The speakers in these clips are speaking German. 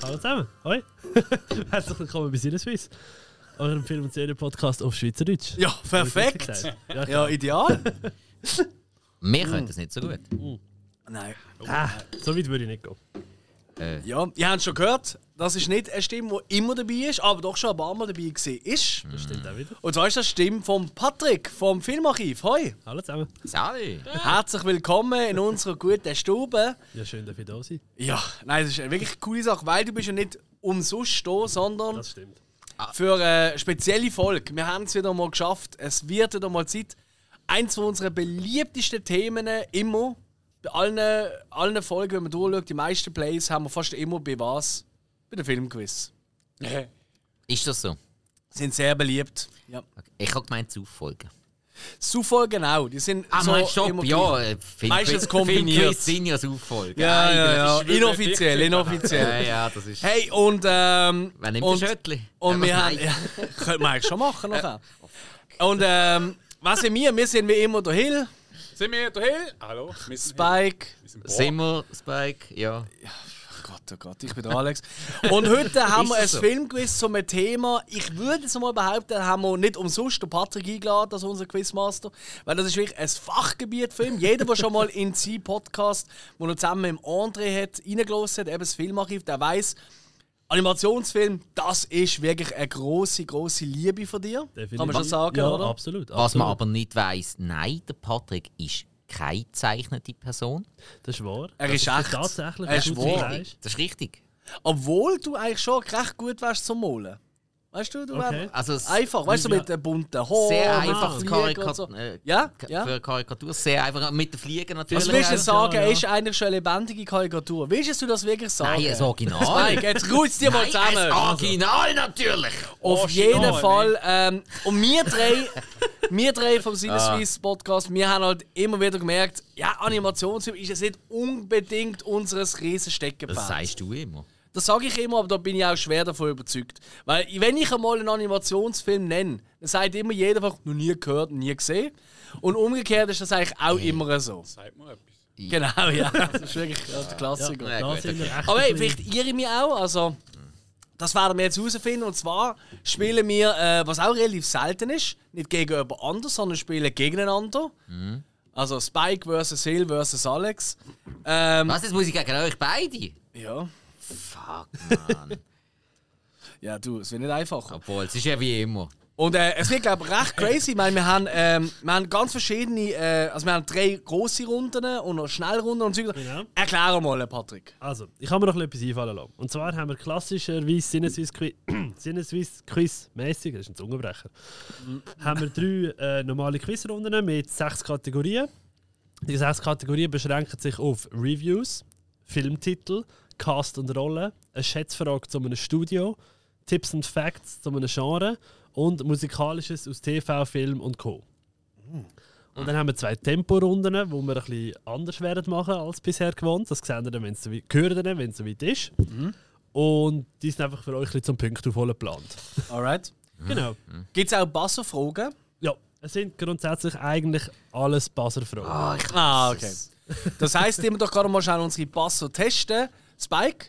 zusammen. Hoi. Herzlich willkommen bei Sinneswiss. Eurem Film- und Serien-Podcast auf Schweizerdeutsch. Ja, perfekt. Gesagt. Ja, Ja, ideal. Mir Hm. könnte es nicht so gut. Nein. ah, so weit würde ich nicht gehen. Äh, Ja, ihr habt schon gehört, das ist nicht eine Stimme, die immer dabei ist, aber doch schon ein paar Mal dabei gewesen ist. Das stimmt auch wieder. Und zwar ist das die Stimme von Patrick vom Filmarchiv. Hoi! Hallo zusammen. Sally! Herzlich willkommen in unserer guten Stube. Ja, schön, dass ihr da seid. Ja, nein, das ist eine wirklich coole Sache, weil du bist ja nicht umsonst da, sondern Das stimmt. für eine spezielle Folge. Wir haben es wieder mal geschafft. Es wird wieder mal Zeit. Eins von unserer beliebtesten Themen immer. Bei allen, allen Folgen, wenn man durchschaut, die meisten Plays haben wir fast immer bei was? Bei den Filmquiz. Ist das so? Sind sehr beliebt. Ja. Okay. Ich habe gemeint, zu folgen. Zufolgen auch. genau. Die sind Ah, so mein Shop, immer ja. gleich. äh, Film- Meistens Film- kombiniert. Filmquiz sind ja zu folgen. Ja, ja, ja. das ist wirklich Inoffiziell, wichtig. Ja, inoffiziell. ja, das ist. Hey, und ähm. Wer nimmt und, das Schöttli? Und Einfach wir haben. nein. Oh, Ja, könnte man eigentlich schon machen nachher. Und ähm, was sind wir? Wir sind wie immer der Hill, Sind wir hier? Hill? Hallo? Wir sind hier. Spike. Wir sind Boah. Simmer, Spike, ja. Oh Gott, oh Gott, ich bin der Alex. Und heute haben wir Ist ein es so? Filmquiz zum Thema. Ich würde es mal behaupten, haben wir nicht umsonst den Patrick eingeladen als unser Quizmaster. Weil das ist wirklich ein Fachgebiet für ihn. Jeder, der schon mal in seinen Podcast, wo er zusammen mit dem André hat, reingelassen hat, eben das Filmarchiv, der weiß, Animationsfilm, das ist wirklich eine grosse, grosse Liebe von dir. Kann man schon sagen, ja, oder? absolut. Was absolut. man aber nicht weiss, nein, der Patrick ist keine gezeichnete Person. Das ist wahr. Er Das ist echt. Tatsächlich, Er was du ist wahr. sagst. Das ist richtig. Obwohl du eigentlich schon recht gut wärst zum Malen. Weißt du, du Okay. wärst Also, es- einfach, weißt du, mit den bunten Haaren. sehr mit einfaches Fliegen und Karikatur. so. äh, Ja, Ka- ja. Für Karikatur, sehr einfach. Mit den Fliegen natürlich. Also, Was willst du auch. jetzt sagen? ja, ja. Er Ist eigentlich schon eine lebendige Karikatur? Willst du das wirklich sagen? Nein, ein Original. Mike, jetzt ruhst dir mal Nein, Ah, oh, ein zusammen. Original natürlich! Auf jeden Fall. Ähm, und wir drei, wir drei Ah. vom Sinneswiss Podcast, wir haben halt immer wieder gemerkt, ja, Animationsfilm ist jetzt nicht unbedingt unseres riesen Das Steckenpferd. sagst du immer. Das sage ich immer, aber da bin ich auch schwer davon überzeugt. Weil, wenn ich einmal einen Animationsfilm nenne, dann sagt immer jeder einfach, noch nie gehört, noch nie gesehen. Und umgekehrt ist das eigentlich auch immer so. Sagt mir etwas. Genau, ja. Das ist wirklich ja, der Klassiker. Ja, Da gut, sind wir echt. Aber hey, ein bisschen- vielleicht irre ich mich auch. Also, das werden wir jetzt herausfinden. Und zwar spielen wir, äh, was auch relativ selten ist, nicht gegen jemand anderes, sondern spielen gegeneinander. Also Spike versus Hill versus Alex. Ähm, Was, jetzt muss ich gegen euch beide? ja. Fuck, man. ja, du, es wird nicht einfacher. Obwohl, es ist ja wie immer. Und äh, es wird, glaube ich, recht crazy. Ich meine, wir haben, ähm, wir haben ganz verschiedene, äh, also wir haben drei große Runden und noch Schnellrunden und so. Genau. Erklär mal, Patrick. Also, ich habe mir noch ein bisschen etwas einfallen lassen. Und zwar haben wir klassischerweise Sinneswiss-Quiz Sinneswiss mäßig, das ist ein Zungenbrecher, haben wir drei äh, normale Quizrunden mit sechs Kategorien. Die sechs Kategorien beschränken sich auf Reviews, Filmtitel, Cast und Rolle, eine Schätzfrage zu einem Studio, Tipps und Facts zu einem Genre und Musikalisches aus TV, Film und Co. Und dann haben wir zwei Temporunden, wo wir ein bisschen anders werden machen als bisher gewohnt. Das sehen wir dann, wenn es soweit, hören wir dann, wenn es soweit ist. Mhm. Und die sind einfach für euch ein bisschen zum Punkt aufholen geplant. Alright. Genau. Gibt es auch Basserfragen? Ja, es sind grundsätzlich eigentlich alles Buzzer-Fragen. Ah, okay. Das heisst, immer doch gerade mal schauen, unsere Basso testen. Spike?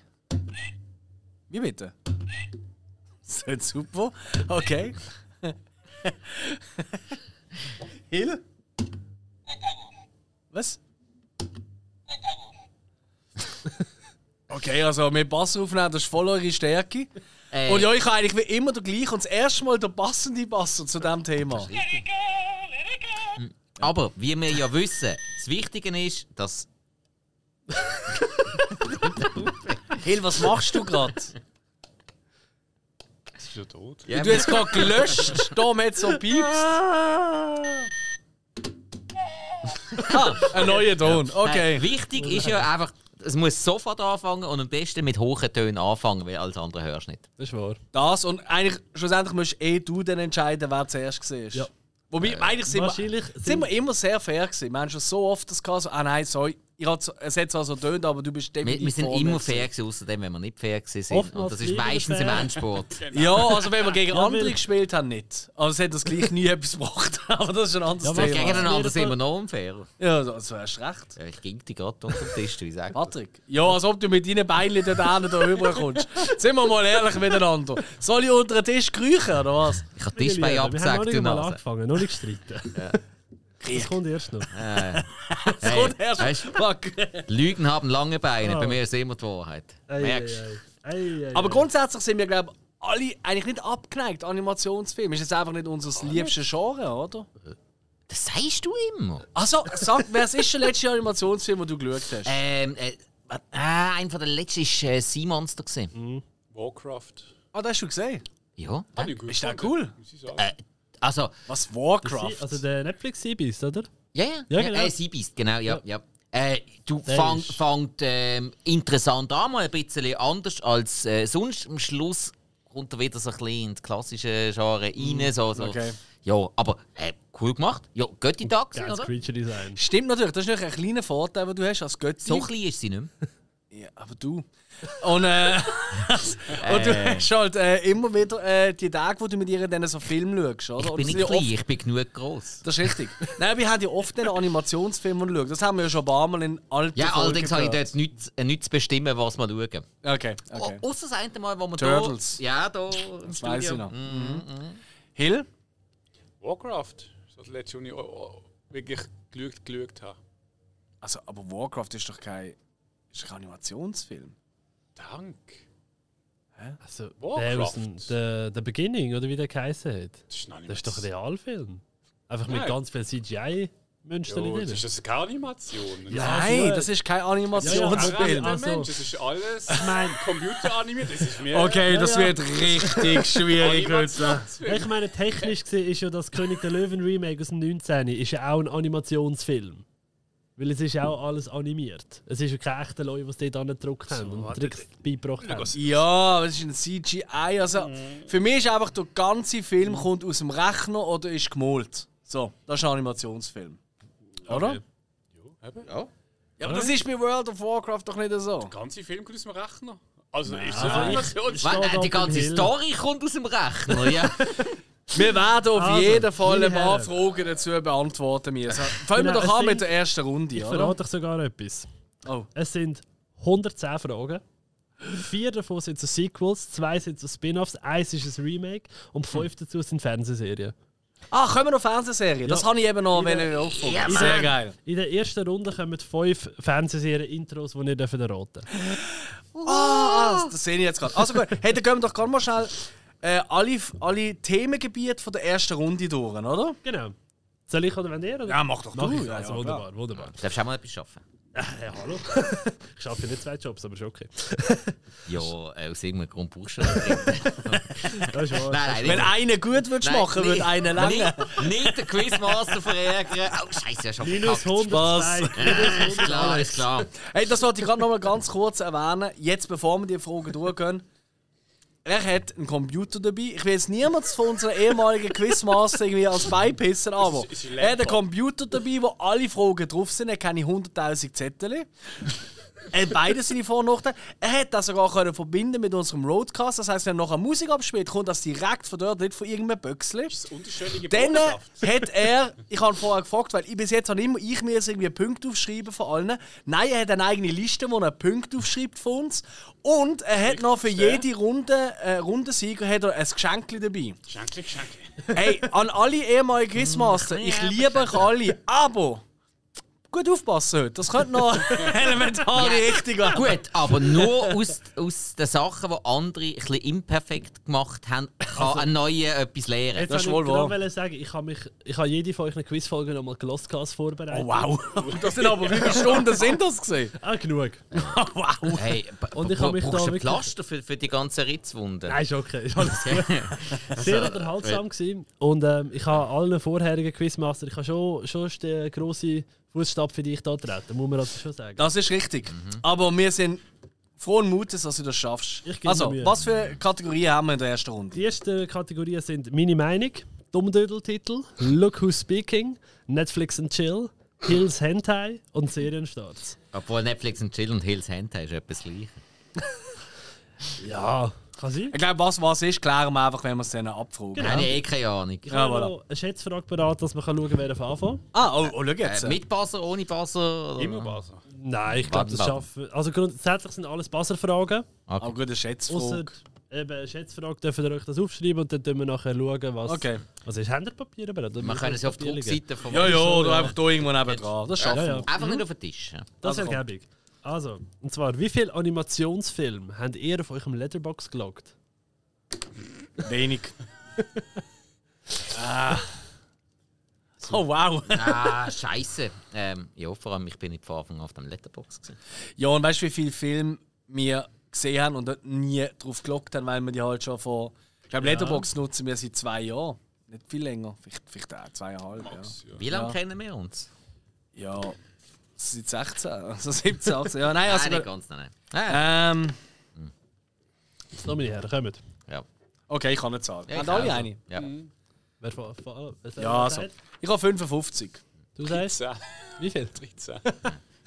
Wie bitte? So, super. Okay. Hill? Was? Okay, also mit Bass aufnehmen, das ist voll eure Stärke. Äh, Und ja, ich habe eigentlich wie immer der gleiche und das erste Mal der passende Basser zu diesem Thema. Aber, wie wir ja wissen, das Wichtige ist, dass... Hill, was machst du gerade? Das ist ja tot. Ja, Du hast gerade gelöscht, da hat so piepst. ah, ein neuer Ton. Okay. Nein, wichtig ist ja einfach, es muss sofort anfangen und am besten mit hohen Tönen anfangen, weil alles andere hörst du nicht. Das ist wahr. Das und eigentlich schlussendlich musst eh du dann entscheiden, wer zuerst gesehen ist. Ja. Wobei, eigentlich sind wir, Äh, Wahrscheinlich sind wir immer sehr fair gewesen. Wir haben schon so oft das gehabt, so, ah nein, sorry, Ich hab's- es hat zwar so tönt, aber du bist Wir, definitiv wir sind vorne immer gewesen. fair gewesen, außer dem, wenn wir nicht fair gewesen sind. Oftmals Und das ist lieber meistens fair. im Genau. Endsport. Ja, also wenn wir gegen Ja, andere weil- gespielt haben, nicht. Aber es hat das gleich nie etwas gebracht. Aber das ist ein anderes Ja, aber- Thema. Gegeneinander Auf sind jeden wir noch unfair. Ja, das du hast recht. Ja, ich ging die gerade unter den Tisch, wie gesagt. Patrick. Ja, als ob du mit deinen Beinen dort hinten da rüberkommst. Sind wir mal ehrlich miteinander. Soll ich unter den Tisch kriechen, oder was? Ich habe Tisch bei Wir haben noch abgesagt, nicht du einmal Nase. angefangen, noch nicht gestritten. Das kommt erst noch. Hey, Und erst, weißt, fuck. Lügen haben lange Beine, bei Ja. mir ist immer die Wahrheit. Ei, ei, Merkst du? ei. Ei, ei, Aber ei. grundsätzlich sind wir, glaube ich, alle eigentlich nicht abgeneigt. Animationsfilm ist jetzt einfach nicht unser liebstes Genre, oder? Das sagst du immer. Also, sag, wer ist der letzte Animationsfilm, den du geschaut hast? Ähm, äh, was- ah, einer von der letzten war äh, Sea Monster. Gewesen. Warcraft. Ah, das hast du gesehen. Ja. Hab ich gut Ist der gefunden, cool? muss ich sagen. Äh, also, Was? Sie- Warcraft? Also der netflix bist oder? ja, ja. Ja, ja, genau. Äh, Sea Beast, genau, ja. ja. Äh, du Der fang, ist- fangt ähm, interessant an, mal ein bisschen anders als äh, sonst. Am Schluss kommt er wieder so ein bisschen in die klassische Genre rein. So, so. okay. Ja, aber äh, cool gemacht. Ja, Götti da gewesen, Geiles oder? Creature Design. Stimmt natürlich, das ist natürlich ein kleiner Vorteil, den du hast als Götti. So klein ist sie nicht mehr. Ja, aber du. Und, äh, und du hast halt äh, immer wieder äh, die Tage, wo du mit ihr dann so Film schaust, oder? Ich Und bin das nicht sind ja klein, oft- ich bin genug groß. Das ist richtig. Nein, wir haben ja oft einen Animationsfilm und schauen. Das haben wir ja schon ein paar Mal in alten Ja, Folgen allerdings habe ich gehört. dort nichts, äh, nichts zu bestimmen, was wir schauen. Okay, okay. Oh, Okay. Außer das eine Mal, wo wir Turtles. Da, ja, da im das weiß ich Studio. noch. Mhm, Mhm. Hill? Warcraft. Das war das letzte, was ich oh, oh, wirklich geschaut, geschaut habe. Also, aber Warcraft ist doch kein, ist doch kein Animationsfilm. Dank. Also, oh, der, aus Warcraft. dem, der, der Beginning, oder wie der geheißen hat. Das ist noch nicht Das ist doch ein Realfilm. Einfach mit Nein. ganz viel CGI-Münsterli Ja, das drin. ist das keine Animation. Ja, Nein, also, das ist kein Ja, ja, Das ist Animationsfilm. ein Also- Mensch, das ist alles mein- computeranimiert, das ist mehr Okay, das ja. wird richtig schwierig heute. Ja, Ich meine, technisch gesehen ist ja das König der Löwen Remake aus dem 19. ist ja auch ein Animationsfilm. Weil es ist ja auch alles animiert. Es ist ja keine echten Leute, die es dort angedruckt haben und warte. Tricks beigebracht haben. Ja, aber es ist ein CGI. Also, Mhm. Für mich ist einfach, der ganze Film kommt aus dem Rechner oder ist gemalt. So, das ist ein Animationsfilm. Oder? Okay. Ja, eben. Der Ja, aber das ist bei World of Warcraft doch nicht so. ganze Film kommt aus dem Rechner. Also ist das Nein. eine Animation? Ich- Was? Steht Nein, auf die dem ganze Hill. Story kommt aus dem Rechner, ja. Wir werden auf Also, jeden Fall ein meine paar Herren. Fragen dazu beantworten müssen. Fangen wir Genau, doch an es mit sind- der ersten Runde, Ich oder? verrate euch sogar etwas. Oh. Es sind 110 Fragen. Vier davon sind so Sequels, zwei sind so Spin-offs, eins ist ein Remake und Hm. fünf dazu sind Fernsehserien. Ah, kommen wir noch Fernsehserien? Das Ja. habe ich eben noch wollen aufgefunden. Ja, Sehr Mann. geil. In der ersten Runde kommen fünf Fernsehserien-Intros, die ihr dürfen erraten dürft. Ah, das, das sehe ich jetzt gerade. Also gut, hey, dann gehen wir doch gerade mal schnell äh, alle, alle Themengebiete von der ersten Runde durch, oder? Genau. Soll ich oder wenn ihr? Oder? Ja, mach doch Mach du. ich. Ja, Also ja, wunderbar, wunderbar. Du darfst auch mal etwas schaffen. Hey, hallo. ich arbeite nicht zwei Jobs, aber ist okay. Ja, äh, aus irgendeinem Grund brauchst du das. Nein, Das ist wahr. nein, Wenn einer gut würdest machen, würde einer länger. Nicht, nicht den Quizmaster verärgern. Oh, Scheiße, ja schon Minus verkackt. 102. Äh, Ist klar, ist klar. Hey, das wollte ich gerade noch mal ganz kurz erwähnen, jetzt bevor wir die Fragen durchgehen. Er hat einen Computer dabei. Ich will jetzt niemals von unseren ehemaligen Quizmaster irgendwie als Beipissen, aber Es ist- es ist ein er hat einen Laptop. Computer dabei, wo alle Fragen drauf sind. Er hat keine 100.000 Zettel. Er hat beide seine Vor- und Nachteile. Er hat das sogar können verbinden mit unserem Roadcast. Das heisst, wenn er nachher Musik abspielt, kommt das direkt von dort, nicht von irgendeinem Böckchen. Das ist eine unterschwellige Dann Botschaft. hat er, ich habe vorher gefragt, weil ich bis jetzt habe immer ich mir irgendwie Punkte aufschreiben von allen. Nein, er hat eine eigene Liste, wo er Punkte aufschreibt von uns. Und er hat noch für jede Runde, äh, Rundensieger hat er ein Geschenk dabei. Schenkli, Schenkli. Hey, an alle ehemaligen Quizmaster, ich liebe euch alle, aber gut aufpassen heute. Das könnte noch elementar Ja. richtig werden. Gut, aber nur aus, aus den Sachen, die andere ein bisschen imperfekt gemacht haben, kann ein neuer etwas lernen. Jetzt Das das ist ich wohl genau wahr. wollen sagen, ich habe mich, ich habe jede von euch eine Quizfolge nochmal gelost vorbereitet. Oh, wow. Das sind aber wie viele Stunden sind das gesehen? Ah, genug. wow. Hey, Und und ich ich hab mich da brauchst du einen wirklich- Plaster für, für die ganzen Ritzwunden? Nein, ist okay. Ist alles gut. Sehr unterhaltsam gewesen. Und ähm, ich habe allen vorherigen Quizmaster, ich habe schon, schon den grossen Fußstab für dich da treten, muss man also schon sagen. Das ist richtig. Aber wir sind frohen Mutes, dass du das schaffst. Ich gebe also, mir Mühe. was für Kategorien haben wir in der ersten Runde? Die ersten Kategorien sind «Meine Meinung», «Dummdödeltitel», «Look Who's Speaking», «Netflix and Chill», Hills Hentai und Serienstarts. Obwohl Netflix und Chill und Hills Hentai ist etwas gleich. Ja, kann sein. Ich glaube, was was ist, klären wir einfach, wenn wir es dann abfragen. Ja. Habe ich eh keine Ahnung. Ich Ja, habe voilà. noch eine Schätzfrage bereit, dass man kann schauen kann, wer davon anfängt. Ah, oh, oh schau jetzt. Äh, mit Basser, ohne Basser? Oder? Immer Basel. Nein, ich glaube, Warten, das schaffen wir. Also grundsätzlich sind alles Basserfragen. Aber Ah, gut, eine Außer Schätzfrage. eben Schätzfrage dürfen ihr euch das aufschreiben und dann schauen wir nachher, schauen, was. Okay. Was ist Händerpapier? Man kann es ja auf die Rückseite vom Ja, ja, oder ja. einfach da irgendwo neben dran. Das schaffen Ja, ja. wir. Einfach nicht auf den Tisch. ja. Das ist Also komm. ergiebig. Also, und zwar, wie viele Animationsfilme habt ihr auf eurem Letterbox gelockt? Wenig. ah. Oh wow. Ah, scheiße. Ähm, ja, vor allem, ich bin nicht von Anfang an auf dem Letterbox. Gewesen. Ja, und weißt du, wie viele Filme wir gesehen haben und dort nie drauf gelockt haben, weil wir die halt schon vor. Ich glaube, Letterbox nutzen wir seit zwei Jahren. Nicht viel länger. Vielleicht, vielleicht auch zweieinhalb. Wie lange Ja. kennen wir uns? Ja. ja. Seit 16, also 17, 18. Ja, nein, also. nein, nicht ganz, nein. nein. ähm, So, meine Herren, kommt. Ja. okay, ich kann nicht zahlen. Ja, Haben ich alle auch. eine? Ja. Wer von, von, was Ja, also. Ich habe 55. Du sagst, 10, wie viel? 13.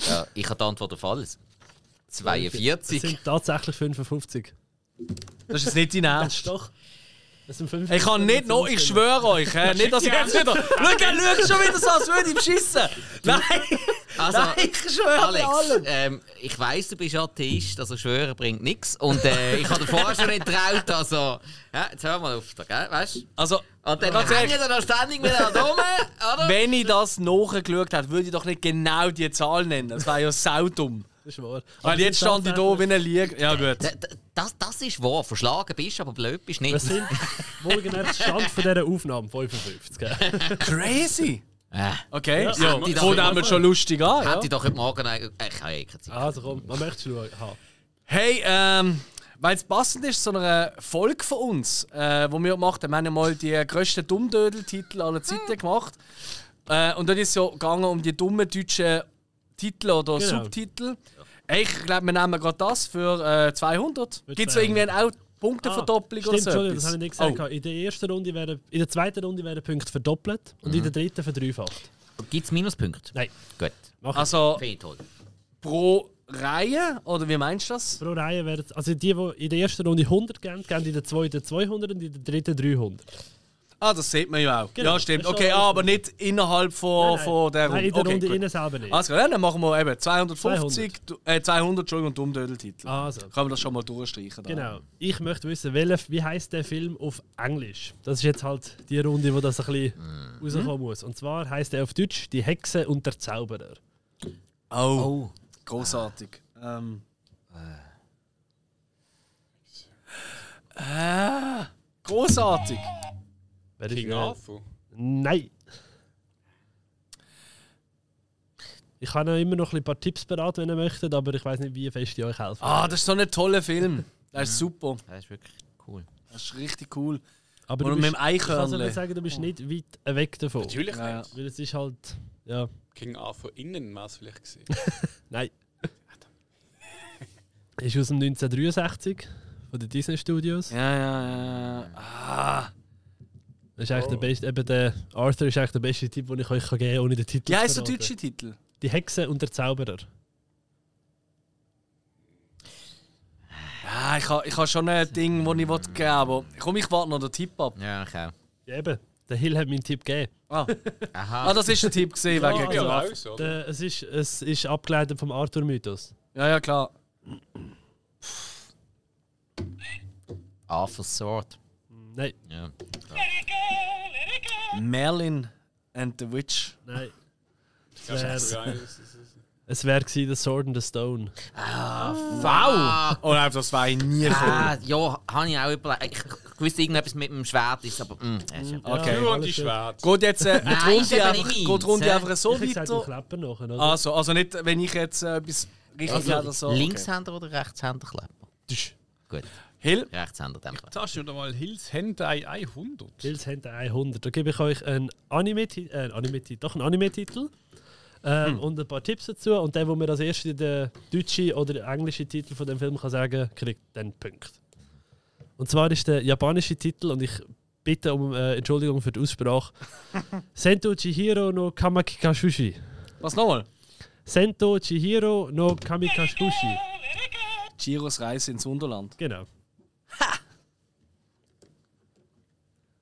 ja, ich habe die Antwort auf alles. Es 42. sind tatsächlich 55. Das ist jetzt nicht dein Ernst. Doch. Es sind 55. Ich kann nicht noch, ich schwöre euch, äh, nicht, dass ich jetzt wieder. Schau, er schaut schon wieder so, als würde ich ihm schissen. Nein, Also, nein, ich schwöre Alex, alle. ähm, ich weiss, du bist Atheist, also schwören bringt nichts. Und äh, ich habe dir vorher schon nicht getraut, also... Ja, jetzt hör mal auf, da, gell? weißt du? Also, Und dann Ganz hängen ehrlich. wir da ständig miteinander rum, oder? wenn ich das nachgeschaut hätte, würde ich doch nicht genau die Zahl nennen. Das wäre ja saudumm. Das ist wahr. Weil Aber jetzt es sind stand ich da wie ein Lieg. Ja, gut. D- d- Das, das ist wahr, verschlagen bist, aber blöd bist nicht. Es sind, wohlgemerkt, Stand von dieser Aufnahme 55. Gell? Crazy. Äh, Okay, ja. Ja, ja. hätte ich das So nehmen nicht wir gemacht. schon lustig an. hätte Ja. ich doch heute Morgen... ein- Äh, ich habe eh keine Zeit. Also komm, man möchte schauen. Ha. Hey, ähm, weil es passend ist zu einer Folge von uns, äh, wo wir gemacht haben. Wir haben ja mal die grössten Dummdödel-Titel aller Hm. Zeiten gemacht. Äh, und dann ist es ja gegangen um die dummen deutschen Titel oder Genau. Subtitel. Hey, ich glaube, wir nehmen gerade das für äh, 200. Mit Gibt es irgendwie einen auch Punkteverdoppelung Ah, oder stimmt, so? Entschuldigung, etwas? das habe ich nicht Oh. gesagt. In der ersten Runde werden, in der zweiten Runde werden Punkte verdoppelt und in der dritten verdreifacht. Gibt es Minuspunkte? Nein, Gut. Also Finde ich toll. pro Reihe? Oder wie meinst du das? pro Reihe werden, also die, die in der ersten Runde 100 geben, geben in der zweiten 200 und in der dritten 300. Ah, das sieht man ja auch. Genau, ja, stimmt. das ist Okay, schon- ah, aber nicht innerhalb von, von der Nein, in der okay, Runde gut. innen selber nicht. Also, ja, dann machen wir eben 250, du- Äh, 200 Entschuldigung, und Dummdödeltitel. Also, Können wir das schon mal durchstreichen? Da. genau. Ich möchte wissen, welcher, wie heißt der Film auf Englisch? Das ist jetzt halt die Runde, wo das ein bisschen rauskommen muss. Und zwar heißt er auf Deutsch Die Hexe und der Zauberer. Oh, großartig. Ähm. Äh. Großartig. Wer ist King der- Arthur. Nein. Ich kann euch immer noch ein paar Tipps beraten, wenn ihr möchtet, aber ich weiß nicht, wie fest ich euch helfen kann. Ah, das ist so ein toller Film. Das ist super. Das ist wirklich cool. Das ist richtig cool. Aber Und mit dem ich kann sogar Eichhörnchen. sagen, du bist nicht weit weg davon. Natürlich Ja, ja. nicht. Weil es ist halt. Ja. King Arthur innen war es vielleicht gesehen. Nein. ist aus dem 1963 von den Disney Studios. Ja, ja, ja, ja. Ah. Das ist Oh. eigentlich der beste, eben der Arthur ist eigentlich der beste Tipp, den ich euch kann geben kann, ohne den Titel Wie zu heißt der verraten. deutsche Titel? Die Hexe und der Zauberer. Ja, ich habe ich ha schon ein Ding, das ich geben will. aber Komm, ich warte noch den Tipp ab. Ja, ich auch. Ja, eben. Der Hill hat meinen Tipp gegeben. Ah, Aha. ah das ist ein Tipp gesehen Ja, wegen also- Giraffe. auch Genau so. oder? Der, es, ist, es ist abgeleitet vom Arthur-Mythos. Ja, ja, klar. Arthur's Sword. Nein. Ja. Merlin and the Witch. Nein. Es Das ist wäre drei, das ist- das ist- es wär gewesen, The Sword and the Stone. Wow! Und einfach Oh das war ich nie gekommen. Ah, ja, habe ich auch überlegt. Ich, ich wusste irgendetwas mit dem Schwert ist, aber... Mh, ja, ist ja. Okay. Nur alles die gut. Schwert. Geht jetzt äh, Nein, die ist eben Runde einfach, nicht geht meins, die Runde hä? einfach so ich halt hätte gesagt, wir weiter. klappen nachher, oder? Also, also nicht, wenn ich jetzt äh, etwas richtig Also, hätte oder so. Linkshänder oder Rechtshänder Klepper? Gut, Okay. Hill? Rechtshänder in dem Fall. Tasche oder mal Hills Hentai 100. Bills haben 100. Da gebe ich euch einen Anime-Titel, äh, einen Anime-Titel, doch einen Anime-Titel. Ähm, Und ein paar Tipps dazu. Und der, wo mir als erste den deutschen oder englischen Titel von dem Film kann sagen kriegt den Punkt. Und zwar ist der japanische Titel, und ich bitte um äh, Entschuldigung für die Aussprache, Sento Chihiro no Kamakikashushi. Was nochmal? Sento Chihiro no Kamikashushi. Chiros Reise ins Wunderland. Genau. Ha!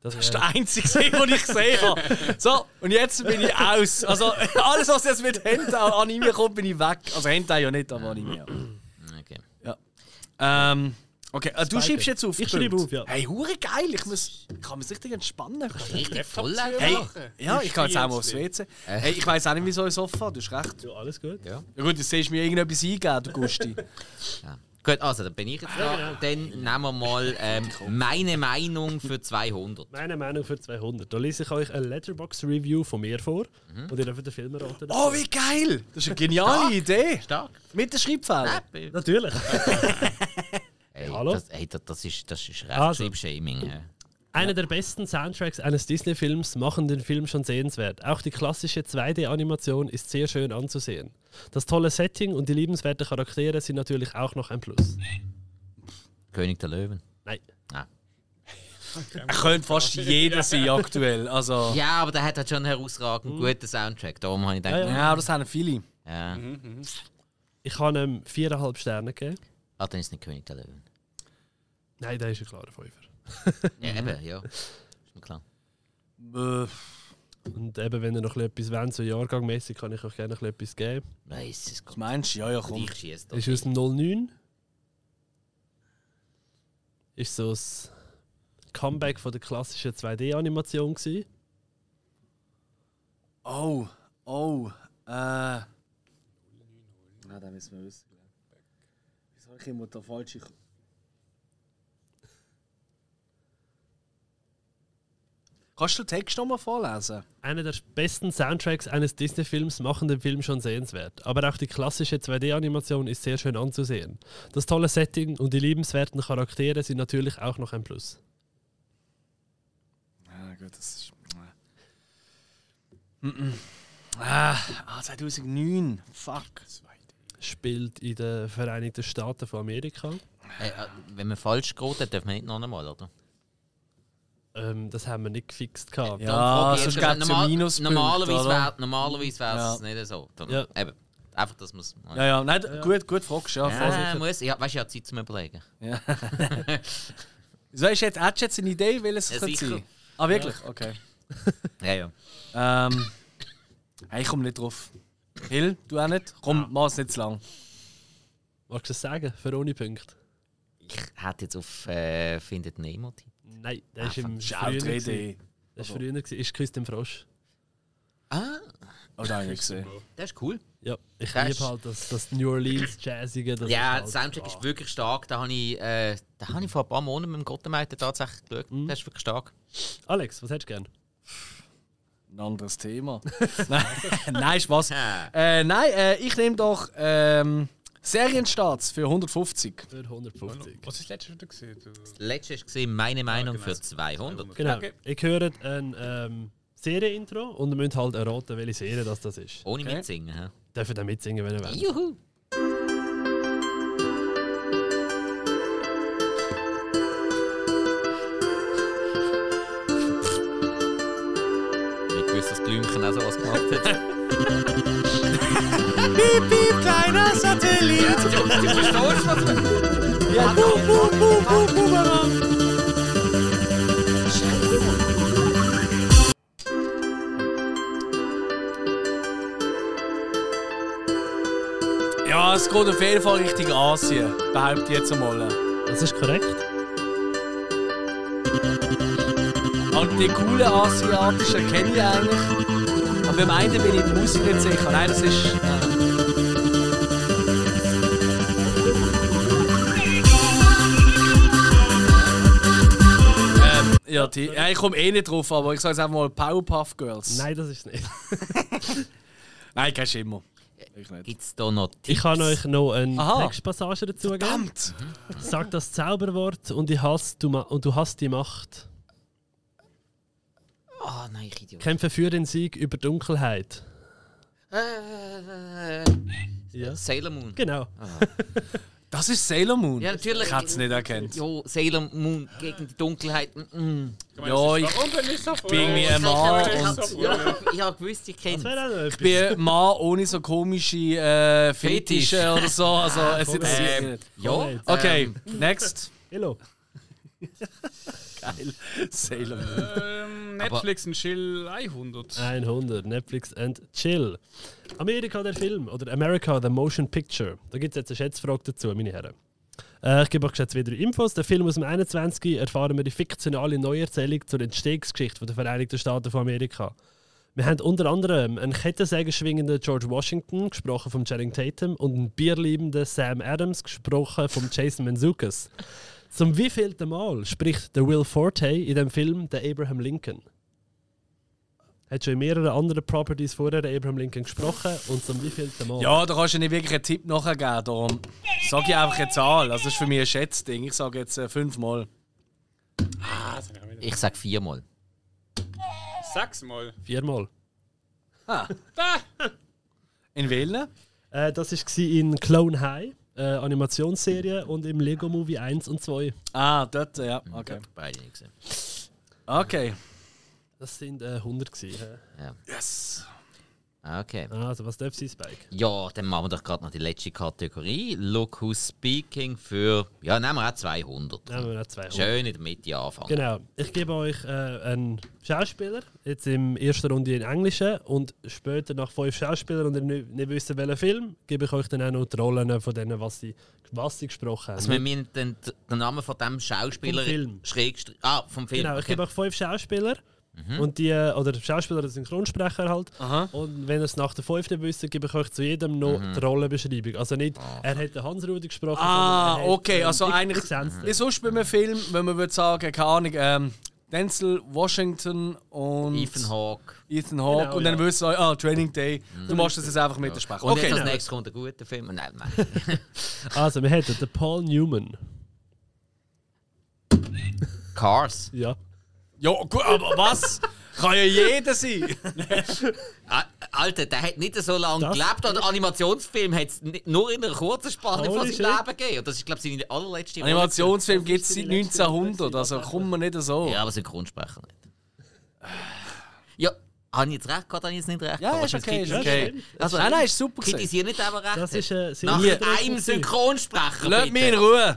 Das Das ist ist der einzige See, den ich gesehen habe. So, und jetzt bin ich aus. Also, alles, was jetzt mit Hentai Anime kommt, bin ich weg. Also, Hentai ja nicht, aber Anime. Okay. Ja. ja. Ähm, okay, äh, du Zweite. schiebst jetzt auf. Ich stimmt. schreibe auf, ja. Hey, hure geil. Ich, muss, ich kann mich richtig entspannen. Richtig voll Hey, einfach. ja, ich kann jetzt auch mal aufs WC. Hey, ich weiß auch nicht, wieso ich Sofa. Du hast recht. ja, alles gut. Ja. Ja gut, jetzt siehst du mir irgendetwas eingeben, du Gusti. Ja. Gut, also dann bin ich jetzt da. Dann nehmen wir mal ähm, meine Meinung für 200. Meine Meinung für 200. Da lese ich euch eine Letterbox-Review von mir vor. Und ihr dürft den Film erraten. Oh, wie geil! Das ist eine geniale Idee. Stark. Mit der Schreibfälle. Hey, Natürlich. hallo? das, hey, das, das ist, das ist recht Also. also. Shaming. Ja. Einer der besten Soundtracks eines Disney-Films machen den Film schon sehenswert. Auch die klassische 2D-Animation ist sehr schön anzusehen. Das tolle Setting und die liebenswerten Charaktere sind natürlich auch noch ein Plus. König der Löwen. Nein. Ah. Er könnte fast jeder sein aktuell. Also, Ja, aber der hat halt schon einen herausragend guten Soundtrack. Darum habe ich gedacht, ja. Mhm. ja, das haben viele. ja. Ah, Ich habe ihm viereinhalb Sterne gegeben. Ah, dann ist es nicht König der Löwen. Nein, da ist ein klarer Fünfer. Ja, eben, ja. Ist mir klar. Äh, Und eben, wenn ihr noch ein bisschen etwas wollt, so jahrgangmäßig, kann ich euch gerne noch ein bisschen etwas geben. Nein, es ist was meinst du? Ja, ja, komm. Ich schieße Ist das. aus dem 09. Ist so das Comeback von der klassischen 2D-Animation gewesen. Oh, oh. Äh. Nein, da müssen wir wissen. Wieso habe ich immer der falsche. Kannst du den Text nochmal vorlesen? Einer der besten Soundtracks eines Disney-Films machen den Film schon sehenswert, aber auch die klassische 2D-Animation ist sehr schön anzusehen. Das tolle Setting und die liebenswerten Charaktere sind natürlich auch noch ein Plus. Ja, gut, das ist. äh. Mm-mm. Ah, ah, 2009. Fuck. Spielt in den Vereinigten Staaten von Amerika. Äh, äh, wenn man falsch geht, dann dürfen wir nicht noch einmal, oder? Ähm, das haben wir nicht gefixt gehabt. Ja, Dann frage ich sonst jetzt, gäb's ja Minuspunkte, Normalerweise oder? wäre normalerweise wär's nicht so. Dann, Ja. Eben. Einfach, dass man es. Ja, ja, nein, gut, gut, fragst ja. voll. Ja, ähm. muss. Ja, weißt du, ich habe Zeit zum Überlegen. So, ist jetzt, hast du jetzt eine Idee, welches es Ja, könnte sicher. sein? Ah, wirklich? Okay. Ja, ja. Ähm, hey, ich komme nicht drauf. Hill, du auch nicht? Komm, mach es nicht zu lang. Magst du das sagen? Für ohne Punkte? Ich hätte jetzt auf äh, Findet Nemo tippt. Nein, der ist im Schau, früher. 3D. gewesen. Der ist früher, gewesen, ist Küss dem Frosch. Ah, Oh, da habe ich nicht gesehen. das ist cool. Ja, ich Das liebe ist- halt das, das New Orleans Jazzige. Das Ja, der ist halt, Soundtrack ist wirklich stark. Da habe ich, äh, da habe ich vor ein paar Monaten mit dem Gottemeiter tatsächlich geschaut. Das ist wirklich stark. Alex, was hättest du gern? Ein anderes Thema. nein, nein, Spaß. Ja. Äh, nein, äh, ich nehme doch ähm, Serienstarts für 150. Für 150. Was ist letztes wieder gesehen? Du- Letztes war gesehen, meine Meinung genau. für 200. Genau. Okay. Ich höre ein ähm, Serienintro und ihr müsst halt erraten, welche Serie das, das ist. Ohne Okay. mitsingen. hä? Dürft ihr dann mitsingen, wenn ihr wollt. Juhu! Ich wusste, dass Blümchen auch sowas gemacht hat. Piep, piep, kleiner Satellit. du, du verstehst, was man... Ja, boom, boom, boom, boom, boom, Ja, es geht auf jeden Fall Richtung Asien, behaupte ich jetzt einmal. Das ist korrekt. Und die coolen Asiatischen kenne ich eigentlich. Aber beim einen bin ich die Musik nicht sicher. Nein, das ist. Äh, Ähm, ja, die, ja, ich komme eh nicht drauf, aber ich sage jetzt einfach mal Powerpuff Girls. Nein, das ist es nicht. Nein kein Schimmer. Ich nicht. Gibt es da noch Tipps? Ich kann euch noch eine Aha. Textpassage dazu geben. Verdammt! Sag das Zauberwort und, ich hasse, du ma- und du hast die Macht. Ah, nein, ich Idiot. Kämpfe für den Sieg über Dunkelheit. Äh, Ja. Sailor Moon. Ah. Genau. Das ist Sailor Moon. Ja, natürlich. Ich hätte es nicht erkannt. Jo, Sailor Moon gegen die Dunkelheit. Mm, mm. Ich meine, Ja, es ist- ich Warum bin ich so froh? bin mir ein Mann Ich und- bin so froh. Ja, ich habe gewusst, ich Das kenne wäre auch noch etwas. Ich bin ein Mann ohne so komische äh, Fetisch. Fetische Ah, Ähm, oder so. Also, es interessiert mich nicht. Ja, Okay, next. Hello. Sailor Moon. Ähm, Netflix und Chill 100. Äh. 100, Netflix and Chill. Amerika der Film oder America the Motion Picture. Da gibt es jetzt eine Schätzfrage dazu, meine Herren. Äh, ich gebe euch jetzt wieder Infos. Der Film aus dem 21. erfahren wir die fiktionale Neuerzählung zur Entstehungsgeschichte von der Vereinigten Staaten von Amerika. Wir haben unter anderem einen Kettensäger schwingenden George Washington, gesprochen von Channing Tatum, und einen bierliebenden Sam Adams, gesprochen von Jason Manzukis. Zum wievielten Mal spricht der Will Forte in dem Film der Abraham Lincoln? Hat schon in mehreren anderen Properties vorher den Abraham Lincoln gesprochen und zum wievielten Mal? Ja, da kannst du nicht wirklich einen Tipp nachher geben. Darum sage ich einfach eine Zahl. Also, Das ist für mich ein Schätzding. Ich sage jetzt äh, fünfmal. Ich sage viermal. Sechsmal. Viermal. In welchen? Äh, das war in Clone High, äh, Animationsserie, und im Lego Movie 1 und 2. Ah, dort, ja. Okay. Beide nicht gesehen. Okay. Das sind äh, 100 gewesen. hä? Yes. Okay. Ah, Also, was darf sein, Spike? Ja, dann machen wir doch gerade noch die letzte Kategorie. Look who's speaking für. Ja, nehmen wir auch 200. Nehmen wir noch 200. Schön in der Mitte anfangen. Genau. Ich gebe euch äh, einen Schauspieler, jetzt im ersten Runde in Englischen und später nach fünf Schauspielern und ihr nicht, nicht wissen, welchen Film, gebe ich euch dann auch noch die Rollen von denen, was sie, was sie gesprochen haben. Also wir müssen den, den Namen von dem Schauspieler Vom Film. schrägstrich. Ah, vom Film. Genau, ich okay. gebe euch fünf Schauspieler. Und die, äh, oder Schauspieler oder Synchronsprecher halt. Und wenn ihr es nach der fünften wisst, gebe ich euch zu jedem noch die Rollenbeschreibung. Also nicht, er hat den Hans-Rudi gesprochen. Ah, sondern er hat, okay. ähm, Also ich- eigentlich. ich seh's Wie sonst bei einem Film, wenn man würde sagen, keine Ahnung, ähm, Denzel Washington und Ethan Hawke. Mhm. Ethan Hawke Genau, und dann ja. würdest du sagen, ah, Training Day, du machst das jetzt einfach mit der Sprache. Und Okay, jetzt Genau. als ja. nächstes kommt ein guter Film. Nein, nein. Also, wir hätten den Paul Newman. Cars. Ja. ja, gut, aber was? Kann ja jeder sein. Ah, Alter, der hat nicht so lange Das- gelebt. Und Animationsfilm hat es nur in einer kurzen Holy Spanne von seinem shit. Leben gegeben. Und das ist, glaube ich, seine allerletzte Rolle. Animationsfilm gibt es seit die letzte 1900, also kommen wir nicht so. Ja, aber Synchronsprecher nicht. Ja, habe ich jetzt recht gehabt, habe ich jetzt nicht recht Ja, gehabt? ist Sonst okay, ist kriti- okay. Also, Nein, nein, ist super gewesen. Kritisiere nicht aber recht. Das ist äh, sehr Nach interessant einem gewesen. Synchronsprecher, Lass mich in bitte. Ruhe.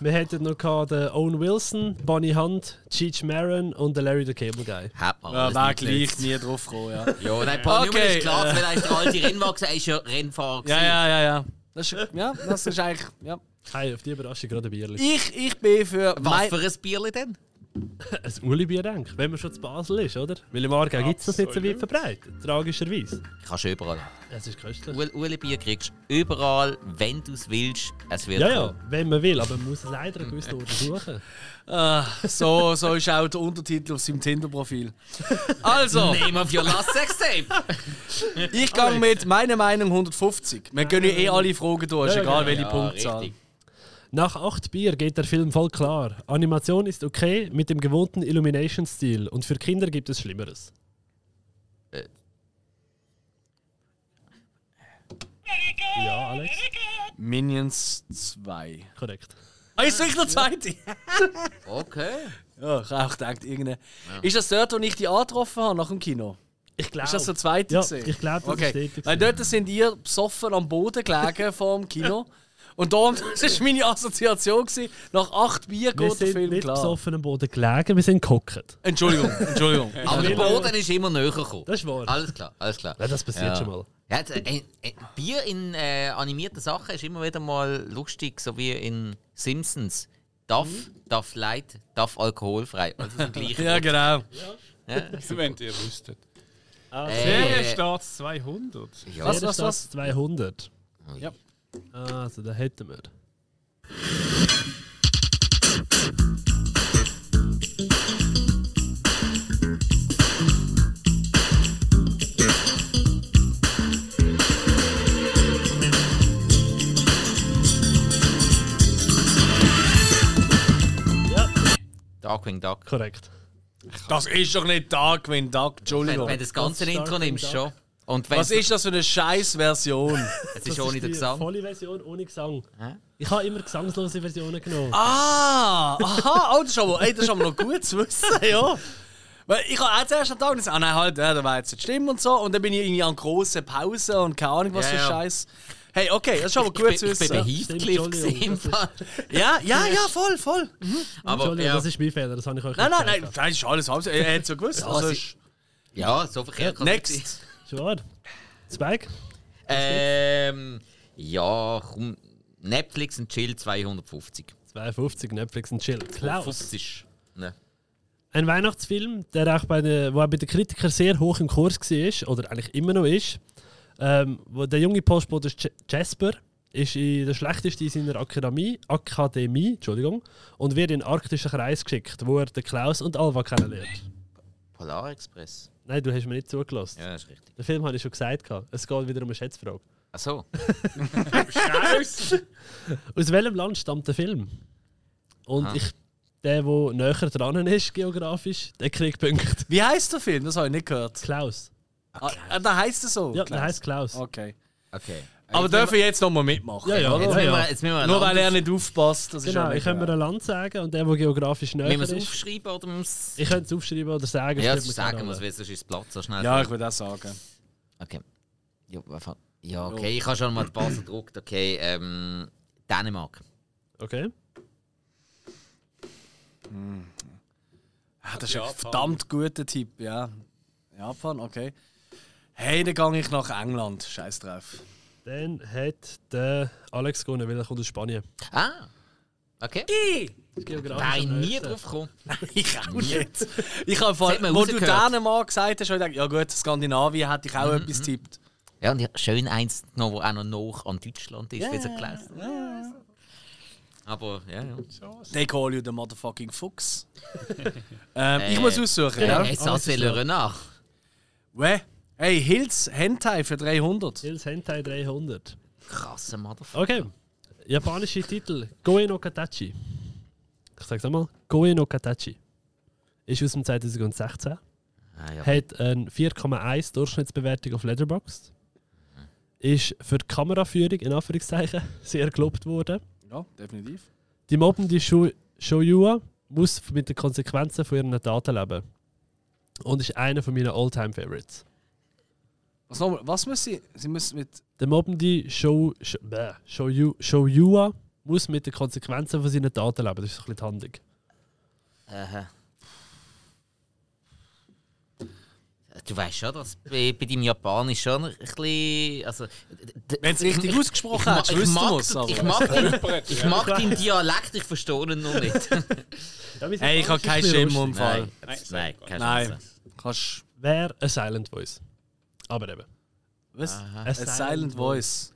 Wir hätten noch gehabt, den Owen Wilson, Bonnie Hunt, Cheech Maron und den Larry the Cable Guy. Hat man Ja, alles wäre nicht gleich gesetzt. nie drauf gekommen, ja. Ja, nein, Paul Newman Okay, ist klar, äh. weil er ist der alte Rennwagen, er ist ja Rennfahrer. Ja, ja, ja, ja. Das ist, ja, das ist eigentlich, ja. Hey, auf die Überraschung gerade ein Bierli. Ich, ich bin für... mein- Was für ein Bierli denn? Ein Uli-Bier, denke ich, wenn man schon zu Basel ist, oder? Weil im Aargau gibt es das nicht so weit Absolut. verbreitet, tragischerweise. Kannst du überall. Es ist köstlich. Ueli- Ueli-Bier kriegst du überall, wenn du es willst. Es wird Ja, ja, kommen. wenn man will, aber man muss es leider einen gewissen Ort suchen. Ah, so, so ist auch der Untertitel auf seinem Tinder-Profil. Also, Name of your last sex tape! ich gehe mit meiner Meinung 150. Wir können ja eh alle Fragen durch, ist Ja, egal genau. welche Ja, Punktzahl. richtig. Nach acht Bier geht der Film voll klar. Animation ist okay mit dem gewohnten Illumination-Stil und für Kinder gibt es Schlimmeres. Ja, Alex, Minions 2. korrekt. Ah, ist wirklich der zweite? Okay. Ja, ich habe auch gedacht, irgendeine. Ist das dort, wo ich die angetroffen habe, nach dem Kino? Ich glaube. Ist das der zweite? Ja, gewesen? ich glaube, das okay. ist dort Weil dort sind ihr besoffen am Boden gelegen vor dem Kino. Und darum, das war meine Assoziation. Gewesen. Nach acht Bier Wir geht der sind Film nicht klar. besoffen am Boden gelegen, wir sind gehockt. Entschuldigung, Entschuldigung. Aber der Boden ist Ah, immer näher gekommen. Das ist wahr. Alles klar, alles klar. Ja, das passiert schon mal. Ja, jetzt, äh, äh, Bier in äh, animierten Sachen ist immer wieder mal lustig, so wie in Simpsons. Darf, darf Light, darf alkoholfrei. Also zum gleichen. Ja, genau. Wenn ihr wüsstet. äh, Serienstart 200. ja, Was, Jeder was, Stadt was? 200. Ja. Also, da hätten wir. Ja, Darkwing Duck. Korrekt. Das ist doch nicht Darkwing Duck, Wenn, Entschuldigung. wenn du das ganze Ganz stark Intro nimmst, im schon. Dark. Und wenn Was ist das für eine scheiß Version? es ist ohne den Gesang. Volle Version ohne Gesang. Hä? Ich habe immer gesangslose Versionen genommen. ah, aha, oh, das ist aber, ey, das ist aber noch gut zu wissen, ja. Weil ich habe auch zuerst am Tag gesagt, ah nein, halt, ja, da war jetzt nicht schlimm und so. Und dann bin ich irgendwie an grossen Pausen und keine Ahnung, was Ja, für ja. Scheiß. Hey, okay, das ist aber gut ich zu bin, ich bin bei wissen. Heathcliff Stimmt, gewesen, im Fall. Ja, ja, ja, voll, voll. Aber Entschuldigung, ja, das ist mein Fehler, das habe ich euch Nein, nein, nicht nein, gesagt. das ist alles halb. Er hat es ja gewusst. Ja, also, es ist- ja, so verkehrt kann es nicht sein. next. Schon wahr? Spike? Ähm, ja, komm, Netflix und Chill 250. 52, Netflix und Chill. Klaus. 50. Ne. Ein Weihnachtsfilm, der auch bei den, wo auch bei den Kritikern sehr hoch im Kurs war, oder eigentlich immer noch ist. Ähm, wo der junge Postbote J- Jasper ist in der schlechtesten in seiner Akademie, Akademie Entschuldigung, und wird in den arktischen Kreis geschickt, wo er den Klaus und Alva kennenlernt. Polar Express. Nein, du hast mir nicht zugelassen. Ja, das ist richtig. Den Film habe ich schon gesagt. gehabt. Es geht wieder um eine Schätzfrage. Achso. Scheiße! Aus welchem Land stammt der Film? Und Aha. ich, der, der näher dran ist, geografisch, der kriegt Punkte. Wie heißt der Film? Das habe ich nicht gehört. Klaus. Ah, da heißt es so. Ja, der Klaus. heißt Klaus. Okay. Okay. Aber dürfen wir jetzt nochmal mitmachen? Ja, ja, jetzt ja, müssen ja. wir, jetzt müssen wir Nur ein weil er anderes- nicht aufpasst, das Genau, ist ich ja kann mir ein Land sagen und der, der geografisch näher Müssen wir es ist. aufschreiben oder müssen Ich könnte es aufschreiben oder sagen. Ja, spielt das mir keine sagen wir es, Rolle. weil sonst ist das Platz so schnell. Ja, ich würde auch sagen. Okay. Ja, was hat- ja, okay, ich habe schon mal die Basel gedruckt. Okay, ähm, Dänemark. Okay. Ah, das ist ein Japan. verdammt guter Tipp, ja. Japan, okay. Hey, dann gehe ich nach England. Scheiß drauf. Dann hat der Alex gewonnen, weil er kommt aus Spanien. Ah, okay. Das geografisch Wäre ich am nie nächsten. drauf gekommen. Ich auch nicht. Ich habe Das hat vorhin, man wo du rausgehört. Mhm. Dänemark gesagt hast, habe ich gedacht, ja gut, Skandinavien hätte ich auch etwas tippt. Ja, und ich habe schön eins genommen, das auch noch nah an Deutschland ist, wie es gelesen Aber, ja, ja. They call you the motherfucking Fuchs. ähm, Äh, ich muss aussuchen, Ja, ja. hey, alles das will ist er nach. Wä? Hey, Hills Hentai für 300. Hills Hentai 300. Krasser Motherfucker. Okay. Japanische Titel. Goe no Katachi. Ich sag's nochmal. Goe no Katachi. Ist aus dem 2016. Ah, ja. Hat eine 4,1 Durchschnittsbewertung auf Letterboxd. Mhm. Ist für die Kameraführung, in Anführungszeichen, sehr gelobt worden. Ja, definitiv. Die mobbende Sho- Shoyua muss mit den Konsequenzen von ihren Taten leben. Und ist einer von meinen Alltime Favorites. Was, noch, was muss sie? Sie müssen mit. Der mobbende Sho, Sho, bäh, Shoyu, Shoyua muss mit den Konsequenzen von seinen Taten leben. Das ist ein bisschen die Handlung. Aha. Du weißt schon, dass bei, bei deinem Japanisch schon ein bisschen. Also, Wenn es richtig ausgesprochen ma- hast, ich wüsste mag, man es. den- ich aber- mag, den, Holpert, ich ja. mag deinen Dialekt, ich verstehe ihn noch nicht. Hey, ich habe keinen um, Schimmunfall. Nein, nein, keine Nein. Chance. Kannst. Wäre ein Silent Voice. Aber eben. Was? Ein A Silent, Voice.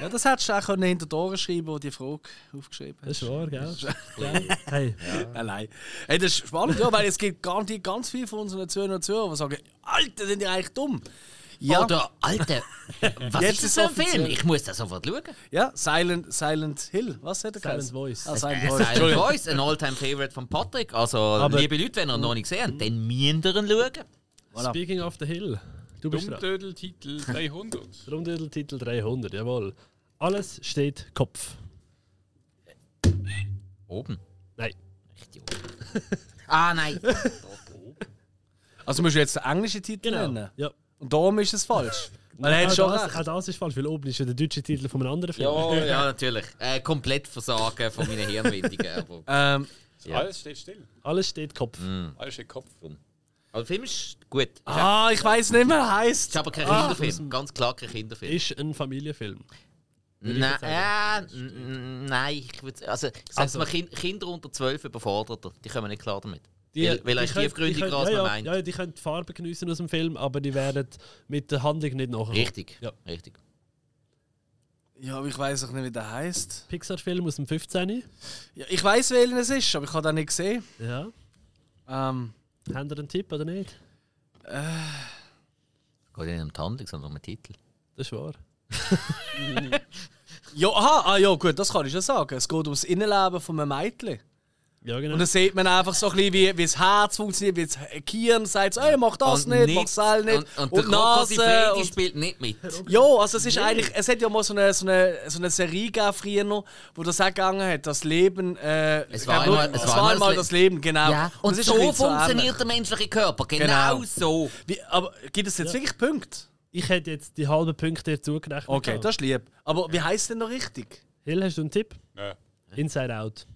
Ja, das hättest du auch können hinter die Ohren schreiben, wo die Frage aufgeschrieben hast. Das ist wahr, gell? Gell? hey, Nein, nein. Hey, das ist spannend, ja, weil es gibt garantiert ganz viele von unseren Zuhörern und Zuhörern, die sagen, Alter, sind die eigentlich dumm? Ja, Oder, Alter, was Jetzt ist ist das für ein offiziell. Film? Ich muss das sofort schauen. ja Silent, Silent Hill, was hat er Silent geheißen? Voice. Ah, Silent Äh, Voice. Silent Entschuldigung. Voice, ein alltime favorite von Patrick. Also, liebe Leute, wenn ihr ihn noch nicht gesehen habt, dann müsst ihr ihn schauen. Voilà. Speaking of the Hill. Du bist dran. Dummdödel-Titel 300. Rundödeltitel 300, jawohl. Alles steht Kopf. Oben. Nein. Richtig oben. Ah, nein. Also musst du jetzt den englischen Titel nennen. Ja. Und darum ist es falsch. Man Auch hätte schon das, auch recht. das ist falsch, weil oben ist ja der deutsche Titel von einem anderen Film. Ja, Oh, ja, natürlich. Äh, komplett versagen von meinen Hirnwindungen. Aber, Ähm, Alles steht still. Alles steht Kopf. Mhm. Alles steht Kopf. aber der Film ist gut. Ist, auch- ah, ich weiß nicht mehr, heißt. ist aber kein Kinderfilm. Ganz klar kein Kinderfilm. Ist ein Familienfilm. Nein, äh, n- n- nein, ich würde also, ich sag's Also. mal, Kin- Kinder unter 12 überfordert er. Die kommen nicht klar damit. weil, weil er ist können- tiefgründiger, können- als man ja, ja, meint. Ja, die können die Farbe geniessen aus dem Film, aber die werden mit der Handlung nicht nachher. Richtig, Ja. richtig. Ja, aber ich weiß auch nicht, wie der heißt. Pixar-Film aus dem 15. Ja, ich weiß, welchen es ist, aber ich habe den nicht gesehen. Ja. Ähm, Haben ihr einen Tipp oder nicht? Geht nicht um die Handlung, sondern um den Titel. Das ist wahr. Ja, aha, ah, ja, gut, das kann ich ja sagen. Es geht ums Innenleben von einem Mädchen. Ja, genau. Und dann sieht man einfach so ein bisschen, wie, wie das Herz funktioniert, wie das Gehirn sagt, so, ey, mach das nicht, mach das auch nicht. Und, und, der Nase. Freddy spielt nicht mit. Ja, also es ist eigentlich, es hat ja mal so eine, so eine, so eine Serie gegeben früher noch, wo das auch gegangen hat, das Leben, äh, Es war ich glaub, einmal- es es war war einmal einmal das das Leben, genau. Ja. es ist Und ein so bisschen ähnlich. funktioniert der menschliche Körper. Genau, Genau. so. Wie, aber gibt es jetzt wirklich Punkte? Ich hätte jetzt die halben Punkte dir zugerechnet. Okay, gehabt. das ist lieb. Aber wie heißt denn noch richtig? Hill, hast du einen Tipp? Nein. Inside Out.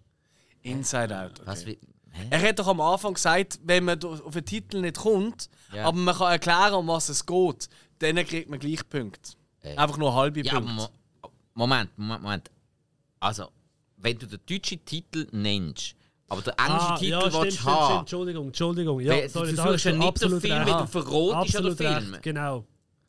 Inside Out. Was Okay. wie. Hä? Er hat doch am Anfang gesagt, wenn man do- auf den Titel nicht kommt, Ja. aber man kann erklären, um was es geht, dann kriegt man gleich Punkte. Äh. Einfach nur halbe Ja, aber Punkte. Mo Moment, Moment, Moment. Also, wenn du den deutschen Titel nennst, aber den englischen Titel Ah, ja, stimmt, willst du stimmt, stimmt. haben. Entschuldigung, Entschuldigung. Weil Ja, du sorry, da versuchst hast ja du nicht den absolut Film, recht. wenn du verrotest oder Absolut Film. recht, genau.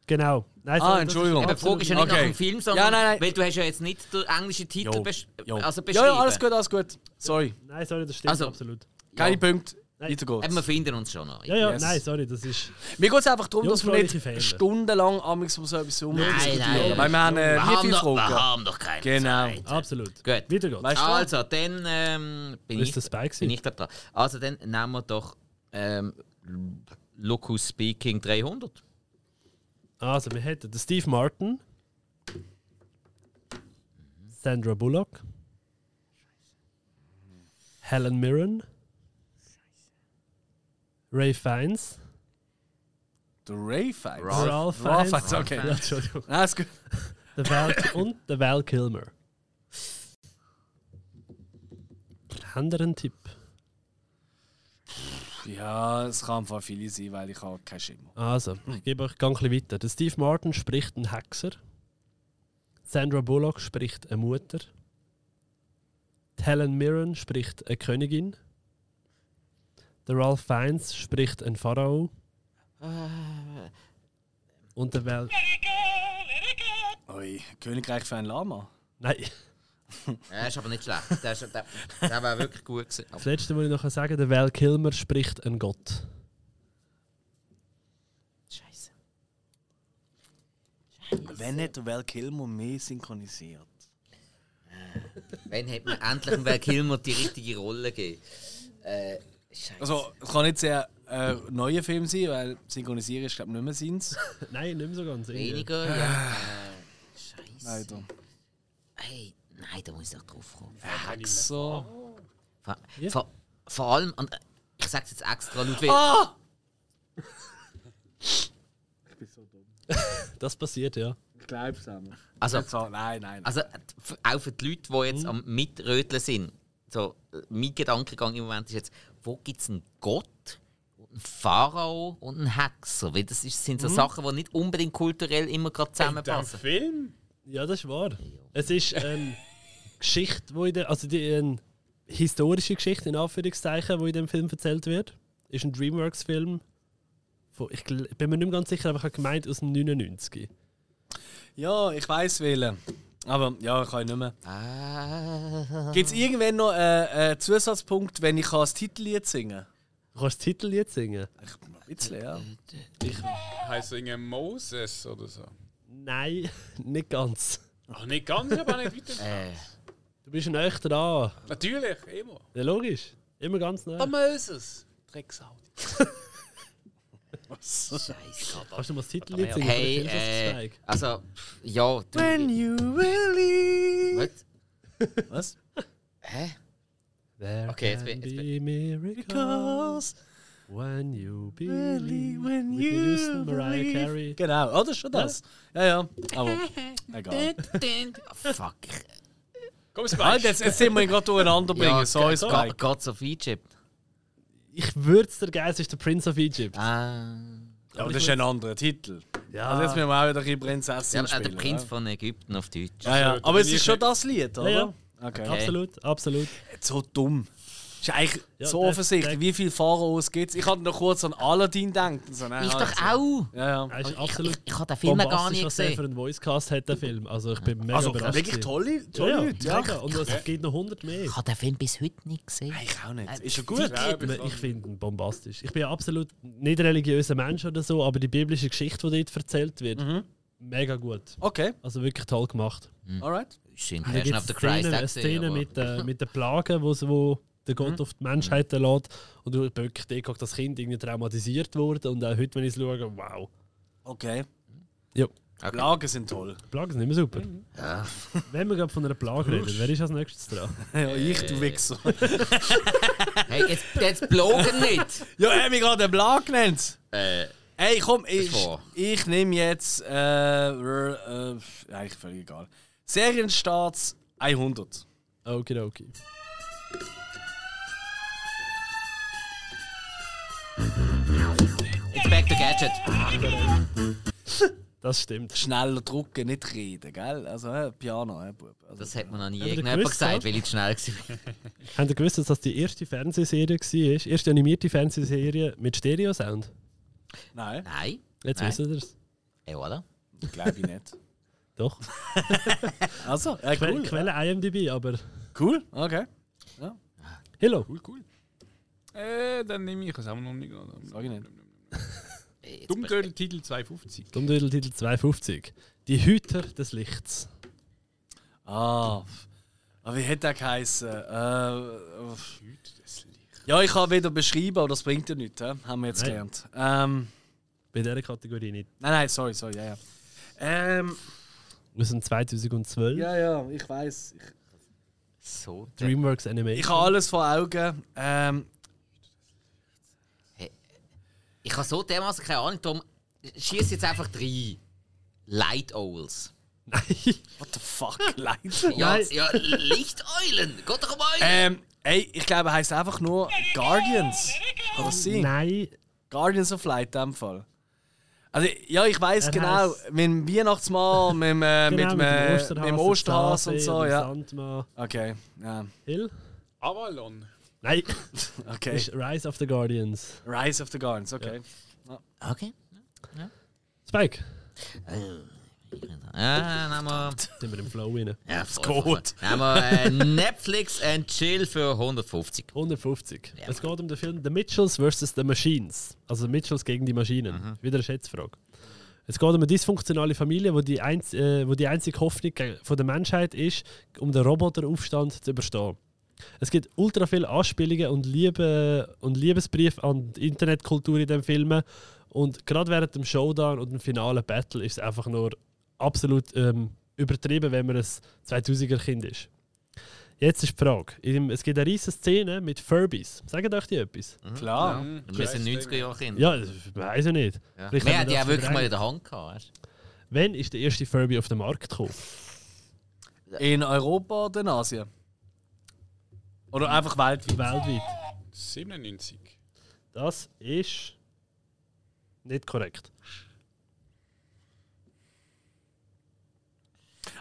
Genau. Nein, Ah, das ist Entschuldigung. Eben, die Frage absolut ist ja nicht nach Okay. dem Film, sondern Ja, nein, nein. weil du hast ja jetzt nicht den englischen Titel besch Jo. also ja, beschrieben. ja, alles gut, alles gut. Sorry, Nein, sorry, das stimmt Also- absolut. keine Punkte. Nein. Weiter Eben, wir geht's. finden uns schon noch. Ja, ja, Yes. nein, sorry, das ist... Mir geht es einfach darum, dass wir Jungfräuliche Fehler. nicht stundenlang amigs um so etwas nein, herumdiskutieren. nein. Weil wir haben äh, wir, wie haben viele doch, wir Fragen. haben doch keine Genau. Zeit. Absolut. Gut. Weiter geht's. Weißt du? Also, dann ähm, bin, Ist ich, das Spike gewesen? bin ich da dran. Also, dann nehmen wir doch ähm, Locus Speaking 300. Also, wir hätten den Steve Martin. Sandra Bullock. Helen Mirren. Ray Fiennes. Der Ray Fights. Ralph Ralph- Fiennes. Ralph Fiennes, okay. Ja, Entschuldigung. Nein, ist gut. Der Val und der Val Kilmer. Haben wir einen Tipp? Ja, es kann vor viele sein, weil ich habe keinen Schimmer. Also, ich gebe euch ganz ein bisschen weiter. Der Steve Martin spricht einen Hexer. Sandra Bullock spricht eine Mutter. Die Helen Mirren spricht eine Königin. Der Ralph Fiennes spricht einen Pharao. Und der Val... Oi, Königreich für ein Lama. Nein, Der ist aber nicht schlecht. Der, ist, der, der war wirklich gut gewesen. das Aber Letzte, was ich noch sagen kann, der Val Kilmer spricht einen Gott. Scheiße. Wenn hat der Val Kilmer mehr synchronisiert? Wann hat äh, man endlich dem Val Kilmer die richtige Rolle gegeben? Äh, Scheiße. Also, es kann nicht sehr äh, neuer Film sein, weil synchronisieren ist, glaube ich, nicht mehr seins. Nein, nicht mehr so ganz. Weniger, ja. Äh, Scheiße. Leider. Hey, nein, da muss ich doch drauf kommen. So. Vor, Ja. vor, vor allem, und äh, ich sag's jetzt extra laut, weil Ah! Das passiert, ja. Ich glaube es einmal. Also- so, nein, nein. Also äh, f- auch für die Leute, die jetzt Mhm. am Mitrödeln sind, so, äh, mein Gedankengang im Moment ist jetzt, wo gibt es einen Gott, einen Pharao und einen Hexer? Weil das ist, Mhm. sind so Sachen, die nicht unbedingt kulturell immer gerade Der zusammenpassen. Film? Ja, das ist wahr. Es ist eine Geschichte, wo in der, also die eine historische Geschichte in Anführungszeichen, die in dem Film erzählt wird. Ist ein Dreamworks-Film. von- Ich gl- bin mir nicht mehr ganz sicher, aber ich habe gemeint aus dem 99. ja, ich weiß wählen. Aber ja, kann ich nicht mehr. Ah, Gibt es irgendwann noch einen äh, Zusatzpunkt, wenn ich kann das Titellied singen Du kannst das Titellied singen? kann? Ich bin ein bisschen, ja. Heißt irgendwie Moses oder so? Nein, nicht ganz. Ach, nicht ganz, aber nicht weiter. Ah. äh, Du bist näher dran. Natürlich, immer. Ja, logisch. Immer ganz nah. Moses. Drecksau. Scheiße. Kannst du mal das Titellied singen? Hey, von der äh, Filmschaftsweig? also, pff, ja, du, you will was? Was? Hä? There okay, jetzt can bin- jetzt be miracles Because when you really believe. when Whitney Houston, you Mariah believe. Carey. Genau, oder schon das? Ja, ja. Aber egal. Oh, fuck. Komm, Spike. Alter, jetzt, jetzt sind wir ihn gerade durcheinander bringen. Ja, Sorry, Go- Spike. Gods of Egypt. Ich würde es dir geben, es ist der Prince of Egypt. Ah. Ja, aber das ist ein anderer Titel. Ja. Also jetzt müssen wir auch wieder ein Prinzessin Ja, aber auch spielen. der Prinz ja. von Ägypten auf Deutsch. Ja, ja. Absolut. Aber es ist schon das Lied, oder? ja. Okay. Okay. Absolut, absolut. So dumm. Ist eigentlich Ja, so der- offensichtlich, der- wie viele Pharaos gibt es. Ich hatte noch kurz an Aladdin gedacht. und So, nein, Ich halt doch so. auch. Ja, Er ja. ist Ich, ich, also. absolut ich, habe den Film gar bombastisch, nicht was der für gesehen. einen Voicecast hat, der Film. Also ich bin mega Also überrascht. wirklich gewesen. tolle, Ja, tolle ja, Leute. Ja. mega. Und es gibt noch 100 mehr. Ich habe den Film bis heute nicht gesehen. Ich auch nicht. Ist ja Die gut. gibt mir- Ich finde ihn bombastisch. Ich bin ein absolut nicht religiöser Mensch oder so, aber die biblische Geschichte, die dort erzählt wird, Mhm. mega gut. Okay, Also wirklich toll gemacht. alright. Sind Da Passion gibt es of Ah, the Christ Szenen, auch Szenen gesehen. mit, äh, mit den Plagen, wo's, wo den Gott Mhm. auf die Menschheit lässt. Und du hast wirklich den geguckt, das Kind irgendwie traumatisiert wurde. Und auch heute, wenn ich es schaue, wow. Okay. Ja, Lagen sind toll. Plagen sind nicht mehr super. Wenn wir gerade von einer Plage reden, wer ist als nächstes dran? Ja, ich, du Wichser. Hey, jetzt, jetzt blogen nicht! ja, er hat mich gerade den Blag genannt. Äh, Hey, komm, ich, Bevor. ich nehme jetzt. Äh, r- äh, eigentlich völlig egal. Serienstarts 100. Okidoki. Inspector Gadget. Das stimmt. Schneller drucken, nicht reden, gell? Also, äh, Piano, äh, Bub. Also, Das hat mir noch nie Habt ihr irgendjemand gewusst, gesagt, ja? weil ich zu schnell war. Habt ihr gewusst, dass das die erste Fernsehserie war? Erste animierte Fernsehserie mit Stereo-Sound? nein, Nein. Jetzt Nein. wisst ihr es. Ja, oder? glaube ich nicht. Doch. Also, äh, Que cool. Quelle IMDb, aber. Cool, okay. Hello. Cool, cool. Äh, dann nehme ich es auch noch nicht. Sag ich nicht. Jetzt bin Dummdödel-Titel 250. Dummdödeltitel 250. Die Hüter des Lichts. Ah. f- Aber wie hätte er geheißen? Äh, f- Das Licht. ja, ich kann weder beschreiben, aber das bringt ja nichts, hä? haben wir jetzt Nein. gelernt. Ähm, Bei dieser Kategorie nicht. nein, nein, sorry, sorry, ja, ja. Ähm, Aus dem 2012. ja, ja, ich weiß. Ich, ich- So. Dreamworks Animation. ich habe alles vor Augen. Ähm, Ich habe so dermaßen keine Ahnung, darum schieß jetzt einfach drei. Light Owls. Nein. what the fuck, Leute? Ja, Nein. ja Lichteulen! Geht doch um Eulen! ähm, ey, ich glaube, er heißt einfach nur Guardians. Kann das sein? Nein. Guardians of Light in dem Fall. Also, ja, ich weiß Er genau, heisst- mit dem Weihnachtsmann, mit, dem, Genau, äh, mit, dem, äh, mit Osterhasen, dem Osterhase und Sase so, ja. Sandmann. Okay, ja, Hill? Avalon. Nein. okay. ist Rise of the Guardians. Rise of the Guardians, okay. Okay. Spike. Eh, Ja, dann haben wir. Sind wir im Flow rein. nou Ja, voll, voll, voll. geht. Dann haben wir äh, Netflix and Chill für 150. 150. Ja. Es geht um den Film The Mitchells vs. The Machines. Also The Mitchells gegen die Maschinen. Wieder eine Schätzfrage. Es geht um eine dysfunktionale Familie, wo die, einz äh, wo die einzige Hoffnung ge- von der Menschheit ist, um den Roboteraufstand zu überstehen. Es gibt ultra viele Anspielungen und, Liebe und Liebesbriefe an die Internetkultur in den Filmen. Und gerade während dem Showdown und dem finalen Battle ist es einfach nur absolut ähm, übertrieben, wenn man ein 2000er-Kind ist. Jetzt ist die Frage. In dem- Es gibt eine riesige Szene mit Furbies. Sagen euch die etwas? Mhm. Klar. Wir sind 90er Jahre Kinder. Ja, ich weiß ich nicht. Ja. Vielleicht Wir haben hatten wir die auch das wirklich mal in verdrängt. der Hand gehabt. Weißt? du? Wann ist der erste Furby auf den Markt gekommen? In Europa oder in Asien? Mhm. Oder einfach weltweit? Weltweit. 97. Das ist nicht korrekt.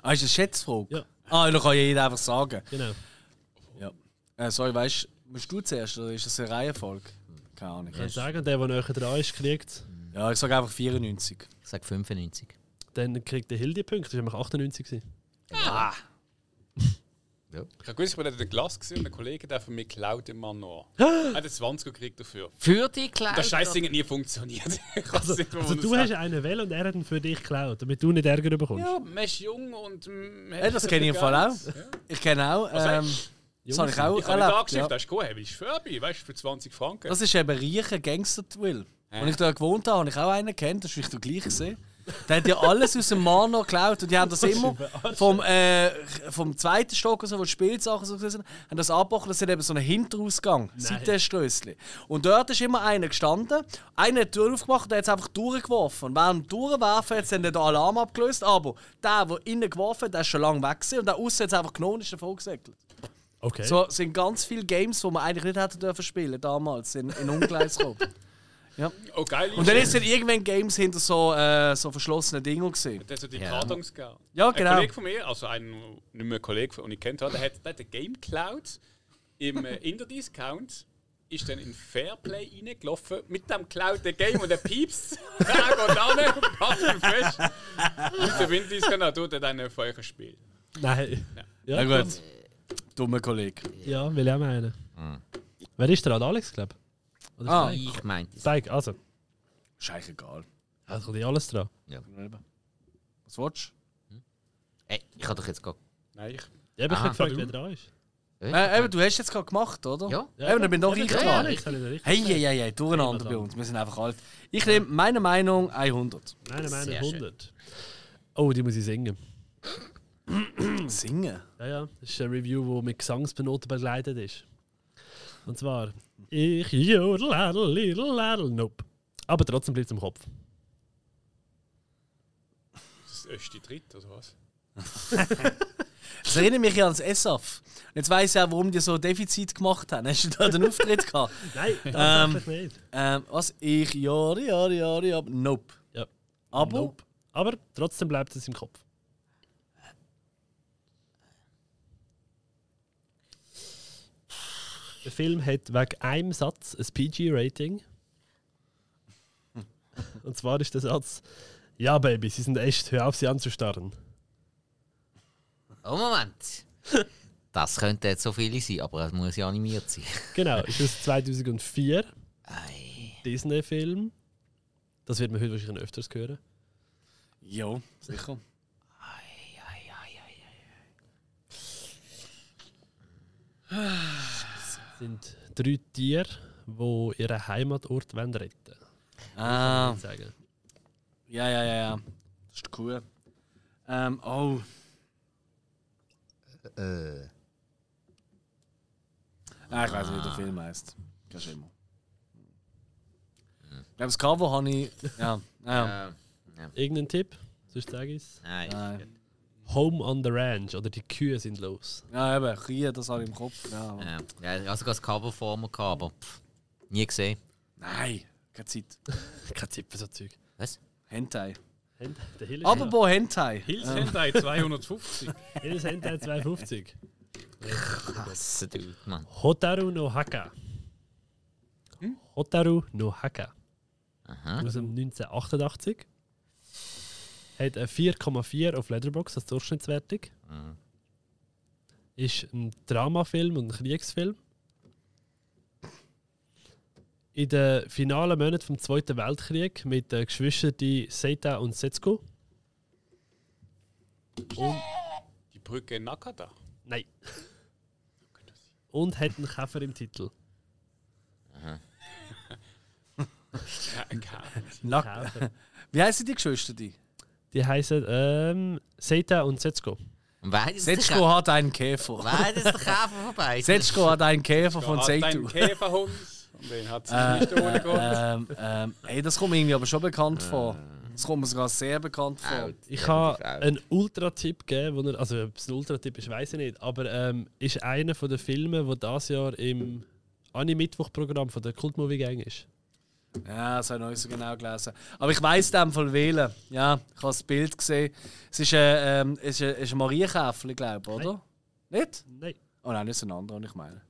Ah, ist eine Schätzfrage? Ja. Ah, da kann jeder einfach sagen. Genau. Ja. Äh, sorry, weißt du, musst du zuerst oder ist das eine Reihenfolge? Keine Ahnung. Ich kann sagen, der, der näher dran ist, kriegt, Ja, ich sage einfach 94. Ich sage 95. dann kriegt der Hilde Punkte. Das war nämlich 98. gewesen. Ich habe gewusst, ich war dort in der Glas gesehen und ein Kollege der von mir klaut im Manor. oh. er hat einen 20 gekriegt dafür. Für die Kleidung. Das Scheißding hat nie funktioniert. Ich weiß nicht, warum Also das du sagt. hast einen Well und er hat ihn für dich geklaut, damit du nicht Ärger bekommst. Ja, man ist jung und. mm, man Hey, das hat kenne ich im Fall auch. Geld. Ja. Ich kenne auch. Ähm, das habe ich auch Ich habe nicht erlebt. angeschrieben, Ja. das ist cool, hey, willst du Furby? Weißt du, für 20 Franken. Das ist eben reicher Gangster-Twill. Als ich da gewohnt habe, habe ich auch einen kennt, das hast du gleich gesehen. Der hat ja alles aus dem Mano geklaut und die haben das immer vom, äh, vom zweiten Stock, also, wo die Spielsachen so gesehen haben, haben das abgebrochen. Das ist eben so ein Hinterausgang, Seitenströssli. Und dort ist immer einer gestanden, einer hat die Tür aufgemacht und der hat es einfach durchgeworfen. Und während dem Durchwerfen hat es dann den Alarm abgelöst, aber der, der innen geworfen hat, der ist schon lange weg gewesen und der außen hat es einfach genommen und ist davon gesäckelt. Okay. So sind ganz viele Games, die man eigentlich nicht hätte dürfen spielen damals in, in Ungleis gekommen. Oh, geil. Und dann ist dann irgendwann Games hinter so, äh, so verschlossenen Dingen gesehen. Das hat die Ja. Kartons gegeben. Ja, Ein genau. Kollege von mir, also ein, nicht mehr ein Kollege, von- den ich kennt habe, der hat, der hat ein Game geklaut im äh, Interdiscount. Ist dann in Fairplay reingelaufen mit dem geklauten Game und der Pieps. Er geht an und macht ihn fest. Mit dem Interdiscount genau, tut er dann ein Feuerspiel. Nein. Ja, komm. Dummer Kollege. Ja, will ich auch meinen. Mhm. Wer ist dran? Alex, glaube ich. Oder Ah. Spike? Ich meinte es. Spike, also. Scheißegal. Also kommt eh alles dran. Was willst Ey, ich habe doch jetzt gerade. Nein, ich. Ja, aber ich Aha. habe gefragt, wer dran ist. Äh, eben, du hast jetzt gerade gemacht, oder? Ja. Ja, Eben, ich bin doch Eben, ich ja, dran. ich habe nicht richtig Hey, hey, hey, hey, durcheinander bei uns. Wir sind einfach alt. Ich nehme meine Meinung 100. Nein, nein, Sehr 100. Oh, die muss ich singen. Singen? Ja, ja. Das ist eine Review, die mit Gesangsbenoten begleitet ist. Und zwar. Ich jodel, ladel, lidel, ladel, nope. Aber trotzdem bleibt es im Kopf. Das ist öste Dritt, oder was? Das erinnert mich ja ans SAF. Jetzt weiss ich auch, warum die so Defizit gemacht haben. Hast du da den Auftritt gehabt? Nein, tatsächlich nicht. Ähm, was? Ich, ja, ja, ja, ja, nope. Ja. Aber? Nope. Aber trotzdem bleibt es im Kopf. Der Film hat wegen einem Satz ein PG-Rating. Und zwar ist der Satz: Ja, Baby, sie sind echt, hör auf, sie anzustarren. Oh, Moment. Das könnte jetzt so viele sein, aber es muss ja animiert sein. Genau, ist aus 2004, Ei. Disney-Film. Das wird man heute wahrscheinlich öfters hören. Ja, sicher. Es sind drei Tiere, die ihren Heimatort wollen retten Ah, wollen. Sagen. ja, ja, ja, ja. Das ist cool. Ähm, oh. Eh. Äh. Ah, ich weiß nicht, wie der Film heißt. Kein Schimmer. Ich glaube, das Cover habe ich. Ja, ja. Ähm, Irgendein Tipp? Sonst sage ich es. nein. Nein. Home on the Ranch oder die Kühe sind los. Ja, eben, Kühe, das habe ich im Kopf. Ja, aber- Ja, ja, ich habe sogar das Cover vor mir gehabt, aber pff, nie gesehen. Nein, keine Zeit. Kein Tipp für so Zeug. Was? Hentai. Der Hill Aber wo Hentai? Ehm, Hills Hentai 250. Hill Sentai 250. Krasse Dude, Mann. Hotaru no Haka. Hotaru no Haka. Aha. Aus dem 1988. Hat eine 4,4 auf Letterboxd als Durchschnittswertung. Ist ein Dramafilm und ein Kriegsfilm. In den finalen Monaten vom Zweiten Weltkrieg mit den Geschwistern Seta und Setsuko. Die Brücke Nakata. Nein. Und hat einen Käfer im Titel. Keine Ahnung. Nack- Wie heißen die Geschwister? Die? Die heißen ähm, Seta und Setsuko. Und wer hat jetzt den Setschko Kä- hat einen Käfer. wer hat jetzt den Käfer vorbei? Setschko hat einen Käfer von hat einen Seitu. Äh, Käferhund und den hat sie nicht ohne Grund. Ähm, ähm, hey, das kommt mir irgendwie aber schon bekannt vor. Das kommt mir sogar sehr bekannt vor. Out. Ich Relativ habe out. einen Ultratipp gegeben, wo er, also ob es ein Ultratipp ist, weiß ich nicht, aber ähm, ist einer von den Filmen, der dieses Jahr im Anime-Mittwoch-Programm von der Kult-Movie-Gang ist. Ja, das habe ich nicht so genau gelesen. Aber ich weiss dem von wählen. Ja, ich habe das Bild gesehen. Es ist ein, ähm, es ist ein, es ist ein Marienkäfer, glaube ich, oder? Nicht? Nein. Oh nein, das ist ein anderer, ich meine.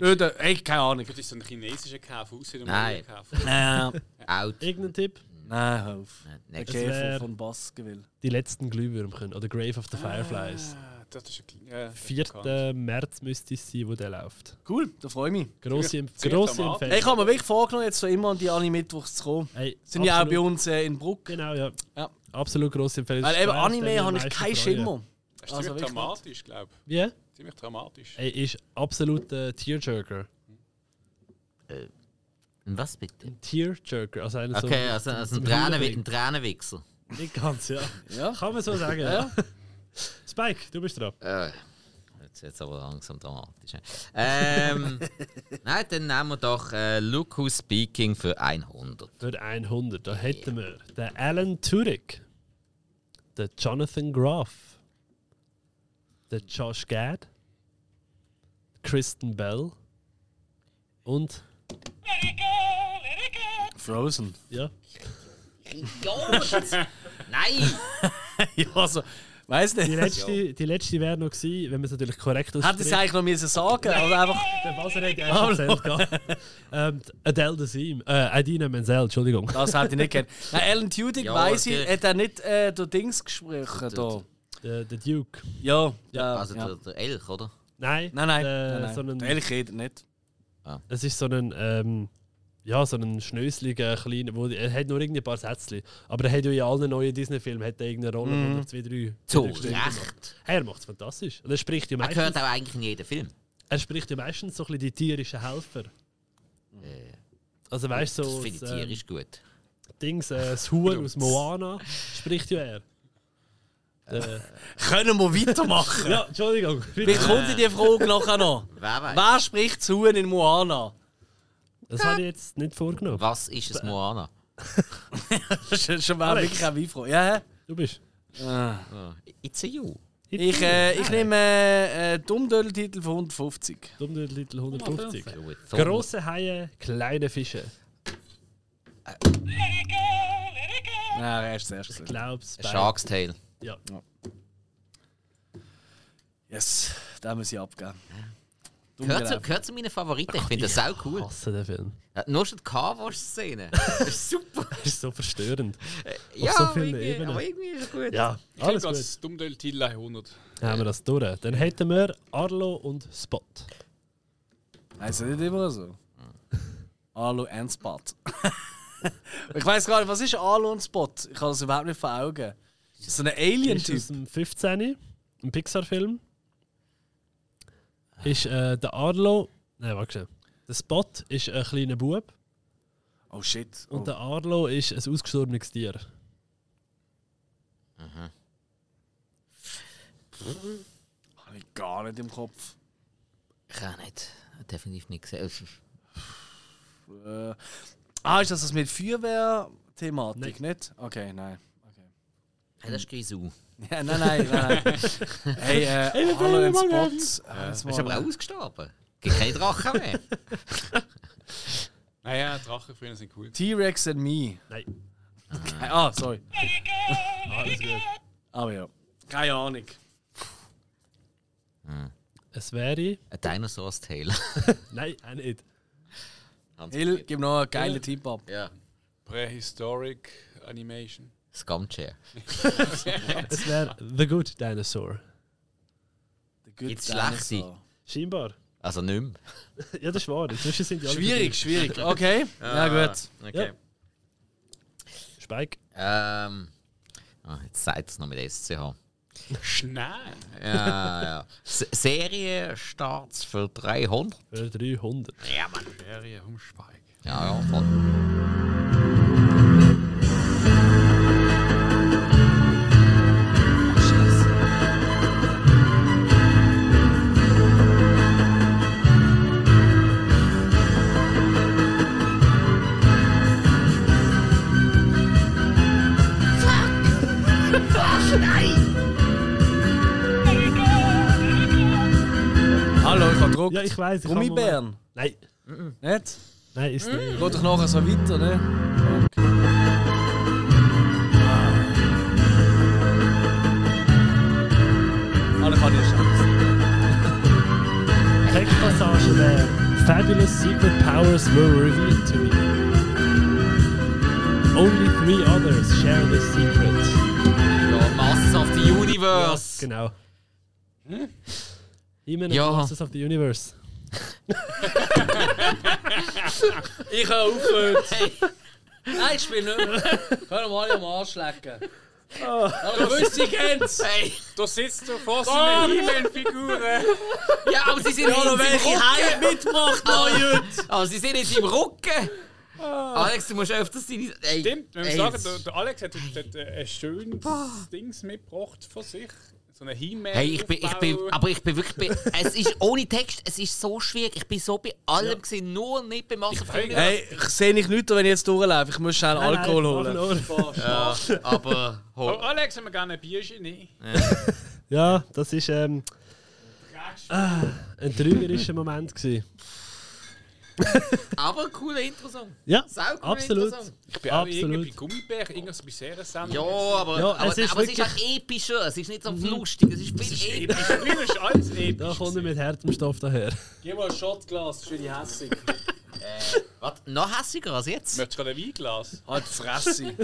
Oder, hey, keine Ahnung. Das ist so ein chinesischer Käfer, aussieht wie Nein. ein Käfer. Äh, Out. Irgendein Tipp? nein, hör auf. Der Next. Käfer wär- von Baskerville. Die letzten Glühwürm können, oder Grave of the Fireflies. Ah, Das ist ein kleiner. ja, das ist 4. März müsste es sein, wo der läuft. Cool, da freue ich mich. Grosse, Sehr grosse dramatisch. Empfehlung. Ich habe mir wirklich vorgenommen, jetzt so immer an die Anime-Mittwochs zu kommen. Hey, Sind ja auch bei absolut- uns äh, in Bruck. Genau, ja. Ja. Absolut grosse Empfehlung. Weil eben Schwer, den Anime habe am ich keinen meisten freuen. Schimmer. Das ist ziemlich Also wirklich dramatisch, glaube Wie? ich. Ziemlich dramatisch. Er ist absolut ein Tearjerker. Was bitte? Ein Tearjerker, also einer so... Okay, also, also ein, so Tränen, Hurending. ein Tränenwichser. Nicht ganz, ja. Ja. Kann man so sagen, ja. Spike, du bist dran. Äh, jetzt wird es aber langsam dramatisch. hä? Ähm, nein, dann nehmen wir doch äh, Look Who's Speaking für 100. Für 100, da hätten wir den Alan Tudyk, den Jonathan Groff, den Josh Gad, Kristen Bell und, Frozen. ja, Nein! ja, also, weiß die nicht. letzte, die letzte wäre noch gewesen, wenn man es natürlich korrekt Hätte ich es eigentlich noch müssen sagen oder einfach. Der Wasser hat ja schon erzählt, gell? ähm, die Adele Dazeem, äh, Adina Menzel, Entschuldigung. Das hätte ich nicht gekannt. Nein, Alan Tudyk, Ja, weiss ich, natürlich. hat er nicht äh, durch Dings gesprochen. Da. Der, der Duke. Ja, ja. Also ja. Der, der Elch, oder? Nein, Nein, nein. äh, nein, nein. So einen, Der Elch redet nicht. Es ist so ein, ähm, ja, so ein schnöseliger kleiner, wo, er hat nur irgendwie ein paar Sätzchen. Aber er hat ja in allen neuen Disney-Filmen hat er irgendeine Rolle, wo er zwei, drei. Mhm. Zu drei Stimmen macht. Recht. Hey, er macht es fantastisch. Und er spricht ja Er gehört meistens. auch eigentlich in jeden Film. er spricht ja meistens so ein bisschen die tierischen Helfer. Also weißt du, Das so finde ich das, ähm, tierisch gut. Dings, äh, das Huhn aus Moana spricht ja er. Äh, Können wir weitermachen? ja, Entschuldigung. Vielleicht kommt in die Frage nachher noch. Wer weiß? Wer spricht zu Huhn in Moana? Das habe ich jetzt nicht vorgenommen. Was ist es Moana? Das ist schon mal Alex. wirklich eine Weifrau. Ja, hä? Du bist. Ah, It's a you. ich, äh, ich nehme äh, äh, Dummdödeltitel von 150. Dumm Little 150. Gut, so- Große Haie, kleine Fische. Ja, er ist zuerst. gewesen. Glaub's. Shark's Tale. Ja. Yes, da muss ich abgeben. Dumm Gehört zu, gelaufen. gehört zu meinen Favoriten. Ich finde das auch Ich cool. hasse den Film. Ja, Nur schon die Carwash-Szene. Das ist super. Das ist so verstörend. ja, so aber vielen irgendwie- Ebenen. aber irgendwie ist es gut. Ja, Ich nehme alles gut. ganz dumm Dummdöll Tilla 100. Dann haben wir das durch. Dann hätten wir Arlo und Spot. Heißt das nicht immer so? Alu und Spot. ich weiß gar nicht, was ist Alu und Spot? Ich habe es überhaupt nicht vor Augen. Ist das so ein Ist aus Alien-Typ? dem 15. Ein Pixar-Film. Ist äh, der Arlo. Nein, warte schnell. Der Spot ist ein kleiner Bub Oh shit. und Oh. der Arlo ist ein ausgestorbenes Tier. Habe ich gar nicht im Kopf. Ich auch nicht. Definitiv nicht gesehen. Äh, ah, ist das das mit Feuerwehr-Thematik, nicht? Okay, nein. Okay. Hey, das ist Grisou. Ja, nein, nein, nein. nein. hey, äh, Alu und Spot. Äh, jetzt Ist aber auch mal- ausgestorben. Gibt keine Drachen mehr. Naja, Drachen früher sind cool. T-Rex and Me. Nein, Ah, sorry. alles gut. Aber ja. Keine Ahnung. Es wäre. Ein Dinosaur's Tale. Nein, auch nicht. Hill, gib noch einen geilen Tipp ab. Ja. Prehistoric Animation. Scumchair. Es wäre The Good Dinosaur. Der Good Jetzt schlecht Dinosaur. Scheinbar. Also nicht mehr. Ja, das ist wahr. Inzwischen sind die alle Schwierig, schwierig. Okay, na gut. Okay. vorbei. Spike. Ähm, ah, jetzt sagt es noch mit SCH. Schnee. Ja, ja. S Serienstarts für 300. Für 300. Ja, Mann. Serie um Spike. Ja, ja, voll. Hallo, ich hab Druck. Ja, ich weiß. Gummibären. Nein, Nicht? nein, ist nicht. Geht doch nachher so weiter, ne? Fuck. Alle kann ich Chance. Mm. Textpassage wäre Fabulous secret powers were revealed to me. Only three others share this secret. Ja, Masters of the Universe. Genau. He Man Ja. and Masters of the Universe. Ich habe aufgehört. Nein, ich spiele nicht mehr. Können wir alle am Arsch lecken. Aber wisst ihr, kennt's. Hey. Da sitzt er vor seinen He-Man-Figuren. Ja, aber sie sind Hallo, jetzt welche im Haie mitmacht noch, Jut? Rücken. Aber Ah. sie sind jetzt im Rücken. Ah. Alex, du musst öfters deine... Ey, Stimmt, wenn wir ey, sagen, jetzt- der, der Alex hat dort äh, ein schönes Dings mitgebracht von sich. So eine He-Man. Hey, ich bin, ich bin, aufbauen. aber ich bin wirklich, be es ist ohne Text, es ist so schwierig. Ich bin so bei allem gesehen, nur nicht bei Massenfilmen. Hey, ich sehe nicht nichts, wenn ich jetzt durchlaufe. Ich muss schnell Alkohol holen. holen. Ja, aber Oh, ho, Alex, haben wir gerne ein Bierchen? Nein. Ja, das ist ähm, ein trügerischer Moment gewesen. aber cooler Introsong. Ja, Sau cool, absolut. interessant. Ich bin auch irgendwie bei Gummibär, irgendwas bei Seriensendung. Ja, aber, Ja, aber, es ist aber es ist wirklich- auch epischer. Es ist nicht so lustig, es ist viel epischer. Früher ist alles episch. Da kommt er mit härtem Stoff daher. Gib mal ein Shotglas für die Hässig. Was? Noch hässiger als jetzt? Möchtest du gerade ein Weinglas? Halt die Fresse.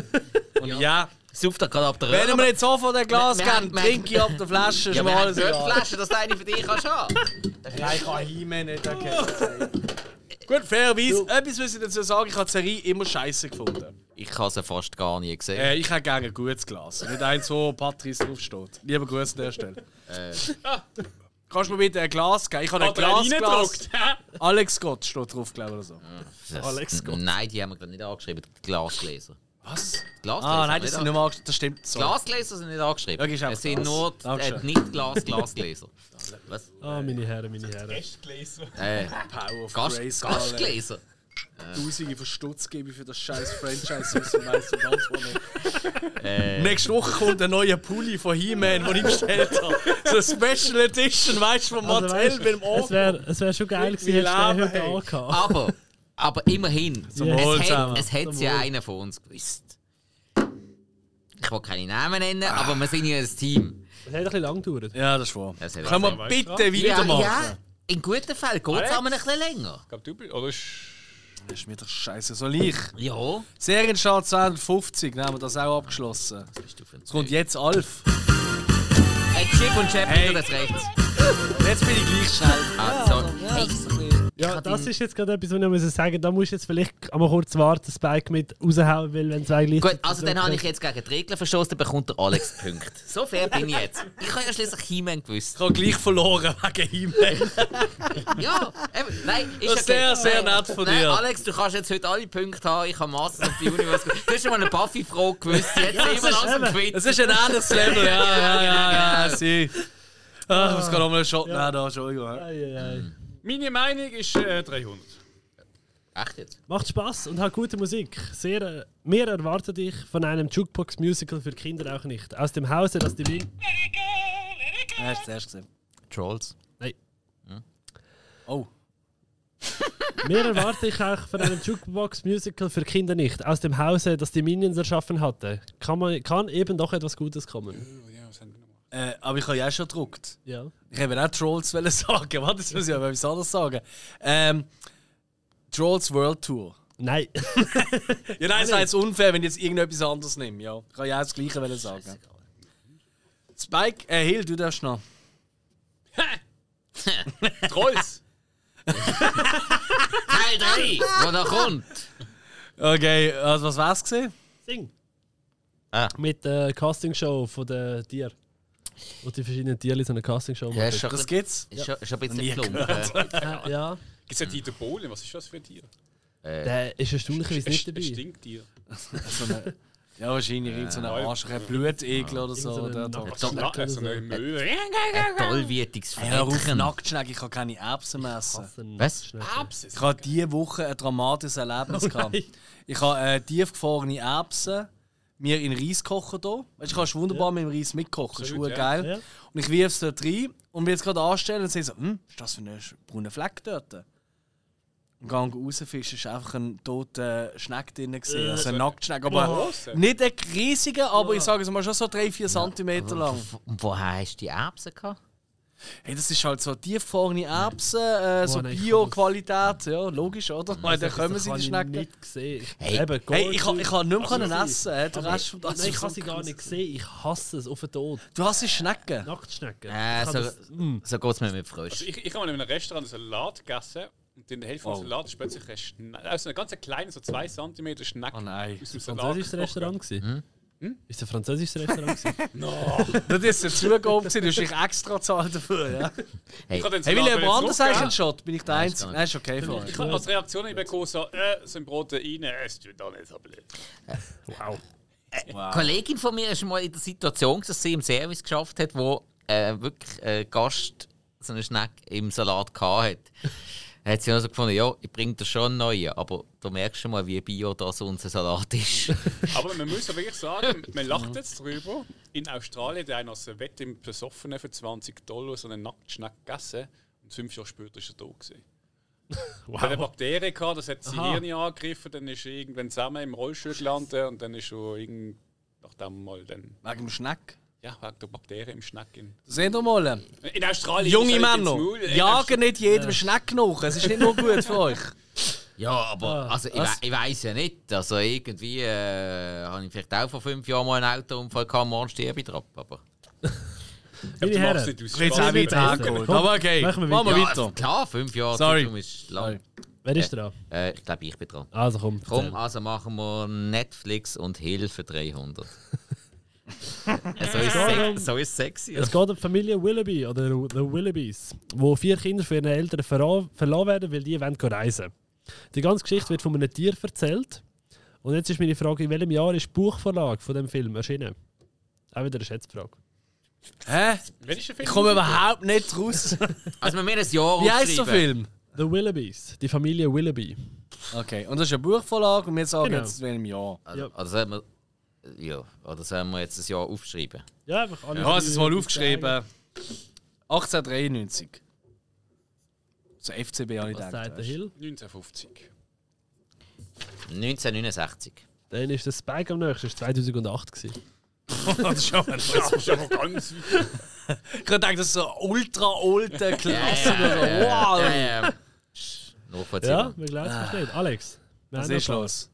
Und ja, Sauft da gerade ab der wenn ihr Röhre. mir nicht sofort ein Glas Wir- wir geben, haben- wir- trinke ich ab der Flasche. ist Ja, mir wir haben alles dort egal. Flaschen, dass du eine für dich kannst haben. Nein, ich kann Heime nicht erkennen. Gut, fairerweise, etwas muss ich dazu sagen, ich habe die Serie immer scheiße gefunden. Ich habe sie fast gar nie gesehen. Äh, ich hätte gerne ein gutes Glas. Nicht eins, wo Patrice draufsteht. Lieber Grüße an der Stelle. Kannst du mir bitte ein Glas geben? Ich habe ein Hat er Glas. reingedruckt? Glas. Alex Gott steht drauf, glaube ich, oder so. Das- Alex Gott. Nein, die haben wir gerade nicht angeschrieben. Die Glasgläser. Was? Die Glasgläser Ah, haben nein, wir das nicht sind nicht mal angestellt. Das stimmt. Die So. Glasgläser sind nicht angeschrieben. Okay, ist einfach es sind Glas. nur die, äh, Dankeschön. die nicht Glas, Glasgläser. Was? Ah, meine Herren, meine Herren. Gästgläser. Äh, Power of Gast, Grace, Alter. Gastgläser? Tausende von Stutz gebe ich für das scheiß Franchise aus dem Weißen Ganz Nächste Woche kommt ein neuer Pulli von He-Man, den ich bestellt habe. So eine Special Edition, weißt du, von Mattel mit dem Also es Ohr. wäre es wär schon geil gewesen, Wie hättest du den lahm, heute hey. angehabt. Aber, aber immerhin. Wohl es Oh. zusammen. hat, es hat Zum ja Wohl. einer von uns gewusst. Ich will keine Namen nennen, Ah. aber wir sind ja ein Team. Es hat ein bisschen lang gedauert. Ja, das ist wahr. Das hat Können wir was- bitte ja, weitermachen? ja, in guten Fällen geht es Alex? aber ein bisschen länger. Ich glaube, du bist. Oder ist. Das ist mir doch scheiße, soll ich? Ja, Serienstart 250, dann haben wir das auch abgeschlossen. bist du für ein Es kommt Zeug. jetzt Alf. Hey, Chip und Chap, Hey. hey. das rechts. Jetzt bin ich gleich schnell. Ah, sorry. Hey, Ja, hab das ihn- ist jetzt gerade etwas, was ich muss sagen Da musst du jetzt vielleicht einmal kurz warten, Spike mit raushauen, weil wenn zwei gleich. Gut, also dann habe ich jetzt gegen die Regeln verstoßen, dann bekommt der Alex Punkte. So fair bin ich jetzt. Ich habe ja schließlich He-Man gewusst. Ich habe gleich verloren wegen E-Mail. Ja, eben, nein, ist Das ist sehr, sehr nett von nein, dir. Alex, du kannst jetzt heute alle Punkte haben. Ich habe Masters of the Universe gewusst. Du hast schon mal eine Buffy-Frage gewusst. Jetzt Ja, sind das wir ist langsam eben- quitt. Es ist ein anderes Level, ja, ja, ja, ja, sie. Ah, ich muss gerade nochmal einen Shot Ja. nehmen, da, Entschuldigung. Eieiei. Meine Meinung ist äh, 300. Echt jetzt? Macht Spaß und hat gute Musik. Sehr, äh, mehr erwartet ich von einem Jukebox-Musical für Kinder auch nicht. Aus dem Hause, das die Win Ja, hast du zuerst gesehen. Trolls. Nein. Oh. Mehr erwarte ich auch von einem Jukebox-Musical für Kinder nicht. Aus dem Hause, das die Minions erschaffen hatte. Kann, man, kann eben doch etwas Gutes kommen. Ja, was haben wir noch? Äh, aber ich habe ja auch schon gedruckt. Ja. Ich wollte auch Trolls wollen sagen. Warte, jetzt muss ich aber etwas anderes sagen. Ähm, Trolls World Tour. Nein. Ja, nein, es wäre jetzt unfair, wenn ich jetzt irgendetwas anderes nehme. Ja, ich kann ja auch das Gleiche wollen sagen. Spike, äh, Hill, du darfst noch. Trolls! Teil 3, wo da kommt. Okay, also was wär's gesehen? Sing. Ah. Mit der Castingshow von den Tieren. Wo die verschiedenen Tiere so eine Castingshow machen. Ja, ist schon, Das das gibt's. ist schon, schon ein Nie bisschen klumpen. ja, ja. Gibt es ja Dieter Bohlen? Was ist das für ein Tier? Der ist erstaunlicherweise Ein nicht St- ein dabei. Stinktier. Ja, wahrscheinlich irgend so ein Arsch, ein Blutegel oder so. Irgend so Oder ein doch. Nackt- So Schnack oder eine- so eine Möwe. äh, Tollwütiges Hey, Hör auf, Frettchen. Nacktschnecken, ich kann keine Erbsen essen. Was? Erbsen. Ich habe diese Woche ein dramatisches Erlebnis gehabt. nein. Ich habe äh, tiefgefrorene Erbsen mir in Reis kochen hier. Weißt, du kannst wunderbar mit dem Reis mitkochen, ist Absolut, ja. ja. geil. Ja. Und ich wirf es dort rein und will es gerade anstellen und sehe so, hm, ist das für ein brauner Fleck dort? Und gang rausfischen, ist einfach ein toter Schneck drin, gewesen, also ein Nacktschneck. Aber Grosse. nicht ein riesiger, aber ich sage es mal schon so 3-4 cm lang. Und woher hast du die Erbsen gehabt? Hey, das ist halt so tiefgefrorene Erbsen, äh, so Oh nein, ich kann Bio-Qualität, ja, logisch, oder? Weil dann kommen sie, die Schnecken. Schnecken. nicht gesehen. Ich, Hey, eben, Hey, ich, kann- ich kann nicht mehr Also, können sie- essen, äh, der aber- Rest vom das Nein, ist ich habe so sie gar krass. nicht gesehen. Ich hasse es auf den Tod. Du hast die Schnecken? Nacktschnecken. Äh, Ich kann so das- Hm. so geht es mir mit Frösch. Also ich, ich habe mal in einem Restaurant einen Salat gegessen und in der Hälfte vom Oh. Salat ist plötzlich ein Schneck, also ein ganz kleiner, so 2 cm Schneck Oh nein. aus dem Salat. Französisches Restaurant gewesen? Ist ein französisches Restaurant gewesen? Das ist ja zugehoben, gewesen, du hast dich extra zahlt dafür, ja? Ich habe den Hey, Salat will wieder jemand anders eigentlich zurückgegeben. einen Shot? Bin ich der ist gar Einzige? nicht. Nein, ist okay für euch. Ich habe als Reaktion eben bekommen, so, äh, so ein Protein, äh, ist da nicht so blöd. wow. Ah. Eine Kollegin von mir ist mal in der Situation, gewesen, dass sie im Service geschafft hat, wo äh, wirklich äh, Gast so einen Schneck im Salat gehabt hat. Dann hat sie also gefunden, ja, ich bringe dir schon einen neuen, aber du merkst schon mal, wie bio das unser Salat ist. Aber man muss ja wirklich sagen, man genau. lacht jetzt drüber. In Australien hat einer so Wett im Besoffenen für 20 Dollar so einen Nacktschneck gegessen und fünf Jahre später ist er tot gewesen. Er hat eine Bakterie gehabt, das hat sein Aha. Hirn angegriffen, dann ist er irgendwann zusammen im Rollstuhl gelandet und dann ist er irgend nachdem mal dann, Wegen dem Schneck. ja, wegen der Bakterien im Schneck in, Seht ihr mal, in Australien. junge ist er nicht ins Männer, Maul. äh, In jagen nicht jedem Schneck nach. Es ist nicht nur gut für euch. ja, aber also, ich, Ah, was? we- ich weiß ja nicht. Also irgendwie äh, habe ich vielleicht auch vor fünf Jahren mal einen Autounfall gehabt, morgen sterbe ich drauf. Aber Meine Du machst Herren, nicht aus Ich will jetzt auch Spaß, weiter aber- angeholt. Komm, Aber okay, machen wir machen wir ja, weiter. klar, fünf Jahre Sorry. Zeitraum ist lang. wer ist dran? Äh, ich glaube, ich bin dran. Also komm. Komm, erzähl. also machen wir Netflix und Hilfe 300. So ist darum- sex- so ist sexy. Es geht um die Familie Willoughby oder The Willoughbys, wo vier Kinder von ihren Eltern verra- verlassen werden, weil die wollen gehen reisen. Die ganze Geschichte wird von einem Tier erzählt. Und jetzt ist meine Frage, in welchem Jahr ist die Buchvorlage von dem Film erschienen? Auch wieder eine Schätzfrage. Hä? Wenn ich Ich komme überhaupt nicht raus. Also wenn wir ein Jahr Wie heißt der aufschreiben- Film? The Willoughbys, die Familie Willoughby. Okay, und das ist eine Buchvorlage und wir sagen Genau. jetzt in einem Jahr. Also, Ja. oder sollen wir, ja, oder sollen wir jetzt ein Jahr aufschreiben? Ja, einfach alle. Ich habe es jetzt mal aufgeschrieben. 1893. So FCB habe ich Was gedacht. sagt der weißt du. Hill? 1950. 1969. Dann ist der Spike am nächsten, das war 2008. Gewesen. Das ist schon mal- Das ist aber ganz. Ich habe gedacht, das ist so ein ultra alte Klasse. Ja, ja, ja, wow. ja, ja, ja. Ja, Nachvollziehbar. wir glauben es nicht. Alex. wir Was haben ist noch- los?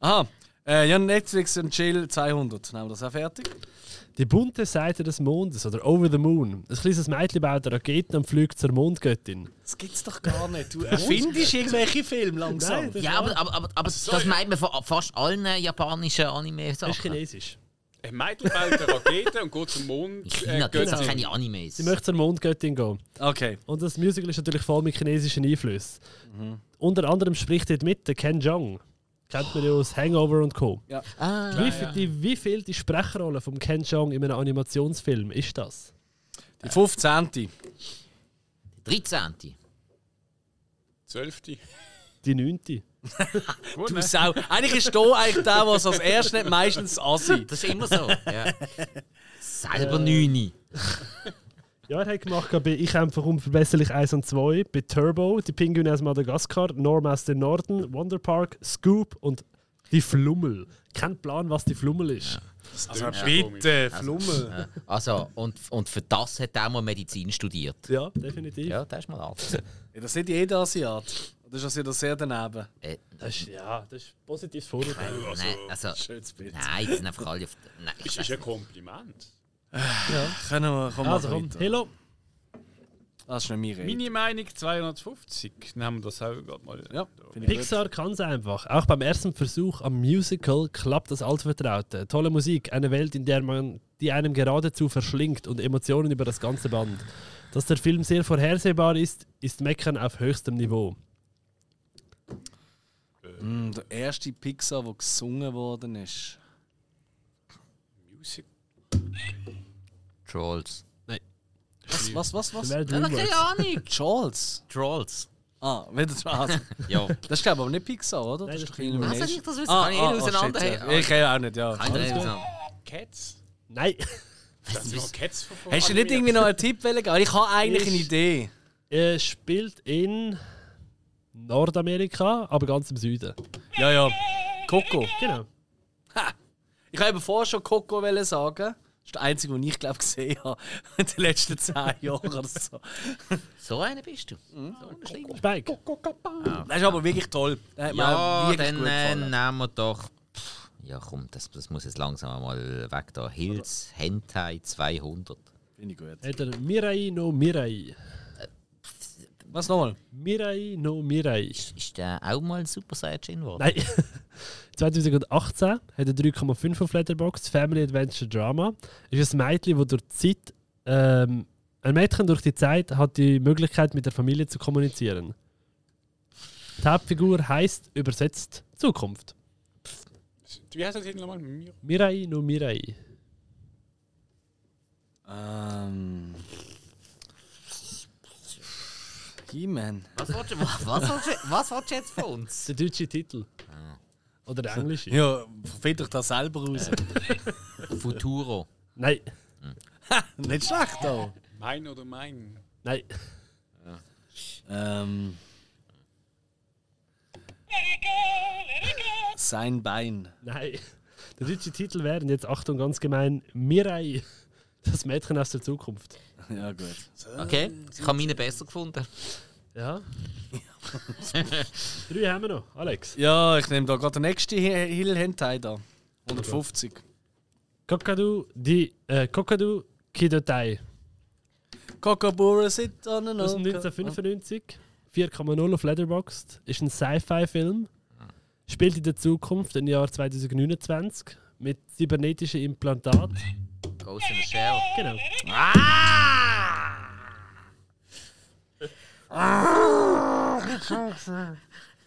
Aha. Äh, ja, Netflix und Chill 200. Haben wir das auch fertig? Die bunte Seite des Mondes oder Over the Moon. Ein kleines Mädchen baut eine Rakete und fliegt zur Mondgöttin. Das gibt's doch gar nicht. Du erfindest irgendwelche Filme langsam. Nein, das- Ja, aber, aber, aber, aber das meint man von fast allen japanischen Das ist Anime-Sachen. chinesisch. Ein Mädchen baut eine Rakete und geht zum In Mond. Äh, China gibt es Göttin. keine Animes. Sie möchte zur Mondgöttin gehen. Okay. Und das Musical ist natürlich voll mit chinesischen Einflüssen. Mhm. Unter anderem spricht dort mit der Ken Jeong. Kennt man ja aus Hangover und Co. Ah, Wie, viel, die, wie viel die Sprechrolle vom Ken Jeong in einem Animationsfilm ist das? Die 15. 13. 12. Die neunte. Du Sau. Eigentlich ist da eigentlich der, was als erstes nicht meistens Assi. Das ist immer so. Ja. Selber 9. Ja, er hat gemacht bei Ich einfach um verbesserlich 1 und 2, bei Turbo, die Pinguine aus Madagaskar, Norm aus dem Norden, Wonder Park, Scoop und die Flummel. Kein Plan, was die Flummel ist. Also Flummel. Ja. Also, und, und für das hat er mal Medizin studiert. Ja, definitiv. Ja, das ist mal alt. Ja, das sieht jeder Asiat. Oder ist das wieder sehr daneben? Äh, Das ist, ja, das ist ein positives Vorurteil. nein, also, Schönes Bild. nein, das sind einfach alle auf. Nein, ich Das ist weiß ein Kompliment. Können wir, kommen wir Also komm, weiter. hello. Das ist nicht meine Rede. Meine Meinung 250. Nehmen wir das auch gerade mal. Ja, finde ich gut. Pixar kann es einfach. Auch beim ersten Versuch am Musical klappt das Altvertraute. Tolle Musik, eine Welt, in der man die einem geradezu verschlingt und Emotionen über das ganze Band. Dass der Film sehr vorhersehbar ist, ist Meckern auf höchstem Niveau. Mm, der erste Pixar, der gesungen worden ist. Music. Trolls. Was, was, was, was? Wer Ja, DreamWorks? keine Ahnung. Charles. Trolls. Also, Ah, wieder Charles. Ja. Das ist glaube ich aber nicht Pixar, oder? Nein, das ist Was Illumination. soll ich das wissen? Ah, Kann ich eh ah, ah, auseinander. shit, ja. Hey, Ich kenne auch nicht, ja. Kann ich eh auseinander. Cats? Nein. Das sind noch Also, Cats verfolgt. Hast du nicht irgendwie noch einen Tipp wollen geben? Ich habe eigentlich eine Ist- Idee. Er spielt in Nordamerika, aber ganz im Süden. Ja, ja. Coco. Genau. Ich wollte vorher schon Coco wollen sagen. Das ist der einzige, den ich glaube gesehen habe in den letzten zehn Jahren oder so. So einer bist du. So ein Schlinger. Spike. Das ist aber wirklich toll. Das hat mir auch Ja, wirklich dann gut äh, gefallen. nehmen wir doch. Pff, Ja, komm, das, das muss jetzt langsam mal weg da. Hills Hentai 200. Finde ich gut. Hat er Mirai no Mirai. Was nochmal? Mirai no Mirai. Ist der auch mal Super Saiyajin geworden? Nein. 2018 hat er 3,5 auf Letterboxd, Family Adventure Drama. Ist ein Mädchen, wo durch die Zeit. Ähm, ein Mädchen durch die Zeit hat die Möglichkeit, mit der Familie zu kommunizieren. Die Hauptfigur heißt übersetzt Zukunft. Wie heißt das Titel nochmal? Mir- Mirai no Mirai. Ähm. He-Man. Was willst du, was, was, willst du, was willst du jetzt von uns? Der deutsche Titel. Oder der englische. Ja, find doch das selber raus. Futuro. Nein, Nicht schlecht auch. Mein oder mein? nein. Ähm. Sein Bein. Nein. Der deutsche Titel wären jetzt, Achtung, ganz gemein, Mirai, das Mädchen aus der Zukunft. Ja, gut. Okay, ich habe meine besser gefunden. Ja. Drei haben wir noch, Alex. Ja, ich nehme da gerade den nächsten Hi- Hill Hentai da. 150. Kakadu, die äh, Kakadu Kidotai Kokobura sit on an aus dem oak- 1995, 4,0 auf Letterboxd, ist ein Sci-Fi-Film, spielt in der Zukunft im Jahr 2029 mit cybernetischem Implantat. Ghost in the Shell. Genau.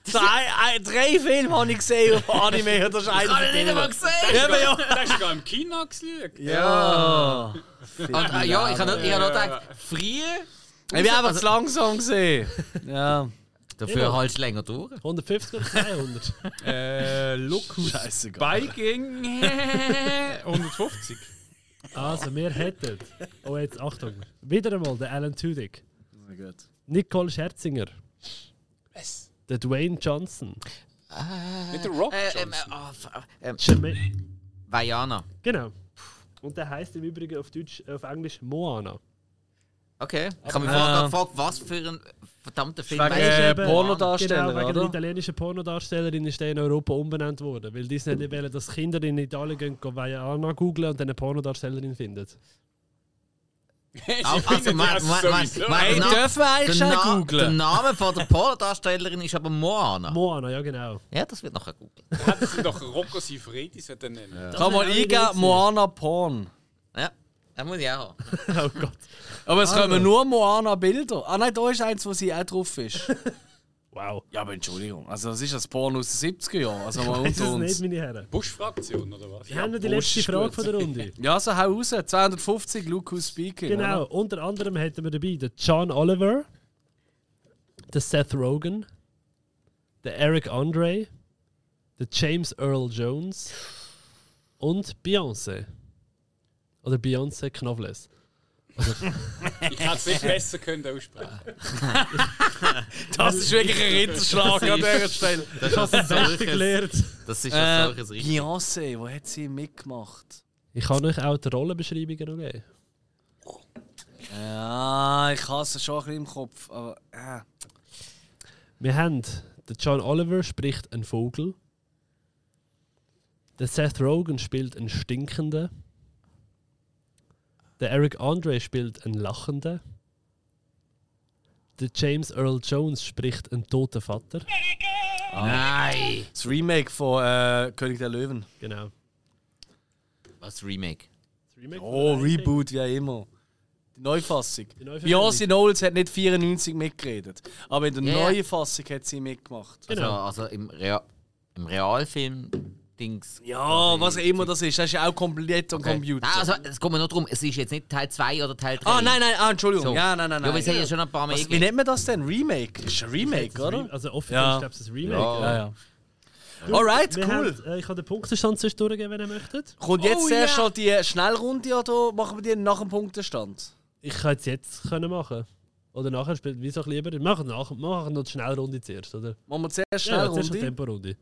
Zwei, ein, drei Filme habe ich gesehen auf Anime oder Scheiße. Habe ich nicht einmal gesehen! Ja, aber ja. Das ist sogar im Kino geschaut. Ja. Und, ah, ja, ich habe noch, ich hab noch gedacht, früher. Ich bin also einfach zu langsam gesehen. Ja. Dafür halt länger durch. 150 oder 200? Äh, Locus Scheißegal. Biking 150. Also, wir hätten. Oh, jetzt Achtung. Wieder einmal der Alan Tudyk. Nicole Scherzinger. Was? Der Dwayne Johnson. Nicht der Rock Äh, ähm, Johnson. äh, ah, f- ah, ähm, Jermaine- Vajana. Genau. Und der heißt im Übrigen auf Deutsch, auf Englisch Moana. Okay. Ich habe mich Äh. vorher gefragt, was für ein verdammter Film Wegen, weißt du? äh, Pornodarsteller, genau, wegen der oder? italienischen Pornodarstellerin ist der in Europa umbenannt worden, weil Disney nicht wollen, dass Kinder in Italien gehen, gehen Vajana googlen und dann eine Pornodarstellerin finden. Also, finde, man- das man- Äh, sowieso. man- Hey, der Na- dürfen wir eigentlich der schon Na- Der googeln? Name von der Pornodarstellerin ist aber Moana. Moana, ja genau. ja, das wird nachher googeln. Hätten sie doch Rocco Sifredi sollen nennen. Ja. Kann mal Das wär auch eingeben, witzig. Moana Porn. Ja, das muss ich auch haben. Oh Gott. Aber es kommen nur Moana-Bilder. Ah nein, da ist eins, wo sie auch drauf ist. Wow. ja, aber Entschuldigung. Also das ist das Porn aus den 70er Jahren. Also mal Das ist unter es nicht, uns. meine Herren. Bush-Fraktion oder was? Wir haben noch die Wurst letzte ist Frage gut. von der Runde. Ja, so hau raus. 250 Lucas Speaking. Genau, unter anderem hätten wir dabei den John Oliver, den Seth Rogen, den Eric Andre, den James Earl Jones und Beyoncé. Oder Beyoncé Knowles. Ich hätte es nicht besser können aussprechen. Das ist wirklich ein Ritterschlag an dieser Stelle. Das ist ein solches, das ist ein Äh, solches richtig. Beyoncé, wo hat sie mitgemacht? Ich kann euch auch die Rollenbeschreibungen noch geben. Ja, ich hasse schon ein bisschen im Kopf. Aber, äh. Wir haben den John Oliver spricht einen Vogel. Der Seth Rogen spielt einen Stinkenden. Der Eric Andre spielt einen Lachenden. Der James Earl Jones spricht einen toten Vater. Nein! Das Remake von äh, König der Löwen. Genau. Was Remake? Oh, Reboot, wie auch immer. Die Neufassung. Die Neuverfilmung. Beyoncé Knowles hat nicht 94 mitgeredet. Aber in der Ja, ja. neuen Fassung hat sie mitgemacht. Genau. Also, also im, Rea im Realfilm Dings. Ja, was auch immer das ist. Das ist ja auch komplett am Okay. Computer. Ah, Nein, also es kommt mir nur darum, es ist jetzt nicht Teil 2 oder Teil 3. ah, nein, nein, ah, Entschuldigung. So. Ja, nein, nein, Ja, nein. wir sind ja schon ein paar Mal was, wie nennt man das denn? Remake? Das ist ein Remake, oder? Also offiziell Ja. eh ist glaube ich ein Remake. Ja. ja. ja. Alright, Wir cool. Haben, Oh, äh, ich kann den Punktestand zuerst durchgeben, wenn ihr möchtet. Kommt jetzt erst halt die Schnellrunde oder machen wir die nach dem Punktestand? Ich kann es jetzt können machen. Oder nachher spielt, wieso ich lieber? Machen nach, machen noch die Schnellrunde zuerst, oder? Machen wir zuerst Ja, jetzt ist eine Schnellrunde? Temporunde.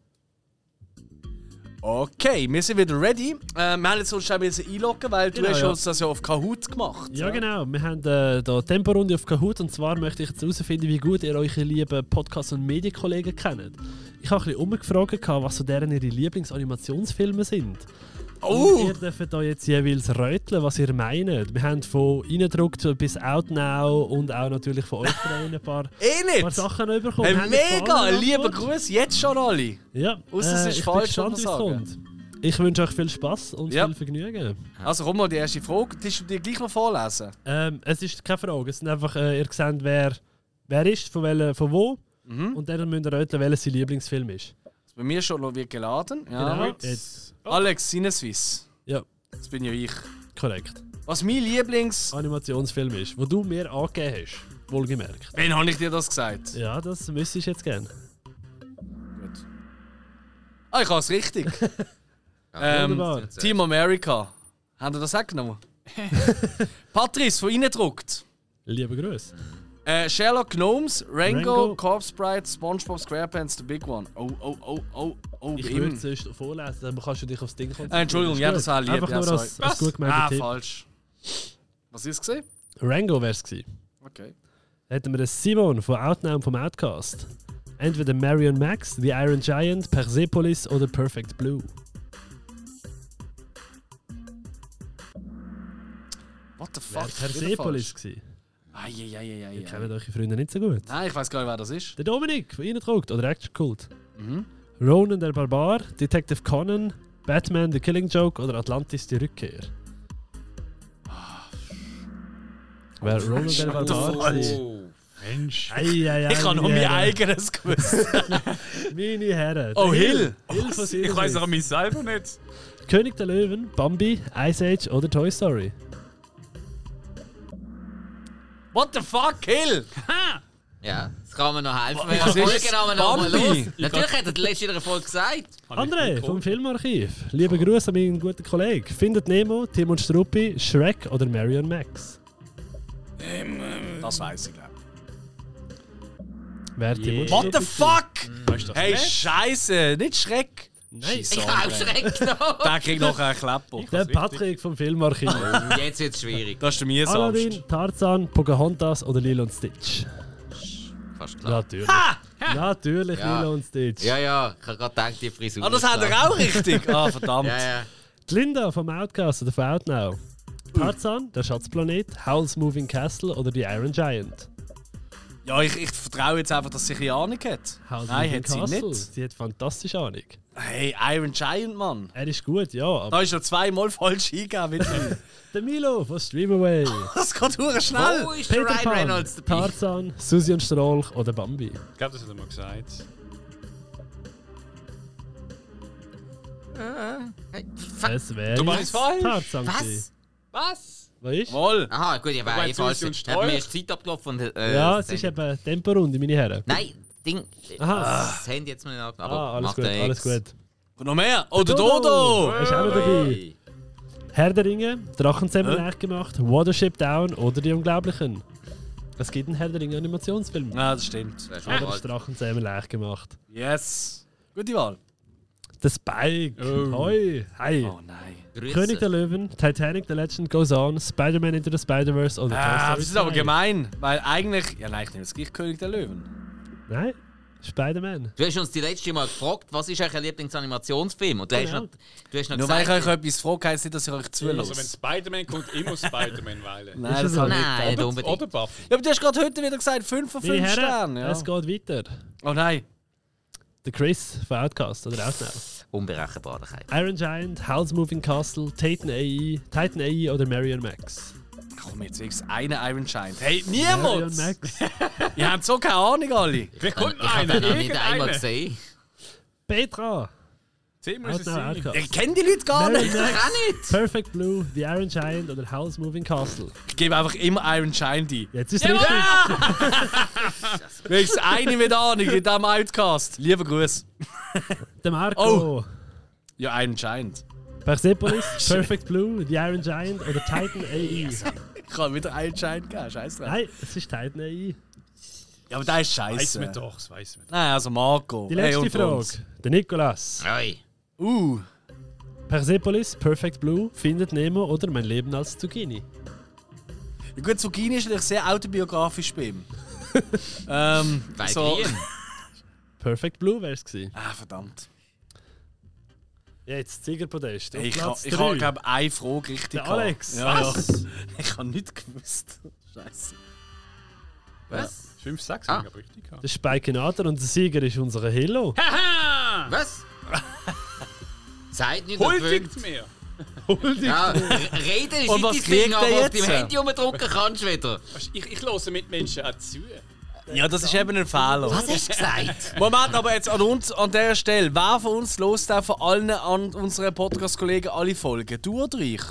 Okay, wir sind wieder ready. Äh, wir haben jetzt uns schon müssen einloggen, weil du Genau, hast ja. uns das ja auf Kahoot gemacht. Ja, genau. Wir haben äh, da Temporunde auf Kahoot und zwar möchte ich jetzt herausfinden, wie gut ihr eure lieben Podcast- und Medienkollegen kennt. Ich habe ein bisschen umgefragt, gehabt, was so deren ihre Lieblingsanimationsfilme sind. Und Oh! ihr dürft da jetzt jeweils röteln, was ihr meint. Wir haben von Eindruckt bis Out Now und auch natürlich von euch drei ein paar, Eh paar nicht! Sachen bekommen. Wir Hey, haben jetzt mega! alle Lieber Antworten. Gruß jetzt schon alle! Ja, äh, Ausser es ist ich bin falsch, gespannt, muss man wie's kommt. Ich wünsche euch viel Spaß und Ja. viel Vergnügen. Also komm mal, die erste Frage, die du dir gleich noch vorlesen. Ähm, es ist keine Frage, es sind einfach, äh, ihr seht, wer, wer ist, von, welcher, von wo. Mhm. Und dann müsst ihr röteln, welcher sein Lieblingsfilm ist. Bei mir schon noch wird geladen. Ja. Genau. Jetzt. Oh. Alex Sinneswiss. Ja, Das bin ja ich. korrekt. Was mein Ah. Lieblings... Animationsfilm ist, wo du mir angegeben hast, wohlgemerkt. Wen habe ich dir das gesagt? Ja, das müsste ich jetzt gerne. Gut. Ah, ich habe es richtig. wunderbar. ähm, Team America. Haben Sie das auch genommen? Patrice, von Ihnen druckt. Liebe Grüße. Äh, Sherlock Gnomes, Rango, Rango. Corpse Bride, SpongeBob SquarePants, The Big One. Oh, oh, oh, oh, oh, Ich bei würde ihm. es sonst vorlesen, dann kannst du dich aufs Ding konzentrieren. Äh, Entschuldigung, Ist ja, gut. das war lieb. Einfach ja, nur sorry. als, als gut gemeinter Ah, Tipp. falsch. Was ist gesehen? Rango wäre es gewesen. Okay. hätten wir den Simon von Outnow vom Outcast. Entweder Marion Max, The Iron Giant, Persepolis oder Perfect Blue. What the fuck? Wer Persepolis gsi? Ihr Eieieiei. kennt eure Freunde nicht so gut. Nein, ich weiß gar nicht, wer das ist. Der Mhm. Dominik von Ihnen druckt oder Action Cult. Ronan der Barbar, Detective Conan, Batman The Killing Joke oder Atlantis Die Rückkehr? Ah, Wer Roland Del Val war? Oh. Mensch. Ich habe noch mein eigenes gewusst. Meine Herren. Oh, der Hill. Hill von Ich weiß Silvis. auch mich selber nicht. König der Löwen, Bambi, Ice Age oder Toy Story? What the fuck, Hill? Ja, das kann man noch helfen. Was Was ist ist genau noch mal Bambi? los? Natürlich hat er die letzte in der Folge gesagt. André vom Filmarchiv. Liebe Grüße an meinen guten Kollegen. Findet Nemo, Tim und Struppi, Shrek oder Marion Max? Das weiß ich, glaube ich. Wer Tim und What Struppi? the fuck? Weißt du das Hey, nicht? Scheiße, nicht Schreck. Nein, Ich habe auch Schreck genommen. Der kriegt noch einen Klepper. der Patrick vom Filmarchiv. Jetzt wird es schwierig. Das ist der mühsamste. Aladdin, Tarzan, Pocahontas oder Lilo und Stitch? Fast klar. Natürlich. Natürlich Ja. Lilo und Stitch. Ja, ja, ich habe gerade gedacht, die Frisur. Ah, das ist hat er klar. auch richtig. Ah, verdammt. Ja, ja. Die Linda vom Outcast oder von Outnow. Tarzan, der Schatzplanet, Howl's Moving Castle oder die Iron Giant? Ja, ich, ich vertraue jetzt einfach, dass sie ein bisschen Ahnung hat. Howl's Nein, Moving hat sie Castle. nicht. Sie hat fantastische Ahnung. Hey, Iron Giant, Mann. Er ist gut, ja, aber Da ist er zweimal falsch eingegeben. mittlerweile. der Milo von Streamaway. Das geht hure schnell. Wo ist der Peter Ryan Pan, Reynolds dabei? Tarzan, Susi und Strolch oder Bambi? Ich glaube, das hat er mal gesagt. Es wäre Du machst falsch. Tarzan gewesen. Was? Was? Was ist? Mal. Aha, gut, ich Wobei, war eh falsch. Susi und Hat mir erst Zeit abgelaufen. und, Äh, Ja, das es ist Handy- eben Temporunde, meine Herren. Nein, Ding. Aha. Das Handy jetzt mal nicht angenommen. Ah, alles gut, alles gut. Und noch mehr. Oh, der Dodo. Dodo. Er ist auch noch dabei. Herr der Ringe, Drachenzimmer Hä? nachgemacht, Watership Down oder Die Unglaublichen. Es gibt einen Herr der Ringe Animationsfilm. Ja, das stimmt. Aber das Drachenzimmer nachgemacht. Yes. Gute Wahl. Der Spike. Hoi. Hi. Oh nein. König der Löwen, Titanic The Legend Goes On, Spider-Man Into the Spider-Verse oder Ah, Toy das ist Story aber gemein, weil eigentlich. Ja, nein, ich nehme jetzt gleich König der Löwen. 2? Nein, Spider-Man. Du hast uns die letzte Mal gefragt, was ist eigentlich ein Lieblingsanimationsfilm? Und du hast Genau. noch, du hast noch Nur weil ich gesagt, euch etwas frage, heisst nicht, dass ich euch zulasse. Also, wenn Spider-Man kommt, immer Spider-Man wählen. Nein, das so? kann ich nicht. nein, nicht Oder, oder unbedingt. Buffy. Ja, aber du hast gerade heute wieder gesagt, 5 von Meine 5 Herren, Sternen. Ja. es geht weiter. Oh nein. Der Chris von Outcast oder Outnow. Unberechenbarkeit. Iron Giant, Howl's Moving Castle, Titan AI, Titan AI oder Marion Max. Komm jetzt, wenigstens eine Iron Giant. Hey, Marion niemand! Max. Ihr habt so keine Ahnung alle. Wer Ich habe kommt einer? den noch nicht einmal Irgendeiner. gesehen. Petra. Zimmer ist es Outnow sein. Outcast. Ich kenne die Leute gar Marion nicht. Max. Auch nicht! Perfect Blue, The Iron Giant oder Howl's Moving Castle. Ich gebe einfach immer Iron Giant ein. Jetzt ist es richtig. Wenigstens eine mit Ahnung in diesem Outcast. Lieber Grüß. Der Oh. Marco. Ja, Iron Giant. Persepolis, Oh, Perfect Blue, The Iron Giant oder Titan AI. Ich kann wieder Iron Giant geben, scheiß drauf. Nein, es ist Titan E. AI. Ja, aber der ist Weiß scheiße. man doch, das weiß man doch. Nein, also Marco. Die hey, letzte und Frage. uns. Der Nikolas. Oi. Uh, Persepolis, Perfect Blue, Findet Nemo oder Mein Leben als Zucchini. ja, gut, Zucchini ist natürlich sehr autobiografisch bei ihm. ähm, Bei so. Grien. Perfect Blue wär's gewesen. Ah, verdammt. Jetzt Siegerpodest. Auf Ich, ha- Platz ich habe, drei. glaube eine Frage richtig Der gehabt. Alex. Ja, ja. Was? Ich habe nicht gewusst. Scheiße. Was? 5, 6 Ah. ah. ich richtig gehabt. Der Speikenader und der Sieger ist unser Hello. Was? Seid nicht Huldigt mir! Ja, r- reden ist Und nicht was dein kriegt Ding, er aber auf jetzt? dem Handy rumdrücken kannst du wieder. Weisst, Ich, ich höre Mitmenschen auch zu. Ja, das ist eben ein Fehler. Was hast du gesagt? Moment, aber jetzt an uns an der Stelle. Wer von uns los darf von allen an unseren Podcast-Kollegen alle Folgen? Du oder ich?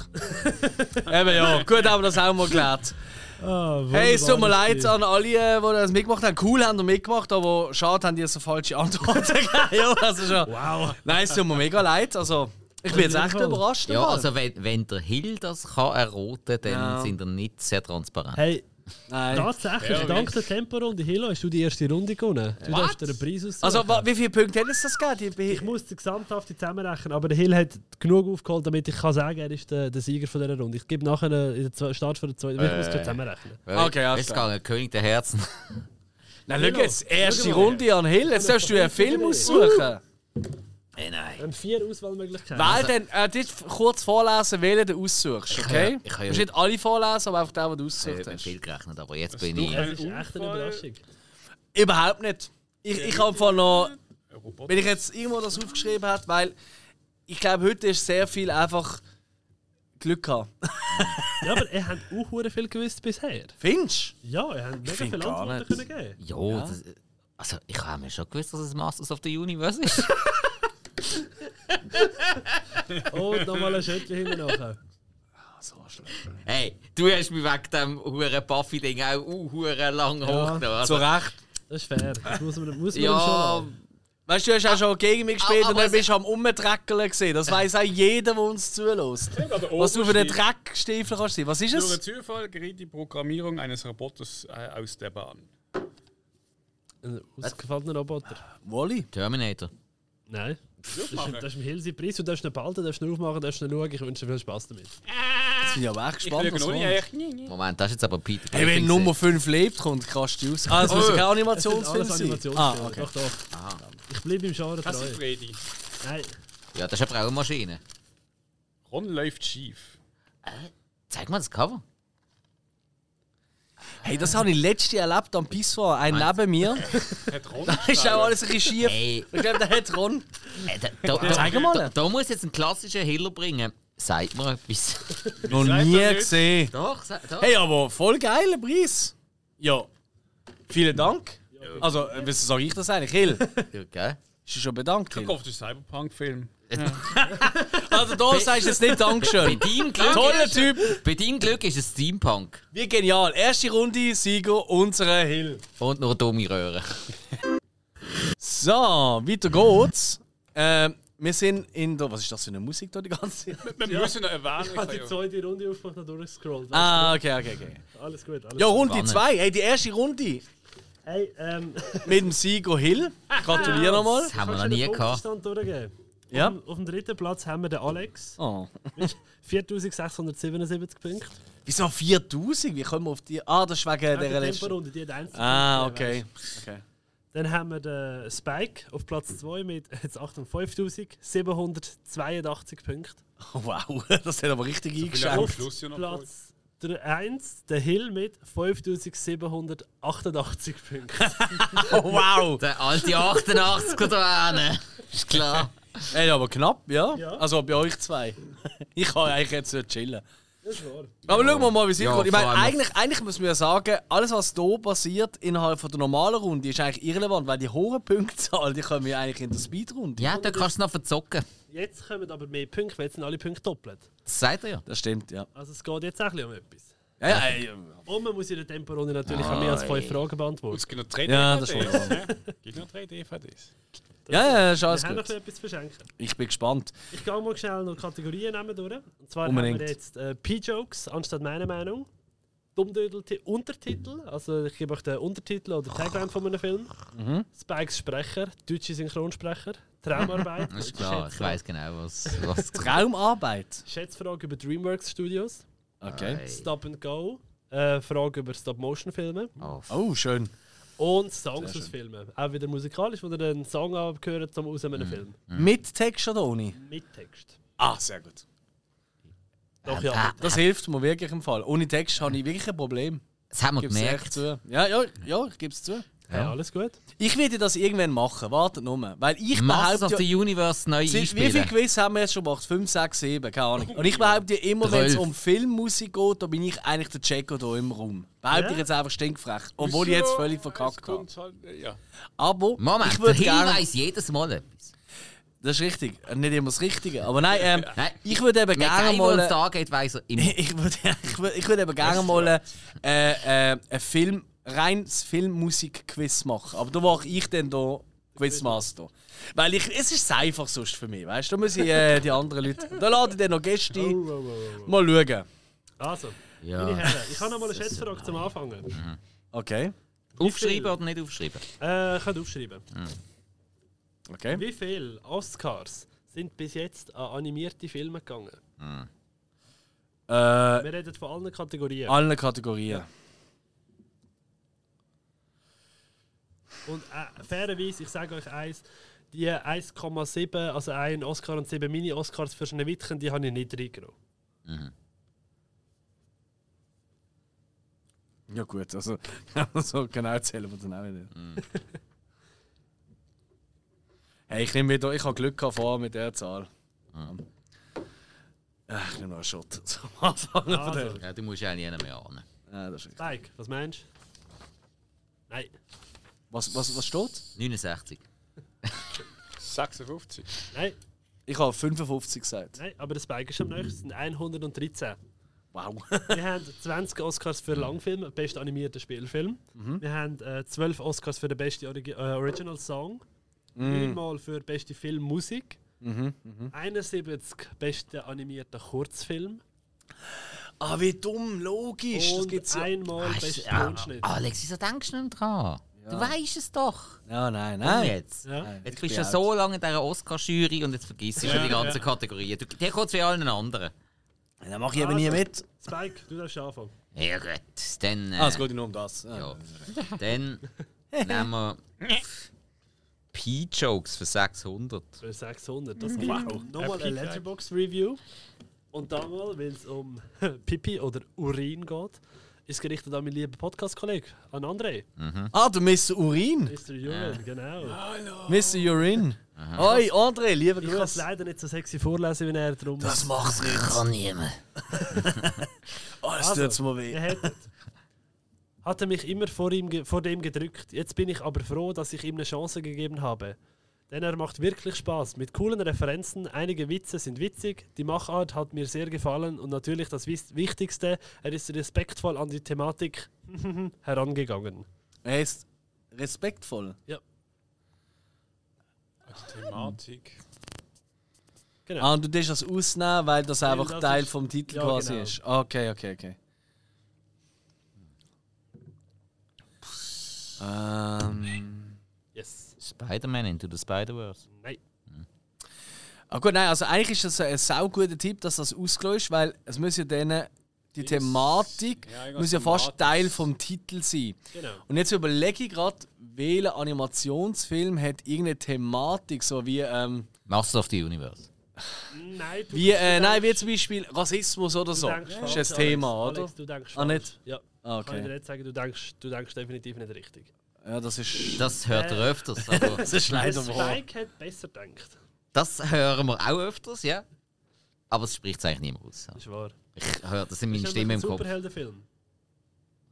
Eben ja, gut, haben wir das auch mal gelernt. Ah, Hey, es tut mir wunderbares leid Spiel. an alle, äh, die das mitgemacht haben. Cool haben und mitgemacht, aber schade haben die so falsche Antworten gegeben. ja, also schon. Wow. Nein, es tut mir mega leid. Also, ich bin jetzt echt Fall. überrascht. Ja, mal. also wenn, wenn der Hill das kann erroten, dann Ja. sind er nicht sehr transparent. Hey, Nein. tatsächlich, Ja, dank der Temporunde Hello hast du die erste Runde gewonnen. Du Was? darfst dir einen Preis aussuchen. Also, wa- wie viele Punkte hat es das gegeben? Die- Ich muss die gesamthafte zusammenrechnen, aber der Hill hat genug aufgeholt, damit ich kann sagen, er ist der, der Sieger von dieser Runde. Ich gebe nachher in den zwe- Start von der zweiten, weil ich muss Äh. gerade zusammenrechnen. Weil okay, alles Es klar. geht König der Herzen. Nein, schau jetzt, erste Schau mal. Runde an Hill. Jetzt darfst du einen Film aussuchen. Hey, nein. Wir haben vier Auswahlmöglichkeiten. Also, Wähl dann, äh, dich kurz vorlesen, wählen du aussuchst, okay? Ich kann ja- ich kann ja- du musst nicht alle vorlesen, aber einfach den, den du Ich ausgesucht habe mit hast. viel gerechnet, aber jetzt bin du- ich. Das ist echt eine Unfall. Überraschung. Überhaupt nicht. Ich, ich habe vorhin noch, Roboter. wenn ich jetzt irgendwo das aufgeschrieben habe, weil ich glaube, heute ist sehr viel einfach Glück gehabt. Ja, aber ihr habt auch verdammt viel gewusst bisher. Findest Ja, ihr habt mega find viele gar Antworten nicht. können geben Ja, Das, also ich habe mir schon gewusst, dass es Masters of the Universe ist. Und nochmal Oh, ein Schöttchen hinten nachher. du? So schlimm. hey, du hast mich wegen dem huren Buffy-Ding auch uh, huren lang hochgenommen. Zu Also, Recht. Das ist fair. Das muss man, muss man ihm schon ja, lassen. Weißt du, du hast auch schon gegen mich gespielt Aber- und aber dann bist du am Umtreckeln gesehen. Das weiß auch jeder, der uns zulässt. Was du für einen Dreckstiefel kannst sein. Was ist Durch einen es? Zufall geriet die Programmierung eines Roboters äh, aus der Bahn. Äh, Ein ausgefallener Roboter. Wally. Terminator. Nein. Das ist, machen. das ist im Hilsi Preis und darfst ihn behalten, darfst ihn aufmachen, darfst ihn schauen. Ich wünsche dir viel Spaß damit. Jetzt bin ich aber echt Ich gespannt, schaue was noch kommt. nicht eigentlich. Moment, das ist jetzt aber Peter Hey, wenn Griffin Nummer gewesen. 5 lebt, kommt krass die aus. Ah, das muss keine Oh. Es sind Animationsfilm alles sein. Animationsfilme. Ah, okay. Doch, doch. Ich bleibe im Genre Das treu. ist Freddy. Nein. Ja, das ist aber auch eine Maschine. Ron läuft schief. Äh, Zeig mal das Cover. Hey, das habe ich letztes Jahr erlebt am Pissoir. Ein neben mir. Hat Ron Ist auch alles ein bisschen schief. Hey, Ich glaube, der hat Ron. äh, da, da, da, Zeig mal. Da, da muss jetzt ein klassischer Hiller bringen. Sagt mir etwas. Noch Sagt er nie nicht. gesehen. Doch, sa- doch. Hey, aber voll geiler Preis. Ja. Vielen Dank. Also, äh, wieso sage ich das eigentlich? Hill, hast Ja, gell? du schon bedankt? Ich Hill? hoffe, das ist ein Cyberpunk-Film. Also, da sagst du jetzt nicht Bei Dankeschön. deinem Glück, Toller ist, Typ. bei deinem Glück ist es Steampunk. Wie genial. Erste Runde, Sieger, unsere Hill. Und nur dumme Röhren. So, weiter geht's. Ähm, wir sind in der. Was ist das für eine Musik da die ganze Zeit? Wir müssen noch erwähnen. Ich habe die ich kann zweite Runde aufgemacht und durchgescrollt. Ah, okay, okay, okay. Alles gut. Alles Ja, Runde Spannend. 2. Hey, die erste Runde gut. Hey, ähm, mit dem Sieger Hill. Gratuliere nochmal. Das haben wir kannst noch du nie den gehabt. Punktestand durchgeben? Ja. Auf dem dritten Platz haben wir den Alex. Oh. 4677 Punkte. Wieso 4000? Wie kommen wir auf die? Ah, das ist wegen der Eine letzten. Temporunde, die hat einzeln. Ah, Punkte, okay. weisst du. Dann haben wir den Spike auf Platz 2 mit jetzt Achtung, 5782 Punkten. Wow, das hat aber richtig am eingeschenkt. Schluss ja noch kurz. Platz 1, der Hill mit 5788 Punkten. Oh, wow. Der alte 88 Quadrane. Ist klar. Hey, aber knapp, ja? Ja. Also bei euch zwei. Ich kann eigentlich jetzt nicht chillen. Das war. Aber schauen wir mal, wie es Ja, hinkommt. Ich meine, vor allem- eigentlich, eigentlich muss man ja sagen, alles, was hier passiert innerhalb von der normalen Runde, ist eigentlich irrelevant, weil die hohe Punktzahl, die kommen ja eigentlich in der Speedrunde. Ja, da kannst du noch verzocken. Jetzt kommen aber mehr Punkte, weil jetzt sind alle Punkte doppelt. Das sagt er ja. Das stimmt, ja. Also es geht jetzt auch ein bisschen um etwas. Ja, ja, ja. Und man muss in der Temporunde natürlich auch mehr als 5 Fragen Und beantworten. es gibt noch drei Ja, das DVDs. ist ne? Es gibt noch drei DVDs. ja, ja, ist Wir alles haben noch gut. etwas zu verschenken. Ich bin gespannt. Ich gehe mal schnell noch Kategorien nehmen durch. Und zwar haben Unbedingt. wir jetzt äh, P-Jokes anstatt meiner Meinung. Dummdödel Untertitel, also ich gebe euch den Untertitel oder Tagline von einem Film. Mhm. Spikes Sprecher, deutsche Synchronsprecher, Traumarbeit, Das ist klar. Ich weiß genau, was. was Traumarbeit. Schätzfrage über DreamWorks Studios, Okay. Stop and Go, äh, Frage über Stop-Motion-Filme Oh, f- Oh, schön. und Songs aus Filmen. Auch wieder musikalisch, wo ihr einen Song abgehört zum aus Mhm. einem Film. Mit Text oder ohne? Mit Text. Ah, sehr gut. Doch Ah, ja, Das hilft mir wirklich im Fall. Ohne Text habe ich wirklich ein Problem. das haben wir Ich gebe es echt gemerkt. zu. Ja, ja, ja, ich gebe es zu. ja. alles gut. Ich werde das irgendwann machen. Wartet nur. Weil ich Masters of behaupte. the Universe neu Sind- Wie viel einspielen. Quiz haben wir jetzt schon gemacht? 5, 6, 7, keine Ahnung. Und ich behaupte ja immer, wenn es Zwölf. um Filmmusik geht, da bin ich eigentlich der Checo hier im Raum. Behaupte Ja? ich jetzt einfach stinkfrech. Obwohl ich jetzt völlig verkackt habe. kommt halt, äh, ja. Aber ich Moment, der würde Hill gerne... weiss jedes Mal etwas. Das ist richtig. Nicht immer das Richtige. Aber nein, ähm, Nein, ich würde eben gerne Egal, wo mal... es da geht, weiss er immer. ich würde ich würd, ich würd eben gerne mal äh, äh, ein Film, reines Filmmusik-Quiz machen. Aber da mache ich dann hier Quizmaster. Weil ich, es ist einfach sonst für mich, weißt du? Da muss ich äh, die anderen Leute... Da lade ich dann noch Gäste ein. Wow, wow, wow, wow. Mal schauen. Also, meine Ja. Herren, ich habe noch mal eine Schätzfrage zum Anfangen. Okay. Aufschreiben oder nicht aufschreiben? Äh, könnt aufschreiben. Okay. Wie viele Oscars sind bis jetzt an animierte Filme gegangen? Äh, Wir reden von allen Kategorien. alle Kategorien. Und äh, fairerweise, ich sage euch eins, die 1,7, also ein Oscar und sieben Mini-Oscars für Schneewittchen, die habe ich nicht reingenommen. Ja gut, also so genau erzählen wir dann auch nicht. Hey, ich nehme wieder, ich habe Glück gehabt vorher mit der Zahl. Ach, ich nehme noch einen Shot zum Anfangen von der. Also, Ja, du musst ja nicht mehr ahnen. Ja, das ist richtig. Mike, was meinst du? Nein. was, was, was steht? 69. 56. Nein, Ich habe 55 gesagt. nein, aber der Spike ist am nächsten. 113. Wow. Wir haben 20 Oscars für Langfilm, best animierter Spielfilm. Wir haben äh, 12 Oscars für den besten Origi- äh, Original Song. Viermal für beste Filmmusik. 71 beste animierter Kurzfilm. ah, wie dumm, logisch. das und gibt's ja. einmal Weisst bester ja, Tonschnitt. ah, Alex, wieso denkst du nicht mehr dran? Du weißt es doch. Ja, nein, Und nein. Jetzt. Ja. Jetzt Ah, bin bist du alt. schon so lange in dieser Oscar-Jury und jetzt vergisst du schon die ganzen Kategorien. Du, der kommt wie allen anderen. Dann mache ich eben nie mit. Spike, du darfst anfangen. Ja gut, dann... Äh, Ah, es geht ja nur um das. Ja. ja. Dann nehmen wir... P-Jokes für 600. Für 600. Mhm. Das gibt nochmal eine Letterbox-Review. Und damals, weil es um Pipi oder Urin geht, ist gerichtet an meinen lieben Podcast-Kollegen, an André. Ah, du Mr. Urin. Mr. Urin, genau. Mr. Urin. Hoi, André, lieber Ich kann es Grüß. leider nicht so sexy vorlesen, wie er drum Das macht's nicht. Kann niemand. Oh, das Also, tut's mir Er weh. hat, hat er mich immer vor, ihm, ge- vor dem gedrückt. Jetzt bin ich aber froh, dass ich ihm eine Chance gegeben habe. Denn er macht wirklich Spaß, mit coolen Referenzen. Einige Witze sind witzig, die Machart hat mir sehr gefallen und natürlich das Wis- Wichtigste, er ist respektvoll an die Thematik herangegangen. Er ist respektvoll. Also Thematik. Ja. Ah, und du darfst das ausnehmen, weil das einfach das Teil ist- vom Titel ja, quasi genau. ist. Okay, okay, okay. Ähm. Yes. Spider-Man into the Spider-Verse. Nein. Ah gut, nein, also eigentlich ist das ein sauguter Tipp, dass das ausgelöscht ist, weil es muss ja denen, die Thematik Ja, irgendwas muss ja fast Thematisches. Teil vom Titel sein. Genau. Und jetzt überlege ich gerade, welcher Animationsfilm hat irgendeine Thematik, so wie, ähm, Master of the Universe. Nein, du, wie äh, nein, wie zum Beispiel Rassismus oder so. denkst Ist falsch, das Thema, Alex, oder? Alex, du denkst Ah, falsch. nicht? Ja. Kann Ah, ich dir okay. nicht sagen, du denkst, du denkst definitiv nicht richtig. Ja, das ist. Das hört er öfters, aber Das ist Der leider wahr. Spike hat besser gedacht. das hören wir auch öfters, ja. Aber es spricht es eigentlich niemand aus. Das ist wahr. Ich höre, das sind meine Ist Stimmen nämlich ein im Kopf. Superheldenfilm.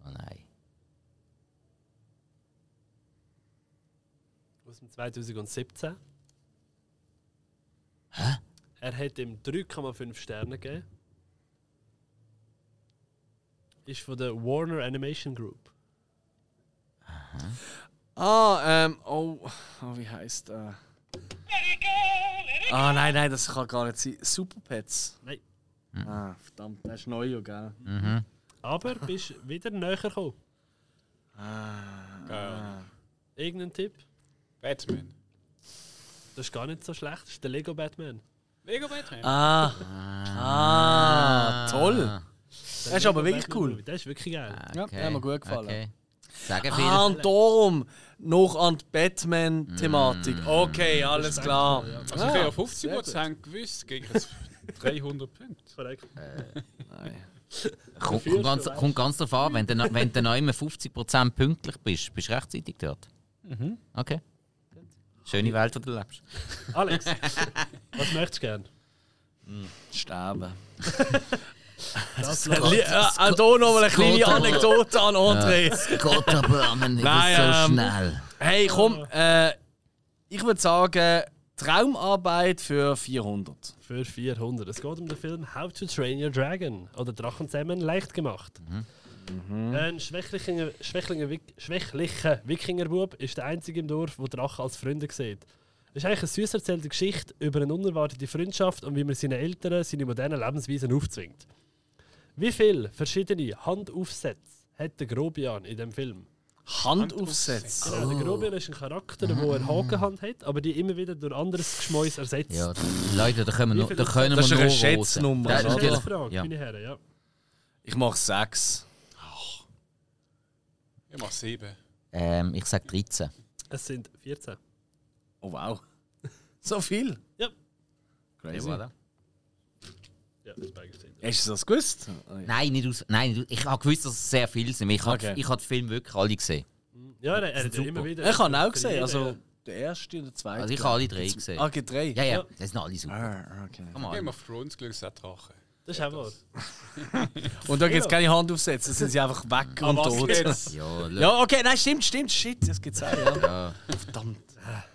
Oh nein. aus dem 2017. Hä? Er hat ihm 3,5 Sterne gegeben. Ist von der Warner Animation Group. Ah, ähm, oh, oh wie heißt er? Ah, nein, nein, das kann gar nicht sein. Superpets. Nein. Ah, verdammt, das ist neu, ja, gell? Aber bist wieder näher gekommen. Ah. Äh, Irgendein Tipp? Batman. Das ist gar nicht so schlecht. Das ist der Lego Batman. Lego Batman. Ah. Ah, toll. Der ist aber Lego wirklich Batman cool. Äh. Movie. Der ist wirklich geil. Ja, der hat mir gut gefallen. Okay. Sagen viel. Ah, und darum noch an die Batman-Thematik. Okay, alles klar. Also ich habe ja sehr 50 gut. Prozent gewusst gegen das 300 Punkte. Korrekt. Kommt, kommt, ganz, kommt ganz drauf an, wenn du, noch- wenn du noch immer 50% pünktlich bist, bist du rechtzeitig dort. Mhm. Okay. Schöne Welt, wo du lebst. Alex, was möchtest du gerne? Sterben. Das Li- äh, Auch hier nochmal eine kleine Gott, aber- Anekdote an André. Gott, äh, aber man nicht Nein, so ähm, schnell. Hey, komm, äh, ich würde sagen, Traumarbeit für 400. für 400. Es geht um den Film How to Train Your Dragon oder Drachenzähmen leicht gemacht. Ein schwächlicher, schwächlicher, Wik- schwächlicher Wikingerbub ist der einzige im Dorf, der Drachen als Freunde sieht. Es ist eigentlich eine süß erzählte Geschichte über eine unerwartete Freundschaft und wie man seinen Eltern seine modernen Lebensweisen aufzwingt. Wie viele verschiedene Handaufsätze hat der Grobian in dem Film? Handaufsätze. Genau, Oh. Der Grobian ist ein Charakter, der eine Hakenhand hat, aber die immer wieder durch anderes Geschmäus ersetzt. Mhm. Ja, Leute, da können wir noch, da können wir Das ist noch eine rosen. Schätznummer, Ja, Das ist eine natürlich. Frage, Ja. meine Herren, ja. Ich mache 6. Ich mache 7. Ähm, ich sage 13. Es sind 14. Oh wow. So viel? Ja. Crazy. Ja, voilà. Ja, das beigestellt. Hast du das gewusst? Nein, nicht aus. Nein, nicht aus- ich habe gewusst, dass es sehr viel sind. Ich habe Okay. ich habe den Film wirklich alle gesehen. Ja, er, er hat ja Super. immer wieder. Ich habe ihn auch Für gesehen. jeden, Also, Der erste und der zweite. Also ich habe alle drei gesehen. Ah, gibt drei? Ja, ja, das sind alle super. Ah, okay. Komm mal. Game of Thrones gelöst hat Drache. Das ist auch wahr. Und da gibt es keine Hand aufsetzen, dann sind sie einfach weg und was tot. jetzt? Ja, ja. Ja, okay, nein, stimmt, stimmt, shit, das gibt's auch, ja. Verdammt.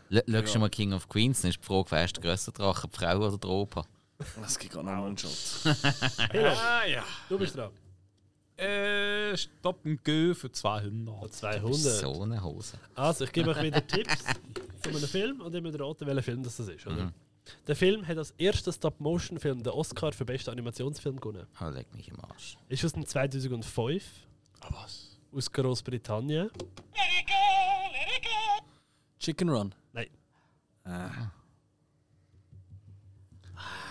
schau schon mal King of Queens, dann ist die Frage, wer ist der grösste Drache, die Frau oder der Opa? Das geht gar nicht mal einen Shot. Ah ja. Du bist dran. Äh, stopp und geh für 200. 200. So eine Hose. Also, ich gebe euch wieder Tipps zu einem Film und ihr müsst raten, welcher Film das das ist, oder? Der Film hat als erster Stop-Motion-Film den Oscar für besten Animationsfilm gewonnen. Oh, leg mich im Arsch. Ist aus dem 2005. was? Aus Großbritannien. Chicken Run. Nein.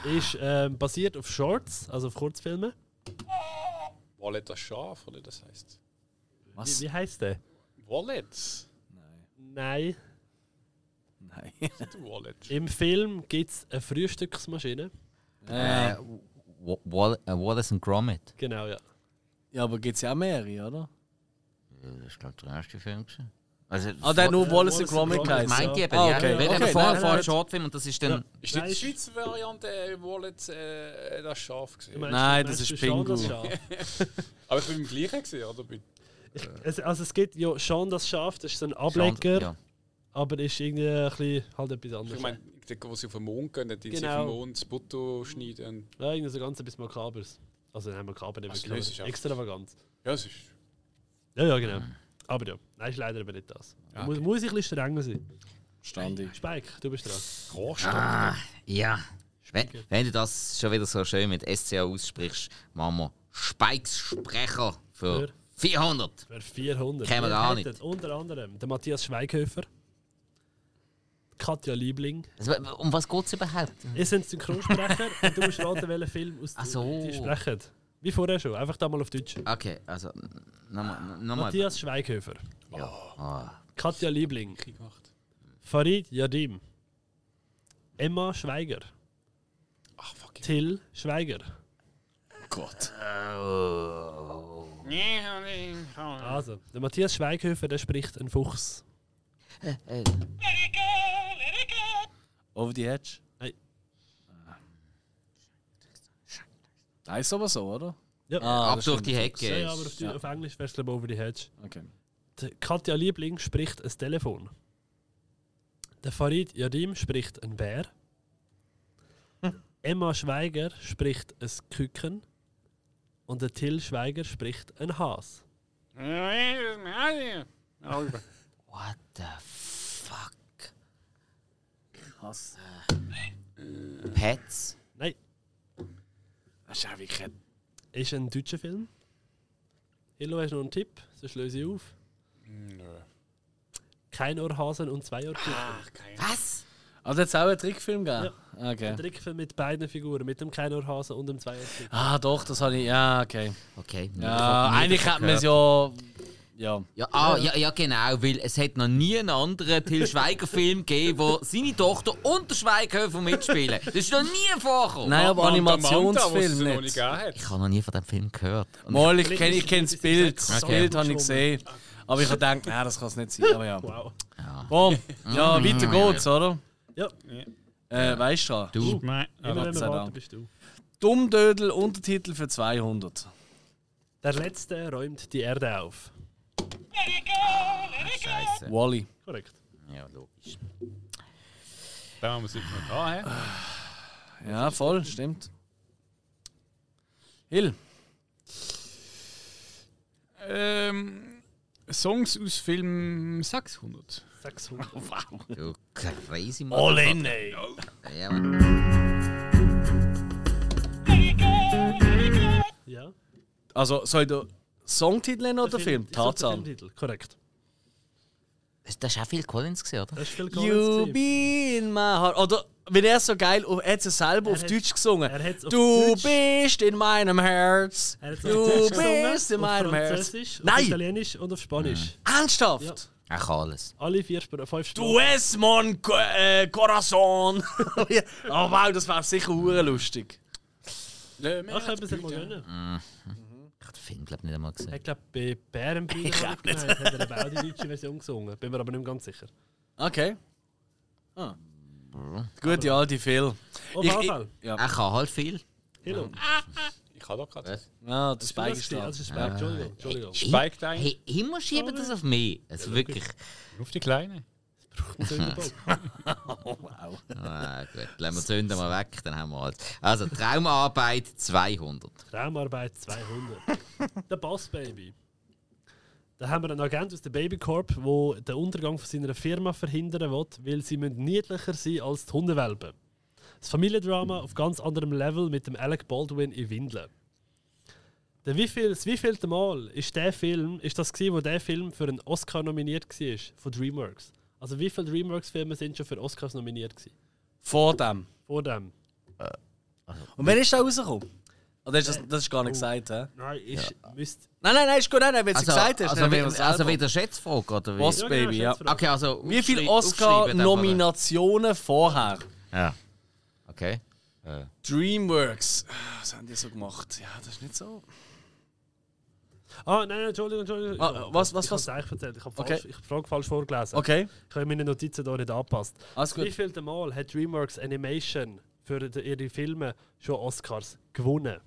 Ist ähm, basiert auf Shorts, also auf Kurzfilmen. Wallet das Schaf, oder das heißt? Wie, Was? wie heißt der? Wallet. Nein. Nein. Du Wallet. Im Film gibt es eine Frühstücksmaschine. Äh, Ähm, Wa- Wall äh, Wallace and Gromit. Genau, ja. Ja, aber gibt's ja auch mehrere, oder? Ja, Das ist, glaube ich, der erste Film. gewesen. Also, Ah, der hat nur Wallace Wallace and Gromit and Gromit, Das geheißen. meint ich eben, Ah, ja. okay, Weil okay, eben nein, vorher nein, vorher nein. Shortfilm und das ist dann... Ist nicht Nein. die Schweizer Variante äh, Wallet äh, das Schaf Du gesehen? meinst- Nein, du das meinst ist den Sean Bingo. das Schaf. Aber ich bin im gleichen gesehen, oder? Bin- Es, also es gibt ja schon das Schaf, das ist so ein Ablecker, Ja. aber ist irgendwie ein bisschen halt etwas anderes. Ich meine, dort, wo sie auf den Mond gehen, dann die sie Genau. auf den Mond das Butter schneiden. ja, irgendwie so ganz etwas Makabres. Also nein, Makaber nicht Also wirklich, das Hm. ist aber ja- Extravagant. Ja, es ist. Ja, ja, genau. Aber ja, nein, ist leider aber nicht das. Muss, muss ich ein bisschen strenger sein. Standig. Spike, du bist dran. Ah, ja. Wenn, wenn du das schon wieder so schön mit SCA aussprichst, machen wir Spikes Sprecher für Für? 400. Für 400. Kennen wir Wir gar hätten nicht. Unter anderem der Matthias Schweighöfer, Katja Liebling. Also, um was geht es überhaupt? Ihr sind Synchronsprecher und du musst raten, welchen Film aus Ach so. die sprechen. Wie vorher schon, einfach da mal auf Deutsch. Okay, also nochmal. nochmal. Matthias Schweighöfer, Ah, Katja Liebling, gemacht. Farid Yadim, Emma Schweiger, Ach, fuck. Till Schweiger. Gott. Also, der Matthias Schweighöfer, der spricht einen Fuchs. äh, Over the Edge. Nein. Heißt aber so, oder? Ja, Ah, ab das durch stimmt. die ja, Hecke. ja aber auf, ja. auf Englisch wärst du glaub ich, over die Hedge. Okay. Die Katja Liebling spricht ein Telefon. Der Farid Yadim spricht ein Bär. Emma Schweiger spricht ein Küken. Und der Till Schweiger spricht ein Has. What the fuck? Krass. Pets? Nein, Das ist ja wirklich ein ist ein deutscher Film. Illo, hast du noch einen Tipp? Sonst löse ich auf. Hm, Nö. Kein Ohrhasen und zwei Ohrküken. Ah. Ach, keine Was? Also jetzt auch einen Trickfilm gegeben? Ein Okay. Trickfilm mit beiden Figuren, mit dem Kein Ohrhasen und dem zwei Ohrküken. Ah doch, das habe ich. Ja, okay. Okay. Ja, eigentlich hätte man es ja. Ja. Ja, ah, ja, ja, genau, weil es hat noch nie einen anderen Till Schweiger-Film gegeben, wo seine Tochter und der Schweighöfer mitspielen. Das ist noch nie vorgekommen. Nein, aber Manta, Animationsfilm was es nicht. noch nicht. gegeben Ich habe noch nie von dem Film gehört. Und Mal, ich kenne ich kenn das Bild. Das Okay. Bild habe ich gesehen. Aber ich habe gedacht, nein, das kann es nicht sein. Aber ja. Wow. Boom. Ja, weiter geht's, oder? Ja, Äh, weißt du schon? du, immer wenn wir sei warten, Dank. bist du. Dummdödel Untertitel für 200. Der Letzte räumt die Erde auf. Scheiße. Wally. Korrekt. Ja, logisch. Da haben wir sie noch da, hä? Ja, voll, stimmt. Hill. Ähm, Songs aus Film 600. 600. Du crazy Mann. All in, ey. Ja, Mann. Ja. Also, soll der Songtitel nennen oder der Film? ist auch der Tarzan. Filmtitel, Korrekt. Das das war auch Phil Collins, gewesen, oder? Das ist viel You Collins. be in my heart. Oder, wenn er so geil, auf- er hat es selber auf hat- Deutsch gesungen. er hat's auf du Deutsch- bist in meinem Herz. Er hat es auf Du Deutsch gesungen, bist in meinem auf Herz. Französisch, auf Nein, Italienisch und auf Spanisch. ernsthaft. Ja. Ach, alles. Alle vier Sprachen, fünf Sprachen. Du es, mon Co- äh, Corazon. oh wow, das wäre sicher hure lustig. Nö, Ach, mehr. können wir es mal Mhm. gönnen. Ich habe den Film, glaube ich, nicht einmal Er gesehen. hat, glaube bei Bärenbrüder Ich hat glaub er aber auch die deutsche Version gesungen. Bin mir aber nicht mehr ganz sicher. Okay. Ah. Gut, ja, die viel. Auf Ich- jeden ich- Fall. Er kann halt viel. Hilo. Ich habe doch gerade. Ja, das Bein Das ist ist da. also Speck. Entschuldigung. Entschuldigung. Spiked ein. Hey, immer schieben das auf mich. Also wirklich. Auf die Kleine. Ah, gut, lassen wir zünden mal weg, dann haben wir halt. Also Traumarbeit 200. Traumarbeit 200. der Bossbaby. Da haben wir einen Agent aus der Baby Corp, der den Untergang von seiner Firma verhindern will, weil sie müssen niedlicher sein als die Hundewelpen. Das Familiendrama auf ganz anderem Level mit dem Alec Baldwin in Windeln. Der wieviel, das wievielte Mal ist der Film, ist das gewesen, wo der Film für einen Oscar nominiert war von DreamWorks? Also wie viele DreamWorks-Filme sind schon für Oscars nominiert gewesen? Vor dem. Vor dem? Und wann ist der rausgekommen? Oder ist das, das ist gar nicht gesagt, hä? Nein, ich müsste... Nein, nein, nein, ist gut, nein, nein, wenn du es gesagt hast, also, dann wie- wäre es also, selber. wieder Schätzfrage, oder wie? Was- Baby, ja. Schätzfrage. Okay, also Wie aufschrei- viele aufschreiben dann mal. Oscar-Nominationen vorher? Ja. Okay. Äh, Dreamworks. Ah, Was haben die so gemacht? Ja, das ist nicht so. Ah, nein, nein, Entschuldigung, Entschuldigung. Ah, Ich- was- was- ich was? Ich habe erzählt, ich habe Okay. falsch, ich hab die Frage falsch vorgelesen. Okay, Ich habe meine Notizen hier nicht angepasst. alles Wie gut. viel Mal hat DreamWorks Animation für die- ihre Filme schon Oscars gewonnen?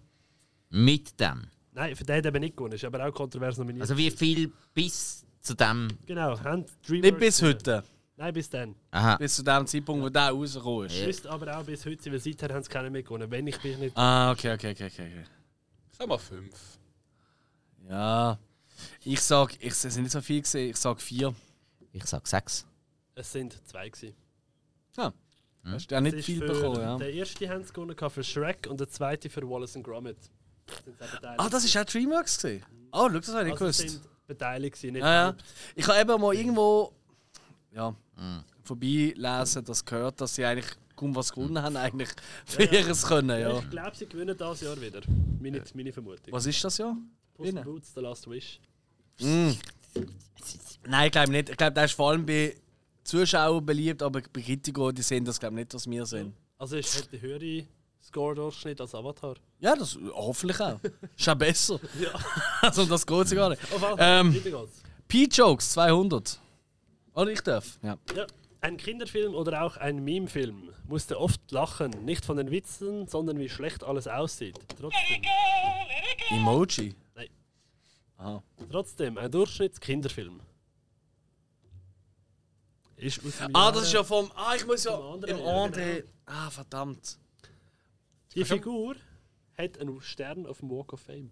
mit dem. Nein, für den hat er eben nicht gewonnen, ist aber auch kontrovers nominiert. Also wie viel bis zu dem. genau, haben DreamWorks... Nicht bis heute. Nein, bis dann. Aha. Bis zu dem Zeitpunkt, wo der rausgekommen ist. Ja. Müsste aber auch bis heute sein, weil seither haben sie keine mehr gewonnen. Wenn ich mich nicht... Ah, okay, okay, okay, okay. okay. Sagen wir fünf. Ja. Ich sag, ich, es sind nicht so viel gesehen, ich sag vier. Ich sag sechs. Es sind zwei gewesen. Hast du ja Es nicht ist viel für- bekommen, ja. Der erste haben sie gewonnen für Shrek und der zweite für Wallace and Gromit. Sind sie auch beteiligt. Ah, das ist auch Dreamworks gesehen. Oh, schau, das habe ich nicht also sie gewusst. sind beteiligt gewesen, nicht Ja, ja. halb. Ich habe eben mal irgendwo ja, Mhm. vorbeilesen, das gehört, dass sie eigentlich kaum was gewonnen haben, eigentlich für Ja, ja. ihres können, Mhm. ja. Ich glaube, sie gewinnen dieses Jahr wieder. Meine, meine Vermutung. Was ist das ja? Puss in Innen? Boots, The Last Wish. Nein, ich glaube nicht. Ich glaube, der ist vor allem bei Zuschauern beliebt, aber bei Kritikern, die sehen das glaube ich nicht, was wir sehen. Also es hat einen höheren Score-Durchschnitt als Avatar. Ja, das hoffentlich auch. ist ja besser. also um das geht es gar nicht. Auf jeden Fall, Ähm. weiter geht's. P-Jokes 200. Oder ich darf? Ja. Ja. Ein Kinderfilm oder auch ein Meme-Film musste oft lachen. Nicht von den Witzen, sondern wie schlecht alles aussieht. Trotzdem, Emoji. trotzdem ein Durchschnitts-Kinderfilm. Ist aus dem Ah, Jahre- das ist ja vom. Ah, ich muss ja. Vom anderen, Im ja, anderen. Ah, verdammt. Die Figur hat einen Stern auf dem Walk of Fame.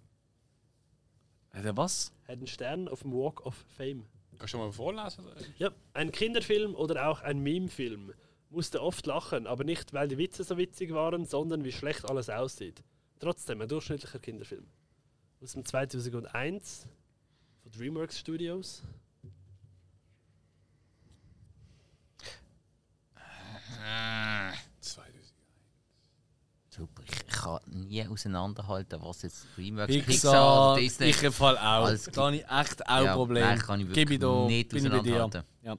Hat er was? Hat einen Stern auf dem Walk of Fame. Kannst du mal vorlesen? Ja, ein Kinderfilm oder auch ein Meme-Film musste oft lachen, aber nicht, weil die Witze so witzig waren, sondern wie schlecht alles aussieht. Trotzdem ein durchschnittlicher Kinderfilm. Aus dem 2001 von DreamWorks Studios. Zwei. Super. Ich kann nie auseinanderhalten, was jetzt Dreamworks Pixar. oder Disney. Ich im Fall auch. Alles da habe ich echt auch Ja, Probleme. nein, kann ich Gib wirklich da, nicht bin ich bei dir. auseinanderhalten. Ja.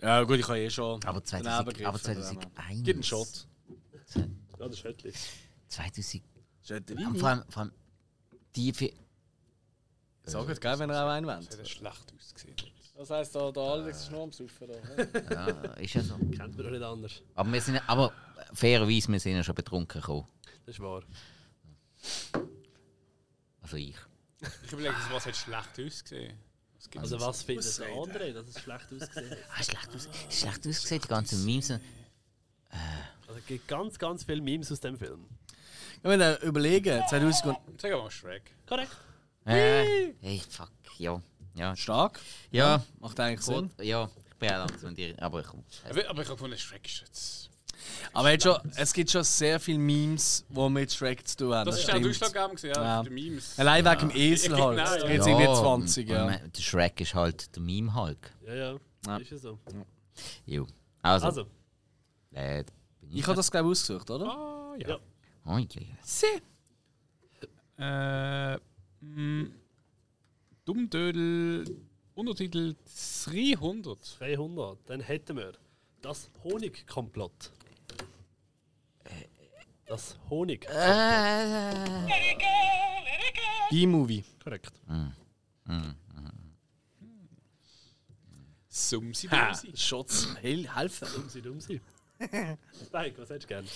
ja, gut, ich habe eh schon. aber daneben 2000, gegriffen, aber von dem her. 2001. Gib einen Shot. Ja, Ah, das ist schrecklich. 2000. Schötteli. Und vor allem, vor allem die Fi- Sag es, gell, wenn er auch einen wendet. Das hat schlecht ausgesehen. Das heisst, da, da Alex ist noch am Saufen. Da. ne? ja, ist ja so. Kennt man doch nicht anders. Aber wir sind, aber fairerweise, wir sind ja schon betrunken gekommen. Das ist wahr. Also ich. Ich überlege, was hat schlecht ausgesehen? Was gibt's? Also was findet der andere, dass es schlecht ausgesehen hat? Ah, schlecht, aus, schlecht ausgesehen, die ganzen Memes. Also es gibt ganz, ganz viele Memes aus dem Film. Wenn wir äh, überlegen, 2000 und Sag mal Shrek. Korrekt. Äh, hey, fuck, ja. Ja, stark, ja, macht eigentlich Sinn. gut, ja. Ich bin auch langsam dir, aber ich Aber aber ich habe gefunden, Shrek ist jetzt... Aber jetzt schon, es gibt schon sehr viele Memes, die mit Shrek zu tun haben. Das ist auch stimmt. der Ausschlaggaben, gewesen, Ja. ja. Die Memes. Allein wegen dem Esel Ich- ich- halt. nein, Da Genau, ja. gibt es irgendwie 20, ja. Der Shrek ist halt der Meme Hulk. Ja, ja. Ja. Ist ja so. Jo. Also, Also, Äh, bin ich. Ich habe das, glaube ich, ausgesucht, oder? Ah, ja. Ja. Oh, ja, ja. Sie. Äh, mh, mm, Dummdödel, Untertitel 300. 300, dann hätten wir das Honigkomplott. Das Honig. Äh, Die Movie. Korrekt. Sumsi Ha, Bumsi. Schutz, Hel- helfen. Dumsi, dumsi. Spike, was hättest du gerne?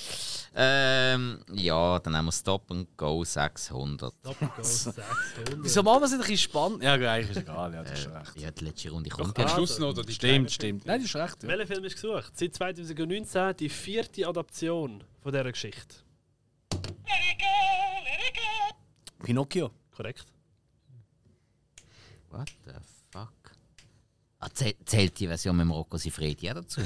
Ähm, ja, dann haben wir Stop and Go 600. Doppelgoal 600. Wieso machen wir es nicht ein bisschen spannend? Ja, gut, eigentlich ist egal, ja, das Äh. ist recht. Ja, die letzte Runde kommt Den ja. Schluss noch, oder die Stimmt, stimmt. Nein, das ist recht. Ja. Welcher Film ist gesucht? Seit 2019 die vierte Adaption von dieser Geschichte. Äh. Pinocchio. Korrekt? What the fuck? Ah, zäh- zählt die Version mit dem Rocco Sifredi auch dazu?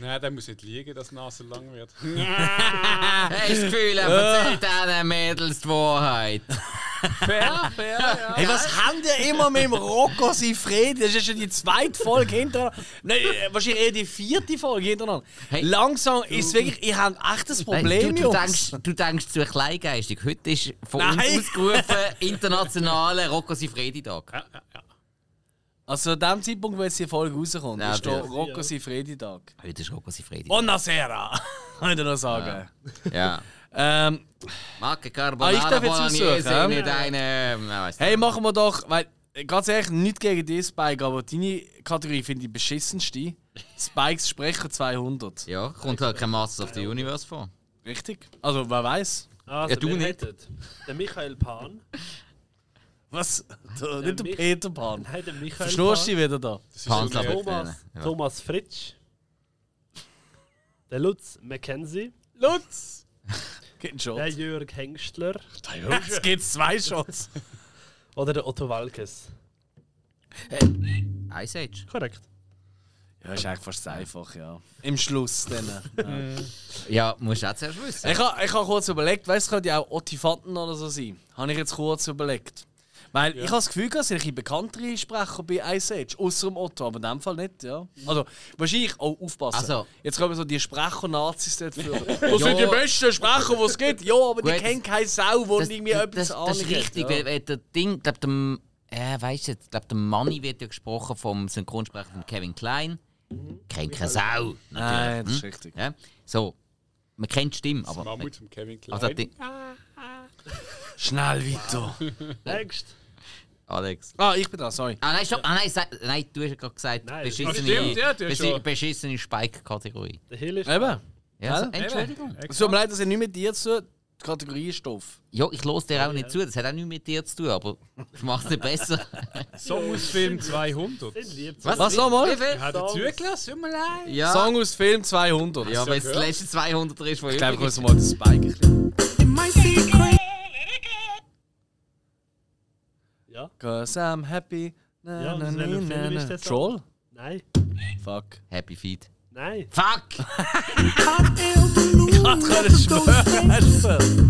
Nein, der muss nicht liegen, dass die Nase lang wird. Hast du das Gefühl, er erzählt diesen Mädels die Wahrheit? fair, fair, ja. Hey, was haben die immer mit dem Rocco Sifredi? Das ist schon die zweite Folge hintereinander. Nein, äh, wahrscheinlich eher die vierte Folge hintereinander. Hey. Langsam ist es wirklich, ich habe echt ein Problem, du, du, Jungs. denkst, du denkst zu kleingeistig. Heute ist von Nein. uns ausgerufen internationaler Rocco Sifredi-Tag. Also, an dem Zeitpunkt, wo jetzt die Folge rauskommt, Ja, ist der natürlich. Rocco Sifredi-Tag. Heute ist Rocco Sifredi. Oh, Buonasera, kann ich dir noch sagen. Ja. Ähm, Marke Ah, ich Carbonara darf jetzt aussuchen, hä? Bolognese, nicht eine... na, ähm, weiss hey, machen wir doch, weil, äh, ganz ehrlich, nichts gegen dich, Spike, aber deine Kategorie finde ich beschissenste. Spikes Sprecher 200. nicht. Ja, kommt halt kein Masters of the Universe vor. Richtig? Also, wer weiß? Also, Ja, du wir nicht. hätten Den Michael Pan. Was? Der, Der nicht der Mich- Peter Pan. Nein, den Michael Verschlurst du Pan. dich wieder da? Das ist Panzer. so Thomas, Ja. Thomas Fritsch. Der Lutz McKenzie. Lutz! Geht ein Der Shot. Jörg Hengstler. Jetzt gibt's zwei Shots. Oder der Otto Walkes. Ice Age. Korrekt. Ja, ist eigentlich fast einfach, ja. Im Schluss dann. Ja, musst du auch zuerst wissen. Ich habe ich ha kurz überlegt, weißt du, könnte ja auch Ottifanten oder so sein. Habe ich jetzt kurz überlegt. Weil ich habe das Gefühl, dass ich ein bekanntere Sprecher bei Ice Age, außer dem Otto, aber in dem Fall nicht, ja. Also, wahrscheinlich auch aufpassen. Mhm. Also- jetzt kommen so die Sprecher-Nazis dort führen. Das sind die Ja. besten Sprecher, die es gibt. Ja, aber die Gut. kennen keine Sau, die Das, irgendwie das, etwas das, das ist Ahnung hat, richtig, ja. weil, weil der Ding, glaub dem, äh, weißt du, glaub der Manni wird ja gesprochen vom Synchronsprecher von Kevin Klein. Kennt keine Sau, natürlich. Nein, Hm? das ist richtig. Ja? So, man kennt die Stimme, aber... Mammut vom Kevin Klein. Also, das Ding, Schnell weiter. Next. Alex. Ah, ich bin da, sorry. Ah nein, stopp. Ah, nein, sei- nein, du hast ja gerade gesagt, Nein, beschissene, stimmt, ja, du hast beschi- schon. beschissene Spike-Kategorie. Der Hill ist. Eben. Ja, so, Ja, Entschuldigung. Es tut mir leid, dass ich nicht mit dir zu die Kategorie Stoff. Ja, ich los dir auch nicht zu, das hat auch nichts mit dir zu tun, aber das macht es nicht besser. Sommersfilm 200. Sind lieb. Was nochmal? Hat er zugelassen? Tut mir leid. Ja, Song aus Film 200. ja wenn es das letzte 200 ist, von Ich glaube, ich muss mal den Spike ein bisschen. Ja. Cause I'm happy. Na, Ja, und na, aus welchem na, Film na. ist der Song? Troll? Nein. Fuck. Happy Feet. Nein. Fuck! Hat können schwören.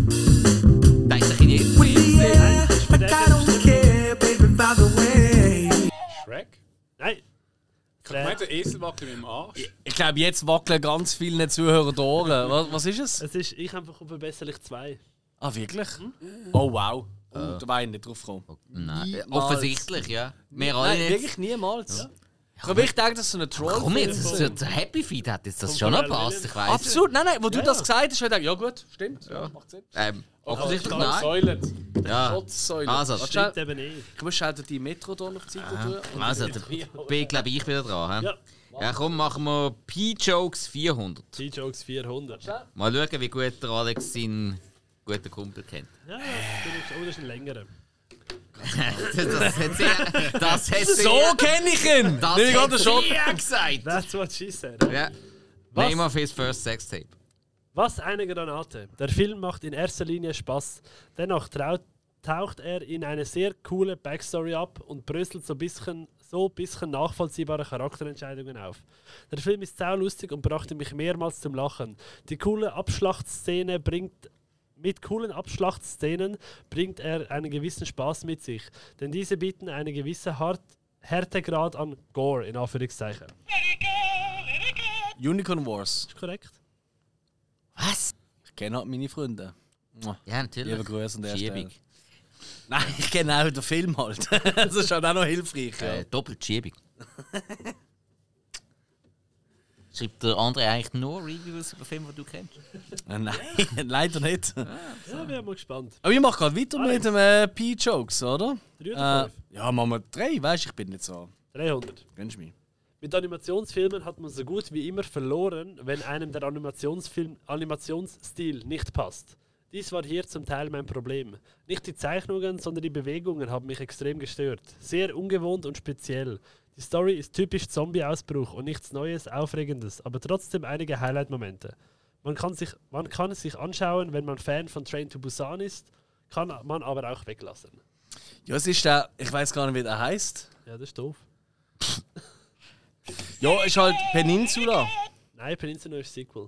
Da ist ein Chinese. Nein. das ist mir der Film. Shrek? Nein. Ich meine, Nein. der Esel wackelt mit dem Arsch. Ich glaube, jetzt wackeln ganz viele Zuhörer die Ohren. Was, was ist es? Es ist ich einfach auf Verbesserlich 2. Ah, wirklich? Hm? Oh, wow. Oh, da war ich nicht drauf gekommen. Nein, äh, offensichtlich, ja. Wir alle Nein, nicht. wirklich niemals. Ich habe wirklich gedacht, das ist so ein Troll. Komm jetzt, so so Happy Feet hat jetzt das schon noch passt, ich weiss. Absolut, nein, nein, wo du das gesagt hast, habe ich gedacht, ja gut, stimmt, ja. macht Sinn. Ähm, offensichtlich Charles nein. Soylent. Ja. Kotzsäule. Also, Warte, Stimmt eben eh. Ich muss schalten die Metro hier noch Zeit durch. Also, da bin glaube ich wieder dran. hä? Ja. Ja, komm, machen wir P-Jokes 400. T-Jokes 400. Ja, Mal schauen, wie gut der Alex seinen guten Kumpel kennt. ja, das ist- oh, das ist ein längerer. Das hat sie, das hat sie, So kenne ich ihn! das Nimm hat gerade den Shot. sie ja gesagt. That's what she said. Ja. Was? Name of his first sex tape. Was eine Granate. Der Film macht in erster Linie Spaß. Dennoch traut, taucht er in eine sehr coole Backstory ab und bröselt so bisschen, so bisschen nachvollziehbare Charakterentscheidungen auf. Der Film ist sehr lustig und brachte mich mehrmals zum Lachen. Die coole Abschlachtszene bringt mit coolen Abschlachtszenen bringt er einen gewissen Spaß mit sich, denn diese bieten einen gewissen Hart Härtegrad an Gore in Anführungszeichen. Unicorn Wars. Ist korrekt? Was? Ich kenne halt meine Freunde. Ja, natürlich. Liebe Grüße an der Schiebig. Nein, ich kenne auch den Film halt. das ist halt auch noch hilfreich. Ja. Äh, doppelt schiebig. Schreibt der andere eigentlich nur Reviews über Filme, die du kennst? Äh, Nein, leider nicht. Ja, wir sind mal gespannt. Aber ich mache gerade weiter mit dem äh, P-Jokes, oder? Drei oder Äh, fünf? ja, machen wir drei, weißt du, ich bin nicht so. 300. Kennst du mich? Mit Animationsfilmen hat man so gut wie immer verloren, wenn einem der Animationsfilm Animationsstil nicht passt. Dies war hier zum Teil mein Problem. Nicht die Zeichnungen, sondern die Bewegungen haben mich extrem gestört. Sehr ungewohnt und speziell. Die Story ist typisch Zombie-Ausbruch und nichts Neues, Aufregendes, aber trotzdem einige Highlight-Momente. Man kann, sich, man kann es sich anschauen, wenn man Fan von Train to Busan ist, kann man aber auch weglassen. Ja, es ist der, ich weiß gar nicht, wie der heißt. Ja, das ist doof. Ja, ist halt Peninsula. Nein, Peninsula ist Sequel.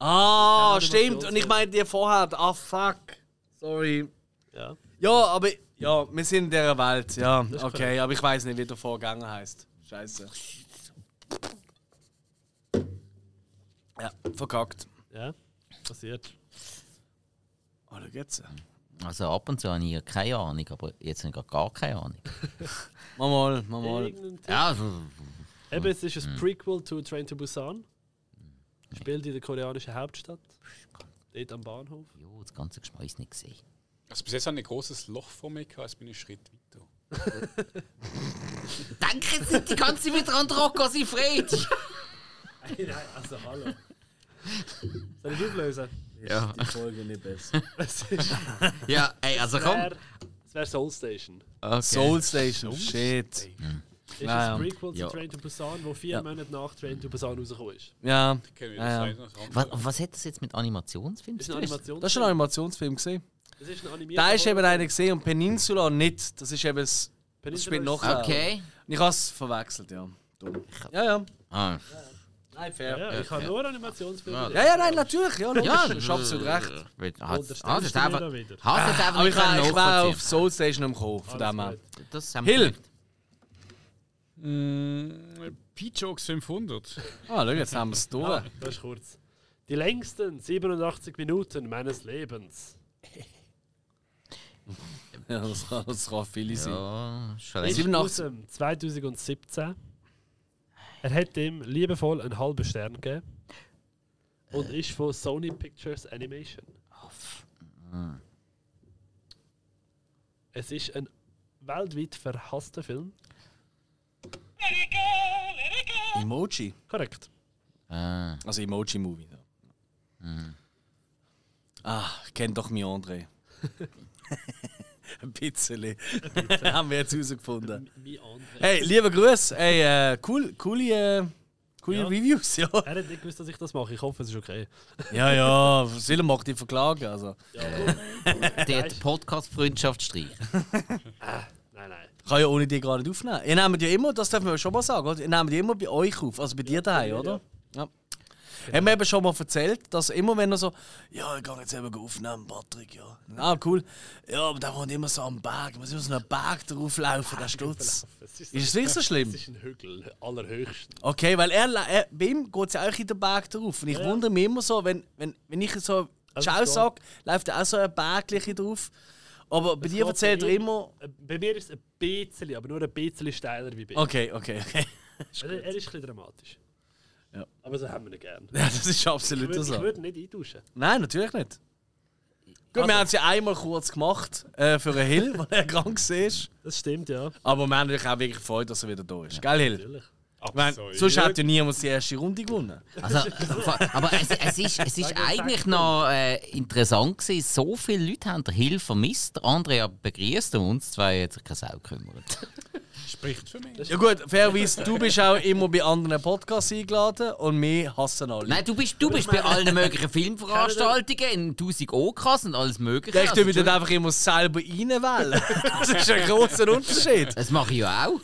Ah, Keine stimmt. Und ich Animationsfilm. meinte dir vorher, ah fuck. Sorry. Ja. Ja, aber ja, wir sind in dieser Welt, ja. Okay, korrekt. aber ich weiß nicht, wie der Vorgänger heißt. Scheiße. Ja, verkackt. Ja, passiert. Oh, da geht's. ja. Also ab und zu habe ich ja keine Ahnung, aber jetzt habe ich gerade gar keine Ahnung. Mach mal, mach mal. Irgendein Tipp. Ja, also, Eben, es ist Mhm. ein Prequel zu Train to Busan. Spielt in der koreanischen Hauptstadt. Dort am Bahnhof. jo, das ganze Geschmeiß nicht gesehen. Also bis jetzt habe ich ein großes Loch vor mir gehabt, jetzt bin ich einen Schritt weiter. Denke jetzt nicht die ganze Zeit wieder an Rocco Siegfried! Nein, nein, also hallo. Soll ich auflösen? Ja. Die Folge nicht besser. Es ist- Ja, ey, also komm. wär- es wäre Soul Station. Okay. Soul Station, shit. Es ist Ja, ein ja. Prequel Ja. zu Train to Busan, wo vier Ja. Monate nach Train to Busan rausgekommen ist. Ja, Können wir Ah, das ja. ja. Was, was hat das jetzt mit Animationsfilmen Es zu ist ein tun? Animation. das ist schon ein Animationsfilm gesehen. Es ist ein animierter Da ist Horror- eben einer gesehen und Peninsula nicht. Das ist eben das. Peninsula spielt ist- noch- Okay. Und Ich hab's verwechselt, ja. Dumm. Ja, ja. Ah. Nein, Ja, fair. ja, ich habe nur Animationsfilme. Ja. Ja, ja, nein, Ah, natürlich. Ja, Oh, logisch. Ja, äh, ah, Ja, ist absolut recht. Mit- Hast Unterstellst hast jetzt du mir einfach da wieder? hast jetzt einfach Aber ich nicht war, ich war auf nachvollziehen. Soul Station am Kommen, von Alles dem her. gut. Das haben wir Hill! gemerkt. Mm, P-Jokes 500. Ah, schau, jetzt haben wir es durch. Ah, das ist kurz. Die längsten 87 Minuten meines Lebens. Ja, das, kann, das kann viele sein. Ja, Ist schlecht. 87. aus dem 2017. Er hat ihm liebevoll einen halben Stern gegeben. Und Äh. ist von Sony Pictures Animation. Oh, Mm. Es ist ein weltweit verhasster Film. Emoji. Korrekt. Ah, Also Emoji-Movie. Ja. Mhm. Ah, ich kenne doch mich André. Ein bisschen. haben wir jetzt herausgefunden. Mein anderer. Hey, liebe Grüße. Hey, äh, cool, coole, äh, coole Ja. Reviews, ja. Er hat nicht gewusst, dass ich das mache. Ich hoffe, es ist okay. Ja, ja, Sillen mag dich verklagen. Also. der hat die Podcast-Freundschaft streichen. Nein, nein. Kann ja ohne dich gar nicht aufnehmen. Ihr nehmt ja immer, das dürfen wir schon mal sagen, oder? ihr nehmt ja immer bei euch auf, also bei dir daheim, ja. oder? Ja. Haben wir eben schon mal erzählt, dass immer wenn er so, ja, ich kann jetzt eben aufnehmen, Patrick, ja. Ah, cool. Ja, aber der wohnt immer so am Berg, man muss aus einem Berg drauflaufen, der Stutz. Es ist, Ist es wirklich so es schlimm? ist ein Hügel, allerhöchsten. Okay, weil er, la- er bei ihm geht es ja auch in den Berg drauf. Und ich wundere mich immer so, wenn, wenn, wenn ich so Also Ciao es geht- sage, läuft er auch so ein Berg drauf. Aber bei dir erzählt er immer... Bei mir ist es ein bisschen, aber nur ein bisschen steiler wie bei ihm. Okay, okay, okay. Er, er ist ein bisschen dramatisch. Ja. Aber so haben wir ihn gerne. Ja, das ist Ich absolut würde so. würd nicht eintauschen. Nein, natürlich nicht. Gut, wir haben sie einmal kurz gemacht äh, für einen Hill, weil er krank war. Das stimmt, ja. Aber wir haben natürlich auch wirklich gefreut, dass er wieder da ist. Gell, Hill? Natürlich. Ich meine, sonst hätte ja niemand die erste Runde gewonnen. Also, aber es, es ist, es ist eigentlich noch äh, interessant gewesen. So viele Leute haben der Hill vermisst. Der andere hat begrüßt und uns zwei hat sich keine Sau gekümmert. Spricht für mich. Ja gut, fairerweise, du bist auch immer bei anderen Podcasts eingeladen und wir hassen alle. Nein, du bist, du bist bei allen möglichen Filmveranstaltungen in 1000 Okas und alles Mögliche. Ja, ich tue mich Also, dann einfach immer selber reinwählen. das ist ein großer Unterschied. das mache ich ja auch.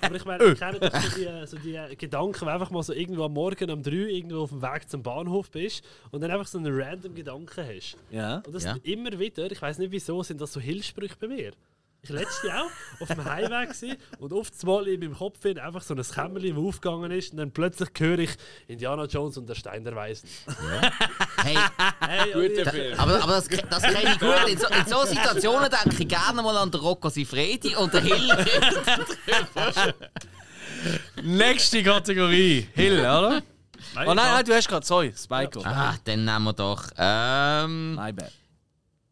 Aber ich Äh. meine, ich kenne doch so die, so die Gedanken, wenn einfach mal so irgendwo am Morgen um 3 irgendwo auf dem Weg zum Bahnhof bist und dann einfach so einen random Gedanken hast. Ja. Und das Ja. immer wieder, ich weiß nicht wieso, sind das so Hilfssprüche bei mir. Ich letzte auch auf dem Heimweg gewesen und oft mal in meinem Kopf hin einfach so ein Kämmerchen, das aufgegangen ist und dann plötzlich höre ich Indiana Jones und der Stein der Weisen. Hey, Hey, und Guter ich- Film. aber, aber das, das kenne ich gut. In so, in so Situationen denke ich gerne mal an den Rocco Sifredi und der Hill. Nächste Kategorie. Hill, oder? Nein, Oh nein, nein, du hast gerade, sorry, Spike. Ah, dann nehmen wir doch. Ähm, My bad.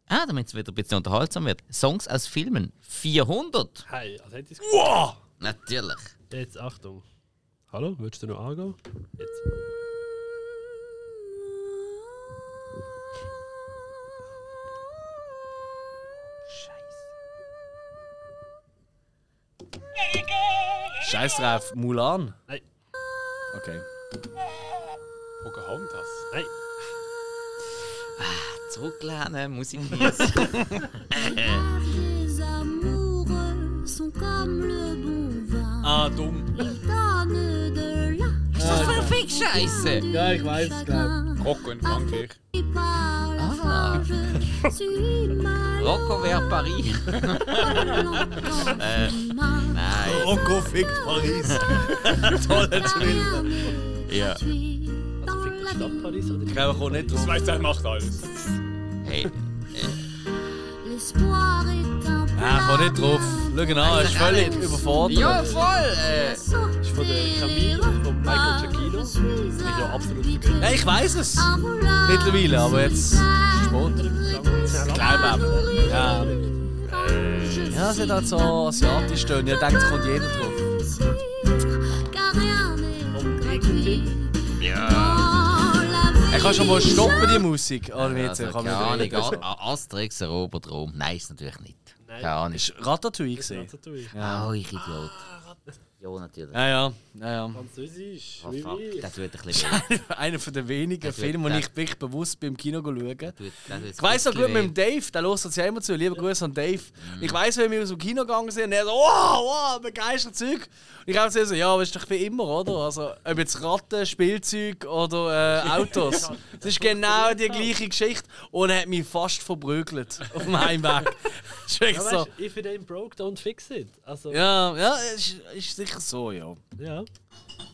ah, damit es wieder ein bisschen unterhaltsam wird. Songs aus Filmen. 400. Hey, also hätte ich Wow! Natürlich. Jetzt Achtung. Hallo, würdest du noch angehen? Jetzt. Scheiß drauf, Mulan. Nein, Okay. Pocahontas. nein. Zurücklehnen, Musik genießen. Les amoureux sont comme le bon vin. Ah, dumm. Ils donnent de la Was ist das für ein Fick-Scheiße? Ja, ich weiß, glaub. Rocco in Frankreich. et par la Ah. forge. Tu m'as Rocco wäre Paris. longtemps pris mal. Nein. Rocco fickt Paris. Toller Schwilder. Ja. Tu es dans Fickt la die Stadt ville. Paris oder? Ich glaube, ich komme nicht drauf. Weißt du, er macht alles. Hey, L'espoir est un Ah, ich komme plat nicht drauf. Schau ihn an, er ist völlig überfordert. ja, voll. Äh, sauté von der Camille, les von Michael Ah, Giacchino. repas. Je suis ja absolut habituée vergessen. Ja, ich weiß es. à vouloir Mittlerweile, aber jetzt ist es spät. Ich Glaube eben. Ja. Ähm, Ja, sie hat halt so asiatisch tönen. Ich denke, es kommt jeder drauf. Car rien n'est gratuit. ja. Dans la vie, Er kann schon mal stoppen, die Musik. Oh, ja, jetzt, Also, ich kann keine mir Ahnung. nicht A- A- Asterix erobert Rom. Nein, ist natürlich nicht. Nein. Keine Ahnung. Ist Ratatouille gesehen? Ratatouille. Oh, ich Idiot. Ja, natürlich. Ja, ja. ja, Französisch. Oh, oui, fuck. oui. Das tut ein bisschen weh. ja. Einer von den wenigen Das wird- Filmen, die das- ich wirklich bewusst beim Kino schaue. Tut- das tut Ich weiss noch ein gut mit bisschen dem Dave, der hört uns ja immer zu. Lieber Grüße an Dave. Mhm. Ich weiss, wenn wir aus dem Kino gegangen sind, und er so, wow, wow, begeistert Zeug. Und ich habe so, ja, aber ist doch wie immer, oder? Also, ob jetzt Ratten, Spielzeug oder äh, Autos. Das ist genau die gleiche Geschichte. Und er hat mich fast verprügelt auf dem Heimweg. Ist wirklich Ja, so. weißt, du, if it ain't broke, don't fix it. Also, ja. Ja, ja, ist, ist sicher so, ja. Wer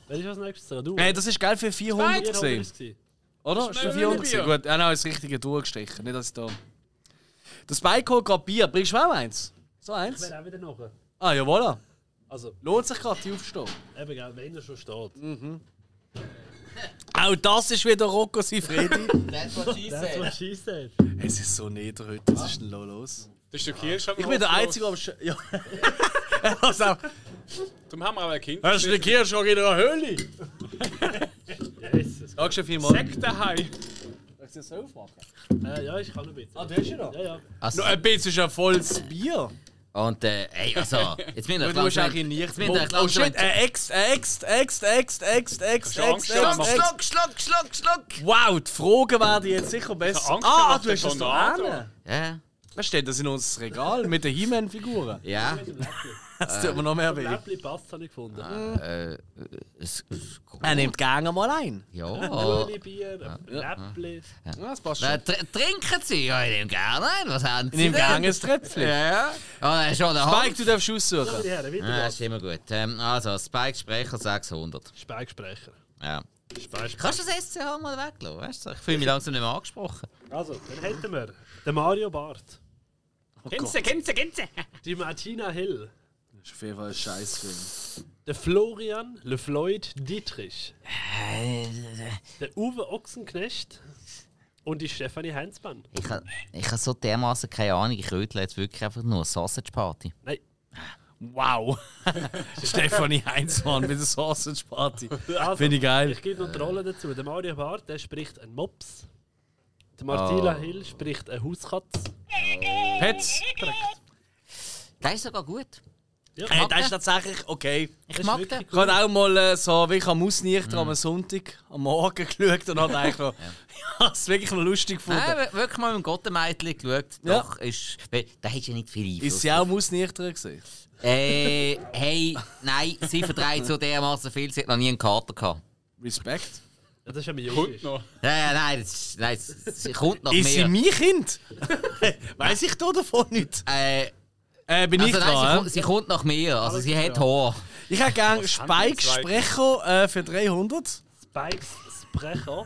ist was nächstes dran? Du? Hey, das ist geil für 400 Jeder hat gesehen. es gesehen. Oder? Ist schon 400 gewesen? Gut, er hat das richtige durchgestichen, nicht dass ich da. Der Spike holt gerade Bier. Bringst du mir auch eins? So eins? Wer auch wieder nachher? Ah, ja, voilà. Also, Lohnt sich gerade, die aufzustehen. eben, gell, wenn er schon steht. Mm. Auch das ist wieder Rocco Sifredi. That's what she That's said. what she said. es ist so nieder heute, was ist denn da los? Das ist der Kirsch. Ich bin der Einzige, der am Sch Ja. Also, Darum haben wir auch ein Kind. Hast du den Kirsch schon in der Höhle? Jesus. Danke schon vielmals. daheim. Soll ich das aufmachen? Äh, ja, ich kann noch ein bisschen. Ah, du hast ja noch. Ja, ja. Also, Noch ein bisschen ist ein volles Bier. und äh, ey, also, jetzt bin ich Du musst langsam- eigentlich nicht. Jetzt bin ich Oh langsam- shit, er äxt, er äxt, er äxt, er äxt, er äxt, er äxt, er äxt, Kannst du er Angst äxt. haben? Schluck, schluck, schluck, schluck. Wow, die Fragen werden jetzt sicher Ich hab besser. Angst Ah, gehabt, du hast das da Tornado. hin. Ja, Was steht das in unser Regal mit den He-Man-Figuren? ja. Das tut mir noch mehr weh. Läppli passt, habe ich gefunden. Ah. Äh, es, es, Er nimmt gerne mal ein. ja. Coole Bier, Läppli. Ja, das passt Na, schon. tr trinken Sie? Ja, ich nehme gerne ein. Was haben Sie Ich nehme denn? gerne ein Tröpfchen. Ja, ja. Oh, schon der Mike, du darfst aussuchen. Die Herren, wieder Ja, Ah, was. ist immer gut. Ähm, also, Spike Sprecher 600. Specksprecher. Ja. Specksprecher. Kannst du das SCH mal weglassen? Weißt du? Ich fühle mich langsam nicht mehr angesprochen. Also, dann hätten wir den Mario Barth, Oh Gänse, Gänse, Gänse. die Martina Hill, Das ist auf jeden Fall ein Scheißfilm. den Florian LeFloid Dietrich, den Uwe Ochsenknecht und die Stefanie Heinzmann. Ich habe ich ha so dermaßen keine Ahnung. Ich rötle jetzt wirklich einfach nur Sausage Party. Nein, Wow. Stefanie Heinzmann mit der Sausage Party. also, Finde ich geil. Ich gebe noch die Rolle dazu. Der Mario Barth, der spricht einen Mops. Die Martina Hill spricht eine Hauskatze. Petz. Das ist sogar gut. Hey, Äh, das ist tatsächlich okay. Ich mag wirklich den. Ich habe auch mal äh, so, wie ich am Ausnicht am Sonntag am Morgen geschaut und habe gedacht, Mhm. ja. ja, das ist wirklich noch lustig gefunden. Nein, wir- wirklich mal mit dem Gottenmeitli geschaut. Ja. Doch, ist. weil Da hast du ja nicht viel Einfluss. ist sie auch am Ausnicht gesehen? Äh, hey, nein, sie verdreht so dermaßen viel. Sie hat noch nie einen Kater gehabt. Respekt. Ja, das ist ein Kommt Junge. noch. Ja, ja, nein, das ist, nein, es- sie kommt noch Ist sie mehr. mein Kind? Weiß ich da davon nicht. Äh, Äh, bin also ich nein, sie, dran? kommt, sie kommt nach mir, also sie hat Haar. hä? Ich hätte gerne haben die zwei? Spike-Sprecher äh, für 300. Spikes Sprecher.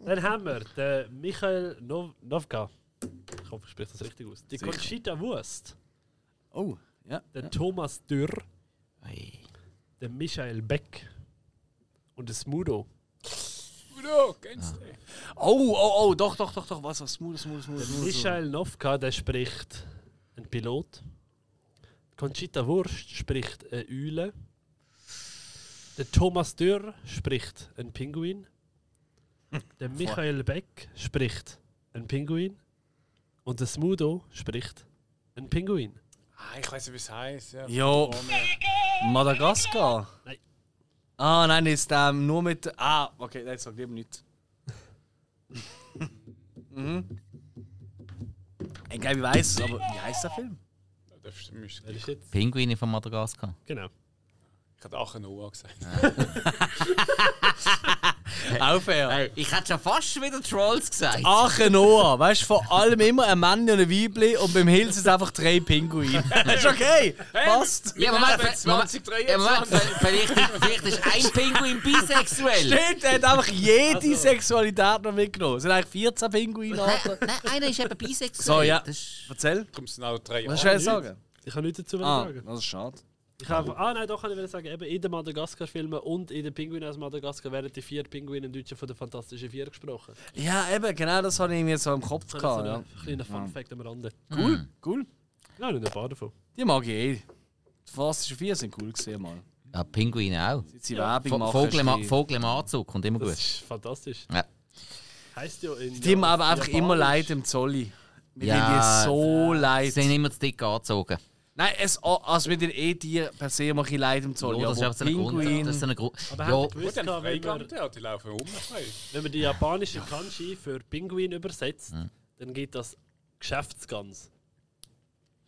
Dann haben wir den Michael Nov Novka. Ich hoffe, ich spreche das richtig aus. Die Conchita Wurst. Oh, ja. Den Thomas Dürr. Ei. Den Michael Beck. Und den Smudo. Udo, Gänse. Oh, oh, oh, doch, doch, doch, doch. Was, was, smooth, smooth, smooth. smooth. Michael Novka, der spricht ein Pilot. Conchita Wurst spricht eine Eule. Der Thomas Dürr spricht ein Pinguin. Der Michael Beck spricht ein Pinguin. Und der Smudo spricht ein Pinguin. Ah, ich weiß nicht, wie es heisst. Ja. Ja. Madagaskar? Nein. Ah, nein, ist ähm, nur mit. Ah, okay, nein, sag lieber nichts. mhm. Ich glaube, ich weiß es, aber wie heißt der Film? Das müsste- Das ist jetzt. Pinguine von Madagaskar. Genau. Ich hätte auch eine Uhr gesagt. Aufhören. Hey, ich hätte schon fast wieder Trolls gesagt. Aachen Noah, weißt du, vor allem immer ein Mann und ein Weibli und beim Hills sind es einfach drei Pinguine. Das ist okay, passt. Ja, Moment, leben vielleicht- Moment, 2023. ja, Moment, vielleicht, vielleicht ist ein Pinguin bisexuell. Stimmt, er hat einfach jede Also. Sexualität noch mitgenommen. Es sind eigentlich 14 Pinguine. Nein, Alter. nein, einer ist eben bisexuell. So, ja. Das ist- Erzähl, Darum sind auch drei was Jahre. soll ich sagen? Ich kann nichts dazu Ah, sagen. das ist schade. Ich kann einfach, ah nein, doch kann ich wieder sagen, eben in den Madagaskar-Filmen und in den Pinguinen aus Madagaskar werden die vier Pinguine im Deutschen von den Fantastischen Vier gesprochen. Ja, eben, genau das habe ich mir so im Kopf Das war gehabt. so Ja. ein kleiner Fun-Fact am Rande. Cool, cool. Nein, nicht ein paar davon. Die mag ich eh. Die Fastischen Vier sind cool gesehen mal. Ja, Pinguine auch. Seit sie Werbung Vo- machen. Vogel, im ist A- die- Vogel im Anzug kommt immer Das gut. ist fantastisch. Ja. Heißt ja in. Die haben aber einfach immer Japanisch- leid im Zolli. Mit Ja, ja, so Sie leid. sind immer zu dick angezogen. Nein, es, also mit den E-Tieren per se mache ich leid im Zolli. Ja, das ist aber einfach so ein Grund. Pinguin. Das ist so ein Grund. Aber Ja, habt ihr Gut, gewusst, dann gehabt, wenn Freigang, man, der, die laufen rum. frei. wenn man die japanische Kanji für Pinguin übersetzt, Mhm. dann geht das Geschäftsgans.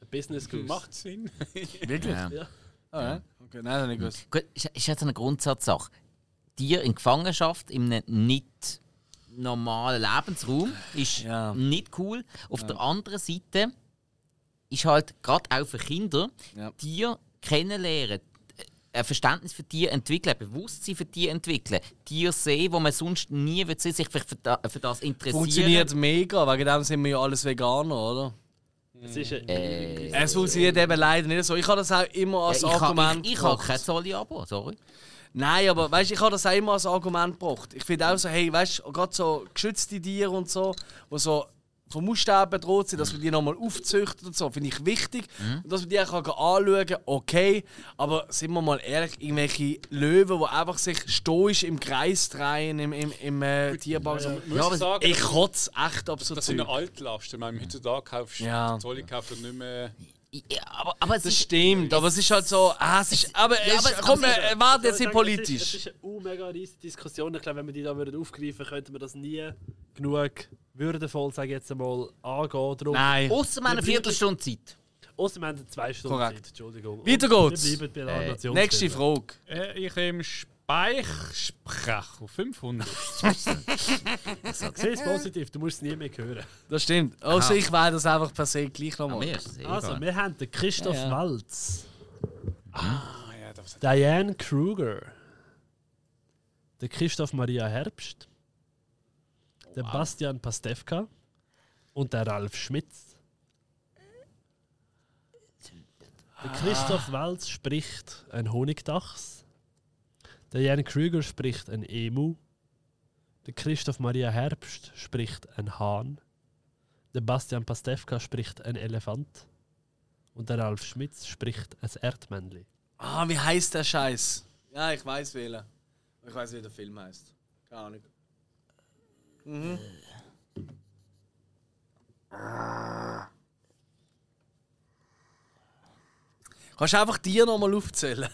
Ein Business Goose. Macht Sinn. Wirklich? Ja. Ja. Ah, ja. Okay, nein, das ist nicht gewusst. gut, ist, ist jetzt eine Grundsatzsache. Tier in Gefangenschaft in einem nicht normalen Lebensraum ist Ja. nicht cool. Auf der anderen Seite ist halt gerade auch für Kinder Ja. Tier kennenlernen, äh, ein Verständnis für Tier entwickeln, ein Bewusstsein für Tier entwickeln, Tier sehen, wo man sonst nie wird sehen, sich vielleicht für, da, für das interessieren. Funktioniert mega, wegen dem sind wir ja alles Veganer, oder? Es ist ein Äh. Es funktioniert eben leider nicht so. Ich habe das auch immer Ja, als ich Argument. habe ich, ich hab gebracht. kein Zolli-Abo, sorry. Nein, aber weißt, ich habe das auch immer als Argument gebracht. Ich finde auch so, hey, weißt du, gerade so geschützte Tiere und so, die so vom Aussterben bedroht sind, dass man die nochmal aufzüchtet und so, finde ich wichtig. Und dass man die auch kann anschauen kann, okay. Aber sind wir mal ehrlich, irgendwelche Löwen, die einfach sich stoisch im Kreis drehen im, im, im äh, Tierpark. so. Muss aber- sagen, Ich kotze echt ab so das sind Zeug. Altlasten. Ich meine, heutzutage kaufst du Ja. Zolli kauft er nicht mehr. Ja, aber, aber es Das ist- stimmt, aber es ist halt so, ah, es ist, aber, Ja, aber es, es- komm, aber äh, warte, Ich jetzt würde nicht sagen, Es politisch. ist, es ist eine uh, mega riesige Diskussion. Ich glaube, wenn wir die da würden aufgreifen, könnten wir das nie genug würdevoll, sage ich jetzt einmal, angehen. Drum. Nein. Ausser meiner Viertelstunde Zeit. Ausser wir haben zwei Stunden Korrekt. Zeit. Entschuldigung. Und Weiter geht's. Äh, Wir bleiben bei der Nation. Nächste Frage. Äh, ich nehme Speichsprecher 500. Sehr positiv, du musst es nie mehr hören. Das stimmt. Also ich wähle das einfach per se gleich Ah, mir nochmal. ist es egal. Also, wir haben den Christoph Ja, ja. Waltz, Ah ja, das Diane Kruger, den Christoph Maria Herbst, den Bastian Pastewka und der Ralf Schmitz. Der Ah. Christoph Waltz spricht ein Honigdachs. Der Jan Krüger spricht ein Emu. Der Christoph Maria Herbst spricht ein Hahn. Der Bastian Pastewka spricht ein Elefant. Und der Ralf Schmitz spricht ein Erdmännli. Ah, wie heißt der Scheiß? Ja, ich weiß wählen. Ich weiß, wie der Film heißt. Keine Ahnung. Mhm. Kannst du einfach dir nochmal aufzählen?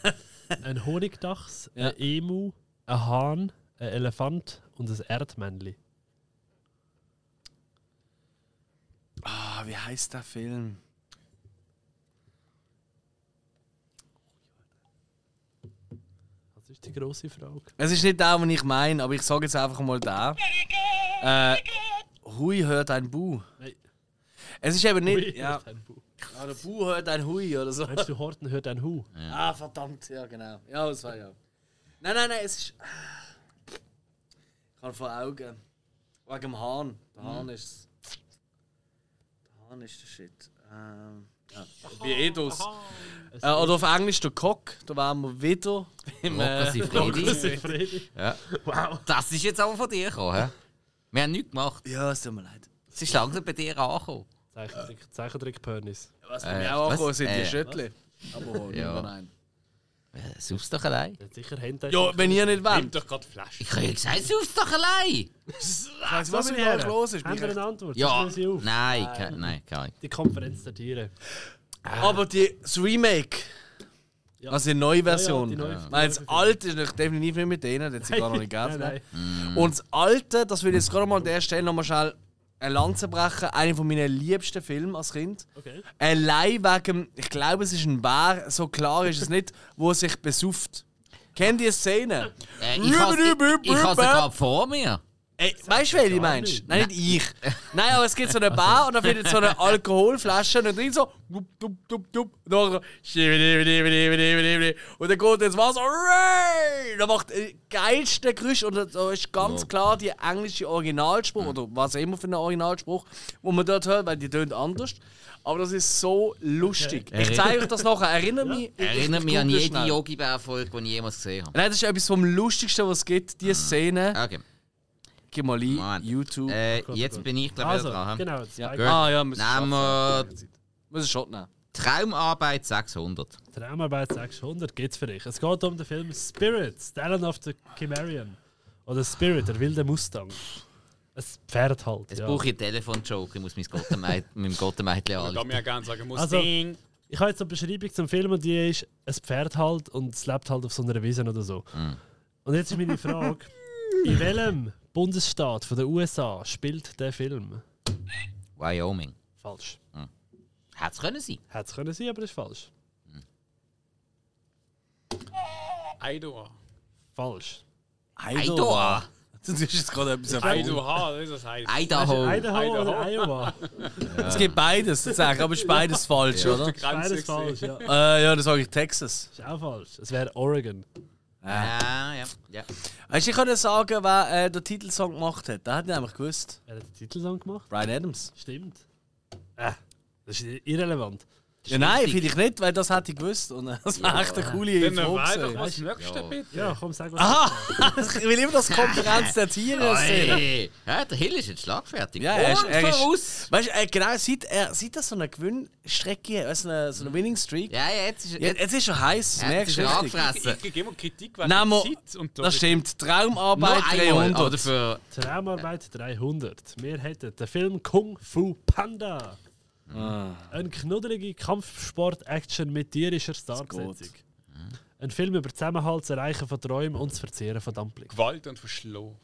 Ein Honigdachs, Ja. ein Emu, ein Hahn, ein Elefant und ein Erdmännli. Ah, wie heißt der Film? Das ist die grosse Frage. Es ist nicht der, den ich meine, aber ich sage jetzt einfach mal den. Äh, Hui hört ein Bu. Nein. Es ist eben nicht. Hui, ja. hört ein Bu. ja, der Bu hört ein Hui oder so. Meinst du, Horten hört ein Hu? Ah, verdammt, ja, genau. Ja, das war ja. Nein, nein, nein, es ist. Ich habe vor Augen. Wegen dem Hahn. Der Hahn ist. Der Hahn ist der Shit. Ähm. Ja. Wie Edos. Äh, oder auf Englisch der Cock. Da wären wir wieder. Beim, Rocker äh, sind Friede. Fredi. Das ist jetzt aber von dir gekommen. hä? Wir haben nichts gemacht. ja, es tut mir leid. Es ist langsam bei dir angekommen. Zeichentrick, Zeichentrick Pörnis. Was Äh, bei mir auch was? angekommen sind, die Äh, Schüttle. Aber Ja. ja. nein. Äh, Sauf's doch allein. Hat sicher Hentai. Ja, wenn ihr nicht Nimm wollt. doch gerade Flash. Ich kann ja gesagt, sauf's doch allein! Ich weiss, was mit euch los ist. Haben wir Michael. eine Antwort? Ja, Sonst löse ich auf. nein, ke- nein, keine Ahnung. Die Konferenz der Tiere. Aber die, das Remake. Also die neue Version. die neue- Ja, die Weil neue das Version. alte ist noch definitiv nicht mit denen, das hat sie gar noch nicht Nein, gegeben. nein. Und das alte, das will ich jetzt gerade mal an der Stelle nochmal schnell eine Lanze brechen, einer von meinen liebsten Filmen als Kind. Okay. Allein wegen, ich glaube, es ist ein Bär, so klar ist es nicht, wo er sich besufft. Kennt ihr die Szene? Äh, ich has- ich- ich has sie gerade vor mir. Ey, weißt du, welche du meinst? Nein, nicht ich. Nein, aber es gibt so eine Bar und da findet so eine Alkoholflasche und dann drin so. Dup, dup, dup, dup, und dann so, schibidi-bidi-bidi-bidi-bidi-bidi. Und dann geht das Wasser. Hooray! Da macht äh, geilste Geräusch und da ist ganz klar die englische Hm. Originalspruch oder was immer für ein Originalspruch, wo man dort hört, weil die tönt anders. Aber das ist so lustig. Ich zeige euch das nachher. Erinnert mich. ich- Erinnert ich mich an google jede schnell. Yogi Bär-Folge, die ich jemals gesehen habe. Nein, das ist etwas vom Lustigsten, was es gibt. Ah. Die Szene. Okay, Gib mal ein, Moment. YouTube. äh, jetzt bin ich glaube ich Also, wieder dran. genau. Ja. Zwei Ah ja, müssen wir Nehmen wir Muss ich schon nehmen. Traumarbeit 600. Traumarbeit 600 geht's für dich. Es geht um den Film Spirit, Stallion of the Chimerian. Oder Spirit, der wilde Mustang. Ein Pferd halt. Jetzt ja. brauche ich einen Telefon-Joke, ich muss mein Gottemeid, meinem Gottemeidchen Da anrufen. mir ja gerne sagen muss, Also- Ding. Ich habe jetzt eine Beschreibung zum Film und die ist, es Pferd halt und es lebt halt auf so einer Wiese oder so. Und jetzt ist meine Frage, in welchem Bundesstaat von den USA spielt der Film? Wyoming. Falsch. Hätte es können sein. Hätte es können sein, aber ist falsch. Eidoha. Falsch. Idaho. Du tust jetzt gerade etwas erfunden. Eidoha, das ist das heißt. Oh. Idaho. Idaho, Idaho. oder Iowa? Es gibt beides sozusagen, aber es ist beides falsch, oder? Beides falsch, ja. Äh, ja, dann sage ich Texas. Ist auch falsch. Es wäre Oregon. Ah, ja. ja. Weißt du, ich kann dir sagen, wer äh, den Titelsong gemacht hat. Der hat ihn nämlich gewusst. Wer hat den Titelsong gemacht? Brian Adams. Stimmt. Äh, das ist irrelevant. Ja, nein, finde ich nicht, weil das hätte ich gewusst. Und äh, das war echt eine coole Dann weiß doch Frage. was nächste Ja. bitte. Ja, komm, sag was. Aha! Ich will immer das Konkurrenz der Tiere sehen. Hey, ja, der Hill ist jetzt schlagfertig. Ja, er ist- er ist- Unverwusst. Weißt du, äh, genau, seit, er, seit er so eine Gewinnstrecke, äh, so eine, so eine Winning Streak. Ja, ja, jetzt ist Jetzt, jetzt, jetzt ist er heiß, jetzt, merkst ist du er richtig. angefressen. Ich gebe immer Kritik Nein, wegen mo- der Zeit und Das stimmt. Nur Traumarbeit einmal, 300. aber dafür... Traumarbeit 300. Wir hätten den Film Kung Fu Panda. Ein knuddelige Kampfsport-Action mit tierischer Starbesetzung. Ein Film über Zusammenhalt, das Erreichen von Träumen und das Verzehren von Dumplings. Gewalt und Verschlau.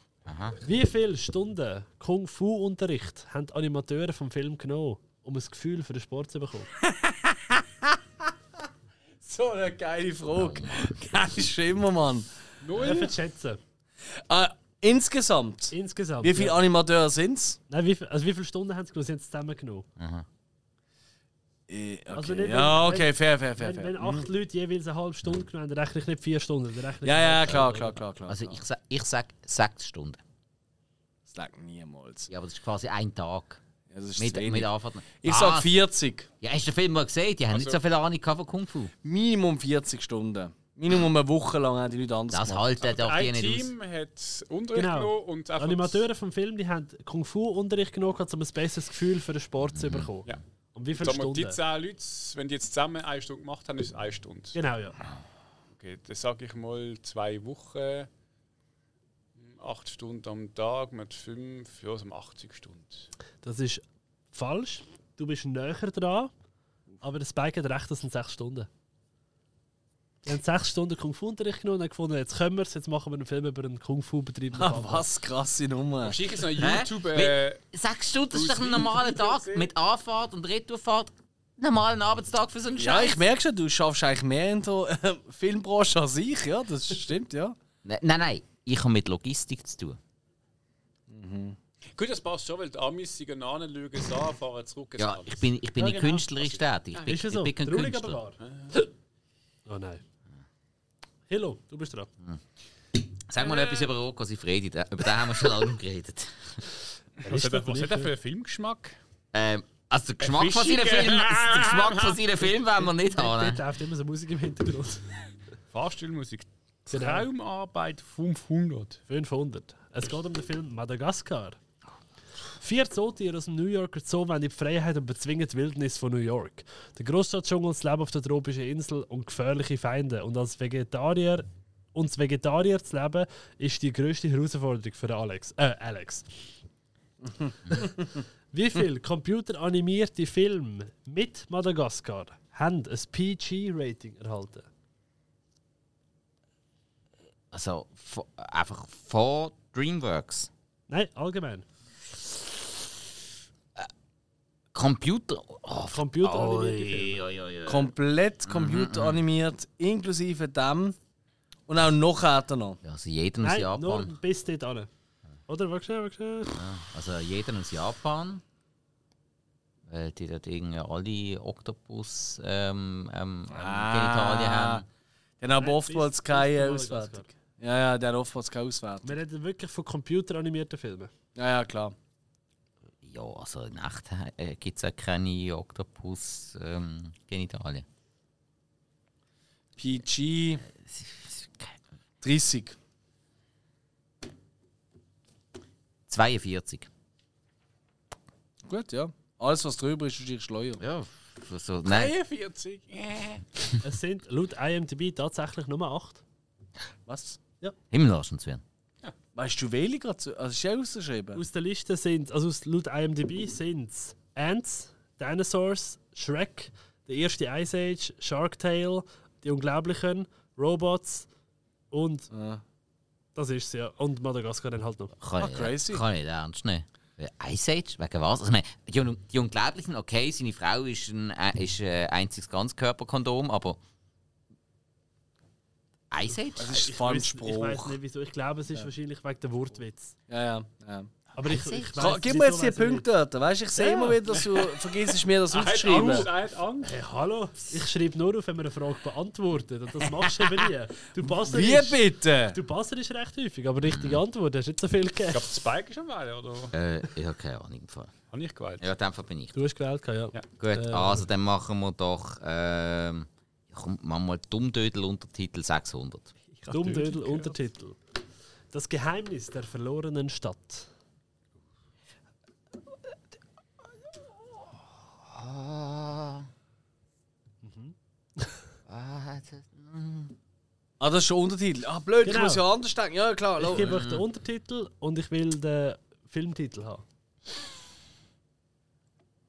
Wie viele Stunden Kung-Fu-Unterricht haben die Animateure vom Film genommen, um ein Gefühl für den Sport zu bekommen? So eine geile Frage. Kein Schimmer, Mann. Darf Null. ich schätzen? Äh, insgesamt, Insgesamt. wie viele ja. Animateure sind es? Nein, wie, viel- also wie viele Stunden haben sie genommen? Sie haben es zusammengenommen. Also nicht, Eh, Ja, wenn- okay, fair, fair, fair. Wenn, wenn fair. Mhm. acht Leute jeweils eine halbe Stunde genommen haben, dann rechne ich nicht vier Stunden. Dann rechne ich Ja, ja, klar, klar, klar. klar. Also ich, sa- ich sage sechs Stunden. das lag niemals. Ja, aber das ist quasi ein Tag. Ja, das ist Mit, Ah. zu wenig. mit Anfang. ich Was? sag Also- 40. Ja, hast du den Film mal gesehen? Die haben nicht so viel Ahnung gehabt von Kung Fu. Minimum 40 Stunden. Minimum eine Woche lang haben die Leute anders Das gemacht. halten darf die Ein nicht aus. Team hat Unterricht Genau. genommen und Die einfach... Animateure vom Film die haben Kung-Fu-Unterricht genommen, um ein besseres Gefühl für den Sport zu bekommen. Mhm. Ja. Und wie viele Sagen wir, die Stunden? 10 Leute, wenn die jetzt zusammen eine Stunde gemacht haben, ist es eine Stunde. Genau, ja. Okay, dann sage ich mal zwei Wochen, acht Stunden am Tag mit fünf, ja, so 80 Stunden. Das ist falsch. Du bist näher dran. Aber das Spike hat recht, das sind sechs Stunden. Die haben sechs Stunden Kung-Fu-Unterricht genommen und haben gefunden, jetzt können wir es, jetzt machen wir einen Film über einen Kung-Fu-Betrieb. Ah, was krasse Nummer. Wahrscheinlich ist noch Hä? YouTube. Äh, Sechs Stunden das ist doch ein normaler Tag mit Anfahrt und Retourfahrt. Normalen Arbeitstag für so einen Ja, Scheiß. ich merke schon, du schaffst eigentlich mehr in der äh, Filmbranche als ich, ja, das stimmt, ja. nein, Ne, nein, nein, ich habe mit Logistik zu tun. gut, das passt schon, weil die Amis sich an, schauen es an, fahren zurück. es Ja, alles. ich bin, ich bin Ja, nicht genau. künstlerisch tätig. Ich bin, Ist ja so. ich bin kein Traurig, aber Künstler. wahr. Oh nein. Hello, du bist dran. Sag mal etwas über Rocco Sifredi, da- über den haben wir schon lange geredet. was hat, er- was hat er für einen Filmgeschmack? Ähm, also den Geschmack von seinen Fischiger. Filmen, den Geschmack von seinen Filmen wollen wir nicht haben. Dort ne? läuft immer so Musik im Hintergrund. Fahrstillmusik. Genau. Traumarbeit 500. 500. Es geht um den Film Madagaskar. Vier Zootiere aus dem New Yorker Zoo wollen in die Freiheit und bezwingen die Wildnis von New York. Der Großstadtdschungel das Leben auf der tropischen Insel und gefährliche Feinde. Und als Vegetarier und als Vegetarier zu leben, ist die größte Herausforderung für Alex. Äh, Alex. Wie viele computeranimierte Filme mit Madagaskar haben ein PG-Rating erhalten? Also vo- einfach vor DreamWorks. Nein, allgemein. Computer. Oh, Computeranimierte Filme. oi, oi, oi, oi. Mhm, Komplett computeranimiert, inklusive dem. Und auch noch hat er noch. Also jeden aus Nein, Japan. nur bis dort an. Oder? Warte schnell, warte schnell. Also jeden aus Japan. Weil die dort irgendwie alle Oktopus ähm, ähm, Ah, Genitalien haben. Der hat aber Nein, oftmals bis- bis keine zum Auswertung. Madagaskar. Ja, ja, der hat oftmals keine Auswertung. Wir reden wirklich von computeranimierten Filmen. Ja, ja, klar. Ja, also in echt äh, gibt es auch keine Oktopus ähm, Genitalien. PG Es ist- 30. 42. Gut, ja. Alles, was drüber ist, ist die Schleuer. Ja, so, nein. 43. Es sind laut IMDb tatsächlich nur 8. Was? Himmel lassen Weißt du, welche gerade zu. Also, ist ja ausgeschrieben. Aus der Liste sind, also aus- laut IMDb sind es Ants, Dinosaurs, Shrek, der erste Ice Age, Shark Tale, die Unglaublichen, Robots und Ah. das ist ja. Und Madagaskar dann halt noch. Kann, Ah, ich- crazy. kann ich nicht ernst nehmen. Weil Ice Age? Wegen was? Also, ich meine, die, Un- die Unglaublichen, okay, seine Frau ist ein, äh, ist ein einziges Ganzkörperkondom, aber. Ice Age? Das ist ein Ich weiß Formspruch. nicht wieso. Ich glaube, es ist wahrscheinlich wegen der Wortwitz. Ja, ja. ja. Aber ich, ich Ka- weiß Gib mir wieso jetzt die weiss ich Punkte dort. Weißt du, ich sehe immer wieder, dass du vergisst, mir das Er hat Angst, aufzuschreiben. er hat Angst. Hey, Äh, hallo, ich schreibe nur auf, wenn wir eine Frage beantwortet. Und das machst du eben nie. Du Wie Mhm. passerst, bitte? du passerst recht häufig, aber richtige Antwort hast du nicht so viel Ich gegeben. glaube, Spike ist am Wählen, oder? Äh, ich habe keine Ahnung. im Fall. Habe ich gewählt. Ja, in dem Fall bin ich. Du hast gewählt, ja. ja. Gut, also dann machen wir doch. Ähm, ja, komm, machen wir Dummdödel Untertitel 600. Dummdödel, Untertitel. Das Geheimnis der verlorenen Stadt. Ah, das ist schon Untertitel. Ah, blöd, ich Genau. muss ja anders denken. Ja, klar. Ich lo- gebe euch den Untertitel und ich will den Filmtitel haben.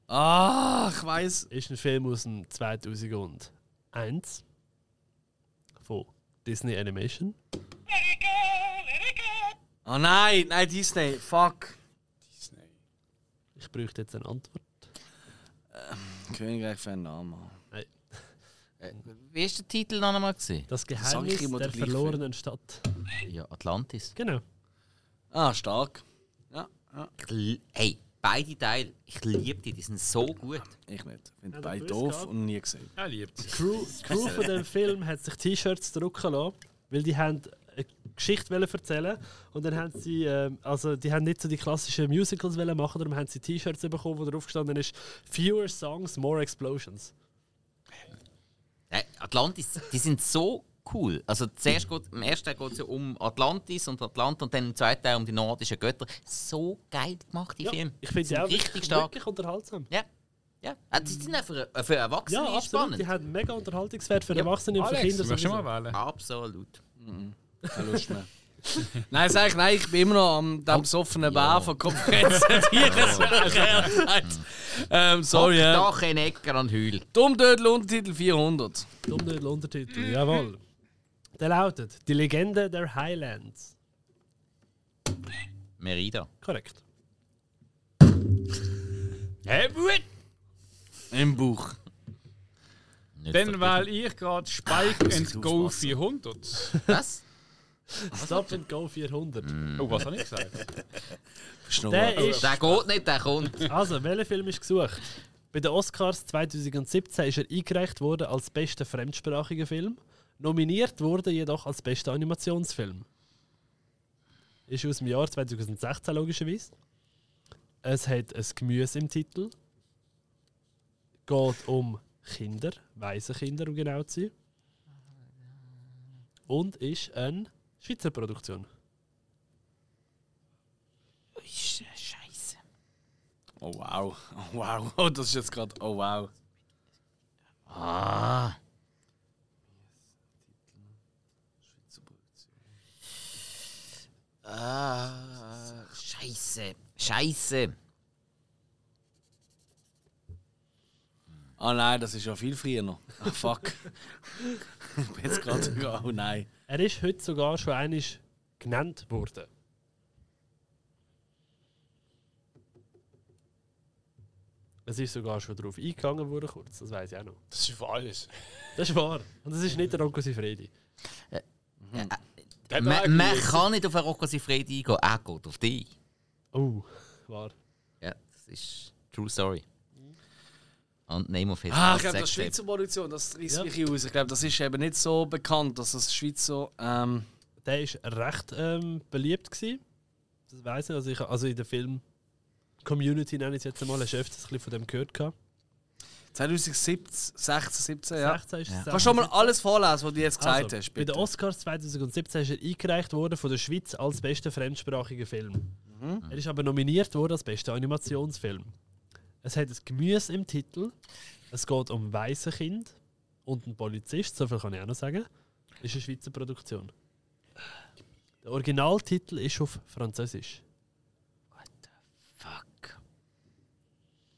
Ah, ich weiß. Ist ein Film aus dem 2001 von Disney Animation. Ah, nein, nein, Disney. Fuck. Ich bräuchte jetzt eine Antwort. Königreich für einen Namen. Wie war der Titel noch einmal? gewesen? Das sag ich Geheimnis immer der den gleichen verlorenen Stadt. Ja, Atlantis. Genau. Ah, stark. Ja, ja. Ich l- Hey, beide Teile, ich liebe die, die sind so gut. Ich nicht. Ich finde Ja, beide der Grüß doof Gott. und nie gesehen. Er liebt Die Crew, die Crew von dem Film hat sich T-Shirts drucken lassen, weil die haben eine Geschichte wollen erzählen und dann haben sie, ähm, also die haben nicht so die klassischen Musicals wollen machen, darum haben sie T-Shirts bekommen, wo drauf gestanden ist Fewer Songs, More Explosions. Hey, Atlantis, die sind so cool. Also zuerst geht, im ersten Teil geht es ja um Atlantis und Atlant und dann im zweiten Teil um die nordischen Götter. So geil gemacht, die Filme. ich finde Die sie sind auch richtig wirklich, stark. wirklich unterhaltsam. Ja. ja. Ah, Die sind auch für, für Ja, Erwachsene absolut. spannend. Die haben mega Unterhaltungswert für Ja. Erwachsene und für Alex, Kinder. du wirst schon sowieso. mal wählen. Absolut. Keine Lust mehr. nein, sag ich, nein, ich bin immer noch am dem besoffenen Bär von Konferenz Tiergesundheit. ähm, sorry, ja. Also, Da kein Ecker an Hühl. Dummdödel Untertitel 400. Dummdödel Untertitel, Mhm. jawohl. Der lautet Die Legende der Highlands. Merida. Korrekt. Im Buch. Nicht Ah, Dann verglichen. wähle ich gerade Spike and Go aufpassen. 400. Was? Mhm. Stop and Go 400. Hm. Oh, was habe ich gesagt? Der Schnurren. ist Der geht nicht, der kommt. Also, welcher Film ist gesucht? Bei den Oscars 2017 ist er eingereicht worden als bester fremdsprachiger Film. Nominiert wurde jedoch als bester Animationsfilm. Ist aus dem Jahr 2016 logischerweise. Es hat ein Gemüse im Titel. Geht um Kinder, weise Kinder, um genau zu sein. Und ist eine Schweizer Produktion. Scheiße. Oh wow, oh wow, oh, das ist jetzt gerade, oh wow. Ah. Ah, Scheiße, Scheiße. Ah nein, das ist ja viel früher noch. Ah, fuck. ich bin jetzt gerade, oh nein. Er ist heute sogar schon einmal genannt worden. Es ist sogar schon darauf eingegangen worden, kurz, das weiß ich auch noch. Das ist für alles. Das ist wahr. Und das ist nicht der Onkel Sifredi. Mhm. Der hat auch Äh, Man, man gewusst. kann nicht auf einen Rocco Siffredi eingehen, er geht auf dich. Oh, wahr. Ja, das ist true story. Und Name of His Ah, ich Last glaube, das Sex Schweizer Produktion, das reißt mich aus. Ich glaube, das ist eben nicht so bekannt, dass das Schweizer. Ähm, Der ist recht ähm, beliebt gewesen. Das weiß ich. Also, ich, also in der Film-Community nenne ich es jetzt mal. Hast du öfters ein bisschen von dem gehört? gehabt? 2017, 16, 17, ja. 16 ist es Kannst du schon mal 16. alles vorlesen, was du jetzt gesagt Also, hast, bei bitte? den Oscars 2017 ist er eingereicht worden von der Schweiz als bester fremdsprachiger Film. Er ist aber nominiert worden als bester Animationsfilm. Es hat ein Gemüse im Titel. Es geht um weiße Kind und einen Polizist, so viel kann ich auch noch sagen. Ist eine Schweizer Produktion. Der Originaltitel ist auf Französisch. Fuck.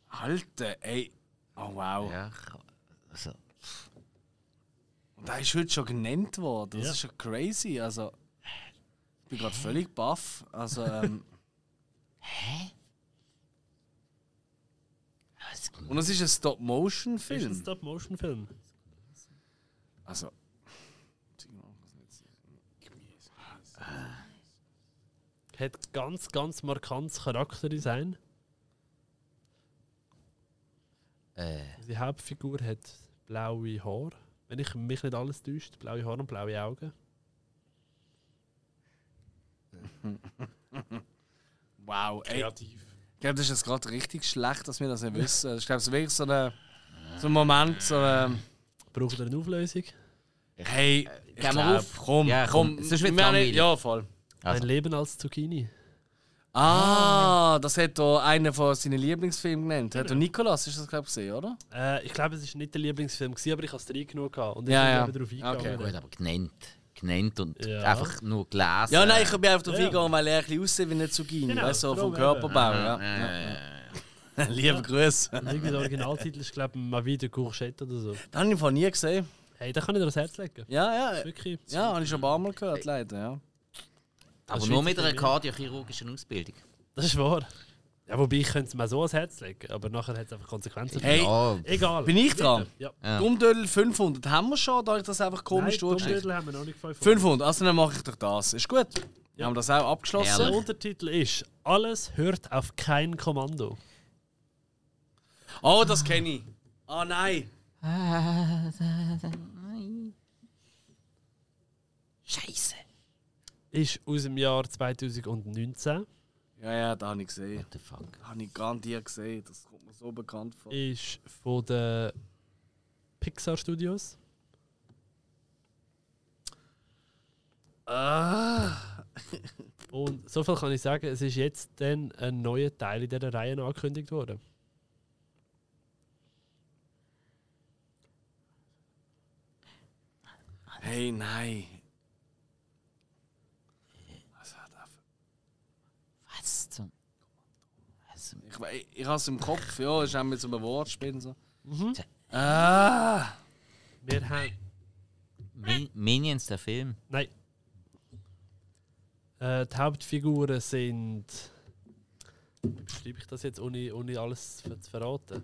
Alter, ey. Oh wow. Ja, ich- also, Und der ist heute schon genannt worden. Das Ja. ist schon crazy. Also, ich bin gerade völlig baff. Also, ähm, was- und es ist ein Ist ein Stop-Motion-Film. Stop-Motion-Film. Also. Hat ganz, ganz markantes Charakterdesign. äh, Die Hauptfigur hat blaue Haare, wenn ich mich nicht alles täuscht. Blaue Haare und blaue Augen. Wow, ey. Kreativ. Ich glaube, das ist jetzt gerade richtig schlecht, dass wir das nicht wissen. Ich glaube, es ist wirklich so ein, so ein Moment, so ein. Braucht er eine Auflösung? Hey, ich gehen wir glaub, auf? Komm, Ja, komm, komm, sonst wird's wir haben- langweilig. Ja, voll. Also. Ein Leben als Zucchini. Ah, das hat da einer von seinen Lieblingsfilmen genannt. Hat der Nikolas ist das, glaube ich, gesehen, oder? Äh, ich glaube, es war nicht der Lieblingsfilm, gewesen, aber ich habe es reingenommen gehabt und ich Ja, bin ja. eben darauf Okay, eingegangen. gut, aber genannt. Genannt und Ja. einfach nur gelesen. Ja, nein, ich bin einfach drauf Ja. eingegangen, weil er ein bisschen aussieht wie eine Zucchini. Genau, weißt du, so vom darum Körperbau. Ja. Äh, Liebe Grüße. Und irgendwie der Originaltitel ist, glaube ich, mal wieder Courgette oder so. Das habe ich im Fall nie gesehen. Hey, den kann ich dir ans Herz legen. Ja, ja. Wirklich. Ja, habe ich schon ein paar Mal gehört, leider. Ja. aber Das Schweizer nur mit einer Film, ja. kardiochirurgischen Ausbildung. Das ist wahr. Ja, wobei, ich könnte es mir so ans Herz legen, aber nachher hat es einfach Konsequenzen. Hey, Ja, Egal. bin ich dran? Weiter. Ja. Ja. Dummdödel 500 haben wir schon, da habe ich das einfach Nein, komisch durchgeschrieben. Dummdödel haben wir noch nicht gefunden. 500, also dann mache ich doch das. Ist gut. Wir haben das auch abgeschlossen. Der Herrlich. Untertitel ist «Alles hört auf kein Kommando». Oh, das kenne ich. Ah, nein. Scheiße. Ist aus dem Jahr 2019. Ja, ja, da habe ich gesehen. What the fuck? Da habe ich garantiert gesehen. Das kommt mir so bekannt vor. Ist von den Pixar Studios. Ah. Und so viel kann ich sagen, es ist jetzt dann ein neuer Teil in dieser Reihe noch angekündigt worden. Hey, nein. Was hat er für- Was zum. Was zum- Ich, we- ich habe es im Kopf, ja, ist auch mit so einem Wortspiel und so. Tja. Ah! Wir haben... Min Minions, der Film. Nein. Äh, die Hauptfiguren sind... Wie beschreibe ich das jetzt, ohne, ohne alles ver- zu verraten?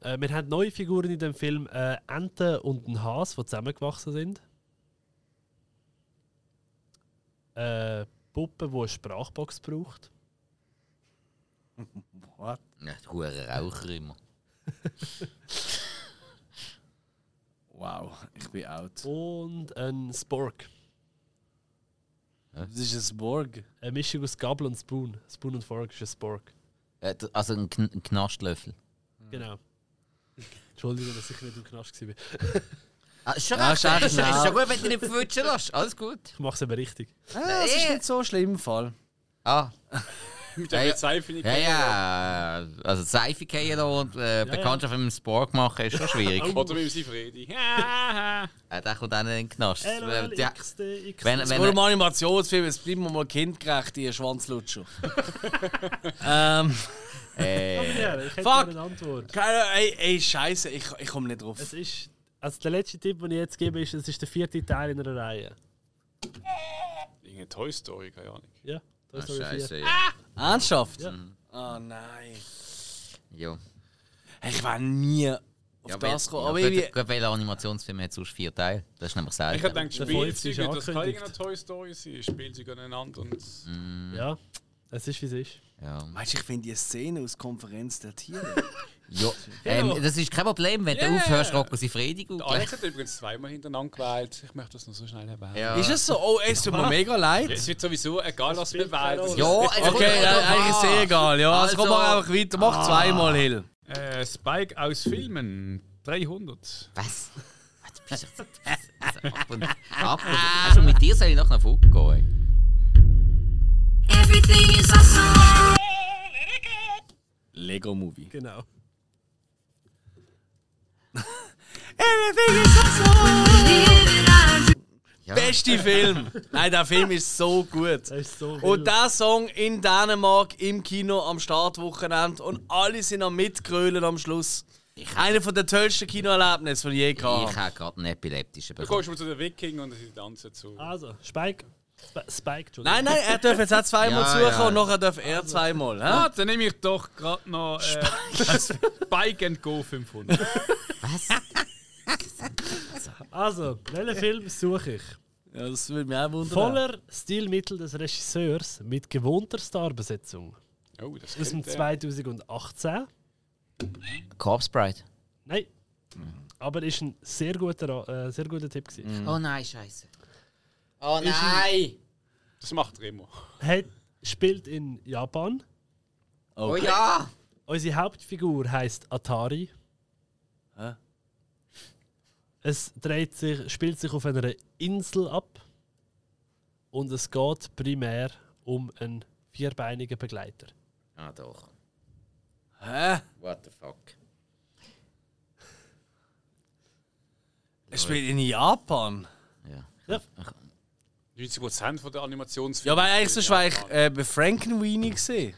Äh, wir haben neue Figuren in dem Film. Äh, Ente und ein Has, die zusammengewachsen sind. Äh, Puppe, die eine Sprachbox braucht. What? Ja, der hure Raucher immer. Wow, ich bin out. Und ein Spork. Das ist ein Borg. Eine Mischung aus Gabel und Spoon. Spoon und Fork ist ein Spork. Äh, d- Also ein, Kn ein Knastlöffel. Genau. Entschuldigung, dass ich nicht im Knast war. Ah, ist schon Ja, ist recht. echt Ist, ist genau. schon gut, wenn du nicht verwutschen lässt. Alles gut. Ich mache es aber richtig. Ah, das ist nicht so schlimm im Fall. Ah, mit der Seife nicht Ja, ja. Also Seife gehen und äh, Bekanntschaft mit dem Sport machen ist schon schwierig. Oder mit dem Seifredi. Ja, Äh, der kommt auch nicht in den Knast. Äh, die- LOLXDX. Wenn, Vor dem wenn, um Animationsfilm, jetzt bleiben wir mal kindgerecht, ihr Schwanzlutscher. Ähm, äh, Ja, ich hätte Fuck. gerne eine Antwort. Keine Ahnung, ey, ey, scheiße, ich, ich komme nicht drauf. Es ist. Also der letzte Tipp, den ich jetzt gebe, ist, es ist der vierte Teil in einer Reihe. Irgendeine Toy Story, keine Ahnung. Ja, das ist Story vier. Ah, Scheiße, ja. Ernsthaft? Ja. Mhm. Oh nein. ja. Hey, Ich war nie auf das gekommen. Aber ja, irgendwie. gut, gut, welcher Animationsfilm hat sonst vier Teile? Das ist nämlich Ich habe selten. gedacht, Der Wolf ist Spielzeuge, das kann angekündigt. irgendeine Toy Story sein. Spielzeuge aneinander und. Hm. Ja, es ist wie es ist. Ja. Weißt du, ich finde die Szene aus Konferenz der Tiere. Ja. Ähm, das ist kein Problem, wenn du aufhörst, rocken sie Friedig Der auf. Alex hat Ah, übrigens zweimal hintereinander gewählt. Ich möchte das noch so schnell erwähnen. Ja. Ist es so? Oh, ey, es tut mir mega leid. Also, Es wird sowieso egal, was spielt wir keine wählen. Ja, es kommt Okay, drauf ja, eigentlich ist an. eh egal. Ja, also, Also- komm mal einfach weiter. Mach zweimal Hill. Äh, Spike aus Filmen. 300. Was? Was bist du? Also, ab und ab. Und, also mit dir soll ich noch nach Fug gehen. Everything is awesome. Lego Movie. Genau. Everything is awesome. Live it out. Ja. Beste Film. Nein, der Film ist so gut. Das ist so Und wild. der Song in Dänemark im Kino am Startwochenende und alle sind am Mitgrölen am Schluss. Einer von den tollsten Kinoerlebnissen, die ich je Ich gehabt habe. habe gerade einen epileptischen Du bekommen. kommst mal zu den Wiking und sie tanzen zu. Ah. Also, Spike. Sp Spike, Entschuldigung. Nein, nein, er darf jetzt auch zweimal Ja, suchen ja. und nachher darf er zweimal. hä? Ah, dann nehme ich doch gerade noch äh, Spike and Go 500. Also, welchen Film suche ich? Ja, das würde mich auch wundern. Voller Stilmittel des Regisseurs mit gewohnter Starbesetzung. Oh, das Aus dem könnte- 2018. Corpse Bride. Nein. Mhm. Aber ist ein sehr guter, äh, sehr guter Tipp. Gewesen. Mhm. Oh nein, scheiße. Oh nein! Das macht er immer. Hat, spielt in Japan. Oh ja! Unsere Hauptfigur heißt Atari. Hä? Es dreht sich, spielt sich auf einer Insel ab. Und es geht primär um einen vierbeinigen Begleiter. Ah doch. Hä? What the fuck? Er spielt in Japan. Ja. Ja. 90% von der Animationsfilme. Ja, weil eigentlich sind sonst war ich Japan. äh, bei Frankenweenie gesehen.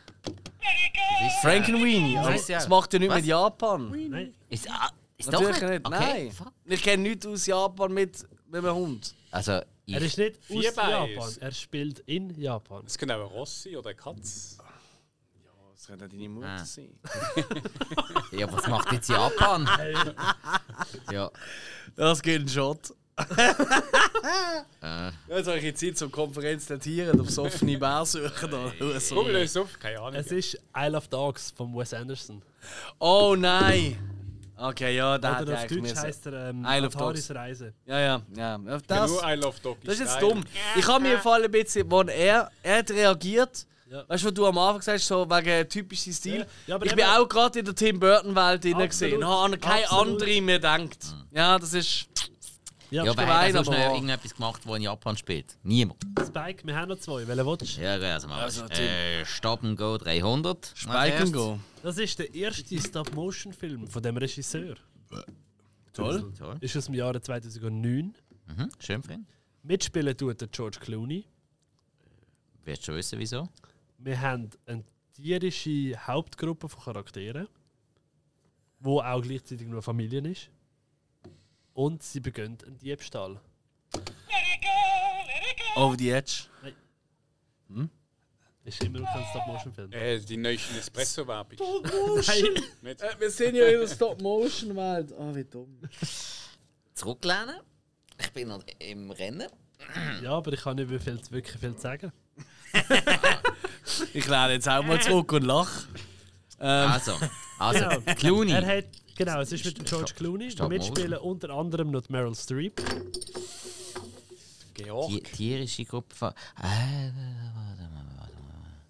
Frankenweenie. Weiss Also, ja. das macht ja nichts Was? mit Japan. Nein. Ist, ah, ist doch Natürlich nicht. Okay. Nein. fuck. Wir kennen nichts aus Japan mit, mit einem Hund. Also, ich, Er ist nicht aus Vierbeins. Japan, er spielt in Japan. Es könnte auch ein Ross sein oder eine Katz. Das könnte auch deine Mutter Ah. sein. ja, was macht jetzt Japan? ja, Das geht ein Shot. Jetzt habe ich jetzt Zeit zum Konferenz der Tiere und aufs offene Bär suchen. da. Guck mal, löst auf. Keine Ahnung. Es ist Isle of Dogs von Wes Anderson. Oh nein! Okay, ja, da Ah, hat Oder er auf eigentlich Deutsch müssen. heißt er ähm, Isle of Ataris Dogs. Reise. Ja, ja, ja. Auf Ja, das, Nur I Love Doggy. das ist jetzt Style. dumm. Ich habe mir im Fall ein bisschen, wo er, er hat reagiert. Ja. Weißt du, was du am Anfang sagst, so wegen typischem Stil. Ja, ja, aber ich bin eben- auch gerade in der Tim Burton-Welt drin Absolut, gesehen. Da habe keine absolut. andere mir gedacht. Ja, das ist. ja bin wer hat ein, sonst noch aber- irgendetwas gemacht, das in Japan spielt? Niemand. Spike, wir haben noch zwei. Welchen willst du? Ja, okay, also mal. Also, äh, Stop and Go 300. Spike and Go. Das ist der erste Stop-Motion-Film von dem Regisseur. Toll. Toll. Ist aus dem Jahre 2009. Mhm. Schön, Freund. Mitspielen tut der George Clooney. Wirst schon wissen, wieso. Wir haben eine tierische Hauptgruppe von Charakteren, wo auch gleichzeitig nur Familien ist. Und sie begönnt einen Diebstahl. Over the Edge. Ist immer noch ein Stop-Motion-Film. Äh, die neuesten Espresso-Werbung. Nein. Nicht? Äh, Wir sind ja in der Stop-Motion-Welt. Ah, Oh, wie dumm. Zurücklehnen. Ich bin noch im Rennen. Ja, aber ich kann nicht mehr viel, wirklich viel zu sagen. Ich lerne jetzt auch mal zurück und lache. Also, also Genau. Clooney. Er hat, genau, es ist mit dem George Stop- Clooney. Stop Motion. Mitspielen unter anderem noch die Meryl Streep. Georg. Die tierische Gruppe von. Äh, warte mal, warte mal.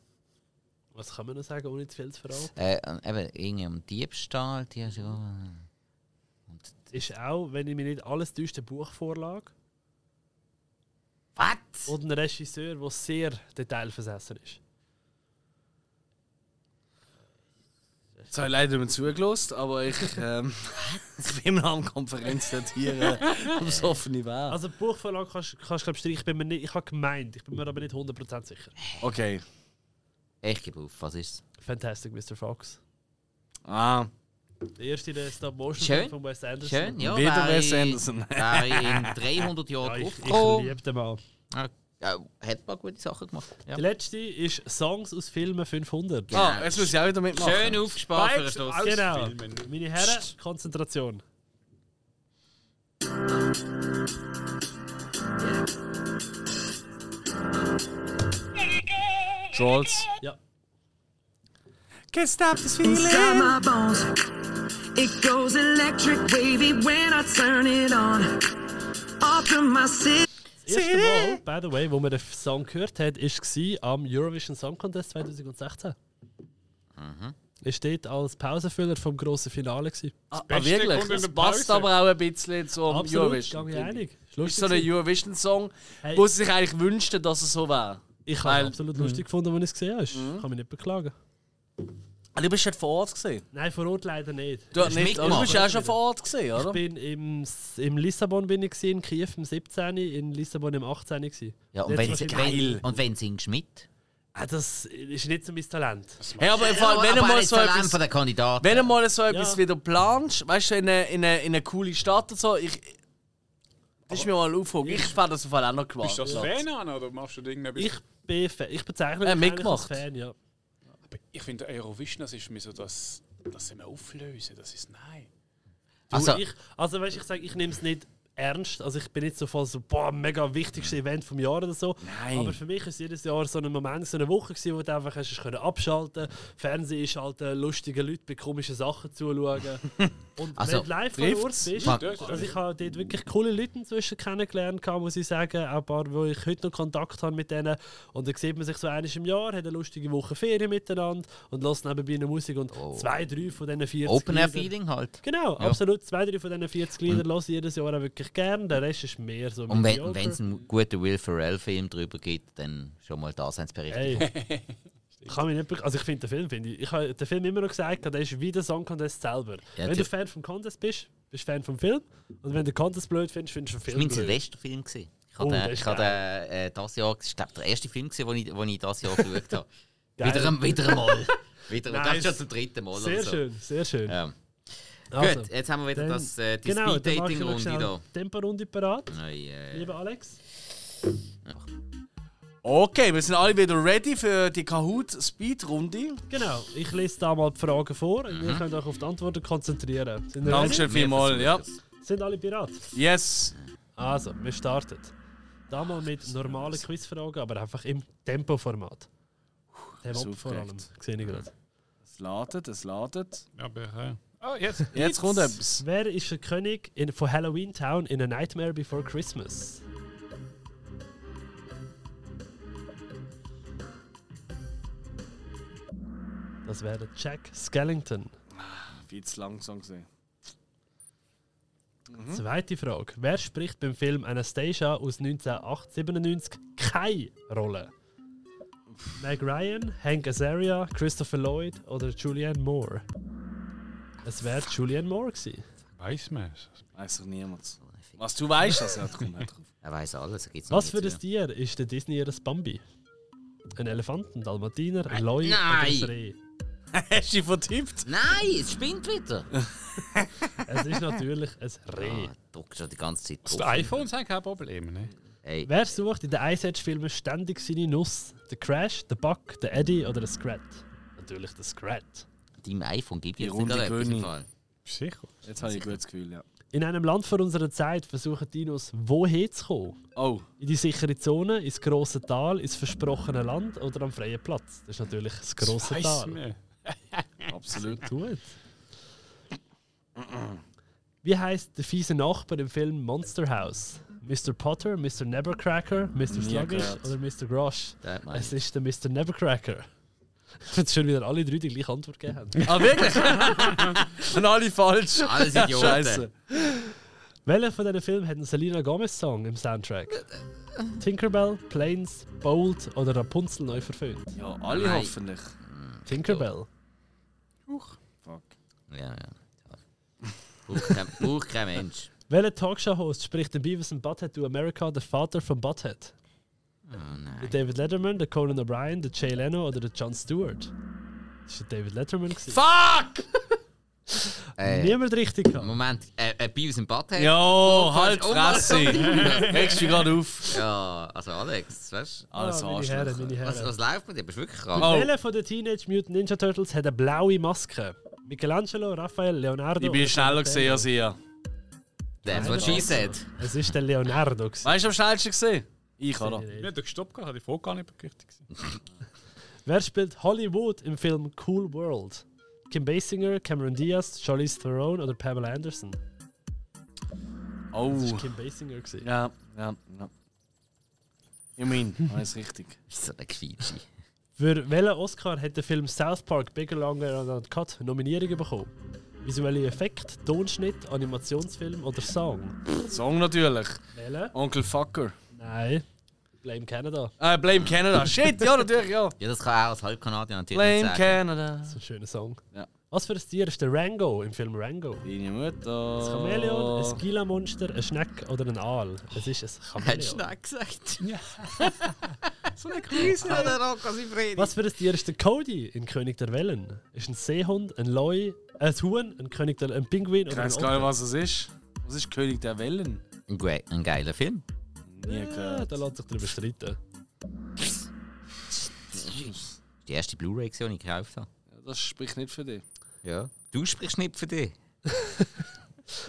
Was kann man noch sagen, ohne zu viel zu verraten? Äh, eben, irgendwie um Diebstahl, tierische Gruppe. Ist auch, wenn ich mich nicht alles täuscht, eine Buchvorlage Was? und ein Regisseur, der sehr detailversessen ist. Das habe ich leider nicht mehr zugelost, aber ich, ähm, ich bin immer noch am Konferenz dort hier äh, am Soffene Wehr. Also Buchverlag kannst du, kannst, glaub, streichen. Ich, bin mir nicht- ich habe gemeint, ich bin mir aber nicht 100% sicher. Okay. Ich gebe auf, was ist Fantastic Mr. Fox. Ah, Der erste der Stop-Motion Schön. von Wes Anderson. Schön, ja. wieder wäre Wes ich- Anderson. Wäre ich in 300 Ja, Jahren ich ich draufgekommen. liebe den Mann. Ja, ja, hat man gute Sachen gemacht. Ja. Die letzte ist Songs aus Filmen 500. ah, jetzt muss ich auch wieder mitmachen. Schön aufgespart für den Schluss. aus Genau. Filmen. Meine Herren, Konzentration. Trolls. Ja. Can't stop this feeling. Ah, Got my bones. It goes electric wavy when I turn it on. Off from my city. Das erste Mal, by the way, wo man den Song gehört hat, war am Eurovision Song Contest 2016. Er steht als Pausenfüller vom grossen Finale. Gewesen. Ah, ah, Beste wirklich? kommt in Das der passt Pause. aber auch ein bisschen zum Absolut, Eurovision. gang ich einig. äh, Ist Ist so lustig ein gewesen. Eurovision-Song, Hey. wo sie sich eigentlich wünschten, dass es so wäre. Ich Weil- habe absolut lustig gefunden, als ich es gesehen habe. Ich kann mich nicht beklagen. Ah, Du bist halt vor Ort gesehen. Nein, vor Ort leider nicht. Du, hast nicht, mitgemacht. aber du bist auch schon vor Ort gesehen, Ich oder? bin im, S- im Lissabon bin ich gewesen, in Kiew im 17., in Lissabon im 18. gewesen. Ja, und Jetzt wenn, was sie- ich- wenn, und wenn singst du mit? Ah, das ist nicht so mein Talent. Hey, aber im Fall, Ja, wenn du aber mal jetzt so allein etwas von den Kandidaten. Wenn du mal so etwas Ja. wieder planst, weißt du, in eine, in eine, in eine coole Stadt und so, ich. Das ist mir mal aufgefallen. Ich fand das auf jeden Fall auch noch gemacht. Bist du das Fan an oder machst du irgendetwas? Ich bin Fan. Ich bezeichne mich Äh, eigentlich als mitgemacht. Fan, ja. Aber ich finde, Eurovision, das ist mir so, das, das sind wir auflösen, das ist nein. Also, ich, also weißt, ich sage, ich nehme es nicht ernst. Also ich bin nicht so voll so, boah, mega wichtigstes Event vom Jahr oder so. Nein. Aber für mich ist jedes Jahr so ein Moment, so eine Woche gewesen, wo du einfach hast, können abschalten Fernsehen einschalten, lustige Leute bei komischen Sachen zuschauen. Und Also, wenn du live vor Ort trifft's? bist, Fuck. also ich habe dort wirklich coole Leute inzwischen kennengelernt, kann, muss ich sagen, auch ein paar, wo ich heute noch Kontakt habe mit denen. Und dann sieht man sich so eines im Jahr, hat eine lustige Woche Ferien miteinander und lässt nebenbei eine Musik und Oh. zwei, drei von diesen 40 Liedern- Open-Air-Feeling halt. Genau, absolut. Zwei, drei von diesen 40 Liedern höre ich jedes Jahr auch wirklich gern. Der Rest ist mehr so Mhm. Und wenn mediocre. wenn es einen guten Will Ferrell-Film drüber gibt, dann schon mal Daseinsbericht. Ey. Ich kann mich nicht be- also ich finde den Film, finde ich. Ich habe den Film immer noch gesagt, der ist wie der Song Contest selber. Ja, wenn du die- Fan vom Contest bist, bist du Fan vom Film. Und wenn du Contest blöd findest, findest du den Das Film war mein blöd. Silvesterfilm. gewesen. Ich Oh, habe das den, ist ich habe den, äh, das Jahr, das war der erste Film, gewesen, den ich, den ich das Jahr geschaut habe. Geil. wieder, ein- wieder einmal. Wieder, Nice. nice. Das schon zum dritten Mal. Sehr oder so. schön, sehr schön. Ja. Also, Gut, jetzt haben wir wieder dann- das, äh, die genau, dann mache ich noch Speed-Dating-Runde schnell da. Temporunde parat, Nein, äh, lieber Alex. Okay, wir sind alle wieder ready für die Kahoot-Speed-Runde. Genau, ich lese da mal die Fragen vor und Mhm. ihr könnt euch auf die Antworten konzentrieren. Sind, ihr ready? Dankeschön vielmals, wir ja. versuchen Sind alle bereit? Yes. Also, wir starten. Da mal mit normalen Quizfragen, aber einfach im Tempoformat. Tempo vor allem, sehe ich gerade. Es ladet, es ladet. Aber, äh, oh, jetzt. Jetzt kommt etwas. Wer ist der König in, von Halloween Town in A Nightmare Before Christmas? Das wäre der Jack Skellington. Viel zu langsam gesehen. Zweite Frage. Wer spricht beim Film Anastasia aus 1997 keine Rolle? Meg Ryan, Hank Azaria, Christopher Lloyd oder Julianne Moore? Es wäre Julianne Moore gewesen. Weiß man es? Weiß doch niemand. Was du weißt, das hat kommt nicht drauf. Er weiß alles. er gibt's noch Was nicht für zu. ein Tier ist der Disney das Bambi? Ein Elefant, ein Dalmatiner, ein Leu oder Nein. ein Reh? Hast du dich vertippt? Nein, es spinnt wieder. Es ist natürlich ein Reh. Ah, Druck schon die ganze Zeit Die drauf. iPhones haben kein Problem, ne? Ey, Wer sucht in den Ice Age Filmen ständig seine Nuss? Der Crash, der Buck, der Eddie oder der Scrat? Natürlich der Scrat. deinem iPhone gibt Die jetzt Runde gerade etwas König. im Fall. Sicher. Jetzt habe ich ein gutes Gefühl, ja. In einem Land vor unserer Zeit versuchen Dinos woher zu kommen. Oh, In die sichere Zone, ins grosse Tal, ins versprochene Land oder am freien Platz. Das ist natürlich das grosse Weiß Tal. man. absolut. Gut. Wie heißt der fiese Nachbar im Film Monster House? Mr. Potter, Mr. Nevercracker, Mr. Sluggish gehört. oder Mr. Grosh? Der meint- Es ist der Mr. Nevercracker. Jetzt schon wieder alle drei die gleiche Antwort gegeben haben. Ah, wirklich? Und alle falsch. Alles Idioten. Scheiße. Welcher von diesen Filmen hat einen Selena Gomez-Song im Soundtrack? Tinkerbell, Planes, Bold oder Rapunzel neu verfilmt? Ja, alle Nein. hoffentlich. Tinkerbell. Fuck. Ja, ja. Braucht kein, braucht kein Mensch. Welcher Talkshow-Host spricht in Beavis and Butthead to America der Vater von Butthead? Oh, Der David Letterman, der Conan O'Brien, der Jay Leno oder der Jon Stewart? Das war der David Letterman. Gewesen. Fuck! Äh, Niemand richtig gehabt. Moment, äh, äh, Bios im Bad hat? Jo, halt Fresse. Regst du gerade auf? Ja, also Alex, weißt du? Alles Ah, meine Herren, meine Was, Herren. was läuft mit dir? Bist du wirklich krank? Oh. Welcher von den Teenage Mutant Ninja Turtles hat eine blaue Maske? Michelangelo, Raphael, Leonardo. Ich bin oder schneller gesehen Donatello? als ihr. That's what she said. Es ist der Leonardo. gewesen. Weißt du, am schnellsten gesehen? Ich, oder? Ich hab doch gestoppt, gehabt, hatte ich vorher gar nicht richtig gesehen. Wer spielt Hollywood im Film Cool World? Kim Basinger, Cameron Diaz, Charlize Theron oder Pamela Anderson? Das Oh. war Kim Basinger. gewesen. Ja, ja, ja. Ich meine, alles richtig. Ah, Ist so ein Quietschi. Für welchen Oscar hat der Film South Park Bigger Longer and Uncut Nominierungen bekommen? Visuelle Effekt, Tonschnitt, Animationsfilm oder Song? Song natürlich. Wählen? Onkel Fucker. Nein. Blame Canada. Äh, Blame Canada. Shit, ja, natürlich, ja. Ja, das kann auch als Halbkanadier natürlich nicht Blame sagen. Canada. So ein schöner Song. Ja. Was für ein Tier ist der Rango im Film Rango? Deine Mutter. Ein Chamäleon, ein Gila-Monster, ein Schneck oder ein Aal? Es ist ein Hat Chamäleon. schnell gesagt. so eine Krise. Ja, der Rocco Sifredi. Was für ein Tier ist der Cody in König der Wellen? Ist ein Seehund, ein Leu, ein Huhn, ein König der, ein Pinguin Ich oder ein weiß gar nicht, Otter? was es ist. Was ist König der Wellen? Ein, gre- ein geiler Film. Nie Ja, gehört. da lässt sich drüber streiten. Die erste Blu-ray, gewesen, die ich gekauft habe. Das spricht nicht für dich. Ja. Du sprichst nicht für dich.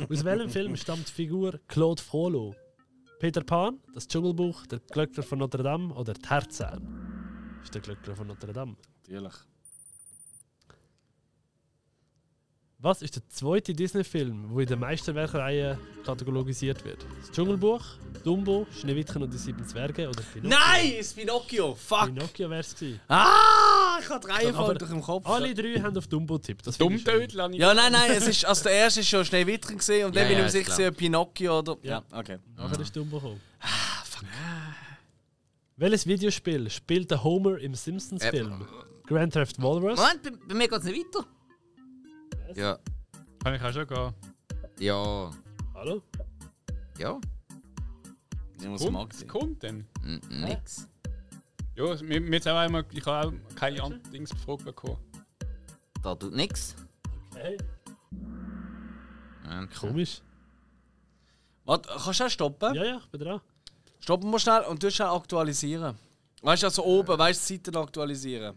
Aus welchem Film stammt die Figur Claude Frollo? Peter Pan, das Dschungelbuch, der Glöckner von Notre Dame oder Tarzan? Ist der Glöckner von Notre Dame. Natürlich. Was ist der zweite Disney-Film, der in der Meisterwerkreihe katalogisiert wird? Das Dschungelbuch, Dumbo, Schneewittchen und die sieben Zwerge oder Pinocchio? Nein, es ist Pinocchio. Fuck. Pinocchio wär's gewesen. Ah, ich habe drei Aber von durch im Kopf. Alle drei haben auf Dumbo tippt. Das finde ich schön. Dummtödel habe ich. Ja, nein, nein, es ist, also der erste ist schon Schneewittchen gesehen und dann Ja, bin ich ja, mir ist sicher, klar. gewesen, Pinocchio oder. Ja. okay. Nachher ist Dumbo gekommen. Ah, fuck. Welches Videospiel spielt der Homer im Äh, Simpsons-Film? Grand Theft Walrus? Moment, bei, bei mir geht es nicht weiter. Ja. Kann ich auch schon gehen. Ja. Hallo? Ja. Ich muss Kommt, mag es kommt dann. N nix. Ja, es- mir, mir jetzt auch einmal, ich habe auch keine An- Dings gefragt bekommen. Da tut nix. Hey, Moment. komisch. Warte, kannst du auch stoppen? Ja, ja, ich bin dran. Stoppen wir schnell und du schnell aktualisieren. Weißt du, also oben, weißt du, Seiten aktualisieren.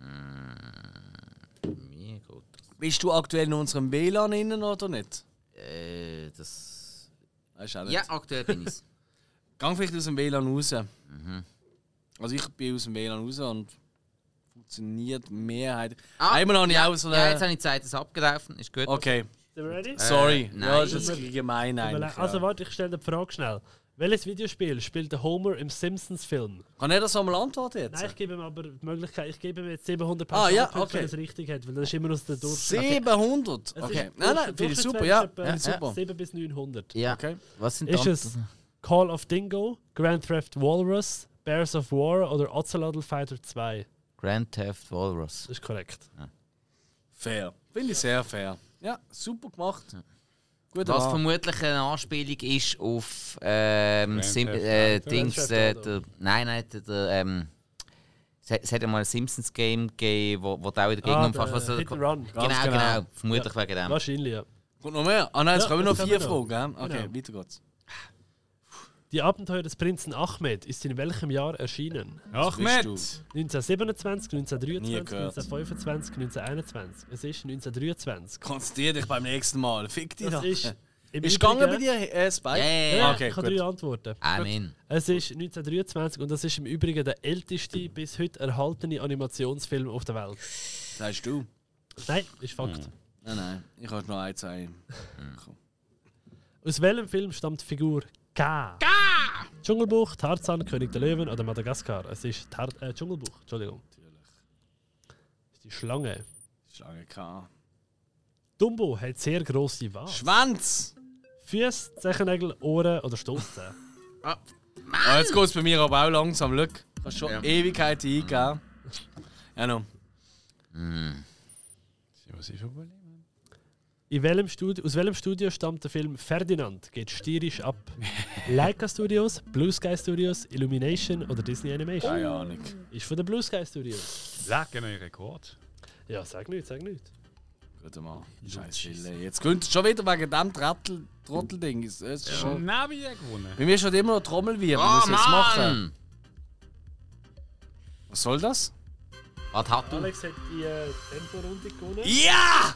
Mir geht. Bist du aktuell in unserem WLAN innen oder nicht? Äh, das. Weißt du auch nicht. Ja, aktuell bin ich's. Gang vielleicht aus dem WLAN raus. Mhm. Also ich bin aus dem WLAN raus und funktioniert mehrheit. Ah, Einmal habe ich auch so Ja, jetzt eine. habe ich die Zeit, das abgelaufen. Ist gut. Okay, Äh, Sind wir ready? Oh, sorry. nein. ja, Äh, das ist jetzt gemein eigentlich. also ja. warte, ich stelle die Frage schnell. Welches Videospiel spielt der Homer im Simpsons-Film? Kann er das einmal antworten jetzt? Nein, ich gebe ihm aber die Möglichkeit, ich gebe ihm jetzt 700 Ah, ja, Punkte, wenn okay. er es richtig hat, weil das ist immer aus der Durchschnitt. 700? Es ist Okay. Durchschnitt- Nein, nein, finde ich super, Durchschnittswert ja. ist etwa Finde ich super. 7 bis 900. Ja. Okay. Was sind Ist die es anderen? Call of Dingo, Grand Theft Walrus, Bears of War oder Ocelotl Fighter 2? Grand Theft Walrus. Das ist korrekt. Fair. Finde ich sehr fair. Ja, super gemacht. Gut, Was Mann. vermutlich eine Anspielung ist auf ähm, Grand Sim Theft äh, Auto. Dings. Grand Äh, Theft der, nein, nein, der, der, ähm, es, hat- es hat ja mal ein Simpsons-Game gegeben, wo, wo du auch in der Gegend Ah, umfasst. der was- Hit and Run. Genau, Ganz genau, genau. Vermutlich wegen dem. Wahrscheinlich, ja. Kommt noch mehr? Ah nein, jetzt Ja, kommen wir noch jetzt haben vier wir Fragen. noch. gell? Okay, Genau. weiter geht's. Die Abenteuer des Prinzen Ahmed ist in welchem Jahr erschienen? Achmed! 1927, Nie 1923, gehört. 1925, 1921. Es ist 1923. Konzentrier dich beim nächsten Mal. Fick dich Das doch. ist. Im Ist Übrigen- gegangen bei dir, äh, Spike? Ja, ja, Ja, ja. Okay, ich habe gut. drei Antworten. Amen. Es ist 1923 und das ist im Übrigen der älteste bis heute erhaltene Animationsfilm auf der Welt. Das heißt du. Nein, ist Fakt. Nein, nein. Ich habe noch ein, zwei. Aus welchem Film stammt die Figur K? K! Dschungelbuch, Tarzan, König der Löwen oder Madagaskar? Es ist Tar äh, Dschungelbuch, Entschuldigung. Es ist die Schlange. Schlange K. Dumbo hat sehr grosse Wahl. Schwanz! Füße, Zechennägel, Ohren oder Stoßzähne. Ah, jetzt geht's bei mir aber auch langsam. Glück. Ich habe schon Ja. Mhm. Ewigkeiten eingegeben. Ja, no. Was ist ein Problem? In welchem Studio, aus welchem Studio stammt der Film Ferdinand? Geht stierisch ab. Leica Studios, Blue Sky Studios, Illumination oder Disney Animation? Keine Ahnung. Ist von den Blue Sky Studios. Legen wir einen Rekord. Ja, sag nicht, sag nicht. Guter Mann. Scheiß Schille. Jetzt gewinnt schon wieder wegen dem Trottel- Trottelding. Es ist schon- Navi hat gewonnen. Bei mir steht immer noch Trommelwirbel. Ah, was jetzt machen? Was soll das? Was hat du? Alex hat die äh, Temporunde gewonnen, Ja!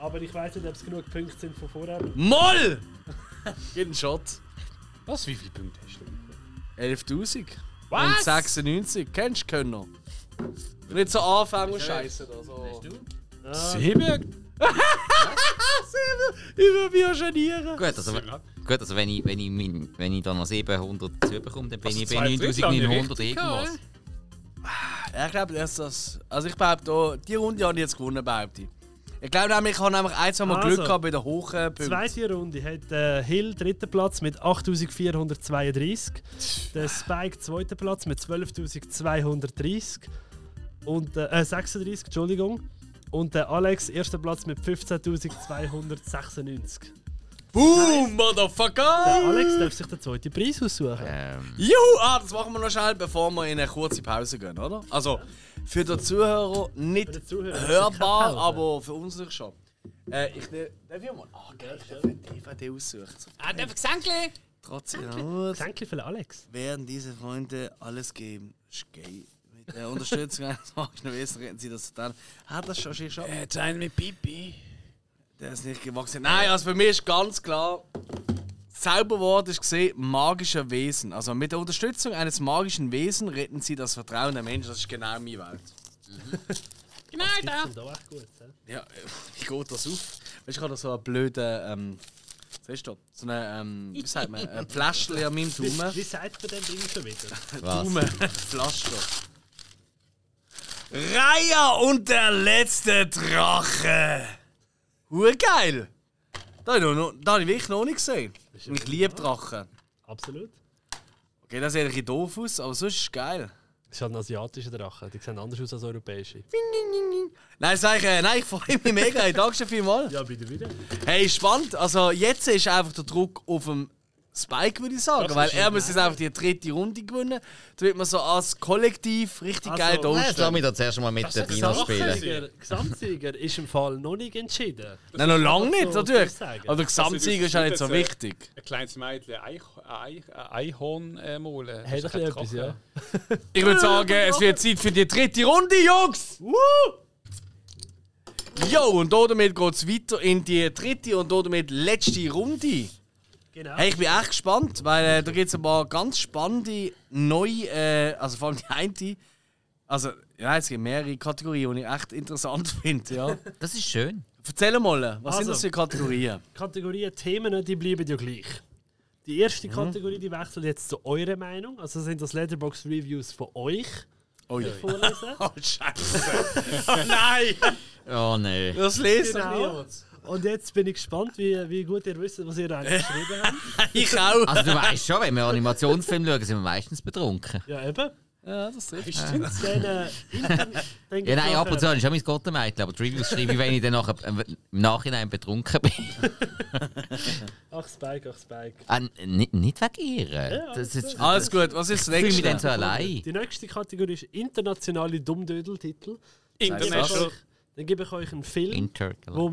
aber ich weiß nicht, ob es genug Punkte sind von vorher. Moll! Jeden Shot. Was? Wie viele Punkte hast du? 11.000. Und 96. Kennst du Könner? Nicht so anfangen und scheiße. Also. Sieben? Über mir genieren. Gut, also, gut, also wenn, ich, wenn, ich mein, wenn ich dann noch 700 dazu bekomme, dann bin Also ich bei zwei Drittel 9900 richtig irgendwas. Ja, ich glaube, dass das. Also ich behaupte, auch, die Runde habe ich jetzt gewonnen, behaupte ich. Ich glaube nämlich, ich habe nämlich ein, zwei Mal Also. Glück gehabt bei den hohen Punkten. Zweite Runde hat äh, Hill dritten Platz mit 8432, der Spike zweiten Platz mit 12230 und äh, äh, 36, Entschuldigung, und der Alex ersten Platz mit 15296. Boom, Motherfucker! Der Alex darf sich den zweiten Preis aussuchen. Ähm, Juhu! Ah, das machen wir noch schnell, bevor wir in eine kurze Pause gehen, oder? Also, für den Zuhörer nicht den Zuhörer ist keine hörbar, Pause. aber für uns natürlich schon. Äh, ich nehme... Darf ich mal... Ah, geil, ich darf einen DVD aussuchen. Ah, darf ich Gesänkli? Trotz ihrer Not Danke für den Alex. werden diese Freunde alles geben. Ist geil. Mit der Unterstützung eines Wachsenden hätten sie das dann. Hat das schon schon schon? Äh, Teil mit Pipi. Der ist nicht gewachsen. Nein, also für mich ist ganz klar, das Zauberwort ist gesehen, magischer Wesen. Also mit der Unterstützung eines magischen Wesen retten sie das Vertrauen der Menschen. Das ist genau meine Welt. Genau, da. Und auch echt gut. hä? Ja, äh, wie geht das auf? Weißt du, ich habe da so einen blöden, ähm, was ist das? So eine, ähm, wie sagt man, ein Fläschchen an meinem Daumen. Wie sagt man dem Ding schon wieder? Daumen. Pflaster. Raya und der letzte Drache. Urgeil. Da habe ich, noch- da hab ich wirklich noch nicht gesehen. Und Ich liebe Drachen. Absolut. Okay, das sieht ein bisschen doof aus, aber sonst ist es geil. Das ist halt ein asiatischer Drache, die sehen anders aus als europäische. Nein, sag ich, äh, nein, ich freue mich mega. Hey, Danke schon vielmals. Ja, bitte, bitte. Hey, spannend. Also jetzt ist einfach der Druck auf dem Spike, würde ich sagen. weil er muss jetzt einfach die dritte Runde gewinnen. Damit man so als Kollektiv richtig Also, geil da nein, Lass mich da zuerst mal mit den Dinos spielen. Gesamtsieger, Gesamtsieger ist im Fall noch nicht entschieden. Nein, noch lange so nicht, natürlich. sagen. Also, Aber der Gesamtsieger ist ja nicht so Das ist wichtig. Ein kleines Mädchen, ein Eich- ein Eich- ein Einhorn äh, Hat malen. Das ein ist bisschen etwas, Drache. ja. Ich würde sagen, es wird Zeit für die dritte Runde, Jungs! Woo! Jo, und damit geht es weiter in die dritte und damit letzte Runde. Genau. Hey, ich bin echt gespannt, weil äh, da gibt es ein paar ganz spannende neue, äh, also vor allem die eine. Also, ja, es gibt mehrere Kategorien, die ich echt interessant finde. Ja. Das ist schön. Erzähl mal, was sind Also. das für Kategorien? Kategorien, Themen, die bleiben ja gleich. Die erste Kategorie, die wechselt jetzt zu eurer Meinung. Also sind das Letterbox Reviews von euch Oh je. vorlesen. Oh, Scheiße. Nein! Oh nein. Das lesen Genau. Und jetzt Äh. bin ich gespannt, wie, wie gut ihr wisst, was ihr eigentlich geschrieben habt. Ich auch. Also du weißt schon, wenn wir Animationsfilme schauen, sind wir meistens betrunken. Ja, eben. Ja, das trifft. Dann, äh, Inter- dann gibt's Ja, nein, ab nachher- und zu habe ich schon mein Gottemeitl, aber die Reviews schreibe ich, wenn ich dann nachher, äh, im Nachhinein betrunken bin. Ach, Spike, ach, Spike. Ah, n- nicht, nicht wegen ihr. Das ist, ich Alles gut, was ist das fühle mich dann so nächste? allein. Die nächste Kategorie ist internationale Dummdödeltitel. International. Dann gebe ich euch einen Film, wo man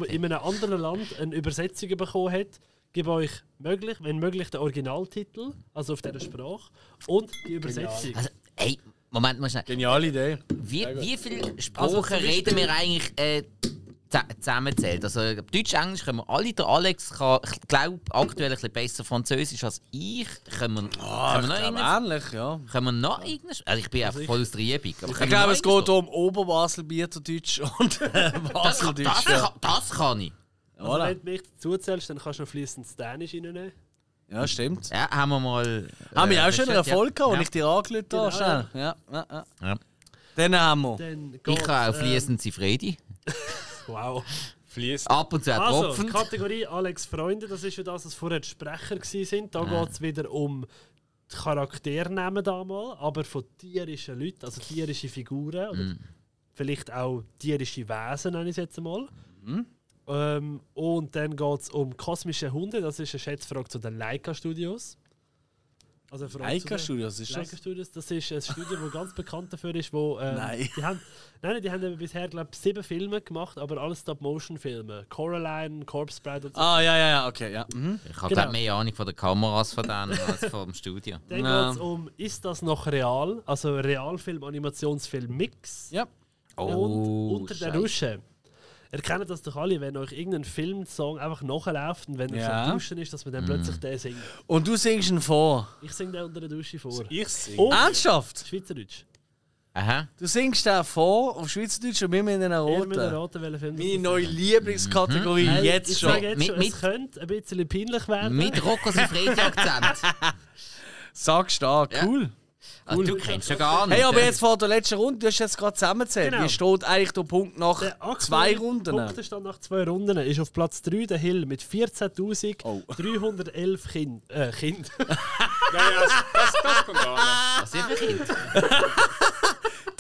Intergalactic. in einem anderen Land eine Übersetzung bekommen hat. Gebe euch möglich, wenn möglich, den Originaltitel, also auf dieser Sprache, und die Übersetzung. Also, ey, Moment mal schnell. Geniale Idee. Wie, wie viele Also Sprachen zum reden wir eigentlich äh, z- zusammenzählt? Also ich glaub, Deutsch, Englisch können wir alle. Der Alex kann, ich glaube, aktuell ein bisschen besser Französisch als ich. Können wir, können wir noch irgendeine- Ah, Ähnlich, ja. können wir noch irgendwas? Also ich bin einfach voll aus der Übung. aber Ich können wir noch glaube, es irgendwas- geht um Oberbaselbieterdeutsch und äh, Das, kann- das, Baseldeutsch. kann, Ja. das kann ich. Also, Voilà. wenn du mich zuzählst, dann kannst du noch fließend Dänisch reinnehmen. ja, stimmt. Ja, haben wir mal. Äh, Haben wir auch schon einen festgestellt, ja. Erfolg gehabt, als ich ja. dir angelötet habe. Genau, Schnell. Ja, ja, ja. Ja. Dann haben wir. Dann Ich geht's, kann auch ähm, fließend sein Fredi. Wow. Fließt. Ab und zu auch Also, tropfend. Kategorie Alex Freunde, das ist ja das, was vorher die Sprecher waren. Da geht's geht es wieder um die Charakternamen damals, aber von tierischen Leuten, also tierische Figuren. Oder Vielleicht auch tierische Wesen, nenne ich es jetzt mal. Ähm, und dann geht es um kosmische Hunde. Das ist eine Schätzfrage zu den Leica Studios. Also eine Frage zu den- Leica Studios ist Leica das? Studios, das ist ein Studio, das ganz bekannt dafür ist, wo... Ähm, Nein. Die haben, nein, nein, die haben eben bisher, glaube ich, sieben Filme gemacht, aber alles Stop-Motion-Filme. Coraline, Corpse Bride und so. Ah, ja, ja, ja, okay, ja. Mhm. Ich habe Genau. genau. mehr Ahnung von den Kameras von denen als vom Studio. Dann Ja. geht es um, ist das noch real? Also Realfilm, Animationsfilm, Mix. Ja. Oh, und unter der Scheiße. Dusche. Erkennen das doch alle, wenn euch irgendein Filmsong einfach nachläuft und wenn ihr Ja. Mm. ja. so duschen ist, dass man dann plötzlich den singt. Und du singst ihn vor. Ich singe den unter der Dusche vor. Ich singe. Und Ernsthaft? Schweizerdeutsch. Aha. Du singst den vor auf Schweizerdeutsch und wir müssen ihn Ihr müsst erraten. erraten, welchen Film das Meine ist. neue Lieblingskategorie, Mhm. Nein, jetzt ich schon. sage jetzt Mit- schon, mit- es könnte ein bisschen peinlich werden. Mit Rocco sein Freitag-Akzent. Sagst du da, cool. Also, du kennst ja gar nicht. Hey, aber äh? jetzt vor der letzten Runde, du hast jetzt gerade zusammengezählt. Genau. Wie steht eigentlich der Punkt nach Der aktuelle zwei Runden? Punktestand nach zwei Runden ist auf Platz 3 der Hill mit 14.311 Oh. Kind, äh, Kind. Ja, ja, das, das, das kommt an. Was ist für Kind?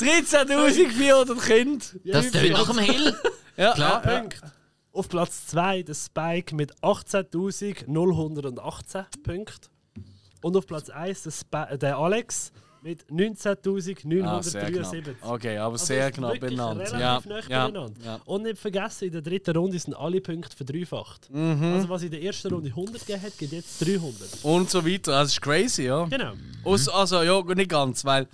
13.400 Kinder. Das tönt nach dem Hill. Ja, Klar. ja, ja. Punkt. Auf Platz 2 der Spike mit 18.018 Punkten. Und auf Platz 1 der, Spa- äh, der Alex mit 19.973. Ah, sehr knapp. Okay, aber sehr Also knapp wirklich benannt. relativ Ja, nah ja, beieinander. ja. Und nicht vergessen, in der dritten Runde sind alle Punkte verdreifacht. Mhm. Also was in der ersten Runde 100 gegeben hat, gibt jetzt 300. Und so weiter. Das ist crazy, ja. Mhm. Genau. Aus, also, ja, nicht ganz, weil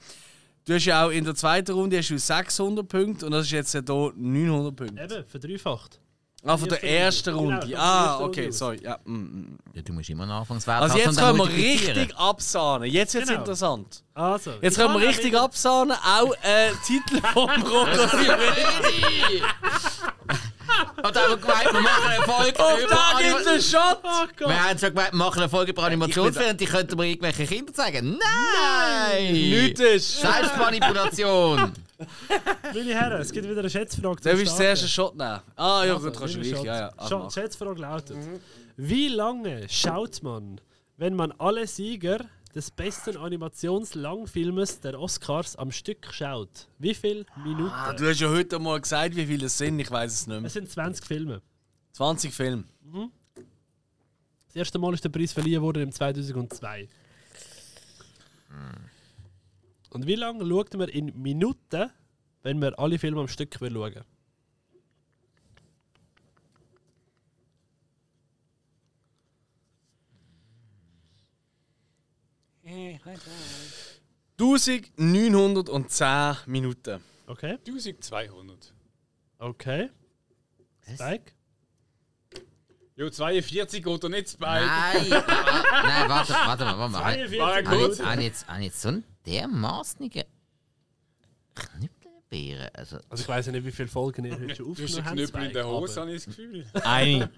du hast ja auch in der zweiten Runde hast du 600 Punkte und das ist jetzt ja hier 900 Punkte. Eben, verdreifacht. Ah, von der erste ersten Runde. Runde. Genau, Ah, von der ersten Runde okay, aus. sorry. Ja, mm, mm. Ja, du musst immer einen Anfangswert Also, haben um jetzt und dann können wir multiplizieren. richtig absahnen. Jetzt wird es Genau. interessant. Also, Jetzt ich können wir kann richtig auch absahnen. Auch äh, Titel vom Rocco Siffredi. Und dann haben wir gemeint, wir machen eine Folge Und da Anima- gibt es einen Shot. Wir haben schon gemeint, wir machen eine Folge über Animationsfilme und die könnten wir irgendwelche Kinder zeigen. Nein! Nichts ist. Selbstmanipulation! Meine Herren, es gibt wieder eine Schätzfrage. Du zum willst Starten. zuerst einen Shot nehmen. Ah, ja, Also, gut, kannst du lieber gleich. Ja, Schatz. ja. Ah, Schatz, mach. Mhm. Schätzfrage lautet: Wie lange schaut man, wenn man alle Sieger des besten Animationslangfilmes der Oscars am Stück schaut? Wie viele Minuten? Ah, Du hast ja heute mal gesagt, wie viele es sind. Ich weiß es nicht mehr. Es sind 20 Filme. 20 Filme. Das erste Mal ist der Preis verliehen worden im 2002. Hm. Und wie lange schaut man in Minuten, wenn man alle Filme am Stück will schauen? Gehen. 1910 Minuten. Okay. 1200. Okay. Spike? Jo, 42 oder nicht Spike? Nein! Nein, warte, warte mal, warte mal. War Habe ich, gut. hab ich jetzt, hab ich jetzt so einen dermaßnigen Knüppelbeeren? Also, Also ich weiß ja nicht, wie viele Folgen ihr heute schon Du hast aufgenommen habt. einen Knüppel in Spike, der Hose, aber- habe ich das Gefühl. Eine.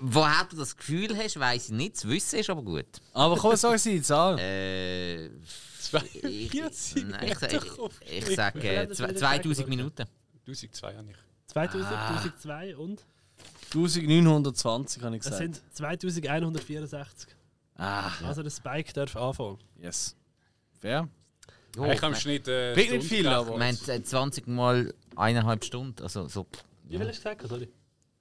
woher du das Gefühl hast, weiß ich nicht. Zu wissen ist aber gut. Aber komm, sag sie die Zahl. Äh, ich, 42? nein, ich, ich, ich sage äh, zwei- 2000 Minuten. 1002 habe ich. 2000, 2002 und 1920 habe ich es Ah. gesagt. sind 2164. Ah, Also der Spike darf anfangen. yes. Fair. Jo, ich habe im Schnitt. Äh, Bringt nicht viel, Stunde gerechnet. aber- Ich meine, äh, 20 mal eineinhalb Stunden. Also, so. Wie viel hast du gesagt? Sorry.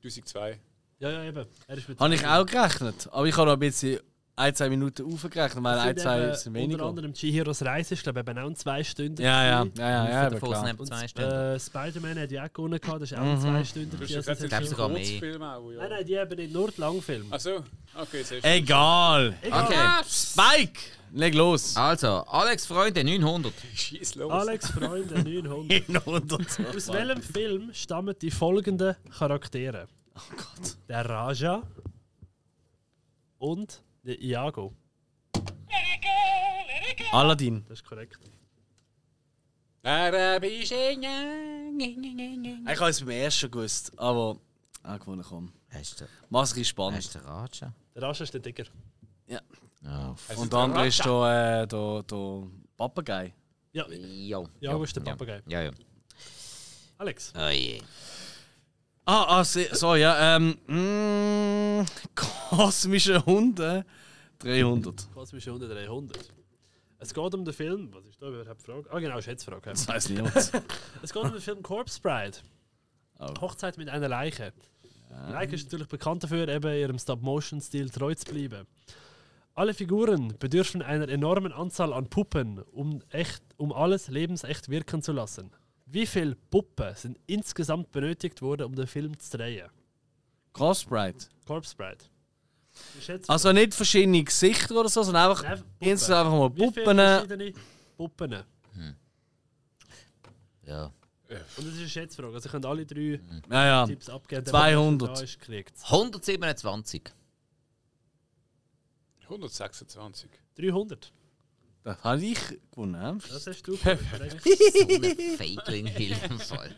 1002. Ja, ja, eben. Er ist mit Habe ich auch gerechnet. Aber ich habe noch ein bisschen ein, zwei Minuten aufgerechnet, weil ein, zwei sind Unter weniger. anderem Chihiros Reise ist, glaube ich, eben auch in zwei Stunden. Ja, ja, gewesen. ja, ja, ja, eben davon klar. sind eben um zwei Stunden. Äh, Spider-Man hat ja auch gewonnen, gehabt, das ist auch Mhm. in zwei Stunden. Du hast gewesen, ja also gesagt, es es hat- Gab's ist sogar ein mehr. Kurzfilm auch. Nein, Ja. nein, die eben nicht nur die Langfilm. Ach so, okay, sehr schön. Egal. äh, Okay. Spike, leg los. Also, Alex Freunde 900. Schieß los. Alex Freunde 900. Aus welchem Film stammen die folgenden Charaktere? Oh Gott. Der Raja und der Iago. Aladdin. Das ist korrekt. Arabischengen. Ich habe es beim ersten gewusst, aber auch gewonnen komm. Hast du, Mach's ein bisschen spannend. hast du den Raja? Der Raja ist der Dicker. Oh, Und der andere ist der, äh, der, der Papagei. Ja, jo. Iago ist der Papagei. Ja, ja. Alex. Oh je. Ah, ah, se- so, ja, ähm, mm, kosmische Hunde, äh, 300. Kosmische Hunde 300. Es geht um den Film. Was ist da überhaupt die Frage? Ah, genau, Schätzfrage. Das weiß niemand. Es geht um den Film Corpse Bride. Hochzeit mit einer Leiche. Leiche ist natürlich bekannt dafür, eben ihrem Stop-Motion-Stil treu zu bleiben. Alle Figuren bedürfen einer enormen Anzahl an Puppen, um, echt, um alles lebensecht wirken zu lassen. Wie viele Puppen sind insgesamt benötigt worden, um den Film zu drehen? Crossbrite. Corpse Bride. Ich schätze- Also nicht verschiedene Gesichter oder so, sondern einfach Nein, Puppen. insgesamt einfach mal Wie viele Puppen. äh. verschiedene Puppen. Und Ja. das ist eine Schätzfrage. Also, ihr könnt alle drei Ja, ja. Tipps abgeben. der, 200. der da ist, kriegt's. 127. 126. 300. Das habe ich gewonnen. hä? Das hast du. gewonnen. So ein Feigling Hilfenfall.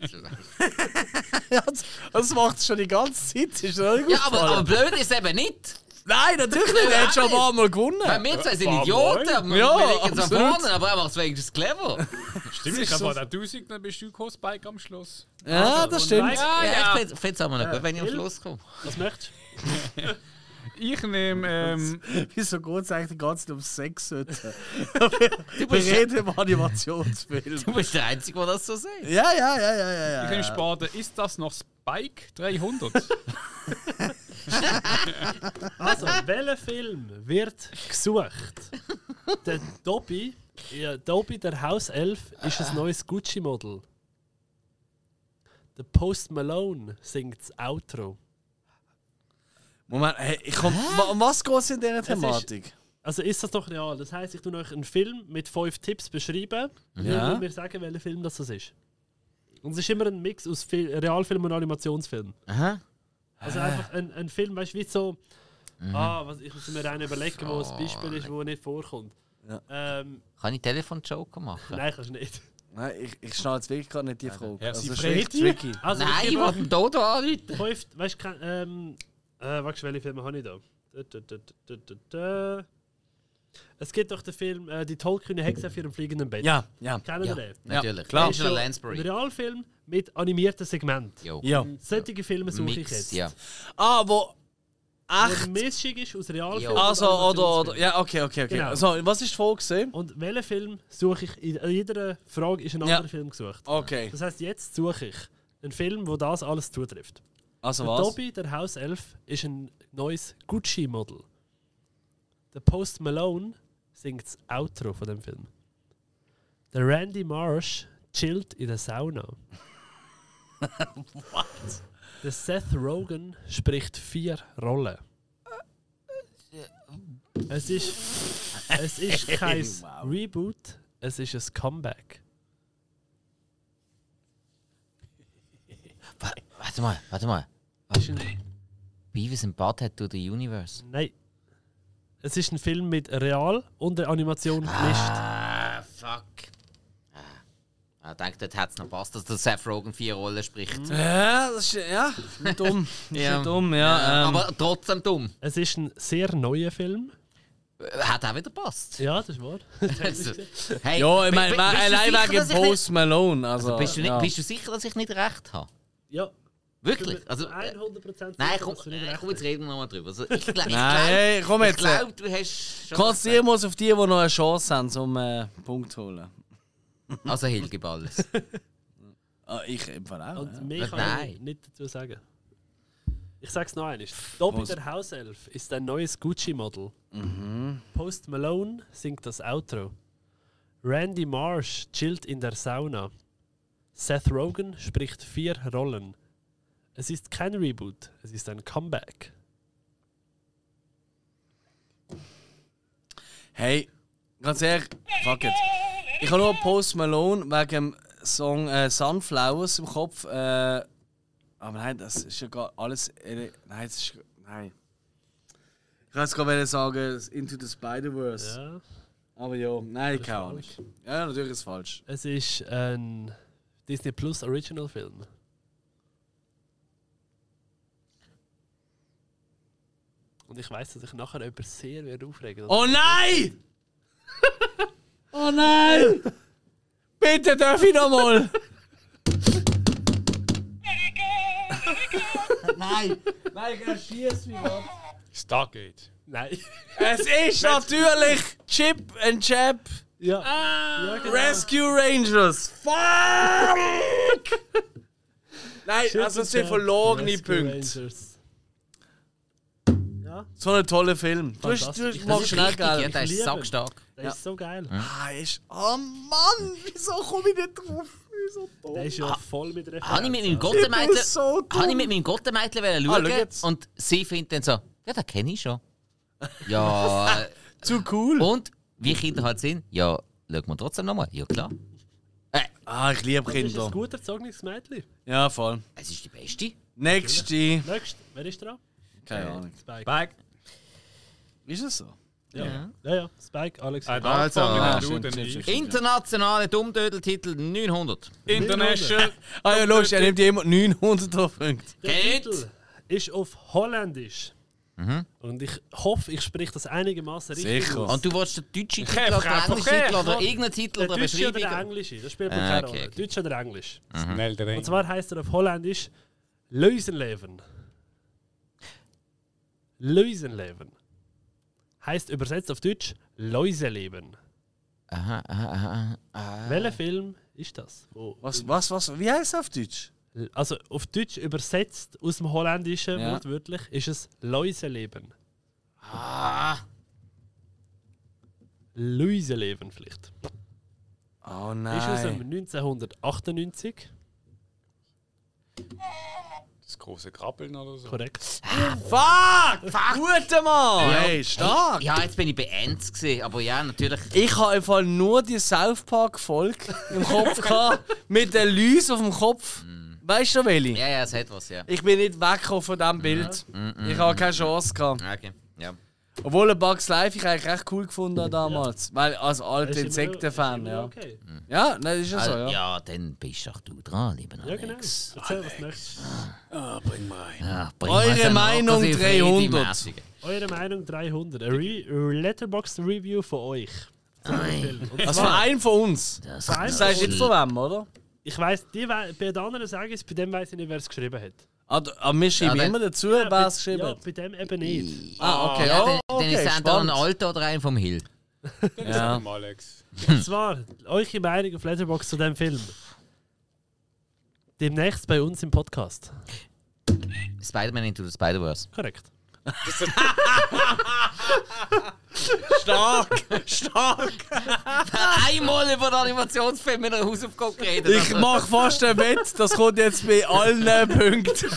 Das macht es schon die ganze Zeit. Ist das nicht Ja, aber, aufgefallen? aber blöd ist eben nicht. Nein, natürlich nicht. Er hat schon ein paar Mal gewonnen. Bei mir zwei sind Ja, Idioten, aber Ja, wir liegen jetzt absolut. vorne, aber er macht es wenigstens clever. Stimmt, ich habe 1000, dann bist du gekommen, Spike am Schluss. Ja, das stimmt. Mike- Ja, ja. ich finde es auch mal noch gut, wenn ich am Schluss komme. Was möchtest du? Ich nehme. Ähm, Wieso geht es eigentlich ganz um Sex heute? Du Wir bist, reden über Animationsfilme. du bist der Einzige, der das so sagt. Ja, ja, ja, ja, ja. ich ja. nehme Spaden. Ist das noch Spike 300? Also, welcher Film wird gesucht? der Dobby, ja, Dobby, der Hauself, ist ein neues Gucci-Model. Der Post Malone singt das Outro. Moment, hey, ich komm, wa- um was geht es in dieser ist- Thematik? Also ist das doch real? Das heißt, ich tue euch einen Film mit fünf Tipps beschreiben und Ja. ihr müsst mir sagen, welcher Film das das ist. Und es ist immer ein Mix aus Fil Realfilm und Animationsfilm. Aha. Also einfach ein, ein Film, weißt du, wie so. Ah, was, ich muss mir einen überlegen, wo das Beispiel ist, wo nicht vorkommt. Ja. Ähm, Kann ich Telefon-Joker machen? nein, kannst du nicht. Nein, ich, ich schnall jetzt wirklich gerade nicht die Frage. Ja, also, sie das ist echt fragt. tricky. Also, Nein, ich will den Dodo anrufen. Fünf, weißt du, ähm, äh, warte, welche Filme habe ich da? Da, da, da, da, da, da. Es gibt doch den Film äh, Die tollkühne Hexe auf ihrem fliegenden Bett. Ja, ja. Kennen Ja, wir den? natürlich. klar. Angela Ein Lansbury. Realfilm mit animierten Segmenten. Jo. Ja. Solche Filme suche ich Mix, jetzt. ja. Ah, wo. Wo Echt? eine Mischung ist aus Realfilm Ja. und Also, oder, oder. Animationsfilm. Ja, okay, okay, okay. Genau. So, was ist die Frage? gewesen? Und welchen Film suche ich? In in jeder Frage ist ein Ja. anderer Film gesucht. Okay, Das heißt, jetzt suche ich einen Film, wo das alles zutrifft. also Der was? Dobby, der Hauself, ist ein neues Gucci-Model. Der Post Malone singt das Outro von dem Film. Der Randy Marsh chillt in der Sauna. What? Der Seth Rogen spricht vier Rollen. Es ist, es ist kein Reboot, es ist ein Comeback. Wa- Warte mal, warte mal. Es ist ein Beavis and Butthead to the Universe. Nein. Es ist ein Film mit Real und der Animation gemischt. Ah, fuck. Ah. Ich denke, dort hat es noch passt, dass der Seth Rogen vier Rollen spricht. Ja, das ist. Ja, ist nicht dumm. Ist Ja. nicht dumm, ja. Ähm, Aber trotzdem dumm. Es ist ein sehr neuer Film. Äh, Hat auch wieder passt. Ja, das war. hey, ja, ich bi- meine, mein, bi- bist du allein sicher, wegen dass ich nicht- Post Malone. Also, Bist du, nicht, ja. bist du sicher, dass ich nicht recht habe? ja. Wirklich? Also, äh, 100% nein, sicher, komm, dass du nicht nein, recht komm, jetzt reden wir nochmal drüber. Also, ich gl- ich glaube, Nein, hey, komm ich jetzt. äh, glaub, du hast schon... Konzentrieren wir uns auf die, die noch eine Chance haben, um äh, einen Punkt zu holen. Also, Hill, gib alles. Ah, ich im Fall auch. Und Ja. mehr kann äh, Nein. ich nicht dazu sagen. Ich sag's noch einmal. Dobby Was? der Hauself ist ein neues Gucci-Model. Mhm. Post Malone singt das Outro. Randy Marsh chillt in der Sauna. Seth Rogen spricht vier Rollen. Es ist kein Reboot, es ist ein Comeback. Hey, ganz ehrlich, fuck it. Ich habe nur Post Malone wegen dem Song äh, Sunflowers im Kopf. Äh, aber nein, das ist ja gar alles. Äh, nein, das ist. Nein. Ich kann jetzt gerade sagen, das Into the Spider-Verse. Ja. Aber ja, nein, keine Ahnung. falsch. Ja, natürlich ist es falsch. Es ist ein Disney Plus Original Film. Und ich weiß, dass ich nachher über sehr wird aufregen. Oh nein! oh nein! Bitte darf ich nochmal! nein! Nein, er schießt mich ab! Stargate. Nein. Es ist natürlich Chip and Chap ja. ja genau. Rescue Rangers. Fuck! Nein, also es sind verlorene Punkte. So ein toller Film. Du hast- du Fantastisch. Das machst ist schnell richtig, ja, Geld. der ist liebe ihn. sackstark. Der ist so geil. Ah, ist. Oh Mann, wieso komme ich nicht drauf? Wieso Der dumm? ist ja voll mit Ah, Referenzen. Habe ich mit meinem Ich bin Gottemeitler so Habe ich dumm. mit meinem Gottemeitler wollen Ah, schau schauen jetzt. und sie findet dann so, ja, den kenne ich schon. Ja, äh, Zu cool. und wie Kinder halt sind, ja, schauen wir trotzdem nochmal. Ja, klar. Ah, ich liebe Das ist ein Kinder. gut erzogenes Mädchen. Ja, voll. Es ist die beste. Nächste. Nächst, wer ist dran? Keine Ahnung. Spike. Back. Ist es so? Ja. Ja. ja, Spike, Alex. Also, Ah, du, dann stimmt, ich. stimmt. Internationale Dummdödeltitel 900. International. Ah ja, logisch, er nimmt jemand 900 Punkte. Der Geht. Titel ist auf Holländisch. Und ich hoffe, ich spreche das einigermaßen richtig. Sicher. aus. Mhm. Und du willst den deutschen Titel Kein oder den Frau, englischen kein Titel oder Frau. irgendeinen Titel Der oder eine Deutsche oder der Beschreibung? Englische, das spielt mir Ah, keine okay, Rolle. okay. Deutsch oder Englisch. Schnell der Und zwar heißt er auf Holländisch Löwenleben. Löwenleben. Heißt übersetzt auf Deutsch Läuseleben. Aha, aha, aha. aha. Welcher Film ist das? Wo- Was, was, was? Wie heißt es auf Deutsch? Also auf Deutsch übersetzt aus dem Holländischen Ja. wortwörtlich ist es Läuseleben. Ah, Läuseleben vielleicht. Oh Ist aus dem nein. 1998, Das große Krabbeln oder so. korrekt. Fuck! Fuck! Guter Mann! Hey, stark! ja, jetzt bin ich bei Ends gesehen, aber ja, natürlich. Ich habe im Fall nur die South Park-Folge im Kopf gehabt, mit der Lüse auf dem Kopf. Weißt du, Weli? Ja, ja, es hat was, ja. Ich bin nicht weggekommen von diesem Bild. Ich habe keine Chance gehabt. Okay, ja. Obwohl ein Bugs Life ich eigentlich recht cool gefunden habe damals. Weil als Das alter ist immer- Insektenfan, ist immer ja. Okay. Ja, nein, ist ja so, Also, ja. ja, dann bist doch du dran, lieber Ja, genau. Alex. Erzähl, was möchtest du? Ah, Ja, bring Eure mal so einen Meinung Alkohol- 300. Mäßigen. Eure Meinung 300. Eine Re Letterboxd Review von euch. Ei, Und Also für zwar, einen von uns. Das Das das heißt jetzt von wem, oder? ich weiss, die, we- bei den anderen sagen es, bei dem weiss ich nicht, wer es geschrieben hat. Aber aber Ah, wir schreiben Ja, immer dazu, wer es geschrieben Ja, hat. bei dem eben nicht. Ah, okay. Ja, Ja, dann, dann okay, ist entweder ein spannend. Alter oder ein vom Hill. Ja. Komm, Alex. Hm. Und zwar, eure Meinung auf Letterboxd zu dem Film. Demnächst bei uns im Podcast. Spider-Man into the Spider-Verse. Korrekt. Stark! Stark! Einmal über den Animationsfilm in einer Hausaufgabe geredet. Ich mache fast ein Wett, das kommt jetzt bei allen Punkten.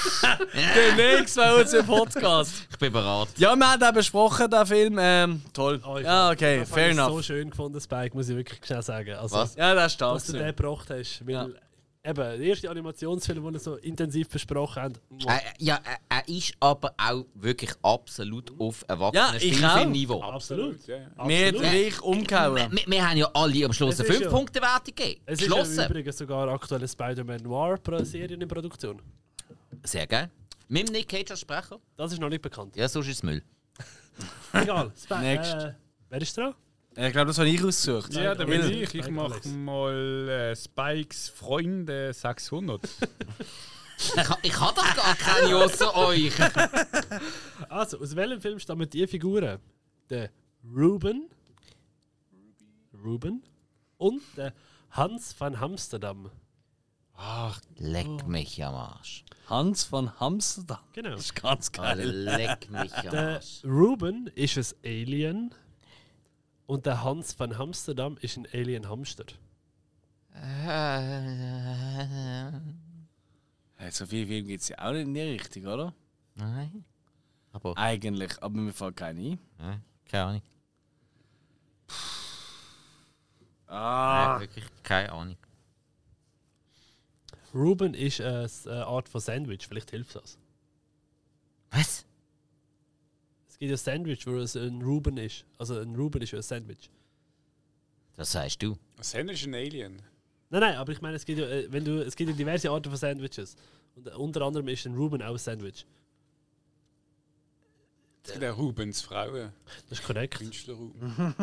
Demnächst bei uns im Podcast. ich bin bereit. Ja, wir haben den besprochen, den Film. Ähm, toll. Oh, ich- Ja, okay, Das fair habe ich so enough. schön gefunden, Spike, muss ich wirklich schnell sagen. Also, Was? Ja, das ist stark. was du den gebracht hast. Weil eben, der erste Animationsfilm, den wir so intensiv besprochen haben. Äh, ja, äh, er ist aber auch wirklich absolut auf Ja, erwachsenen ich Spielfilmniveau. Absolut. Ja, ja. Mir hat dich umgehauen. Wir, wir haben ja alle am Schluss Es eine ist 5-Punkte-Wertung gegeben. Es ist ja Geschlossen. übrigens sogar aktuelle Spider-Man Noir-Serie in Produktion. Sehr geil. Mit dem Nick Cage als Sprecher? Das ist noch nicht bekannt. Ja, sonst ist es Müll. Egal. Spa Next. Äh, wer ist dran? Ich glaube, das habe ich ausgesucht. Ja, da Will. bin ich. Ich Spike mach Alex. mal äh, Spikes Freunde 600. Ich, ha- ich habe doch gar keine außer euch. Also, aus welchem Film stammen die Figuren? Der Ruben. Ruben. Und der Hans van Hamsterdam. Leck mich am Arsch. Hans von Hamsterdam. Genau. Das ist ganz geil. Leck mich am Der Arsch. Ruben ist ein Alien. Und der Hans van Hamsterdam ist ein Alien-Hamster. Nein. Hey, so viel Film gibt es ja auch nicht in die Richtung, oder? Aber Eigentlich, aber mir fällt keiner ein. äh, keine Ahnung. Ah. Ah. Nein, wirklich keine Ahnung. Ruben ist äh, s- eine Art von Sandwich, vielleicht hilft das. Was? Es gibt ein Sandwich, wo es ein Ruben ist. Also ein Ruben ist ja ein Sandwich. Das sagst du. Sender ist ein Alien. Nein, nein, aber ich meine, es gibt ja, äh, wenn du, es gibt ja diverse Arten von Sandwiches. Und äh, unter anderem ist ein Ruben auch ein Sandwich. Es gibt auch Rubens Frauen. Das ist korrekt. Künstler Ruben.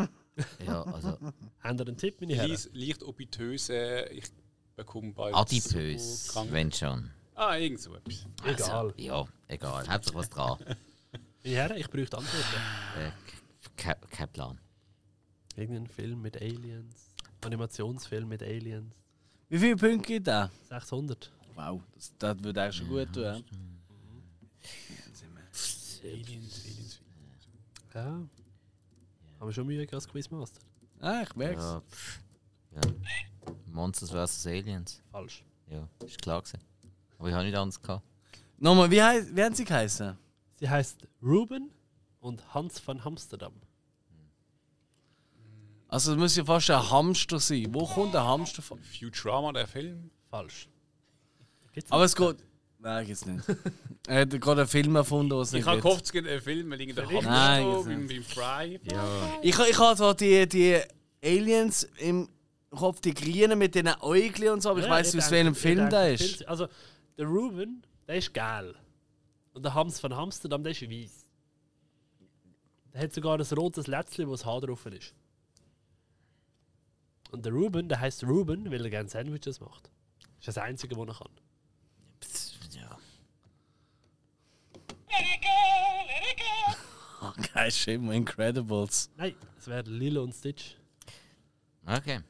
Ja, also Haben ihr einen Tipp, meine Herren? Leicht, leicht obitöse. Ich bekomme bald. adipös, so krank- wenn schon. Ah, irgend so etwas. Also, Egal. Ja, egal. Hauptsache was dran. Meine Herren, ich bräuchte Antworten. äh, kein, kein Plan. Irgendein Film mit Aliens. Animationsfilm mit Aliens. Wie viele Punkte gibt es? 600. Wow, das, das würde eigentlich schon gut tun. Ja. Ja. Haben wir schon Mühe gehabt als Quizmaster? Ah, ich merke es. Ja, pff, ja. Monsters vs. Aliens. Falsch. Ja, ist klar gewesen. Aber ich habe nicht anders gehabt. Nochmal, wie, heißt, wie haben sie geheißen? Sie heißt Ruben und Hans von Amsterdam. Also, es muss ja fast ein Hamster sein. Wo kommt ein Hamster von? Futurama, der Film. Falsch. Gibt's Aber es geht. Nein, geht's nicht. er hat gerade einen Film erfunden, was Ich nicht habe geht. gehofft, es gibt einen Film, wir liegen da Nein, Hamster jetzt beim, beim Fry. Ich, ich habe zwar die, die Aliens im Kopf, die Grünen mit den Äugeln und so, aber ich Ja, weiß nicht, denke- aus welchem ich Film denke, der Film- ist. Also, der Ruben, der ist geil. Und der Hans von Amsterdam, der ist weiß. Der hat sogar ein rotes Lätzchen, wo das Haar drauf ist. Und der Ruben, der heißt Ruben, weil er gerne Sandwiches macht. Ist das Einzige, was er kann. Pff, Ja. Geil, Schimmer, Incredibles. Nein, es wäre Lilo und Stitch. Okay.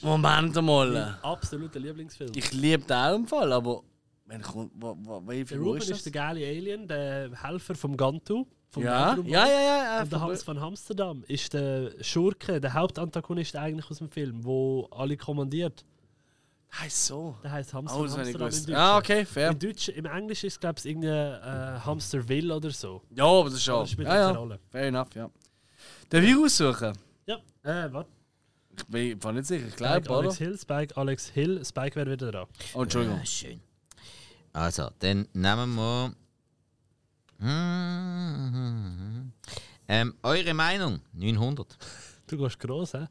Moment einmal. Absoluter Lieblingsfilm. Ich liebe den auch im Fall, aber. Wenn kommt, wo, wo, wie der viel Uhr Ruben ist ist, das? der geile Alien, der Helfer vom Gantu. Vom Ja, Nebenroman. ja, ja, ja. ja Und der von- Hans von Amsterdam ist der Schurke, der Hauptantagonist eigentlich aus dem Film, wo alle kommandiert. Heißt so. Der heißt Hamster Alles, von wenn Ah, ich Amsterdam gewusst. im Ja, Deutschen. okay, fair. Im Deutschen, im Englischen ist es glaube ich irgendein äh, Hamsterville oder so. Ja, aber das ist Das schon. spielt Ja, keine ja. Rolle. Fair enough, ja. Den Virus suchen? Ja, äh, warte. Ich bin ich bin nicht sicher, ich glaube, Spike, oder? Alex Hill, Spike, Alex Hill, Spike wäre wieder da. Oh, Entschuldigung. Ah, schön. Also, dann nehmen wir. Mhm. Ähm, eure Meinung? 900. Du gehst gross, hä?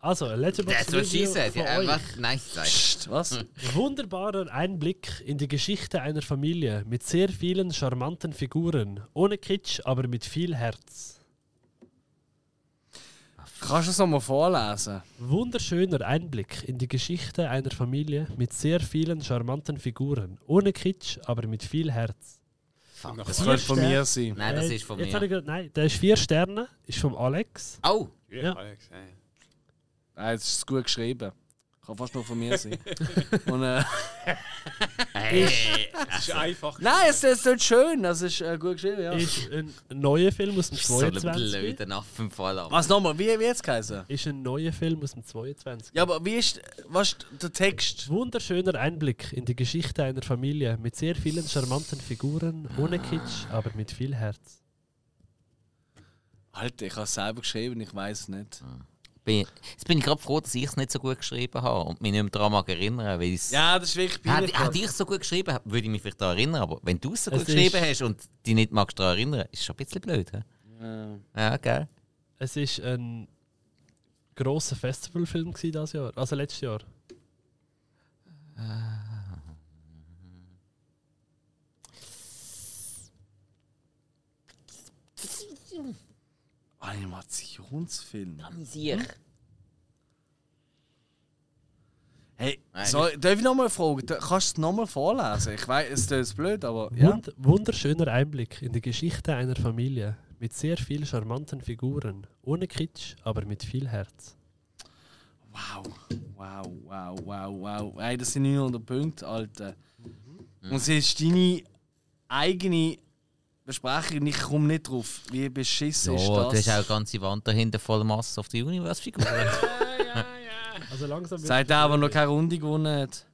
Also, ein letzter Das was she said. Ja, äh, euch. was? Nein, nein. Psst, was? Wunderbarer Einblick in die Geschichte einer Familie mit sehr vielen charmanten Figuren. Ohne Kitsch, aber mit viel Herz. Kannst du es nochmal vorlesen? Wunderschöner Einblick in die Geschichte einer Familie mit sehr vielen charmanten Figuren. Ohne Kitsch, aber mit viel Herz. Fuck. Das Das, könnte von mir sein. nein, das Äh, ist von jetzt habe mir. ich gerade- nein, der ist vier Sterne, ist vom Alex. Au! Ja. Alex, ja. Nein, es ist gut geschrieben. Kann fast nur von mir sein. Und, äh, Das ist einfach. Nein, es, es ist nicht schön, es ist äh, gut geschrieben, ja. Ist ein neuer Film aus dem So ein 22. blöder Affenfall. Was nochmal, wie, wie jetzt geheißen? Ist ein neuer Film aus dem 22. Ja, aber wie ist, was ist der Text? Wunderschöner Einblick in die Geschichte einer Familie mit sehr vielen charmanten Figuren, ohne Kitsch, aber mit viel Herz. Alter, ich habe es selber geschrieben, ich weiß es nicht. Bin, jetzt bin ich gerade froh, dass ich es nicht so gut geschrieben habe und mich nicht mehr daran mag erinnern, weil es. Ja, das ist wirklich Hätte peinlich. hätte ich es so gut geschrieben, hätte- würde ich mich vielleicht daran erinnern, aber wenn du es so Es gut geschrieben ist- hast und dich nicht magst daran erinnern, ist schon ein bisschen blöd. He? Ja, gell? Es ist ein großer Festivalfilm gsi das Jahr, also letztes Jahr. Animationsfilm. Amüsier. Hey, Nein. soll, darf ich nochmal fragen? Da- Kannst du es nochmal vorlesen? Ich weiß, es ist blöd, aber ja. Wund wunderschöner Einblick in die Geschichte einer Familie mit sehr vielen charmanten Figuren, ohne Kitsch, aber mit viel Herz. Wow, wow, wow, wow, wow. Hey, das sind 900 Punkte, Alter. Und es ist deine eigene Besprechung, ich komme nicht drauf. Wie beschissen ist Oh, das? du hast auch eine ganze Wand dahinter voll Masse auf die Universe-Figuren. Also langsam wird Seit der, der noch keine Runde gewonnen hat.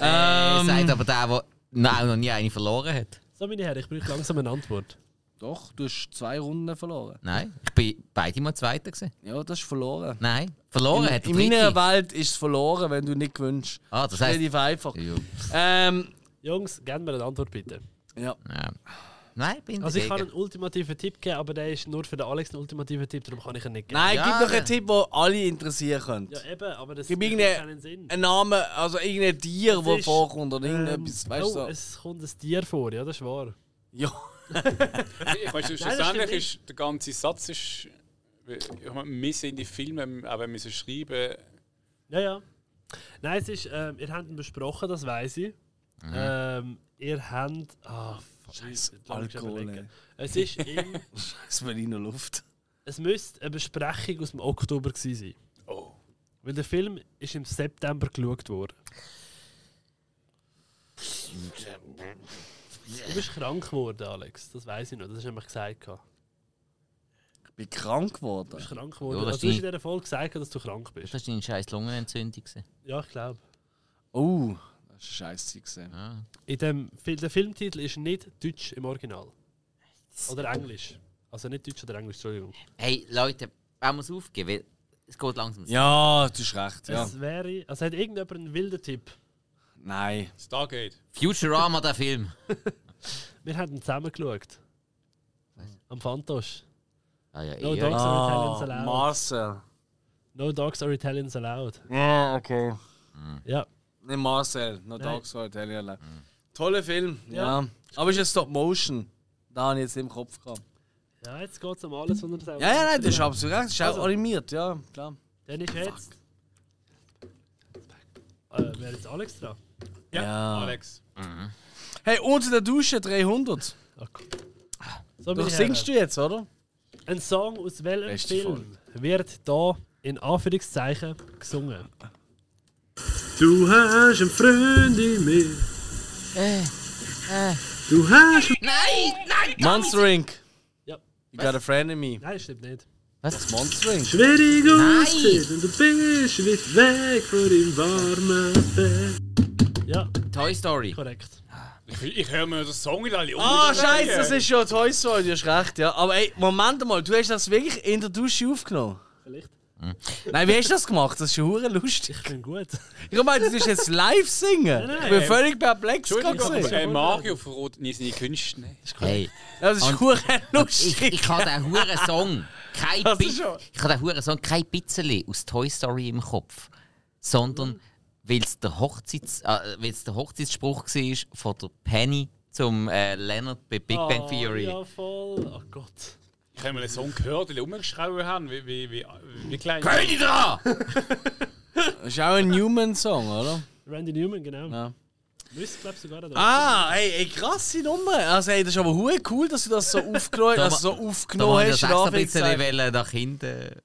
ähm. Sagt aber der, der nein, noch nie eine verloren hat. So meine Herren, ich brauche langsam eine Antwort. Doch, du hast zwei Runden verloren. Nein, ich bin beide mal Zweiter gewesen. Ja, das ist verloren. Nein, verloren hat in der meiner Dritte. Welt ist es verloren, wenn du nicht gewünscht. Ah, das heisst- Relativ einfach. Ja. Ähm, Jungs, gebt mir eine Antwort bitte. ja. Ja. Nein, bin Also ich kann dagegen. einen ultimativen Tipp geben, aber der ist nur für den Alex ein ultimativer Tipp, darum kann ich ihn nicht geben. Nein, Ja, gib doch ja. einen Tipp, den alle interessieren können. Ja, eben, aber das Gib macht irgendeinen- keinen Sinn. Ein Name, also irgendein Tier, Es das ist, vorkommt oder Ähm, irgendetwas, weißt du? oh, So. es kommt ein Tier vor, ja, das ist wahr. ja. Ich meine, das schlussendlich stimmt nicht. ist der ganze Satz. Ist, ich meine, wir sind die Filme, auch wenn wir sie schreiben, Ja, ja. Nein, es ist, ähm, ihr habt ihn besprochen, das weiß ich. Ähm, ihr habt. Ah, fuck, Scheiß jetzt lass mich Alkohol, überlegen. ey. Es ist im, Das ist in der Luft. Es müsste eine Besprechung aus dem Oktober gewesen sein. Oh. Weil der Film ist im September geschaut worden. Du bist krank geworden, Alex. Das weiß ich noch. Das hast du nämlich gesagt. gehabt. Ich bin krank Du geworden. bist krank geworden. Ja, das also, du hast in stimmt. dieser Folge gesagt, dass du krank bist. Das war deine scheiß Lungenentzündung. gewesen. Ja, ich glaube. Oh, das ist ein scheiß Zeug. gewesen. Ah. In dem Fil der Filmtitel ist nicht Deutsch im Original. Oder Englisch. Also nicht Deutsch oder Englisch, Entschuldigung. Hey, Leute, wir muss aufgeben, weil es geht langsam. Ja, du hast Ah, recht, ja. Es wäre. Also hat irgendjemand einen wilden Tipp. Nein. Stargate. Futurama, der Film. Wir haben ihn zusammen geschaut. Am Fantosch. Ah, ja, No ja. dogs are Italians allowed. Ah, Marcel. No dogs are Italians allowed. Ja, okay. Ja. Nicht Marcel, No Nein. Dogs Are Italian. Toller Film, Mhm. ja. Ja. Aber ist ein Stop-Motion. Da habe ich jetzt im Kopf gehabt. Ja, jetzt geht es um alles, was er sagt. Ja, ja, nein, das ist absolut recht. Das ist auch Also. animiert, ja, klar. Dann ist jetzt. Äh, wäre jetzt Alex dran? Ja, Ja. Alex. Hey, unter der Dusche 300. Oh Gott. So, meine Das singst du Herren, jetzt, oder? Ein Song aus welchem Beste Film Folge. wird da in Anführungszeichen gesungen? Du hast einen Freund in mir. Du hast Monster Inc. Ja. You got a friend in me. Nein, stimmt nicht. Monster Inc. schwierig aussehen und du bist weit weg von dem warmen Bett. Ja, Toy Story. korrekt. Ich, ich höre mir den Song in alle Ah, scheiße, das ist schon Toy Story, du hast recht, ja. Aber ey, Moment mal, du hast das wirklich in der Dusche aufgenommen? Hm. Vielleicht. Nein, wie hast du das gemacht? Das ist schon hure lustig. Ich bin gut. Ich meine, du musst jetzt live singen. Nein, Ich bin nein. völlig perplex Entschuldigung, aber, gewesen. äh, Mario verrät nie seine Künste. ne? Hey, Das ist hure ich, lustig. ich habe den huren Song. Kein Das ist Bi- schon- ich habe den huren Song kein bisschen aus Toy Story im Kopf, Mhm. sondern weil es der, Hochzeits, äh, weil's der Hochzeitsspruch war von der Penny zum äh, Leonard bei Big Ah, Bang Theory. Ja, voll. Oh Gott. Ich habe mal einen Song gehört, den ich umgeschraubt habe. Wie, wie, wie, wie klein. Hör dich dran! Das ist auch ein Newman-Song, oder? Randy Newman, genau. Ja. Müsste, glaube ich, sogar da drauf. Ah, ey, ey krasse Nummer. Also, ey, das ist aber hure cool, dass du das so aufgenommen, Da also so wa- Da aufgenommen wollte hast. ich das in extra ein bisschen Anführungszeichen. wollen nach hinten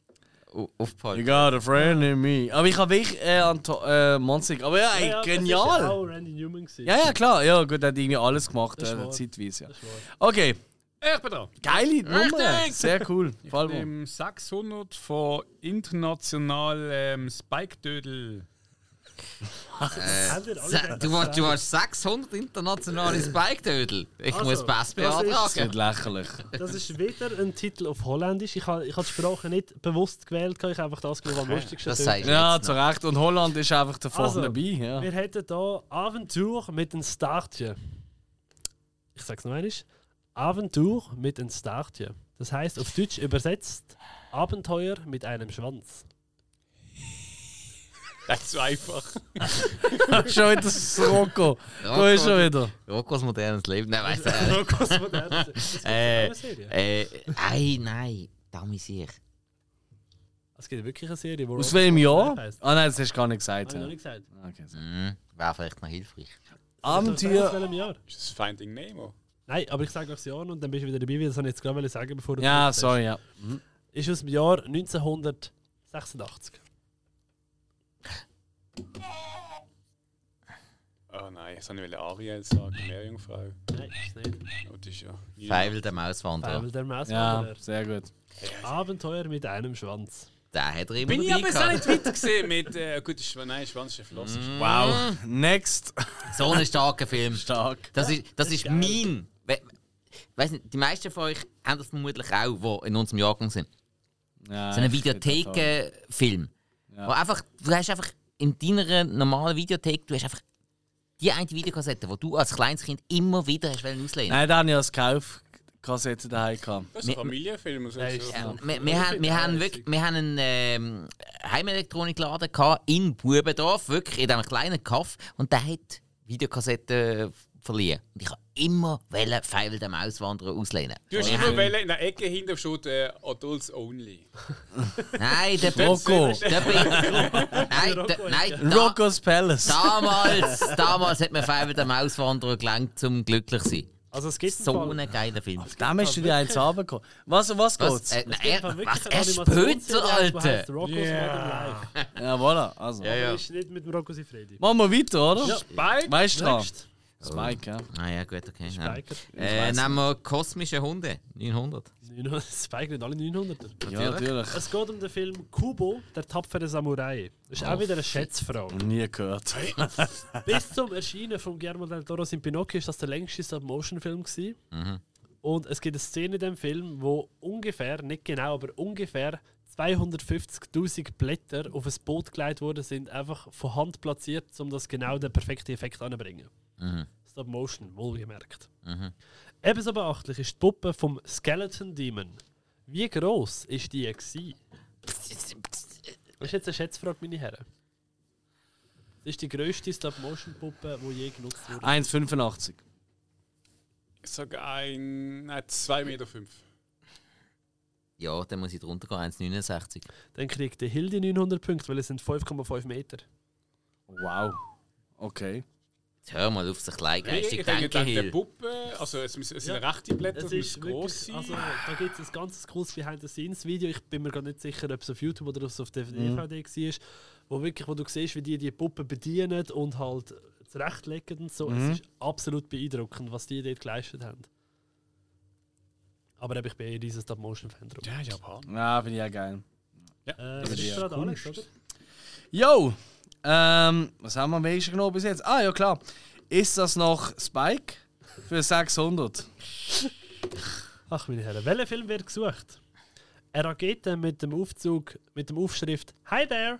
au- aufpacken. You got a friend in me. Aber ich habe wirklich äh, an To- äh, Monzig. Aber ja, Ah Ja, ey, ja, Das ist genial. auch Randy Newman. gewesen. Ja, ja, klar. Ja, gut, er hat irgendwie alles gemacht, Das ist äh, wahr. zeitweise. Ja. Das war- Okay, Ich bin dran. geile Nummer. Richtig. Sehr cool. Voll wohl. Im 600 von international ähm, Spike-Dödel. Haben wir alle Sa- Du willst, du willst 600 internationale Spike-Dödel. Ich Also, muss Pass das ist- Das ist beantragen. lächerlich. Das ist wieder ein dus Titel auf Holländisch. Ich habe ich habe die Sprache nicht bewusst gewählt. Ich habe einfach das genommen, was am lustigsten Das tönt. sagst du Ja, jetzt zu Recht. Und Holland ist einfach davor Also, dabei. Ja. Wir hätten hier Abenteuer mit einem Startchen. Ich sag's noch einmal. Abenteuer mit einem Startchen. Das heißt auf Deutsch übersetzt Abenteuer mit einem Schwanz. Das ist so einfach. schon wieder das Rocco. Rocco. Da ist schon wieder. noch. Rokos modernes Leben. Nein, weißt du. Das muss man ehrlich sagen. Äh, Das gibt auch eine Serie. äh, ei, nein. Damals ich. Es gibt wirklich eine Serie, wo Aus welchem Jahr? Rocco heisst. Ah nein, das hast du gar nicht gesagt. Habe ich Ja. noch nicht gesagt. Okay, so. Hm, Wäre vielleicht noch hilfreich. Also, Aus Abenteuer. welchem Jahr? Ist das Finding Nemo? Nein, aber ich sage euch das Jahr und dann bist du wieder dabei, weil das wollte ich jetzt gerade wollte sagen, bevor du gefragt Ja, hast. sorry, ja. ist aus dem Jahr 1986. Oh nein, jetzt wollte ich Ariel sagen, Meerjungfrau. Nein, ist nicht. Oh, das ist ja. Feivel der Mauswanderer. Weil der Ja, Mauswanderer. sehr gut. Abenteuer mit einem Schwanz. Der hat er immer Bin ich dabei aber so gehabt. nicht weit gesehen mit. Äh, gut, das ist, nein, Schwanz ist ein Floss. Mhm. Wow. Next. So ein starker Film. Stark. Das ist, das ist mein. We weiss nicht, die meisten von euch haben das vermutlich auch, die in unserem Jahrgang sind. Ja, So einen ich- Videothekenfilm. Wo einfach, du hast einfach in deiner normalen Videothek, du hast einfach die eine Videokassette, die du als kleines Kind immer wieder hast wollen auslehnen. Nein, da habe ich als Kaufkassette daheim gehabt. Das ist ein Mir- Familienfilm. Also, Nein, so. ist- Ja, wir, wir, haben, wir, haben wirklich, wir haben einen ähm, Heimelektronikladen gehabt in Bubendorf, wirklich in einem kleinen Kaff. Und der hat Videokassetten verliehen. Und ich habe immer wollen, Pfeil dem Auswanderer auslehnen. Du hast immer Welle in der Ecke hinter steht äh, Adults Only. Nein, der Rocco. Der bin Nein, der, nein da, Rocco's Palace. damals, damals hat mir Pfeil dem Auswanderer gelangt, zum glücklich zu sein. Also es gibt im So Fall- ein geiler Film. Da hast du dir eins runtergekommen. Was, um was Was? geht's? Es Äh, gibt im nein, Fall wirklich was? eine Er Animationsserie, spötzt, die heisst Alter! Rocco's Modern Life. Ja, voilà. Also. Ja, ja. Das ist nicht mit dem Rocco Sifredi. Machen wir weiter, oder? Bald? Weißt du dran? Next. Spike, ja. Ah ja, gut, okay. Ja. Spike hat- Äh, nehmen wir kosmische Hunde, 900. 900 Spike nicht alle 900er. Ja, natürlich. Es geht um den Film Kubo, der tapfere Samurai. Das Oh, ist auch wieder eine Schätzfrage. Nie gehört. Bis zum Erscheinen von Guillermo del Toro in Pinocchio ist das der längste Stop-Motion-Film gewesen. Und es gibt eine Szene in dem Film, wo ungefähr, nicht genau, aber ungefähr 250.000 Blätter auf ein Boot gelegt worden sind, einfach von Hand platziert, um das genau den perfekten Effekt anzubringen. Stop-Motion, wohlgemerkt. Ebenso beachtlich ist die Puppe vom Skeleton Demon. Wie gross ist die gewesen? Das ist jetzt eine Schätzfrage, meine Herren. Das ist die grösste Stop-Motion-Puppe, die je genutzt wurde. 1,85. Ich sage ein. Nein, 2,5 Meter. fünf. Ja, dann muss ich drunter gehen, 1,69. Dann kriegt der Hilde 900 Punkte, weil es sind 5,5 Meter. Wow. Okay. Jetzt hör mal auf, sich klein Ich geistig denke, denken, dann der Hill. Puppe, also es müssen- es sind rechte Blätter, es müssen gross sein. also da gibt es ein ganzes cooles Behind-the-Scenes-Video. Ich bin mir gar nicht sicher, ob es auf YouTube oder ob es auf der Mhm. DVD war, wo wirklich, wo du siehst, wie die die Puppe bedienen und halt zurechtlegen und so. Mhm. Es ist absolut beeindruckend, was die dort geleistet haben. Aber eben, ich bin eher dieser Stop-Motion-Fan drum. ja, Japan. Ja, Ah, finde ich ja geil. Äh, das ist gerade Alex, oder? Yo! Ähm, was haben wir am wenigsten genommen bis jetzt? Ah, ja, klar. Ist das noch Spike? Für 600. Ach, meine Herren, welcher Film wird gesucht? Eine Rakete mit dem Aufzug, mit dem Aufschrift Hi there!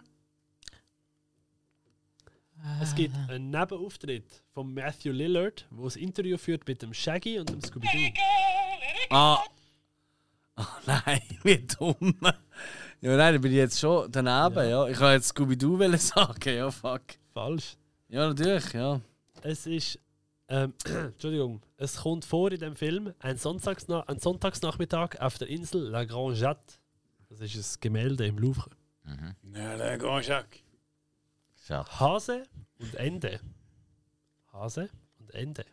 Es gibt einen Nebenauftritt von Matthew Lillard, wo das Interview führt mit dem Shaggy und dem Scooby-Doo. Ah. Oh nein, wie dumm. Ja, nein, da bin ich jetzt schon daneben, ja. Ich kann jetzt Scooby-Doo wollen sagen, ja, fuck. Falsch. Ja, natürlich, ja. Es ist. Ähm, Entschuldigung, es kommt vor in dem Film ein, Sonntagsna ein Sonntagsnachmittag auf der Insel La Grande Jatte. Das ist ein Gemälde im Louvre. Nein, der Grand Jacques. Hase und Ende. Hase und Ende.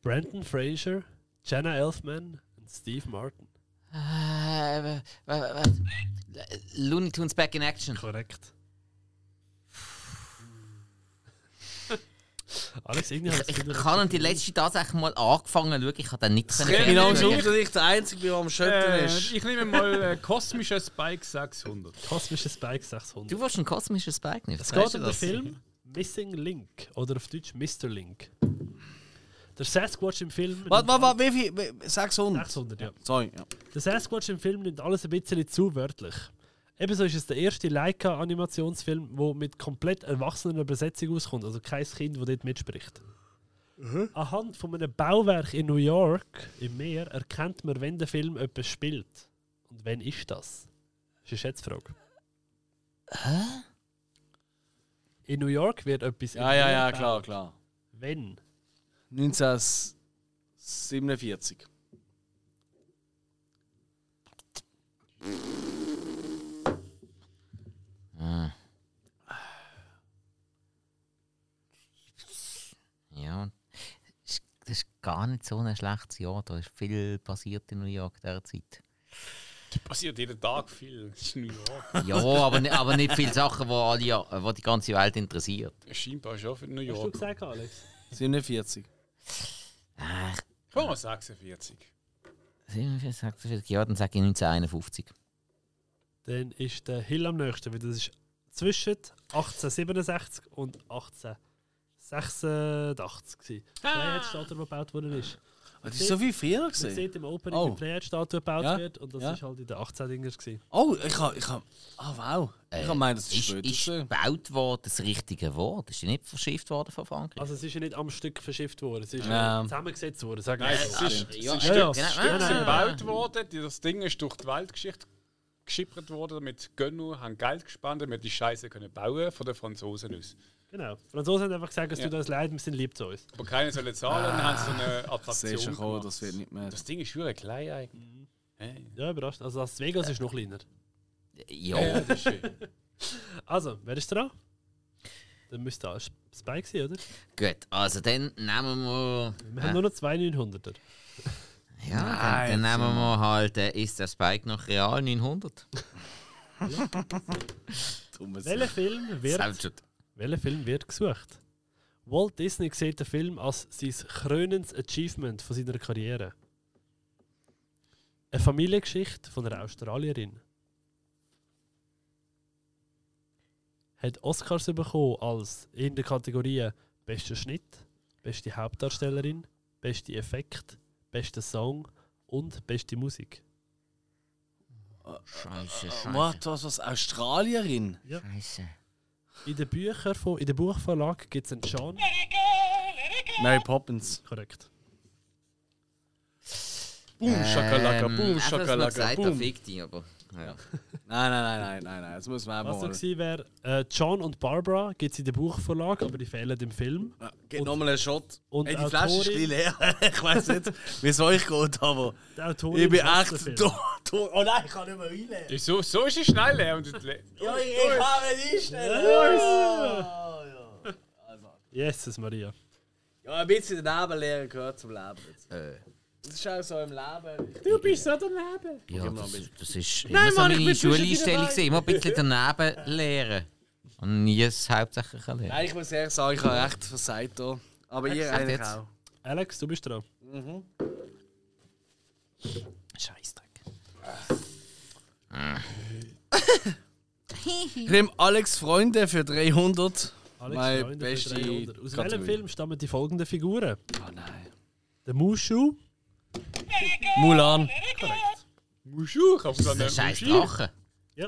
Brandon Fraser, Jenna Elfman und Steve Martin. Äh, wa- wa- wa- Looney Tunes Back in Action. Korrekt. Alex, irgendwie hat Ich, ich kann an die letzte tatsächlich mal angefangen schauen, ich kann dann nicht Ja, Ich ja, Genau, nehme ja. schon auf, dass ich der Einzige bin, der am Schöpfen Äh, ist. ich nehme mal äh, kosmische Spike 600. kosmisches Bike 600. Du wirst einen kosmischen Spike nehmen. Es geht um den Film Missing Link oder auf Deutsch Mr. Link. Der Sasquatch im Film. Warte, warte, warte, wie viel? Wie- 600. 600, ja. Sorry, ja. Der Sasquatch im Film nimmt alles ein bisschen zu wörtlich. Ebenso ist es der erste Leica-Animationsfilm, der mit komplett erwachsener Besetzung auskommt, also kein Kind, das dort mitspricht. Anhand von einem Bauwerk in New York im Meer erkennt man, wenn der Film etwas spielt. Und wenn ist das? Das ist eine Schätzfrage. Hä? In New York wird etwas. im Ja, ja, Meer ja, gebaut. klar, klar. Wenn? 1947. Ja, das ist- das ist gar nicht so ein schlechtes Jahr. Da ist viel passiert in New York derzeit. Passiert jeden Tag viel. Das ist New York. Ja, aber, ni- aber nicht viele Sachen, die alle, ja- äh, wo die ganze Welt interessiert. Scheinbar schon für New Was hast du York. gesagt, Alex? 47. Ach, Komm mal 46. 47 Jahre, dann sage ich 1951. Dann ist der Hill am nächsten, weil das ist zwischen 1867 und 1886 gewesen. Die Ah! Freiheitsstatue, die gebaut worden ist. Ah, Das ist so viel früher Man gesehen. sieht im Opening, Oh. wie die Freiheitsstatue gebaut Ja, wird und das ja. ist halt in den 18 Dingern gewesen. Oh, ich hab, ich hab, ah wow. Äh, Ich hab meint, das ist später. Ist gewesen. gebaut worden, das richtige Wort? Ist die nicht verschifft worden von Frankreich? Also es ist ja nicht am Stück verschifft worden, es ist Ja. ja. zusammengesetzt worden, sagen wir Nein, so. es ist, es ja, ist ja, ja, Stück, genau. stimmt. Stück sind Ah. gebaut worden. die- Das Ding ist durch die Weltgeschichte geschippert worden. Damit Gönner haben Geld gespannt, damit die Scheiße können bauen von den Franzosen aus. Genau. Die Franzosen haben einfach gesagt, es Ja. tut uns leid, wir sind lieb zu uns. Aber keine sollen zahlen, dann haben sie so eine Das siehst du Attraktion schon, gemacht. das wird nicht mehr. Das Ding ist wirklich klein eigentlich. Ja, überrascht. Also Las Vegas ist noch kleiner. Ja, Ja, das ist schön. Also, wer ist dran? Dann müsste da Spike sein, oder? gut. Also dann nehmen wir. Wir haben nur noch zwei 900er. Ja, dann, dann nehmen wir halt. Äh, ist der Spike noch real? 900? Dummes. Welcher Film wird Selbst. Welcher Film wird gesucht? Walt Disney sieht den Film als sein krönendes Achievement von seiner Karriere. Eine Familiengeschichte von einer Australierin. Hat Oscars bekommen als in der Kategorie bester Schnitt, beste Hauptdarstellerin, beste Effekt, bester Song und beste Musik. Scheiße, Was, Scheiße. was, was, Australierin? Scheiße. In den Büchern von, in der Buchvorlage gibt es einen Genre. Mary Poppins. Korrekt. Boom, also Schakalaka, Ähm, boom, Schakalaka, gesagt, er boom. fickt dich, aber. Nein, Ja. nein, nein, nein, nein, nein, das muss man Was einfach so mal. gewesen wäre, äh, John und Barbara gibt es in der Buchvorlage, aber die fehlen im Film. Ja, Geht nochmal einen Shot. und Ey, die Flasche ist ein bisschen Autorin- leer. ich weiß nicht, wie es euch geht, aber Die Autorin ich bin hasst den Film. echt tot. Oh nein, ich kann nicht mehr reinlegen. So, so ist es schnell leer. Und le Ja, ich, ich kann nicht einstellen. Ja, ja. Jesus Maria. ja, ein bisschen daneben leeren gehört zum Leben. jetzt. Äh, Das ist auch so im Leben. Du bist so daneben. ja, das, das ist immer so meine Schuleinstellung. gewesen, Immer ein bisschen daneben lehren. Und nie das Hauptsächliche lehren. Nein, ich muss ehrlich sagen, ich habe recht versagt hier. Aber ihr gesagt eigentlich jetzt. auch. Alex, du bist dran. Scheißdreck. Ich nehme Alex Freunde für 300. Alex, Mein Freunde für beste 300. Aus welchem Kategorie. Film stammen die folgenden Figuren? Oh nein. Der Mushu, Mulan. Muschu, kannst du dann Das ist ein nicht scheiß Drache.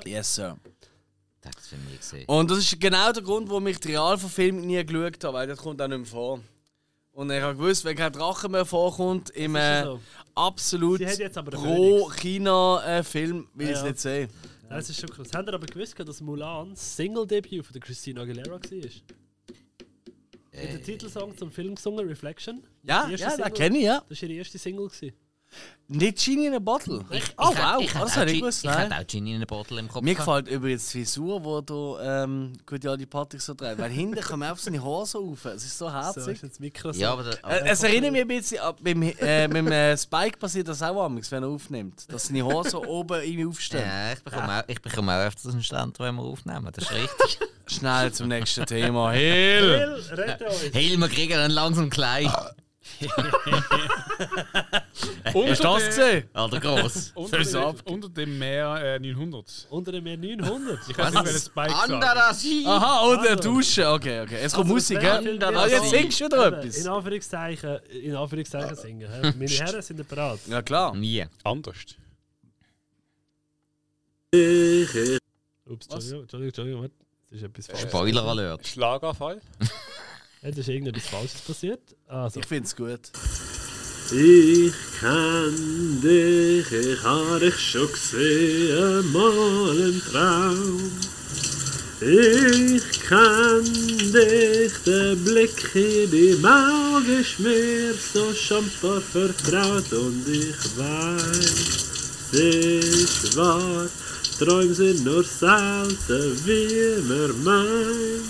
Yes, sir. Das hast du nie gesehen. Und das ist genau der Grund, warum ich die Realverfilmung nie geschaut habe, weil das kommt auch nicht mehr vor. Und ich habe gewusst, wenn kein Drache mehr vorkommt, im Das ist äh, so. absolut Sie hat jetzt aber den Phönix. pro-China-Film will ich es Ja. nicht sehen. Das ist schon krass. Habt ihr aber gewusst, dass Mulan das Single-Debüt von der Christina Aguilera war? Hat den Titelsong zum Film gesungen, Reflection? Äh. Ja, Die erste ja, den Single. kenne ich, ja. Das war ihre erste Single. gewesen. Nicht Genie in a Bottle. oh, Ich hätte- wow, ich das hätte auch hätte ich Gin- gewusst. Ich nein. hätte auch Gin in einer Bottle im Kopf. Mir gehabt. gefällt übrigens die Frisur, die da ähm, gut ja die Patrick so trägt. Weil hinten kommen einfach seine Haare auf. Es ist so So herzig. ist jetzt das Mikro. so. Ja, aber das, Äh, es erinnert mich ein bisschen an, beim, äh, beim äh, Spike passiert das auch manchmal, wenn er aufnimmt. Dass seine Haare so oben irgendwie aufstehen. ja, ich bekomme auch, ich bekomme auch öfters einen Stand, wenn wir aufnehmen. Das ist richtig. Schnell zum nächsten Thema. Hill! Will, rette uns! hey, wir kriegen dann langsam klein. unter, Hast du das der- gesehen? Alter, gross. unter, Soll's dem- ab- unter dem Meer äh, 900. Unter dem Meer 900. Ich weiß nicht, welches Spike sagen. Anderasi! Aha, und der Also. Dusche. Okay, okay. Jetzt kommt Musik, Ja, hä? das Ah, jetzt ist- singst du wieder Eben, etwas. In Anführungszeichen, in Anführungszeichen singen. hä? Meine Herren sind bereit. Ja, klar. Nie. Anders. Ups, Entschuldigung, Entschuldigung, Entschuldigung, warte. Das ist etwas falsch. Spoiler Alert. Schlaganfall. Ja, das ist irgendetwas Falsches passiert. Also, Ich find's gut. Ich kenn dich, ich hab dich schon gesehen, mal im Traum. Ich kenn dich, der Blick in deinem Auge ist mir so scheinbar vertraut und ich weiß, es ist wahr. Träume sind nur selten, wie man meint.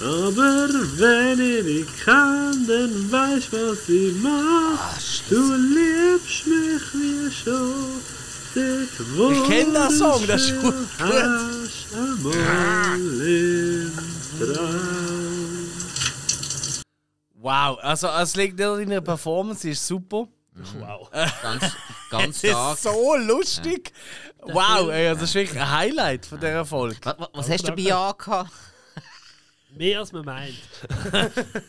Aber wenn ich dich kann, dann weiß was ich mach. du liebst mich wie schon. Ich Ich kenn den Song, das ist gut. Hast einmal im Traum. Wow, also es liegt nicht an deiner Performance, die ist super. wow. Ganz, ganz Es ist stark. so lustig. Wow, ey, also das ist wirklich ein Highlight von dieser Folge. Wa- wa- Was hast du dabei angehabt? Mehr als man meint.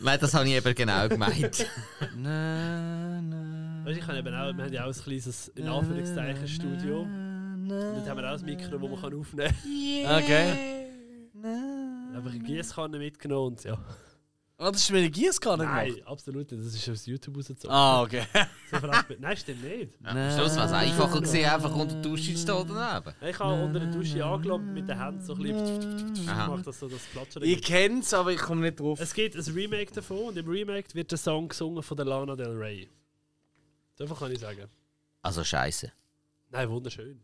Nein, das habe ich eben genau gemeint. Na, na, Weißt, du, ich kann eben auch, wir haben ja auch ein kleines, in Ah. Anführungszeichen, Studio. Und dort haben wir auch ein Mikro, das man kann aufnehmen kann. Ah, Okay. Einfach eine Gießkanne mitgenommen und ja. Oh, das ist mir eine Gießkanne gemacht. Nein, absolut nicht. Das ist aus YouTube rausgezogen. Ah, okay. So verrascht bin- Nein, stimmt nicht. Ja, Am Schluss war es einfacher gewesen, einfach unter die Dusche zu stehen daneben. Ich habe unter der Dusche angelockt mit den Händen so ein bisschen. Aha. Macht das so das Platschen. Ich kenn's, aber ich komme nicht drauf. Es gibt ein Remake davon und im Remake wird der Song gesungen von der Lana Del Rey. So viel kann ich sagen. Also scheiße. Nein, wunderschön.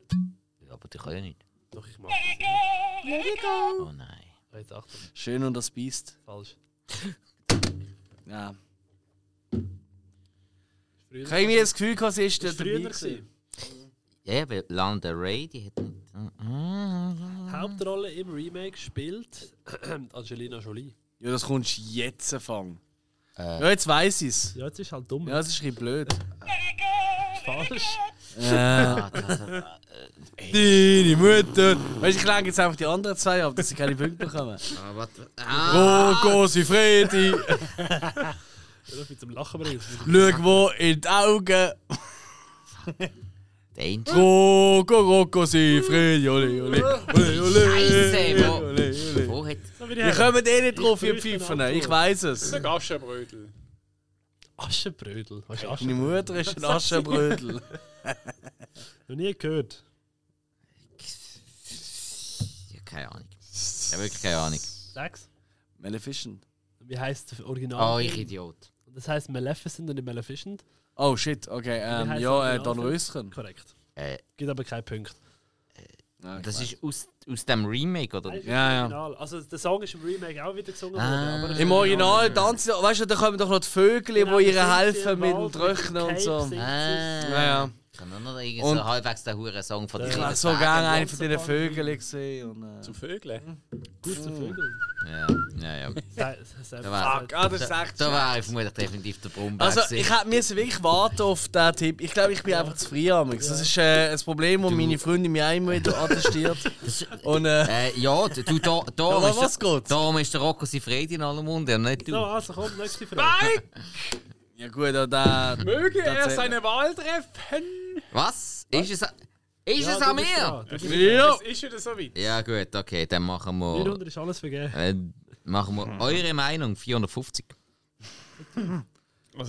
Ja, aber die kann ja nicht. Doch, ich mag das. Oh nein. Ah, Jetzt Achtung, Schön und das Biest. falsch. Ja. Früher- Ich habe irgendwie das Gefühl, gehabt, sie ist Das dort war früher. dabei. gewesen. gewesen. Ja, weil Lana Ray, die hat nicht. Hauptrolle im Remake spielt Angelina Jolie. Ja, das kommst du jetzt fangen. Äh. Ja, jetzt weiß ich es. Ja, jetzt ist halt dumm. Ja, das ist ein bisschen blöd. falsch. Äh, Deine Mutter! Weißt du, ich lege jetzt einfach die anderen zwei ab, dass sie keine Punkte bekommen. Ah, warte. Ah, Wo große Fredi, Ich darf mich zum Lachen bringen. schau wo in die Augen. der Angel. Rocco, Rocco, sie Fredi, ole, ole, ole, Scheisse, ole, wo- ole, ole. Wo hat. Wir kommen eh nicht drauf, ihr Pfeifen, ich weiß es. Der Gaschenbrötel. Aschenbrödel. Hast du Meine Aschen? Mutter ist ein Aschenbrödel. Noch nie gehört. Ja, keine Ahnung. Ja, wirklich keine Ahnung. Sechs. Maleficent. Wie heisst der Oh, Original? ich Idiot. Das heisst Maleficent und nicht Maleficent. Oh shit, okay, ähm, heisst ja, äh, der Don Originalfilm? Röschen. Korrekt. Äh, Gibt aber keinen Punkt. das ist aus, aus dem Remake, oder? Ja, ja. Original. Also der Song ist im Remake auch wieder gesungen worden. Ah. aber- Im Original tanzen, oh, weißt du, da kommen doch noch die Vögel, die Genau, ihr da sind sie helfen im mit dem Wald, Tröchen mit dem und so. Cape sind sie. Ah, Ja, ja. Ich habe nur noch irgend Und- so halbwegs den Huren Song von Ja. der Ich hätte so gerne einen von diesen Vögeln gesehen. Und, äh. Zum Vögeln. Gut zu Vögeln. Ja, ja, ja. Sei- sei- sei- Da war, Ah, das ist da, echt da war ich vermutlich definitiv der Brummbär. Also, ich hätte müssen wirklich warten auf diesen Tipp. Ich glaube, ich bin einfach zu früh amix. Das ist äh, ein Problem, das meine Freundin mir immer wieder attestiert. Und äh, äh, ja, du, du, da, Aber da was ist, der- geht's? darum ist der Rocco Sifredi in aller Munde und nicht So, du. also komm, nächste Frage. ja gut, äh, da. Möge er Tatsächlich. seine Wahl treffen? Was? Ist es, ist es an mir? Ja. Es ist wieder so weit. Ja gut, okay, dann machen wir, 400 ist alles vergeben. äh, machen wir eure Meinung 450.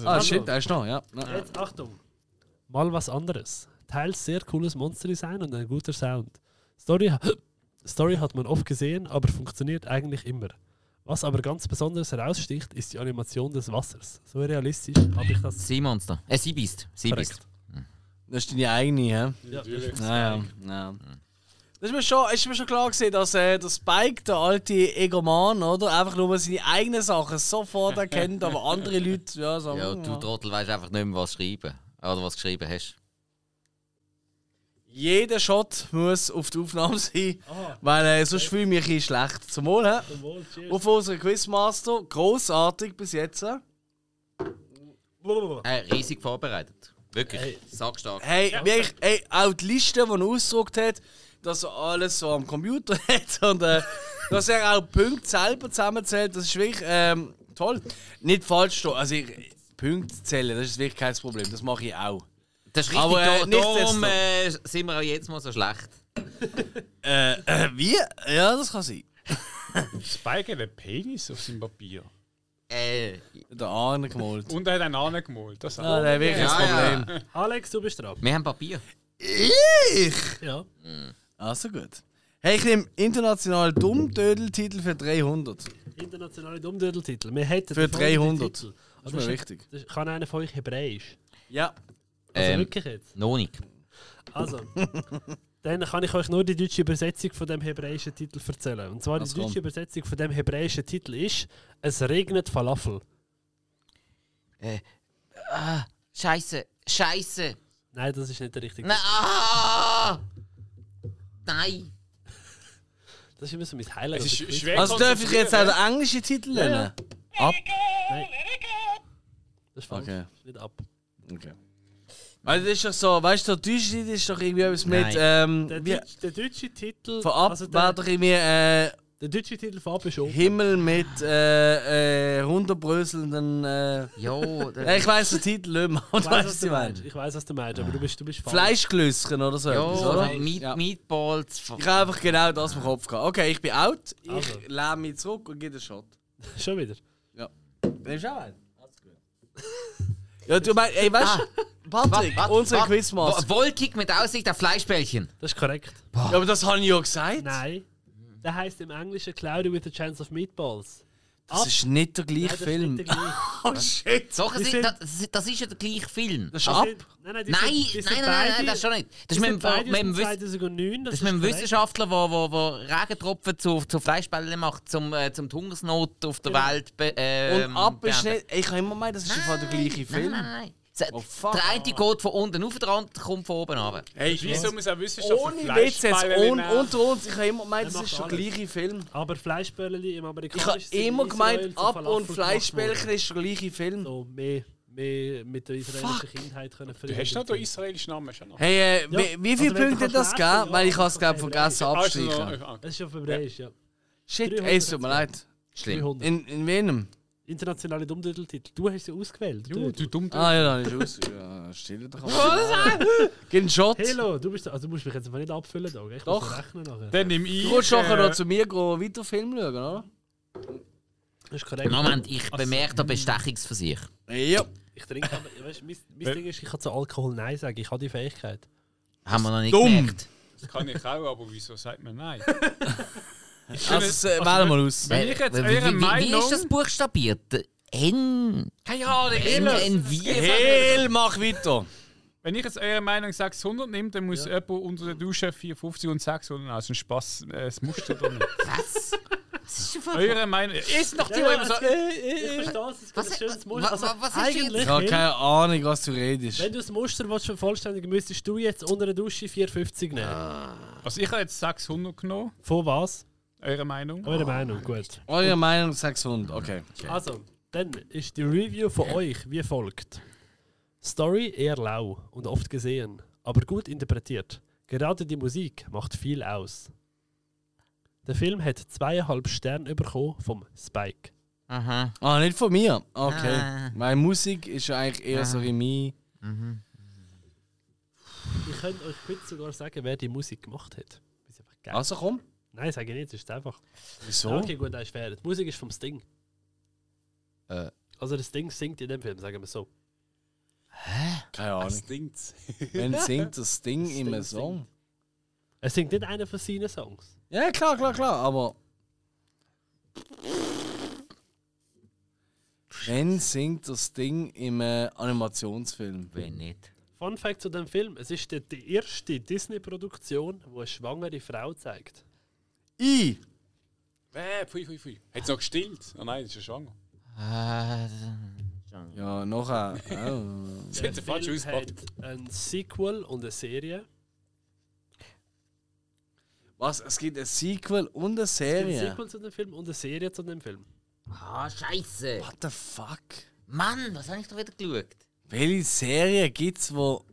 Ah, shit, da ist noch, ja. Jetzt Achtung. Mal was anderes. Teils sehr cooles Monsterdesign und ein guter Sound. Story, ha- Story hat man oft gesehen, aber funktioniert eigentlich immer. Was aber ganz besonders heraussticht, ist die Animation des Wassers. So realistisch habe ich das Seemonster. Äh, Seebiest. Seebiest. korrekt. Das ist deine eigene, hä? Ja, Ja, ja. Das Hm. ist mir schon, ist mir schon klar gesehen, dass äh, der Spike, der alte Egoman, oder? Einfach nur seine eigenen Sachen sofort erkennt, aber andere Leute, ja, sagen. Ja, du ja. Trottel weißt einfach nicht mehr, was schreiben. Oder was geschrieben hast. Jeder Shot muss auf die Aufnahme sein, weil äh, sonst fühle ich mich ein bisschen schlecht. Zum Wohl, hä? Jawohl, cheers. Auf unseren Quizmaster, großartig bis jetzt. Blablabla. Äh, riesig vorbereitet. Wirklich. Hey. Sackstark. Hey, wirklich, hey, auch die Liste, die er ausgedruckt hat, dass er alles so am Computer hat und äh, dass er auch Punkte selber zusammenzählt, das ist wirklich ähm, toll. Nicht falsch stehen, also ich, Punkte zählen, das ist wirklich kein Problem, das mache ich auch. Das ist richtig. Aber, äh, da- darum äh, sind wir auch jetzt mal so schlecht. Äh, äh, wie? Ja, das kann sein. Spike hat einen Penis auf seinem Papier. Äh, Der Arne gemalt. Und er hat einen angemalt. Das Ah, hat der wirklich Ja, ein Problem. Alex, du bist dran. wir haben Papier. Ich? Ja. Also gut. Hey, ich nehme international Dummdödel-Titel für 300. Internationale Dummdödeltitel. Wir hätten Für den folgenden 300. Titel. Also Das ist mir wichtig. das- Kann einer von euch Hebräisch? Ja. Also Ähm, wirklich jetzt? noch nicht. Also, dann kann ich euch nur die deutsche Übersetzung von dem hebräischen Titel erzählen. Und zwar Was die deutsche kommt? Übersetzung von dem hebräischen Titel ist Es regnet Falafel. Äh, ah, Scheiße. Scheiße. Nein, das ist nicht der richtige. Nein. Ah! Nein. Das ist immer so mein Highlight. Es oder ist Quiz. schwer Also darf ich jetzt auch konzentrieren. den englischen Titel nennen? Ab. Das ist falsch. Okay. Nicht ab. Okay. Weil das ist doch so, weißt du, der deutsche Titel ist doch irgendwie etwas mit. Nein. Der, Ähm, wie, Deutsch, der deutsche Titel. von ab also der, war doch irgendwie äh, der deutsche Titel von ab ist oben. Himmel mit äh, äh, runterbröselnden. Äh, Jo. ja, ich weiß den Titel nicht mehr, aber Ich weiß, du weißt, was was du ich meinst. meine. Ich weiß, was du meinst, aber du bist, du bist falsch. Fleischklösschen oder so. etwas, jo. oder? Meat, Ja. Meatballs. Ich habe einfach genau das im Kopf gehabt. Okay, ich bin out, ich Also. lehne mich zurück und gebe den Shot. Schon wieder. Nimmst du auch einen? Ja, du meinst, ey, weißt du, Patrick, Was? unser Was? Quizmaster. Wo- Wolkig mit Aussicht auf Fleischbällchen. Das ist korrekt. Ja, aber das habe ich ja gesagt. Nein. Der heißt im Englischen Cloudy with a Chance of Meatballs. Das ist nicht der gleiche Nein, das ist Film. nicht der gleiche. Oh shit! So, das, Die ist- sind- das, das ist ja der gleiche Film. Das ist Die ab. sind- Nein, nein, die Nein, sind- die nein, sind nein, nein, nein, beide- das ist schon nicht. Das ist Die sind mit, dem- beide mit, aus dem dem Wiss- 2009. das ist mit dem korrekt. Wissenschaftler, der wo, wo Regentropfen zu, zu Fleischbällen macht, zum, äh, zum die Hungersnot auf der Welt. Be, ähm, Und ab ist beenden. nicht. Ich kann immer meinen, das ist einfach der gleiche Film. Nein, nein, nein. Se- Oh, Der eine geht von unten auf, der andere kommt von oben runter. Hey, wieso muss auch Wissenschaft Ohne Witz jetzt, Fleischballen un, nehmen? unter uns, ich habe immer Er gemeint, das ist macht schon alles. gleiche Film. Aber Fleischbällchen im Ich habe amerikanischen sind in immer Israel gemeint, zu Ab- Falafel und gemacht Fleischbällchen worden. ist schon gleiche Film. So mehr, mehr mit der israelischen Fuck. Kindheit können Du hast noch den israelischen Namen schon noch. Hey, äh, Ja. wie, wie viele Also, wenn Punkte du hat das kannst gegeben? essen, ja, Weil ich habe es okay, gerade vergessen Also noch- abzustrichen. ah, Es ist auf Hebräisch, ja. Shit, 300 ey, es tut mir leid. Schlimm. 300. In, in wenem? Internationale Dummdödeltitel. Du hast sie ausgewählt. Du, Du. du dumm. Ah ja, dann ist aus. Ja, still doch mal. Gib einen Shot. Du Hello, du bist. Also, du musst mich jetzt aber nicht abfüllen, da, gell? Ich Doch. muss rechnen nachher. Dann nimm ich. kannst äh, nachher noch zu mir gehen, weiter Film schauen, oder? Das ist korrekt. Moment, ich bemerke da Bestechungsversuch. Ja. Ich trinke aber. Weißt, du, mein, mein Ding ist, ich kann zu Alkohol Nein sagen. Ich habe die Fähigkeit. Haben wir noch nicht Dumm. gemerkt. Das kann ich auch, aber wieso sagt man nein? Also, es, äh, wählen wir aus. Wenn ich jetzt Wie- wie- eure wie, wie ist das Meinung. buchstabiert? N. Keine Ahnung, N. N. Wie? Hell, mach weiter. Wenn ich jetzt eure Meinung 600 nehme, dann muss jemand unter der Dusche 450 und 600 nehmen. Das ist ein Spaß. äh, Es musst du doch nicht. Was? Das ist einfach- Eure Meinung. Ist noch die, die immer so. Ich verstehe es, es Was- ist ein schönes wa- Muster. wa- Also, was hast du jetzt- eigentlich, Ich habe keine Ahnung, was du redest. wenn du das Muster willst, vervollständigen willst, müsstest du jetzt unter der Dusche 450 nehmen. Also ich habe jetzt 600 genommen. Von was? Eure Meinung. Eure Meinung, gut. Eure Meinung 600, okay. Also, dann ist die Review von euch wie folgt. Story eher lau und oft gesehen, aber gut interpretiert. Gerade die Musik macht viel aus. Der Film hat zweieinhalb Sterne bekommen vom Spike. Aha. Ah, nicht von mir. Okay. Ah. Meine Musik ist ja eigentlich eher so in mir. Ich könnte euch heute sogar sagen, wer die Musik gemacht hat. Das ist einfach geil. Also komm. Nein, sage ich nicht, das ist einfach. Wieso? Okay, gut, das ist fair. Die Musik ist vom Sting. Also, das Sting singt in dem Film, sagen wir so. Keine Ahnung. Stinkt's. Wenn singt das Ding Das im Ding Song? Er singt nicht einen von seinen Songs. Ja, klar, klar, klar, aber. Wenn singt das Ding im äh, Animationsfilm? Wenn nicht. Fun Fact zu dem Film: Es ist die- die erste Disney-Produktion, wo eine schwangere Frau zeigt. I! Äh, pfui, pfui, pfui. Hat's noch gestillt? Ah, Oh nein, das ist ja schwanger. Äh, Ja, noch ein. Oh. Das hat sie falsch Film ausgepackt. hat ein Sequel und eine Serie. Was? Es gibt ein Sequel und eine Es gibt ein Serie? Sequel zu dem Film und eine Serie zu dem Film. Ah, Scheiße. What the fuck? Mann, was habe ich da wieder geschaut? Welche Serie gibt's, wo.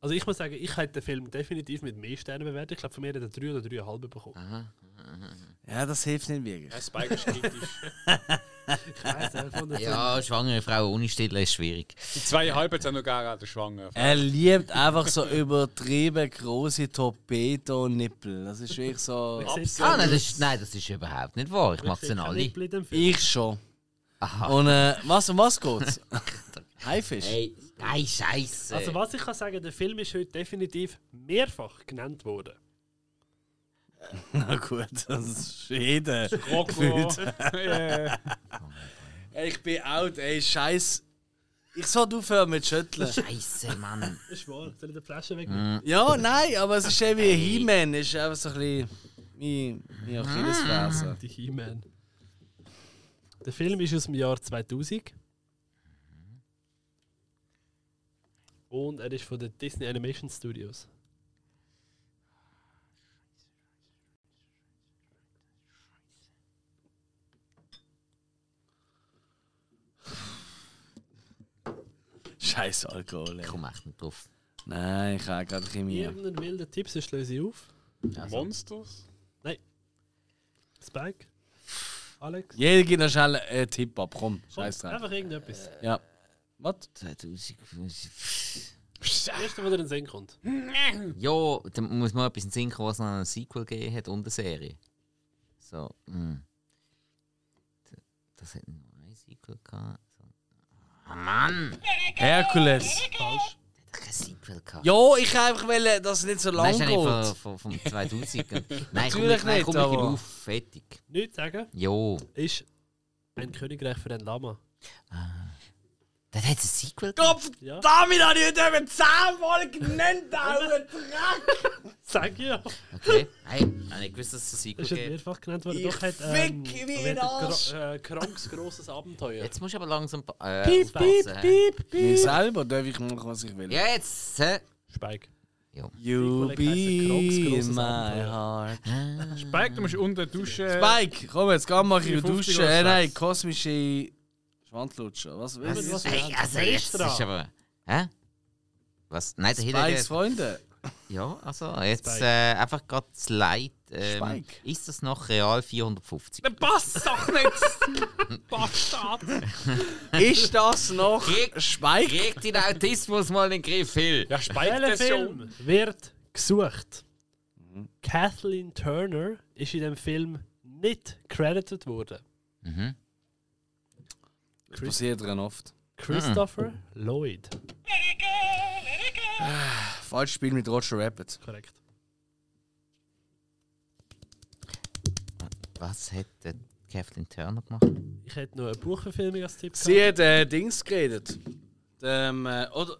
Also ich muss sagen, ich hätte den Film definitiv mit mehr Sternen bewertet. Ich glaube, von mir hat er 3 oder 3,5 bekommen. Ja, das hilft nicht wirklich. Ja, Spike ist kritisch. Ich weiss, er fand das so- Ja, schwangere Frau ohne Stillen ist schwierig. Die zwei halben sind noch gar nicht schwanger. Er liebt einfach so übertrieben große Torpedo-Nippel. Das ist wirklich so. Ich sehe- Ah, nein, das ist, nein, das ist überhaupt nicht wahr. Ich mag ich sie sehe keinen alle. Nippel in dem Film. Ich schon. Und äh, was um was geht's? Haifisch. Hey, nein, Scheiße. Also was ich kann sagen, der Film ist heute definitiv mehrfach genannt worden. Na gut, das ist Schweden. Rocco. äh, Ich bin out, ey, scheiß. Ich soll aufhören mit Schütteln. Scheiße, Mann. Das ist wahr. Soll ich die Flasche wegnehmen? Ja, nein, aber es ist eben wie ein He-Man. Es ist einfach so ein bisschen. Mein, mein Achillesferse. Die He-Man. Der Film ist aus dem Jahr 2000. Und er ist von den Disney Animation Studios. Scheiß Alkohol, ey. Ich komme echt nicht drauf. Nein, ich habe gerade Chemie. Irgendeinen wilden Tipp, sonst löse ich auf. Monsters? Spike? Alex? Jeder gibt noch schnell einen Tipp ab. Komm, Komm, scheiß drauf. Äh. Einfach irgendetwas. Ja. Was? 2000. Das erste, was dir in den Sinn kommt. Ja, da muss man etwas in den Sinn kommen, was noch ein Sequel gegeben hat und eine Serie. So, mh. D- Das hat noch ein Sequel gehabt. So. Ah, Mann! Herkules. Hat er kein Sequel gehabt? Ja, ich wollte einfach, wollen, dass es nicht so lang Nein, ist ja nicht geht. von, von, vom 2000. nein, komm, Natürlich nein, komm, nicht, ich gebe aber- auf. Fertig. Nichts sagen. Jo. Ist ein Königreich für den Lama. Das hat ein Sequel. Kopf, Ja. damit habe ich heute eben zehnmal genannt, Alter, Dreck! Sag ja. Okay. Nein, ich habe nicht gewusst, dass es ein Sequel Ist ja gibt. mehrfach genannt worden. Ich Doch hat ähm, fick wie ein Arsch. Gro äh, Kronks grosses Abenteuer. Jetzt musst du aber langsam. Äh, Piep, aufpassen, piep, hä? piep, piep. Mir selber darf ich machen, was ich will. Ja, jetzt. hä? Speik. Sequel You heisst be Krogs, in grosses my Abenteuer. heart. Spike, du musst unter der Dusche. Spike, komm jetzt, geh mal in die 54 Dusche. oder Äh, nein, sechs? kosmische Schwandlutscher. Was will Was? man? was Ey, wir also haben. jetzt Extra. ist aber. Hä? Was? Nein, der Spikes Hintergrund. Freunde. Ja, also jetzt Spike. äh, einfach gerade das Leid. Ähm, Spike. ist das noch real 450? Dann passt doch nicht! Bastard! Ist das noch Krieg- Spike? Krieg den Autismus mal in den Griff, Phil! Ja, speichert Welcher das schon. Film wird gesucht? Mhm. Kathleen Turner ist in dem Film nicht credited worden. Mhm. Das passiert dran oft. Christopher Ah. Lloyd. Falsches Spiel mit Roger Rabbit. Korrekt. Was hat äh, Kathleen Turner gemacht? Ich hätte noch eine Buchverfilmung als Tipp Sie hat äh, Dings geredet. Ähm, äh, oder.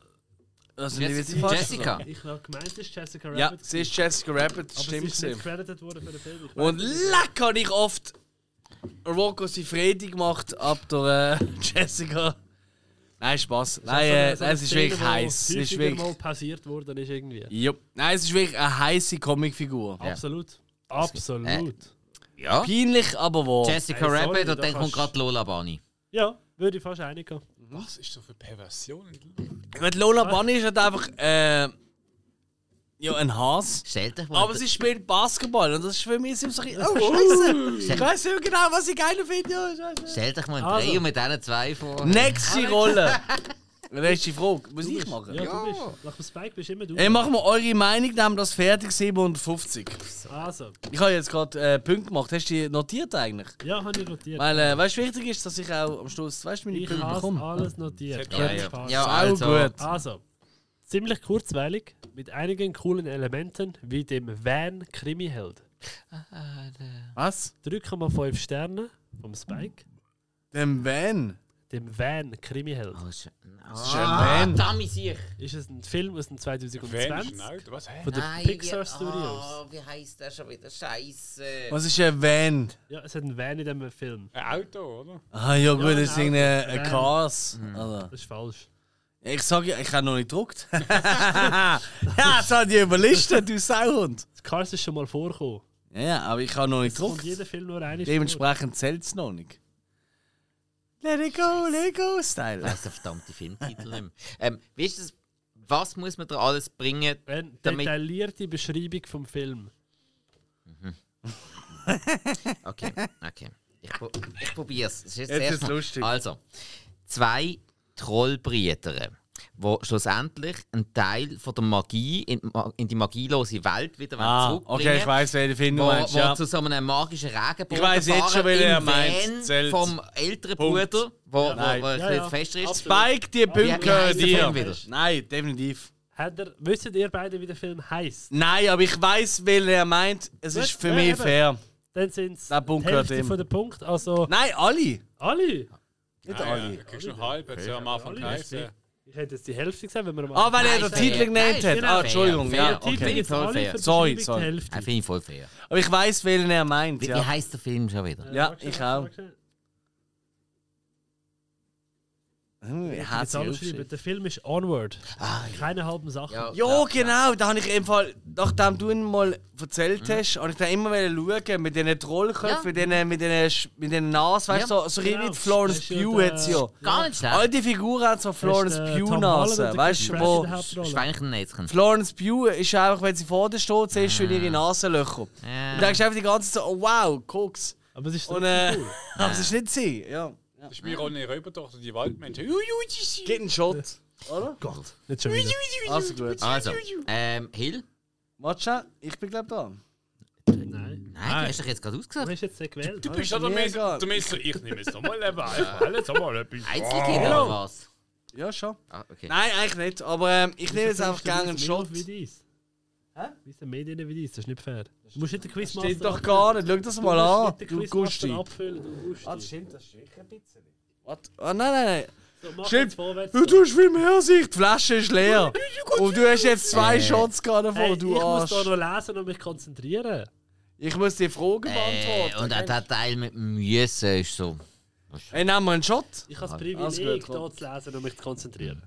Also, ich weiß nicht, Jessica. was- Jessica. Ich glaube, gemeint ist Jessica Ja, Rabbit. sie ist Jessica Rabbit, aber stimmt sie sie. ist nicht credited worden für den Film. Ich Und weiss leck habe ich oft Rocco sie Fredi gemacht ab der äh, Jessica. Nein, Spaß. nicht. Nein, äh, So eine- es ist so eine wirklich Szene, heiß. Es die ist häufiger mal wirklich. passiert worden ist irgendwie. Jupp. Nein, es ist wirklich eine heiße Comicfigur. Ja. Absolut. Absolut. Äh. Ja. Peinlich, aber wahr. Jessica Hey, sorry, Rabbit da und dann kommt kannst- gerade Lola Bunny. Ja, würde ich fast einigen. Was ist da für Perversion? Mit Mhm. Lola Bunny ist halt einfach äh, ja, ein Hase. Stell dir vor, Aber sie spielt Basketball und das ist für mich immer so ein bisschen, Oh, Scheiße! Ich weiß nicht genau, was ich geil finde. Ja, Scheiße. stell dich mal in Also. Dreh mit diesen zwei vor. Nächste Rolle. Nächste Frage. Muss ich machen? Ja, du bist. Nach dem Spike bist immer du. Ey, machen wir eure Meinung, nehmen das fertig, 750. Also, Ich habe jetzt gerade äh, Punkte gemacht. Hast du die notiert eigentlich? ja, habe ich notiert. Weil, äh, weißt du, wichtig ist, dass ich auch am Schluss, weißt du, meine Genau. Ich Punkte habe bekomme. alles notiert. Ja, ja. Passt. ja Sau also. gut. Also, ziemlich kurzweilig, mit einigen coolen Elementen, wie dem Van Krimiheld. Was? 3,5 Sterne vom Spike, Dem Van. dem Van Krimiheld. Oh, schön. ein Van. Dummy sich. Ist es ein Film aus dem 2020 Wenn was? Hä? von den Nein, Pixar wie, Studios? Oh, wie heisst der schon wieder? Scheiße. Was ist ein Van? Ja, es hat einen Van in diesem Film. Ein Auto, oder? Ah, ja, gut, Ja, das ist ein irgendein Auto. ein Van. Cars. Also, Das ist falsch. ich sag ja, ich habe noch nicht gedruckt. ja, jetzt hat die überlistet, du Sauhund. Das Cars ist schon mal vorgekommen. Ja, Ja, aber ich habe noch nicht Es kommt gedruckt. jeder Film nur eine Dementsprechend zählt es noch nicht. Let it go, let it go, Style. Weiss der verdammte Filmtitel nicht mehr. Ähm, wie ist das? Was muss man da alles bringen? Eine Damit- detaillierte Beschreibung vom Film. Okay, okay. Ich, pro ich probier's. Das ist jetzt Jetzt erst ist mal- lustig. Also, zwei Trollbrüder, wo schlussendlich einen Teil von der Magie in, die Ma- in die magielose Welt wieder Ah, zurückbringen okay, ich weiß, wer den Film wo, du meinst, wo ja. zu so einem magischen Regenbogen Ich weiss jetzt fahren, schon, wen er im meint. Van Zählt. vom älteren Punkt. Bruder, wo, wo, wo Nein. ein Ja, bisschen ja. fester ist. Spike, die Punkte wie heisst gehören der Film dir. wieder? Nein, definitiv. Hat er, wisst ihr beide, wie der Film heißt? Nein, aber ich weiß, welchen er meint. Es Gut, ist für ja, mich eben. fair. Dann sind es die Der Punkt gehört Hälfte ihm. von der Punkt. Also, Nein, alle. alle. Nicht Ah, ja, alle. du kriegst noch halb, hat es ja am Anfang Alle. geheißen. Ich hätte jetzt die Hälfte gesagt, wenn wir mal. Ah, weil Nein, er den fair. Titel genannt Nein, hat. genau. Ah, Entschuldigung. Fair, Ja, fair. Titel okay. jetzt alle Sorry, für die sorry. Äh, Beschreibung die Hälfte. Ja, Finde ich voll fair. Aber ich weiß, welchen er meint. Wie, wie Ja. heisst der Film schon wieder? Ja, ich auch. Hm, Ich hat's jetzt alles aufgeschrieben. schreiben. Der Film ist Onward. Ah, Keine halben Sachen. Ja. Ja, genau, da habe ich im Fall, nachdem du ihn mal erzählt hast, habe ich da immer wieder schauen, mit diesen Mhm. Ja. Trollköpfen, mit diesen, mit diesen, Sch- mit diesen Nasen, weißt du, so, so Genau. richtig Florence Das ist ja Pugh der- hat sie ja. Gar nicht schlecht. All die Figuren haben so Florence Hast, äh, Tom Holland Pugh-Nasen, und weißt du, Chris wo... Pratt in der Hauptrolle. Schweinchennetzchen. Florence Pugh ist einfach, wenn sie vor dir steht, siehst du wieder ihre Nasenlöcher. Ja. Und denkst einfach die ganze Zeit so, oh wow, guck's. Aber es ist Und trotzdem äh, cool. aber es ist nicht sie, ja. Das ist wie Ronny Röbertochter, die Waldmenschen. Ui, ui, die sind- Geht einen Shot. Nicht schon wieder. Also gut. Also, ähm, Hill? Matcha, ich bin glaub da. Nein. Nein, du hast dich jetzt gerade Du ausgesagt. hast jetzt nicht gewählt. Du oder? bist ja der mir Meister. egal. Du meinst so, ich nehme es nochmal Leben. Alles nochmal etwas. Einzelkind oder was? Ja, schon. Ah, okay. Nein, eigentlich nicht, aber ähm, ich nehme jetzt einfach gerne einen Wie Shot. Wie dies? Hä? Wie sind Medien wie dies? Das ist nicht fair. Du musst nicht den Quizmaster Stimmt doch abfüllen. gar nicht, schau das mal an. musst nicht den Du Quizmaster Gusti. abfüllen, du Gusti. stimmt, das ist sicher ein bisschen. Was? Oh, nein, nein, nein. So, mach Stimmt. jetzt vorwärts. Du tust viel mehr Sicht, die Flasche ist leer. Und du hast jetzt zwei Äh. Shots gehabt Ey, davon, ich du muss Arsch. da noch lesen und mich konzentrieren. Ich muss die Frage beantworten. Äh, und auch der Teil mit dem Müssen ist so. Ey, nehmen wir einen Shot? Ich habe das Alles Privileg, gut, da zu lesen und mich zu konzentrieren.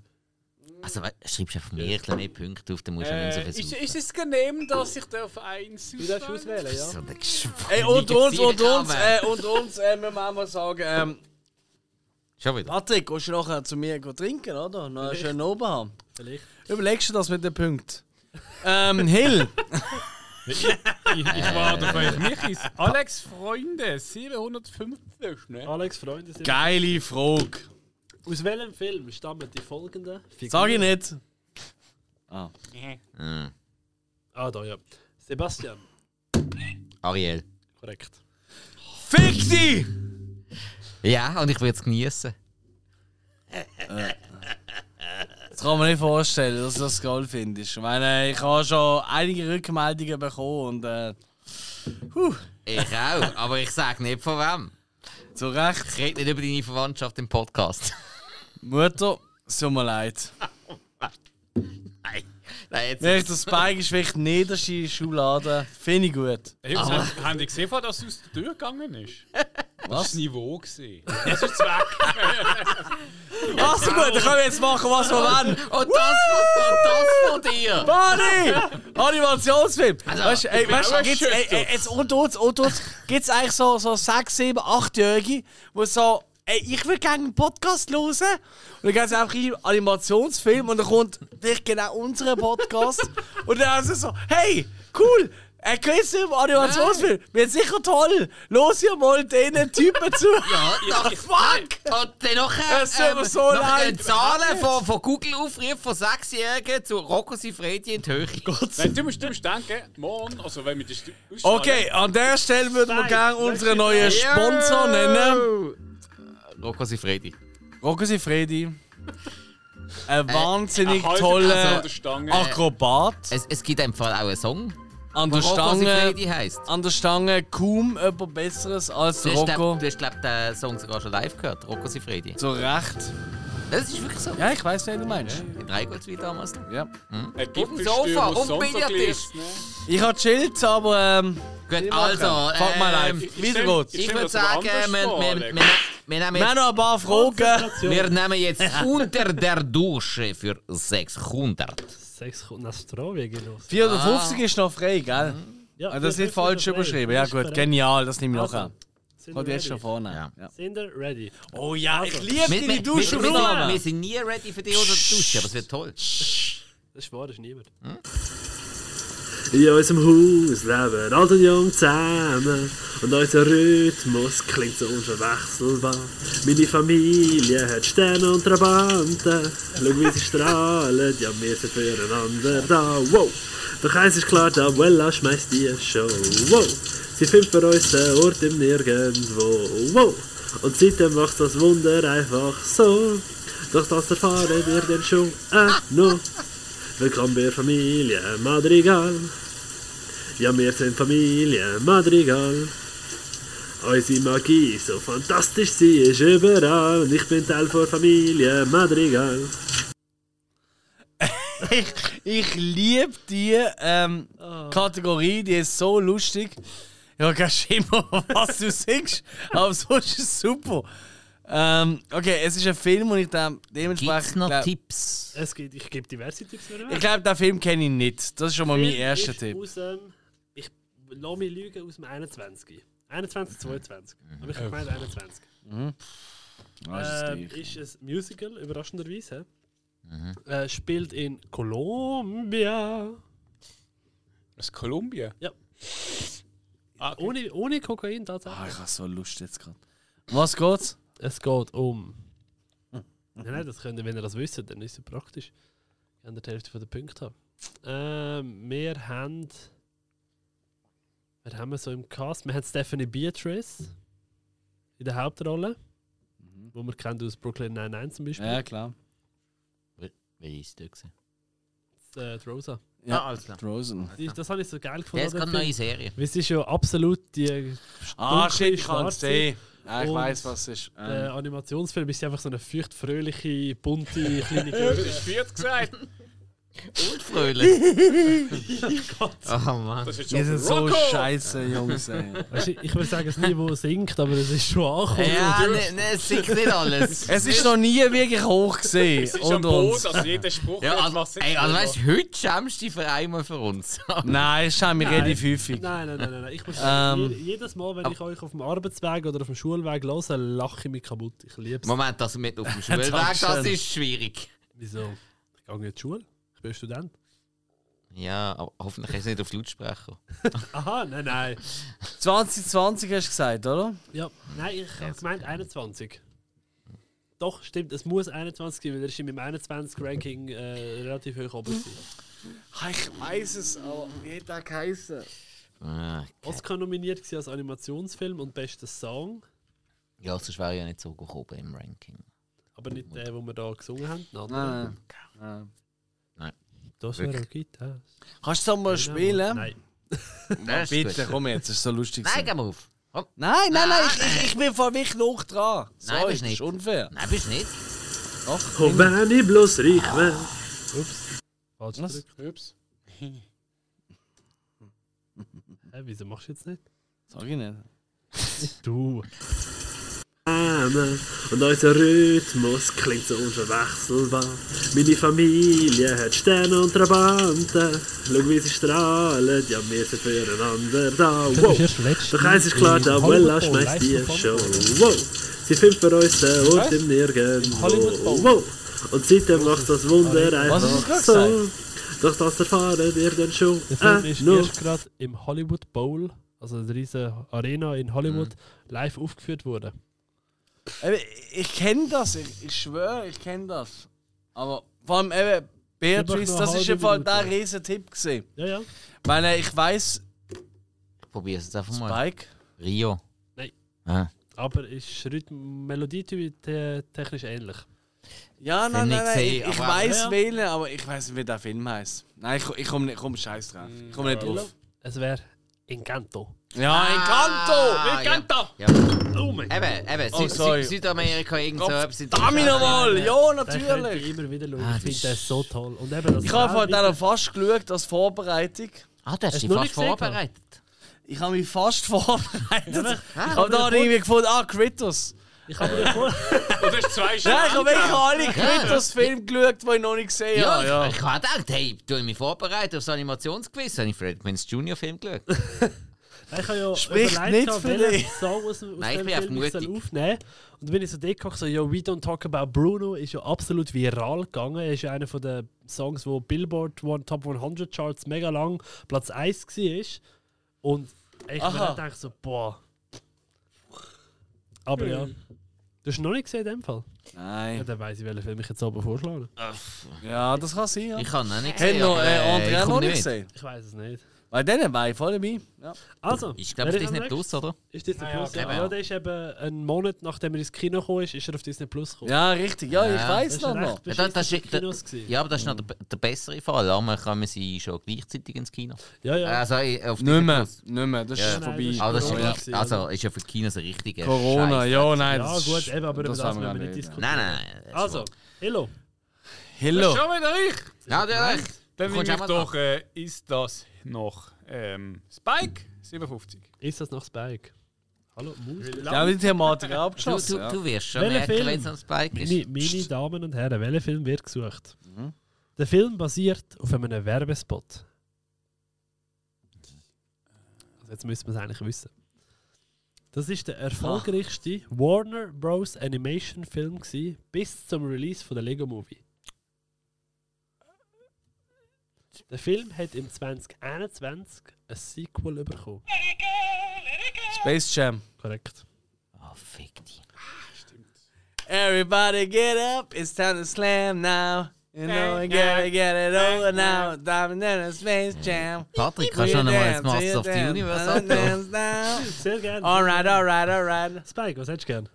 Also we- schreibst einfach mehr, ein bisschen mehr Punkte auf, dann musst du ja nicht Äh, mehr so ist, viel ist es genehm, dass ich darf eins Du darfst auswählen, ja. Ey, und uns, und uns, äh, und uns, äh, wir müssen mal sagen, ähm, Schon wieder. Patrick, gehst du nachher zu mir go trinken, oder? Na, schön oben haben. Vielleicht. Überlegst du das mit dem Punkt? Ähm, Hill, Ich, ich warte auf euch. Michis, Alex Freunde, 750. Ne? Alex, Freunde sind. geile Frage. Aus welchem Film stammen die folgenden Figuren? Sag ich nicht. Hm. Ah, da, ja. Sebastian. Ariel. Korrekt. Fick dich! Ja, und ich würde es genießen. Das kann man nicht vorstellen, dass du das geil findest. Ich meine, ich habe schon einige Rückmeldungen bekommen und äh, Ich auch, aber ich sage nicht von wem. zu Recht, Ich rede nicht über deine Verwandtschaft im Podcast. Mutter, es tut mir leid. Nein. Nein, jetzt Wenn ich den Spike ist wirklich niederste Schublade, finde ich gut. Hey, Jungs, habt habt ihr gesehen, dass es aus der Tür gegangen ist? Das ist das Niveau. Gewesen. Ach so gut, dann können wir jetzt machen, was wir wollen. Und Oh, das, von- und das von dir! Barney! Animationsfilm! Also, weißt du, ey, weißt du, auch gibt's, ey, ey, jetzt und uns, und uns, gibt's eigentlich so, so 6, 7, 8-Jährige, die so, ey, ich will gerne einen Podcast hören. Und dann gehen sie einfach in einen Animationsfilm und dann kommt vielleicht genau unser Podcast. und dann haben sie so, hey, cool! Er kriegt einen Animationsfilm, wird sicher toll! Los ihr mal diesen Typen zu! Ja, nach, fuck! Und dann noch äh, ähm, Es tut mir so leid. Zahlen von, von Google aufrufen von 6-Jährigen zu Rocco Sifredi in die Höhe. Nein, du musst, du musst denken, morgen, also wenn wir das ausstrahlen- Okay, an der Stelle würden wir Nein, gerne wirklich unseren neuen Sponsor nennen. Rocco Sifredi. Rocco Sifredi. Ein wahnsinnig haltet also an toller der Stange. Akrobat. Es, es gibt in dem Fall auch einen Song, An der Rocco Stange. Sifredi heisst. An der Stange kaum jemand Besseres als Du hast, Rocco. glaub, du hast, glaub, den Song sogar schon live gehört, Rocco Sifredi. Zu Recht. Das ist wirklich so. Ja, ich weiß, wer du meinst. In Dreigoldswein damals. Ja. Ein dem Sofa, auf dem Billardtisch. ne? Ich habe chillt, aber ähm, Gut, also, fuck mal ähm, live. Weiter geht's. ich würde sagen, wir, wir, wir, wir, Wir haben nehmen noch ein paar Fragen. jetzt, wir nehmen jetzt unter der Dusche für 600. Sechs Kunden Astrowege los. 450 ist noch frei, gell? Ja, Also das ist nicht falsch überschrieben. Ja gut, genial, das nehme ich noch an. Also, Sind Kommt ihr jetzt schon ready? vorne. Also, Ja. Sind ihr ready? Oh ja, ich liebe Wir, wir, deine wir, wir, wir, Duschenfragen. wir sind nie ready für die unter der Dusche, aber es wird toll. Das ist wahr, das ist niemand. Hm? In unserem Haus leben alt und jung zusammen und unser Rhythmus klingt so unverwechselbar. Meine Familie hat Sterne und Trabanten. Schau, wie sie strahlen, ja, wir sind füreinander da. Wow! Doch eins ist klar, die Abuela schmeißt die Show. Wow! Sie findet für uns den Ort im Nirgendwo. Wow! Und seitdem macht das Wunder einfach so. Doch das erfahren wir denn schon äh, noch. Willkommen bei Familie Madrigal. Ja, wir sind Familie Madrigal. Unsere Magie, so fantastisch sie ist überall. Und ich bin Teil von Familie Madrigal. ich, ich liebe die ähm, Kategorie, die ist so lustig. Ich habe keine Schimmer, was du singst, aber sonst ist es super. Ähm, okay, es ist ein Film und ich dem, Gibt es dementsprechend. noch glaub, Tipps? Es gibt, ich gebe diverse Tipps mehr. ich glaube, den Film kenne ich nicht. Das ist schon mal mein Film erster ist Tipp. Aus, dem- ähm, ich lasse mich lügen aus dem 21. 21, Mhm. 22. Aber ich habe gemeint 21. Ah, Ähm, ist ein Musical, überraschenderweise. Mhm. Äh, spielt in Kolumbien. Aus Kolumbien. Ohne, ohne Kokain tatsächlich. Ah, ich habe so Lust jetzt gerade. Um Was geht's? Es geht um. Nein, nein, das könnt ihr, wenn ihr das wisst, dann ist es praktisch. Ich kann die Hälfte der Punkte haben. Ähm, wir haben. Wer haben wir so im Cast? Wir haben Stephanie Beatrice in der Hauptrolle. Wo man kennt aus Brooklyn 99 zum Beispiel. Ja, klar. Wie ist das? gewesen? Äh, die Rosa. Ja. Ah, alles klar. Rosen. Die, das habe ich so geil Ja, gefunden. es an dem kommt eine Film. neue Serie. Weil sie ist ja absolut die. äh, Ah, dunkle, shit, ich kann es schwarze. sehen. Ja, ich Und- äh, weiß, was es ist. Ähm, Der Animationsfilm ist einfach so eine feuchtfröhliche, bunte, kleine Du Girl. hast 40 Also, gesagt. Und fröhlich. Gott. Oh Mann. Das ist Wir sind schon so Rocco. scheiße, Jungs. Ey. Weißt du, ich würde sagen, es nie wo singt, aber es ist schon angekommen. Ja, ne, ne, es singt nicht alles. Es ist noch nie wirklich hoch gesehen. Es ist am Und Boot, uns. also jeder Spruch Ja, der also, macht Sinn. ey, also weißt du, heute schämst du dich für einmal für uns. Nein, ich schau mich relativ häufig. Nein, nein, nein, nein, nein. Ich muss Ähm, sagen, je- jedes Mal, wenn ich euch auf dem Arbeitsweg oder auf dem Schulweg höre, lache ich mich kaputt. Ich liebe es. Moment, das mit auf dem Schulweg, das Dankeschön. ist schwierig. Wieso? Ich gehe nicht zur Schule. Ich bin Student. Ja, aber hoffentlich ist es nicht auf Lautsprecher. Aha, nein, nein. 2020 hast du gesagt, oder? Ja, nein, ich habe gemeint 21. Doch, stimmt, es muss 21 sein, weil er ist in meinem 21-Ranking äh, relativ hoch oben. gewesen. Ich weiß es, aber wie hat der geheißen? Ah, Oscar nominiert gewesen als Animationsfilm und bester Song, Ja, sonst wäre ich ja nicht so hoch oben im Ranking. aber nicht der, den wir da gesungen haben. Nein, Nein. nein. Das wäre wäre Gitas. Kannst du das mal spielen? Genau. Nein. Das ist Bitte, gut. komm jetzt, das ist so lustig. Nein, gewesen. geh mal auf. Komm. nein, nein, nein, ich, ich, ich bin vor mich noch dran. Sorry, das bist ist nicht. unfair. Nein, bist nicht. Doch, Oh, wenn ich bloß reich wär. Falsch Was? gedrückt. Ups. Hä, wieso machst du jetzt nicht? sag ich nicht. Du. zusammen und unser Rhythmus klingt so unverwechselbar. Meine Familie hat Sterne und Trabanten. Schau, wie sie strahlen, ja, wir sind füreinander da. Wow. Doch eins ist klar, der Abuela schmeckt dir schon. Wow. Sie finden für uns den Ort im Nirgendwo. Wow. Und seitdem macht das Wunder Was hast du einfach gerade so. Doch das erfahren wir dann schon. Der Film Äh, ist nur. erst gerade im Hollywood Bowl, also der riesen Arena in Hollywood, live aufgeführt worden. Eben, ich kenne das, ich, ich schwöre, ich kenne das. Aber vor allem eben, Gib doch Beatrice, noch das eine ist im halbe Fall der Minute. riesen Tipp gewesen. Ja, ja. Ich meine, ich weiß, Ich probiere es jetzt einfach mal. Spike, Rio. Nein. Ah. Aber ist Rhythm Melodietyp äh, technisch ähnlich. Ja, Hab nein, ich nein, nein. Ich, gesehen, ich aber- weiß Ja, ja. wählen, aber ich weiß nicht, wie der Film heißt. Nein, ich, ich komme nicht, komm scheiß drauf. Ich komme nicht drauf. Es wäre Encanto. Ja, Encanto! Ah, Encanto! Ja. Eben, Oh mein eben. Oh, Süd sorry. Süd Südamerika, irgend so etwas. in Dami nochmal! Ja, Den könnt ihr natürlich! immer wieder schauen. Ah, ich das finde den ist- so toll. Und eben das Ich habe von Weltbild- dieser fast geschaut als Vorbereitung. Ah, du hast Hast dich du noch fast nicht gesehen, vorbereitet. Ich habe mich fast vorbereitet. Ich Ah, habe da irgendwie gefunden, ah, Critters. Ich habe mir vor... Und du hast zwei Nein, ich habe angehört. wirklich alle Critters-Filme geschaut, die ich noch nicht gesehen ja, habe. ja. Ich, ich habe gedacht, hey, du hast mich vorbereitet auf das Animationsquiz. Habe ich Fred Prince Junior Film geschaut. Ich habe ja Spricht überlegt, nicht gehabt, für welchen dich. Song aus, dem- aus Nein, ich dem bin Film ich einfach soll mutig. aufnehmen Und dann bin ich so dick gegangen, so, yo, we don't talk about Bruno ist ja absolut viral gegangen. Er ist ja einer von den Songs, wo Billboard One Top 100 Charts mega lang Platz 1 war. Und ich habe Aha. mir dann gedacht so, boah. Aber ja. Hm. Du hast noch nicht gesehen in dem Fall? Ja, Nein. dann weiss ich, welchen Film ich jetzt oben vorschlage. Ja, das kann sein, ja. Ich habe ihn nicht Ich habe gesehen. noch aber, äh, ich Andrea komm noch nicht mit. gesehen. Ich weiß es nicht. Bei denen war ich voll dabei. Ja. Also, Ich glaube, wer das ist am nicht nächsten? Plus, oder? Ist Disney Plus? okay. Ja, ja, der ist eben einen Monat nachdem er ins Kino gekommen ist, ist er auf Disney Plus gekommen. ja, richtig. Ja, ich Ja, weiß Das war noch. ein mal. recht Ja, das, das beschissener ist, Kinos das, gewesen. ja, aber das ist noch der, der bessere Fall. Einmal kommen sie schon gleichzeitig ins Kino. Ja, ja. Also, äh, auf Nicht Disney mehr, Plus. nicht mehr, das ist Nein, nein, vorbei. das Aber das ist, Corona ja- gewesen, also, oder? ist ja für die Kinos ein richtiger Corona, Scheiß. ja, nein. ja, das gut, ist- eben, aber über das wollen müssen wir gar nicht reden. diskutieren. Nein, nein, nein. das Also, ist Hello. Hello. Schon wieder ich! wahr. Ja, du hast recht. Dann Du kommst nehme ich auch mal doch, äh, ist das noch ähm, Spike? 57. Ist das noch Spike? Hallo, Maus? Die haben die Thematik Du, abgeschossen. du, ja. du wirst schon Welcher merken, Film? wenn es ein Spike ist. Meine, meine Damen und Herren, welcher Film wird gesucht? Der Film basiert auf einem Werbespot. Also jetzt müssen wir es eigentlich wissen. Das ist der erfolgreichste Warner Bros. Animation Film gewesen, bis zum Release von der Lego Movie. Der Film hat im 2021 ein Sequel bekommen. Space Jam. Korrekt. Oh, fick dich. Everybody get up, it's time to slam now. You know we gotta get it over now. Diamond in Space Jam. Patrick, kannst du noch mal ein Master of the Universe abnehmen? abnehmen? Sehr gerne. Alright, uh alright, alright. Spike, was hättest du gern?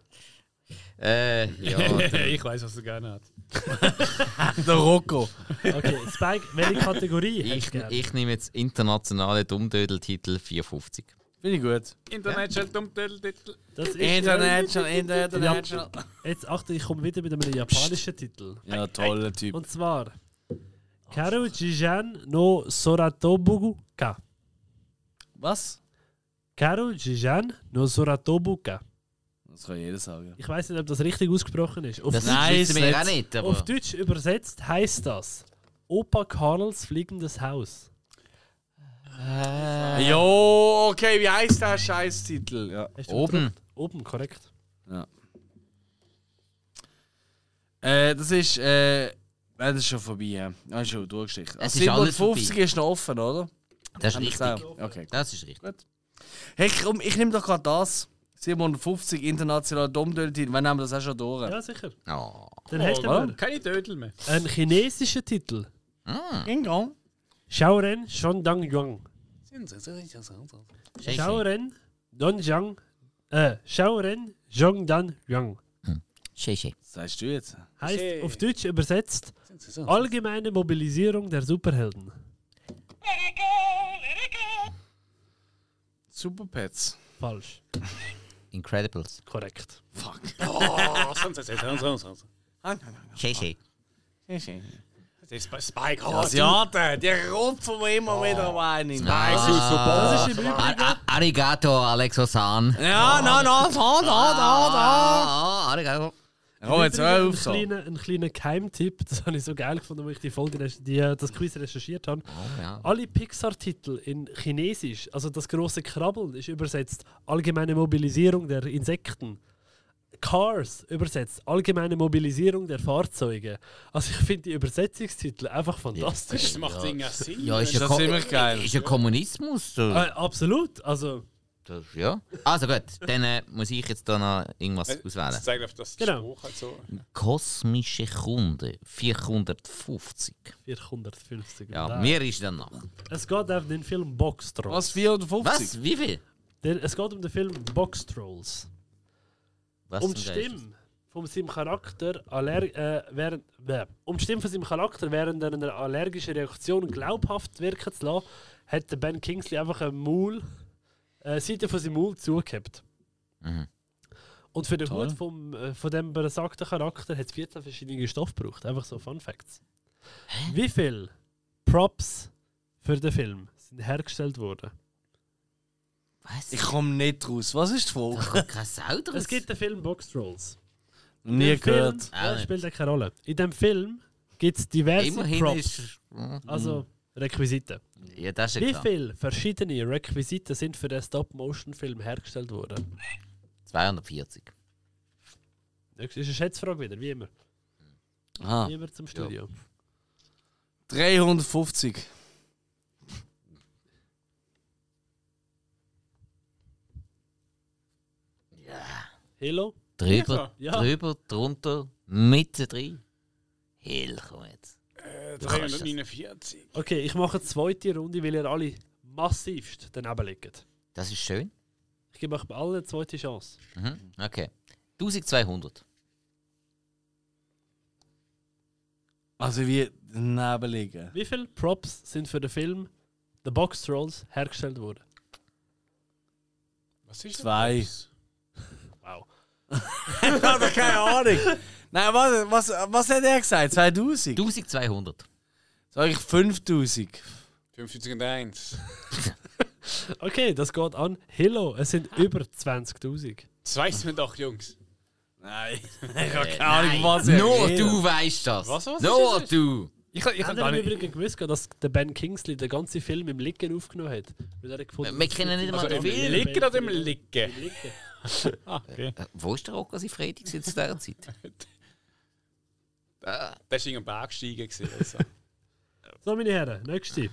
Äh, ja. ich weiß, was er gerne hat. Der Rocco. Okay, Spike, welche Kategorie hättest Ich, du gern? ich nehme jetzt internationale Dummdödeltitel 54. Finde ich gut. International Dummtel-Titel. Das ist International, international. Jetzt achte, ich komme wieder mit einem japanischen Titel. Ja, toller Typ. Und zwar Karu Jijan no Soratobuka. Was? Karu Jijan no Soratobuka. Das kann jeder sagen. Ich weiß nicht, ob das richtig ausgesprochen ist. Auf, Das Nein, wissen wir jetzt- auch nicht, aber auf Deutsch übersetzt heißt das Opa Karls fliegendes Haus. Jo, Uh, okay, wie heißt der Scheißtitel? Ja. Hast du oben. gedrückt? Oben, korrekt. Äh, das ist. Äh, nein, das ist schon vorbei. Ja. Das ist schon durchgestrichen. Es Also ist alles 57 ist noch offen, oder? Das ist Haben wir richtig. gesagt? Okay. Das ist richtig. Hey, komm, ich nehme doch gerade das. 750 internationaler Domdölltitel. Wir nehmen das auch schon durch. Ja, sicher. Oh. Dann hast du wow. aber Keine Dödel mehr. einen chinesischen Titel. Ja. Shaoren Shondang Yang. Scheiße. Shaoren Donjiang. Äh, Shaoren Zhongdan Yang. Scheiße. Was sagst du jetzt? Heißt Hey. auf Deutsch übersetzt Allgemeine Mobilisierung der Superhelden. Superpets. Falsch. Incredibles. Korrekt. Oh, sonst, sonst, sonst, sonst, sonst. Scheiße. Das ist bei Spike Die Hard. Asiaten, die rupfen mir immer wieder rein. in- Das ist im Übrigen. Ar- ar- Arigato, Alexo San. Oh Ja, na, na, da, da, da, Ah, arigato. da. Komm, jetzt hör auf so. Ein kleiner, ein kleiner Keimtipp, das habe ich so geil gefunden, als ich die Folge, recherch- die, äh, das Quiz recherchiert habe. ja. Alle Pixar-Titel in Chinesisch, also das große Krabbeln, ist übersetzt allgemeine Mobilisierung der Insekten. Cars übersetzt allgemeine Mobilisierung der Fahrzeuge. Also ich finde die Übersetzungstitel einfach fantastisch. Das macht Sinn, ja Sinn. Ja, ist ja Das ist ziemlich geil. Ah. Ist ja Kommunismus. Du. Äh, absolut, also Das, ja. Also gut, dann äh, muss ich jetzt da noch irgendwas Äh. auswählen. Das zeigt auf das Genau. Spruch halt so. Kosmische Kunde 450. 450. Ja, Nein. mir ist dann noch. Es geht auf den Film Box Trolls. Was, 450? Was? Wie viel? Der- Es geht um den Film Box Trolls. Was um die zum Geist? Stimme von seinem Charakter aller, äh, während, äh, um die Stimme von seinem Charakter während einer allergischen Reaktion glaubhaft wirken zu lassen, hat der Ben Kingsley einfach eine Maul, äh, Seite von seinem Maul zugehabt. Mhm. Und für den Toll. Hut vom, äh, von dem besagten Charakter hat es 14 verschiedene Stoffe gebraucht. Einfach so Fun Facts. Wie viel Props für den Film sind hergestellt worden? Was? Ich komme nicht raus. Was ist die Frage? komme keine Sau draus. Es gibt den Film Box Trolls. Nie Im Film, gehört. Ja, Auch nicht. spielt ja keine Rolle. In dem Film gibt es diverse Immerhin Props, ist. Hm. also Requisiten. Ja, das ist ja Wie klar. viele verschiedene Requisiten sind für den Stop-Motion-Film hergestellt worden? 240. Das ist eine Schätzfrage wieder, wie immer. Aha. Ah. Wie immer zum Studio. 350. Hello? Drüber, Ja. drüber, drunter, mittendrin. Hell, komm jetzt. Äh, Du kannst das. 349. Okay, ich mache eine zweite Runde, weil ihr alle massivst daneben liegt. Das ist schön. Ich gebe euch bei allen eine zweite Chance. Mhm. Okay. 1200. Also wie daneben liegen. Wie viele Props sind für den Film The Box Trolls hergestellt worden? Was ist Zwei. das? Wow. Aber keine Ahnung. Nein, was, was, was hat er gesagt? 2000? 1200. Sag ich 5000. 55 und 1. Okay, das geht an. Hello, es sind über 20.000. Das weiss man doch, Jungs. Nein. Ich habe keine Ahnung, was er Nur redet. Äh, du weißt das. Was, was Nur ist du. Ich, ich Ich hab habe gar im nicht. Übrigen gewusst, dass der Ben Kingsley den ganzen Film im Liegen aufgenommen hat. Weil er hat gefunden, Wir kennen nicht Also mal den im Film. Licken oder im Licken? Äh, Wo ist der Rocker sein Freitag zu dieser Zeit? Das war irgendein Bergsteigen. gewesen, Also. So, meine Herren, nächste.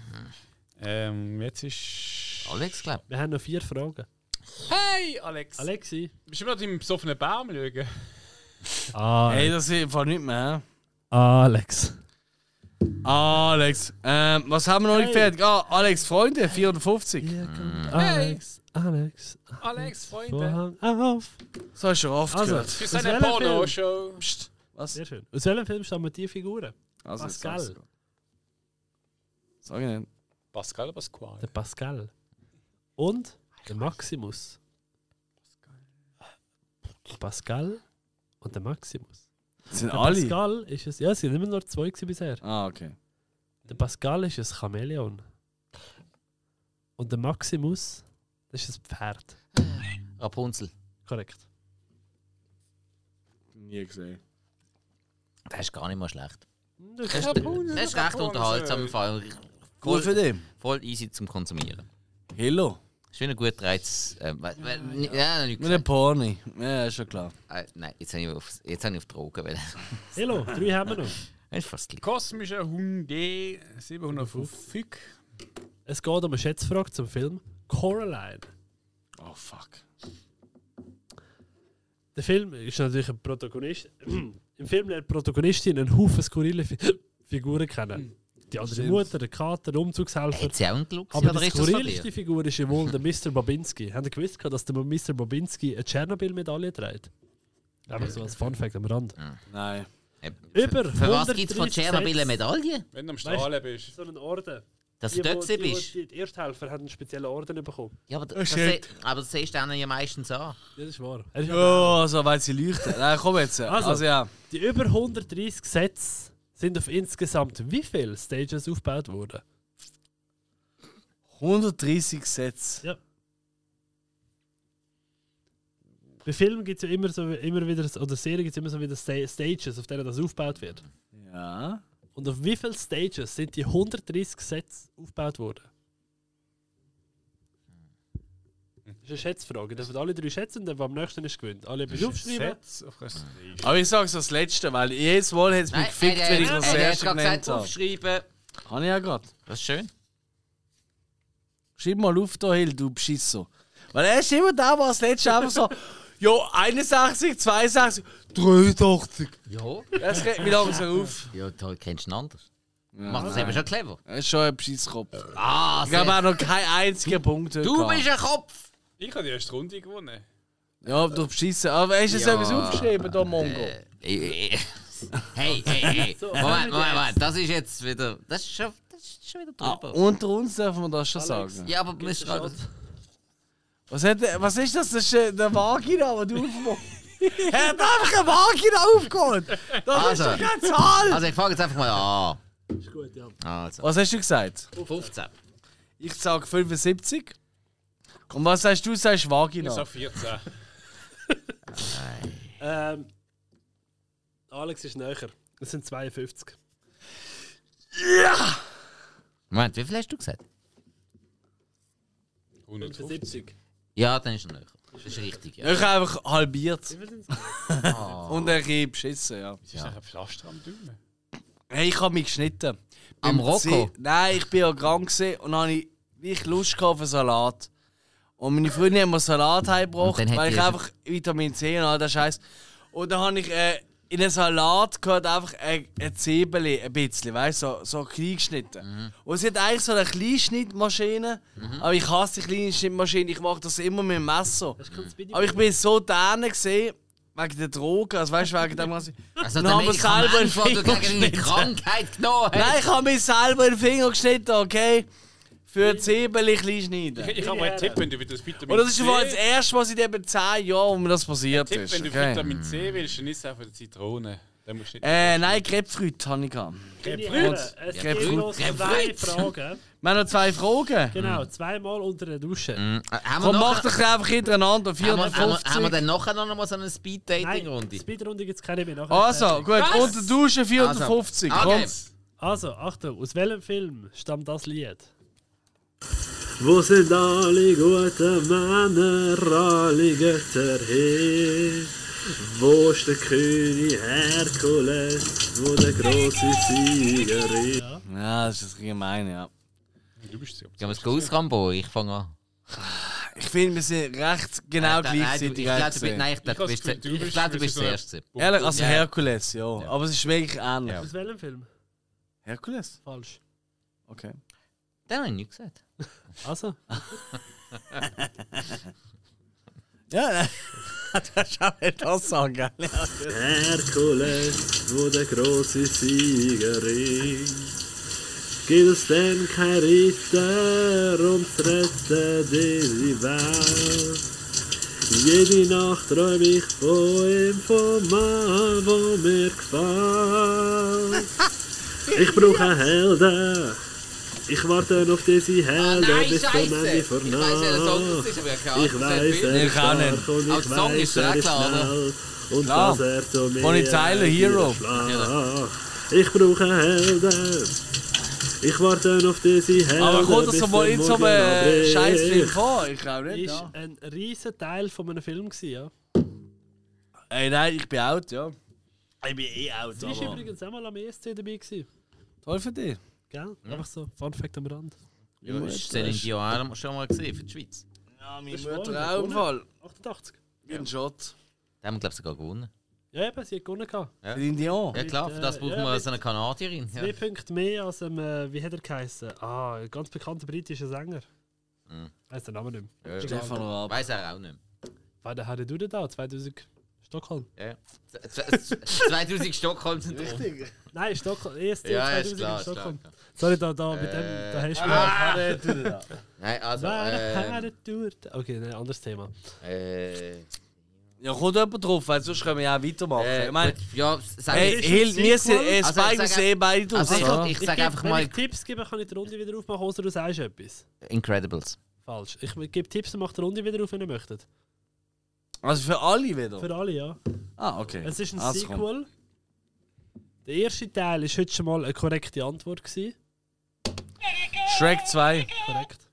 Ähm, jetzt ist. Alex, glaub. Wir haben noch vier Fragen. Hey, Alex! Alexi? Bist du immer noch im besoffenen Baum schauen? Hey, das ist einfach nicht mehr. Ah, Alex. hä? Alex. Ähm, was haben wir noch nicht fertig? Ah, Alex, Freunde, 450. Hier kommt Mm. Alex. Alex. Alex, Freunde! Vorhang auf. Das hast du schon oft Also, gehört. Für aus seine welchem Film? Porno-Show. Psst. Was? Sehr schön. Aus welchem Film stammen die Figuren? Also, jetzt Pascal. sag's. Sag ich nicht. Pascal Pasquale. Der Pascal. Und Der Maximus. Pascal und der Maximus. Sind Der Pascal ist es. Ja, es sind immer nur zwei gewesen bisher. Ah, okay. Der Pascal ist ein Chamäleon. Und der Maximus das ist ein Pferd. Rapunzel. Korrekt. Nie gesehen. Das ist gar nicht mal schlecht. Das Das ist, das ist recht unterhaltsam im Fall. Cool für Voll, den. voll easy zum Konsumieren. Hello. Schön ein guter Reiz. Ähm, weil- weil- ja, nicht Mit einem gesagt. Porni. Ja, ist schon klar. Äh, nein, jetzt habe ich auf, jetzt habe ich auf Drogen. Weil, das Hello, drei haben wir noch. ist fast gleich. Kosmische Hunde 750. Es geht um eine Schätzfrage zum Film Coraline. Oh, fuck. Der Film ist natürlich ein Protagonist. Im Film lernt die Protagonistin einen Haufen skurrile Fi Figuren kennen. Die andere Mutter, der Kater, der Umzugshelfer. Hat sie auch einen Glück? Aber oder die ist das von dir? skurrilste Figur ist ja wohl der Mr. Babinski. Habt ihr gewusst, gehabt, dass der Mr. Babinski eine Tschernobyl-Medaille trägt? Einfach so als Funfact am Rand. Nein. Über Für was gibt es von 130 Tschernobyl eine Sätze. Medaille? Wenn du am Strahlen bist. So einen Orden. Dass du Also dort die, bist? die, die Ersthelfer haben einen speziellen Orden bekommen. Ja, aber, das, se- Oh, shit. aber das siehst du denen ja meistens Ja, an. das ist wahr. Er ist Oh, also, weil sie leuchten. Nein, komm jetzt. Also. Also, ja. Die über 130 Sets sind auf insgesamt wie viele Stages aufgebaut worden? 130 Sets. Bei Filmen gibt es ja immer, so, immer wieder, oder Serien gibt es immer so wieder Sta Stages, auf denen das aufgebaut wird. Ja. Und auf wie viele Stages sind die 130 Sets aufgebaut worden? Das ist eine Schätzfrage. Dürfen alle drei schätzen und der, der am nächsten ist gewinnt. Alle etwas aufschreiben. Setz auf das- Aber ich sag's als Letzte, weil jedes Mal hat es mich gefickt, wenn ich das erste gerade genannt gesagt, habe. aufschreiben. Kann ich ja gerade. Das ist schön. Schreib mal auf da, Hill, du Beschisso. Weil er ist immer da, was letzte einfach so, jo, 61, 62, 83. Ja. Das regt mich langsam auf. Ja, da kennst du ihn anders. Macht das eben schon clever. Er ist schon ein Beschisskopf. Ich Ah, sehr- glaube, er hat noch keinen einzigen Punkt heute Du gehabt. bist ein Kopf! Ich habe die erste Runde gewonnen. Ja, durch Beschissen. Aber hast du jetzt Ja. etwas aufgeschrieben, da Mongo? Äh, äh, äh. Hey, hey, hey. Moment, Moment, Moment. Das ist jetzt wieder. Das ist schon, das ist schon wieder Ah, drüber. unter uns dürfen wir das schon sagen. ja, aber müssen gerade. Was, hat, der- was ist das? Das ist äh, der Vagina, den du aufmachst. er hat einfach eine Vagina aufgeholt. Das Also. ist doch keine Zahl. Also, ich fange jetzt einfach mal Ist gut, ja. an. Also, Was hast du gesagt? 15. Ich sage 75. Und was sagst du? Du sagst Vagina. Ich habe 14. Ähm, Alex ist näher. Es sind 52. Moment, wie viel hast du gesagt? 150. 70. Ja, dann ist er näher. Das ist richtig. Ja. Ich habe einfach halbiert. Und ein bisschen beschissen, ja. Das ist ein Pflaster am Daumen. Hey, ich habe mich geschnitten. Am Beim Rocco? Zeh- Nein, ich bin ja krank gewesen und habe ich wirklich Lust gehabt auf einen Salat. Und meine Freunde haben mir Salat heimgebracht, Und dann hat weil die ich also- einfach Vitamin C und all das Scheiß. Und dann habe ich äh, in einen Salat gehört, einfach ein, ein Zwiebel, ein bisschen, weißt du, so, so klein geschnitten. Mhm. Und sie hat eigentlich so eine kleine Schnittmaschine, aber ich hasse die kleine Schnittmaschine, ich mache das immer mit dem Messer. Aber ich bin so dänen gesehen, wegen der Drogen, also weißt du, wegen dem, was ich. Also, Dann der haben wir selber einen Medikament, den Finger du gegen deine geschnitten. Krankheit genommen hast. Nein, ich habe mich selber den Finger geschnitten, okay? Für die Zwiebel ein bisschen schneiden. Ich habe mal einen Tipp, wenn du wieder das Vitamin Und Oh, das ist C im Fall das erste Mal seit eben 10 Jahren, wo mir das passiert Tipp, ist. wenn du Okay. Vitamin C willst, dann isst einfach eine Zitrone. Dann musst du nicht. Äh, nein, Grapefruit habe ich gehabt. Meine Herren, es Grapefruit. gibt noch zwei Grapefruit. Fragen. Wir haben noch zwei Fragen. Genau, zweimal unter der Dusche. Hm, äh, Haben wir Komm, noch mach doch einfach hintereinander. haben wir, haben, wir, haben wir 450. dann nachher noch mal so eine Speed-Dating-Runde? Speedrunde gibt es keine mehr. Nachher äh, ist Also, fertig. gut, unter Dusche 450. Also, Komm. okay. also, Achtung, aus welchem Film stammt das Lied? Wo sind alle guten Männer, alle Götter her? Wo ist der König Herkules, wo der große Sieger ist? Ja, das ist das gemein, ja. Du bist die Option. Gehen wir es ausrambo? Ich fange an. Ich finde, wir sind recht genau Äh, Nein, nein, du- gleichzeitig. ich glaub, du bist- gesehen. Nein, ich glaube, du hab's bist, Gefühl, du ich bist- glaub, du bist bist so der ein- Erste. Ehrlich, also Ja. Herkules, ja. Aber es ist wirklich ähnlich. Aus welchem Film? Herkules? Falsch. Okay. Den habe ich nicht gesagt. Also, Ja, das ist auch nicht das sagen, gell? Herkules, wo der große Sieger ist. Gibt es denn kein Richter, um zu retten die Welt? Jede Nacht träum ich von ihm, vom Mann, wo mir gefällt. Ich brauche einen Helden. Ich warte auf diese Ah, Helden nein, bis zum Scheiße! Ende Ich von weiß, wer der Song das ist, aber ich habe Ich weiß, er Ich ist kann ihn. stark und Aber ich der Song weiß, ist ja er ist klar, oder? schnell. Und Klar. was er zu mir Bonnie Tyler, Hero. Schlag. Ich brauche Helden. Ich warte auf diese Helden Aber äh, kommt bis das mal der in so Morgen einem anbricht. Scheißfilm vor? Ich glaube nicht. Ist Ja. ein riesen Teil von einem Film gewesen, ja. Ey, nein, ich bin out, ja. Ich bin eh out. Du warst Aber. übrigens auch mal am ESC dabei gewesen. Toll für dich. Gell? Einfach so, Fun Fact am Rand. Ja, ist Celine Dion auch schon mal gesehen für die Schweiz. Ja, mein ist voll, Mutter auch im gewonnen. Fall. 88. Ein Shot. Da haben wir, glaube ich, sogar gewonnen. Ja, eben, sie hat gewonnen. gehabt. Ja. In Dion. Ja, klar, Mit, für das äh, brauchen ja, wir mit- so eine Kanadierin. Ja. Zwei Punkte mehr als ein, äh, wie hat er geheißen? Ah, ein ganz bekannter britischer Sänger. Mhm. Heißt der Name nicht mehr. Ja, ja. Stefan Raab. Weiß er auch nicht. War der Harry Dude da? 2000 Stockholm? mehr. Ja. Z- z- 2000 Stockholm sind drum. Nein, Stockholm. ESC Ja, 2000 ist klar, in ist Stockholm. klar. Sorry, da, da, mit dem, Äh, da hast du Ah, mir. der tut er da. Nein, also. War der ähm, Harry Dude? Okay, nein, anderes Thema. Äh, Ja, kommt jemand drauf, weil sonst können wir ja auch weitermachen. äh, ich meine, gut, ja, sag hey, ich. Hill, wir sind Sequel? äh, Also, ich Spike und sag- sehen beide draus. Also ich, ja. ich Ich sag geb- einfach wenn mal ich Tipps geben, kann ich die Runde wieder aufmachen, außer du sagst etwas. Incredibles. Falsch. Ich gebe Tipps, dann macht die Runde wieder auf, wenn ihr möchtet. also für alle wieder. Für alle, ja. ah, okay. Es ist ein Also, komm. Sequel. Der erste Teil war heute schon mal eine korrekte Antwort. Gewesen. Shrek 2. Korrekt.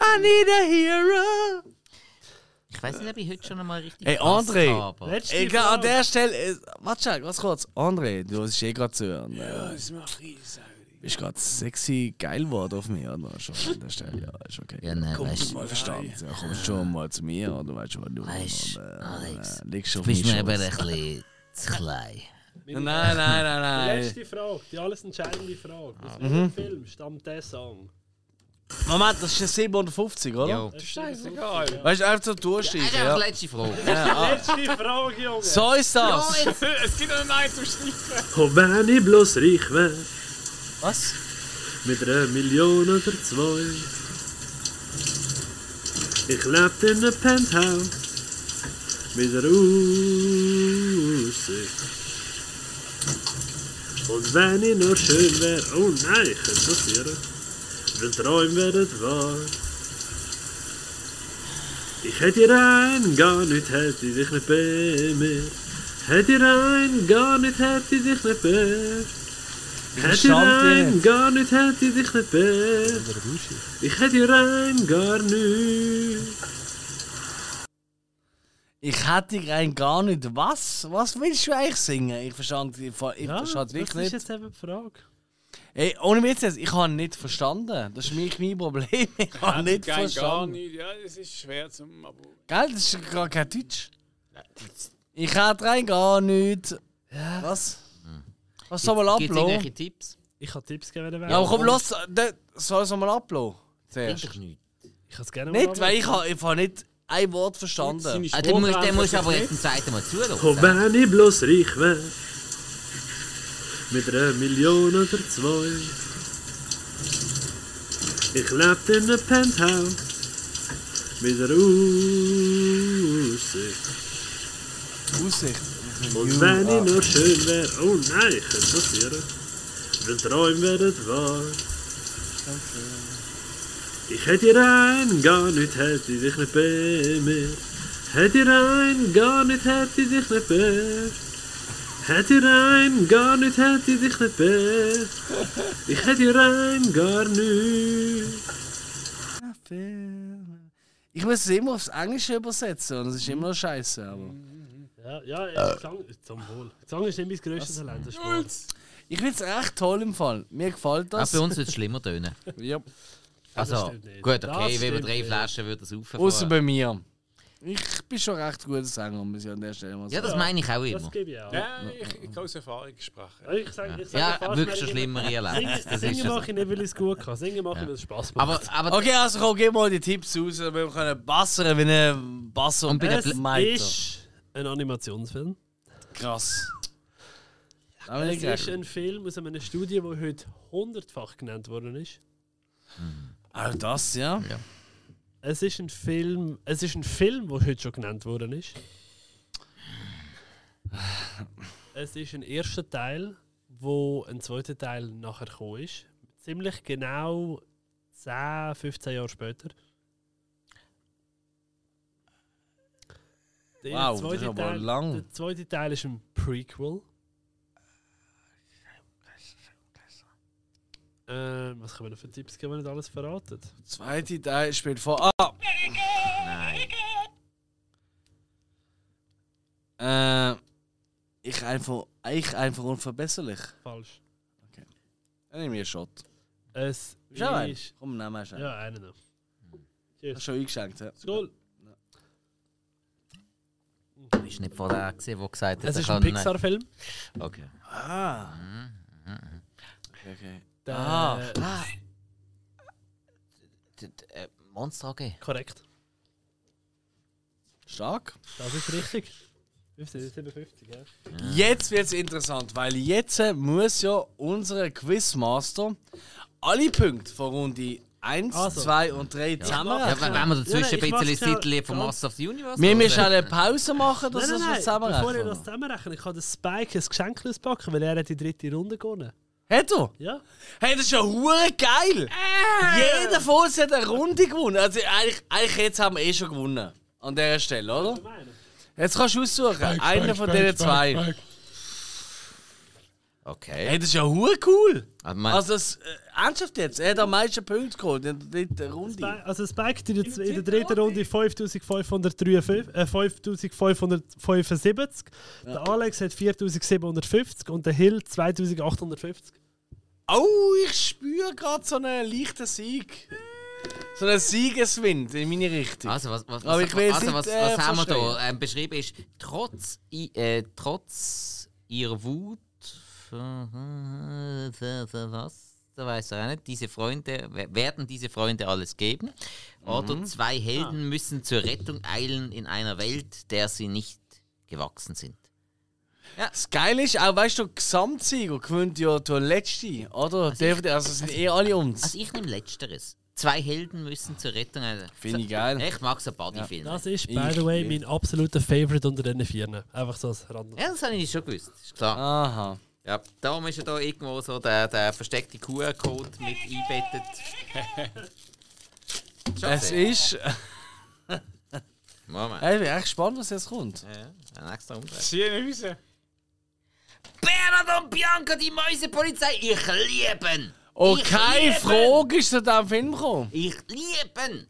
I need a hero. Ich weiß nicht, ob ich heute schon einmal richtig. Hey, gepasst André. habe. Letzte Ey, grad an Frage. der Stelle, äh, warte, Jack, was kurz. André, du hast eh gerade zu hören. Ja, Das macht riesig. bist gerade sexy geil geworden auf mich, oder? Schon an der Stelle, ja, ist okay. Ja, nein, weißt Kommst du du. mal verstanden? Ja, kommst schon mal zu mir, oder weißt schon, du. Weißt, Alex, Liegst auf Bist meinen mir eben ein Schoß. bisschen zu klein. Nein, nein, nein, nein. Letzte Frage, die alles entscheidende Frage. Aus welchem Film stammt der Song? Moment, das ist ein 750, oder? Jo. Scheißegal. Weißt du, einfach so durchschießen. Einfach Ja. letzte Frage. Letzte Frage, Junge! So ist das. Es gibt noch einen zum Schneiden. Oh, wenn ich bloß reich wär, Was? mit einer Million oder zwei. Ich lebte in einem Penthouse, mit einer Aussicht. Und wenn ich nur schön wär, oh nein, ich könnte passieren, weil Träume wären wahr. Ich hätte ihr ein, gar nicht hätte ich dich nicht bei mir. Hätte ihr ein, gar nicht hätte ich dich nicht bei mir. Hätte ihr Schande. ein, gar nicht hätte ich dich nicht bei mir. Ich hätte ihr ein, gar nicht. Ich hätte rein gar nicht. Was? Was willst du eigentlich singen? Ich verstand, ich ver- ich Ja, verstand das wirklich ist nicht. jetzt eben die Frage. Ey, ohne Witz jetzt, ich habe nicht verstanden. Das ist mich mein Problem. Ich habe nicht Kein gar verstanden. nicht. Ja, das ist schwer zum Abo. Gell, das ist gar kein Deutsch. Ich hätte rein gar nicht. Was? Was soll mal Gibt es ablassen? irgendwelche Tipps? Ich kann Tipps geben, wenn ihr Ja, aber komm, wollt. los, da- soll es mal ablassen? Bringt Zuerst. doch nichts. Ich kann es gerne mal Nicht, weil ich habe ich habe nicht ein Wort verstanden. Ah, du musst, der muss aber jetzt ein zweites Mal Oh, zuhören. wenn ich bloß reich wär, mit einer Million oder zwei. Ich lebte in einem Penthouse, mit einer Aussicht. Aussicht. Und wenn ich nur schön wär, oh nein, ich könnte passieren, weil Träume wären wahr. Ich hätte ihr ein, gar nicht hätte ich dich nicht bei mir. Hätte ihr ein, gar nicht hätte ich dich nicht bei mir. Hätte ihr ein, gar nicht hätte ich dich nicht bei mir. Ich hätte ihr ein, gar nicht. Ich muss es immer aufs Englische übersetzen und es ist immer noch scheiße. Aber Ja, ja, Äh. ja Gesang, zum Wohl. Gesang ist nicht mein grösstes Talent. das ist wahr. ich finde es echt toll im Fall. Mir gefällt Auch das. bei Ah, uns wird es schlimmer tönen. Ja. Also, stimmt nicht. gut, Das okay, wenn wir stimmt drei nicht. Flaschen würde es Außer auffahren. bei mir. Ich bin schon recht guter Sänger, muss ich an der Stelle mal Ja, sagen. das meine ich auch immer. Das gebe ich auch. Ja, ich, ich kann aus Erfahrung gesprochen. Ich sage, ich sage Ja, fast, wirklich schon wenn ich- schlimmer erlebt. Singen, Das ist singen ja so. mache ich nicht, weil ich es gut kann. Singen mache ich, weil es Spass macht. Aber, aber Okay, also komm, gib mal die Tipps raus, damit wir können bassern wie ein Basser. Und bei der es Pl- Meiter. ist ein Animationsfilm. Krass. Haben wir Es nicht ist gerechnet. ein Film aus einer Studie, die heute hundertfach genannt worden ist. Auch das, ja. Es ist ein Film, es ist ein Film, der heute schon genannt worden ist. Es ist ein erster Teil, wo ein zweiter Teil nachher gekommen ist. Ziemlich genau 10, 15 Jahre später. Der Wow, das zweite ist aber Teil- lang. Der zweite Teil ist ein Prequel. Äh, Ähm, was kann man noch für Tipps geben, wenn man nicht alles verraten? Zweite Teil spielt vor. Ah! Nein. Äh, ich einfach, ich einfach unverbesserlich. Falsch. Dann nehme ich einen Shot. Es Schau einen. ist. Komm, nehmen wir schon. Ja, einer noch. Hast du schon eingeschenkt, ja? Skol. Du bist nicht von der, gewesen, der gesagt hat, Es er ist ein kann. Pixar-Film. Okay. Ah. Okay, okay. Der- Ah. Ah. D- d- äh, Monster AG. Korrekt. Stark. Das ist richtig. 50, 57, ja. Jetzt wird's interessant, weil jetzt äh, muss ja unser Quizmaster alle Punkte von Runde 1, Also. 2 und 3 Ja, zusammenrechnen. wenn, wenn wir Ja, nein, dazwischen ich ein mach's bisschen schnell. das Titel von Ganz- Master of the Universe Wir oder? müssen eine Pause machen, dass wir es Bevor ihr das zusammenrechnen. zusammenrechnet, ich kann den Spike ein Geschenk auspacken, weil er hat die dritte Runde gewonnen. Hat er? Ja? Hey, das ist ja hure geil! Äh. Jeder von uns hat eine Runde gewonnen. Also eigentlich, eigentlich jetzt haben wir eh schon gewonnen. An dieser Stelle, oder? Jetzt kannst du aussuchen. Einer von diesen zwei. Okay. Hey, das ist ja hure cool! Also, man, Also, das, äh, ernsthaft jetzt, er hat am meisten Punkte geholt in der dritten Runde. Spike- Also Spike hat in der, in der dritten Runde 5553, äh, 5575, der Alex hat 4750 und der Hill 2850. Oh, ich spüre gerade so einen leichten Sieg. So einen Siegeswind in meine Richtung. also was, was, Aber was, ich will es also, nicht, was, was äh, haben wir verstehen. da? Ähm, beschrieben ist, trotz, i- äh, trotz ihrer Wut. f- Was? Da weiß er auch nicht. Diese Freunde we- werden diese Freunde alles geben. Mhm. Oder zwei Helden müssen zur Rettung eilen in einer Welt, der sie nicht gewachsen sind. Das Geile ist, auch weißt du, Gesamtsieger gewinnt ja der Letzte, oder? Also, also sind eh alle uns. Also ich nehme letzteres. Zwei Helden müssen zur Rettung eilen. Finde ich geil. Ich mag so Bodyfilme. Das ist, by Ich- the way, mein absoluter Favorite unter den Vieren. Einfach so als Rand. Ja, das habe ich schon gewusst. Ist Ah. klar. Aha. Ja, darum ist ja da irgendwo so der, der versteckte QR-Code mit einbettet. Schon Es gesehen? ist. Äh. Moment. Hey, ich bin echt gespannt, was jetzt kommt. Ja, ja, ein extra Umdreh. Zieh ihn raus. Bernhard und Bianca, die Mäusepolizei, ich liebe ihn. Und Ich Oh, keine liebe Frage ist zu diesem Film gekommen. ihn. Ich liebe ihn.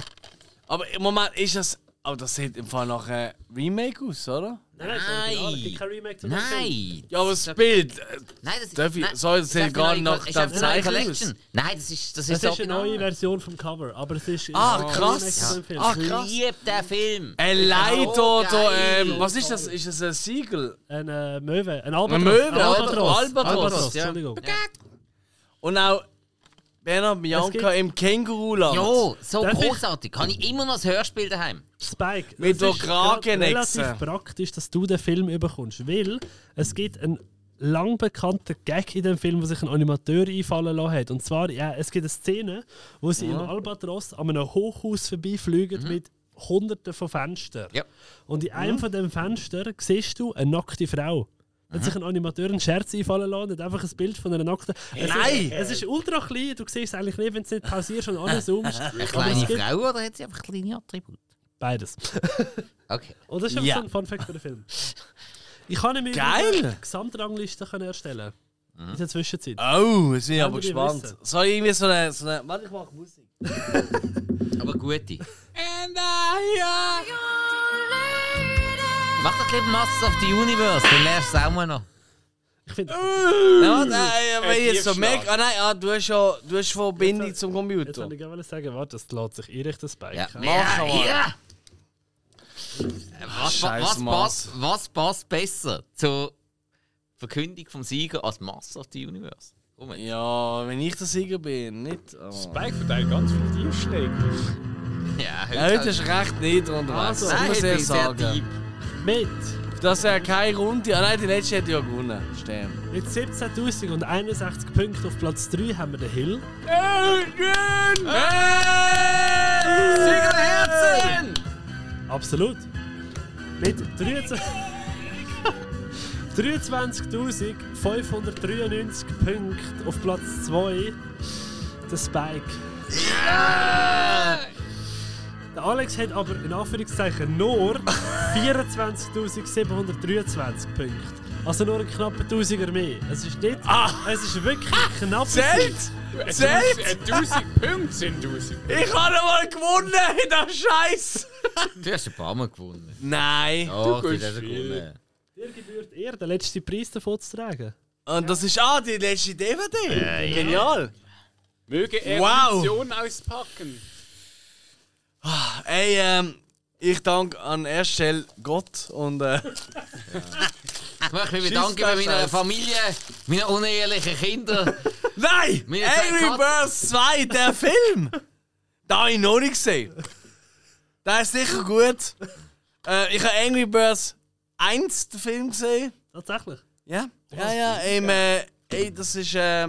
Aber im Moment ist das. Aber das sieht im Fall nach einem Remake aus, oder? das ist Nein. original. Es gibt kein Remake zu dem Film. Nein. Ja, aber das Bild. Nein, das ist... Darf ich- nein, sorry, das sieht darf ich gar noch- nach ist einfach dem eine neue Zeichen aus. Collection. Nein, das ist... Das Es ist, genau. ist eine original. neue Version vom Cover, aber es ist genau Ah, es ist kein krass. Remake zu dem Film. Ah, Ich krass. Äh, liebe den Film. Allein da, da, geil. ähm, was ist das? Ist das ein Siegel? Ein äh, Möwe, ein Albatros. Möwe, ein Albatros. Albatros, Albatros, ja. Entschuldigung. äh, Und auch Bernhard gibt- Bianca im Känguruland. Jo, so Darf ich- großartig. Kann ich immer noch das Hörspiel daheim? Spike, Mit es der ist grad Kragenechse. relativ praktisch, dass du den Film überkommst, weil es gibt einen lang bekannten Gag in dem Film, wo sich ein Animateur einfallen lassen hat. Und zwar, ja, es gibt eine Szene, wo sie im Albatros an einem Hochhaus vorbeifliegen mit Hunderten von Fenstern. Ja. Und in einem von diesen Fenstern siehst du eine nackte Frau. Hat sich ein Animateur einen Scherz einfallen lassen und hat einfach ein Bild von einer nackten. Es Nein! Ist, es ist ultra klein, du siehst es eigentlich nicht, wenn du es nicht pausierst und anzoomst. Eine Aber es kleine gibt Frau oder hat sie einfach kleine Attribute? Beides. Okay. Und Oh, das ist Ja. einfach so ein Fun Fact für den Film. Ich kann mir Geil! eine Gesamtrangliste können erstellen in der Zwischenzeit. Oh, jetzt bin ich aber wir die gespannt. wissen. Soll ich irgendwie so eine. So eine warte, ich mach Musik. Aber gute. Mach doch lieber Masters of the Universe, dann lernst du es auch mal noch. Ich finde, Ja, nein, aber Ein jetzt so Tiefschlag. merke. Ah nein, ah, du hast ja du hast Verbindung Jetzt- zum jetzt Computer. wollte ich gerne sagen, warte, das lässt sich eh recht das Bike. Ja. Mach mal. Ja. Äh, Was, Scheiß was, was, Mass. passt, was passt besser zur Verkündung vom Sieger als Masters of the Universe? Komm jetzt. Ja, wenn ich der Sieger bin, nicht. Oh. aber- Spike verteilt ganz viele Tiefschläge. Ja, Ja, heute ist recht nieder unterwegs. Also, das muss ich sehr sagen. deep. Mit dass er keine Runde. Ah nein, die letzte hätte ja gewonnen. Stimmt. Mit 17.061 Punkten auf Platz 3 haben wir den Hill. Siegerherzen! Absolut. Mit 13 23.593 Punkten auf Platz 2 der Spike. Der Alex hat aber in Anführungszeichen nur 24.723 Punkte. Also nur einen knappen Tausiger mehr. Es ist nicht. Es ist wirklich knapp. Zählt! Zählt! 1000 Punkte sind 1000. Ich habe mal gewonnen in der Scheiß! Du hast ein paar Mal gewonnen. Nein! Oh, du bist hast gewonnen. Dir gebührt eher, den letzten Preis davon zu tragen. Und das ist ah, die letzte DVD! Genial! Möge er Wow. Munition auspacken. Ey, ähm, ich danke an erster Stelle Gott und äh, Ich möchte mich bedanken bei meiner Familie, meinen unehelichen Kindern. Nein! Mir ist ein Angry Cut. Birds 2, der Film! Da habe ich noch nicht gesehen. Der ist sicher gut. Äh, ich habe Angry Birds 1, den Film, gesehen. Tatsächlich. Ja? Ja, ja. Im, äh, ey, das ist. Äh,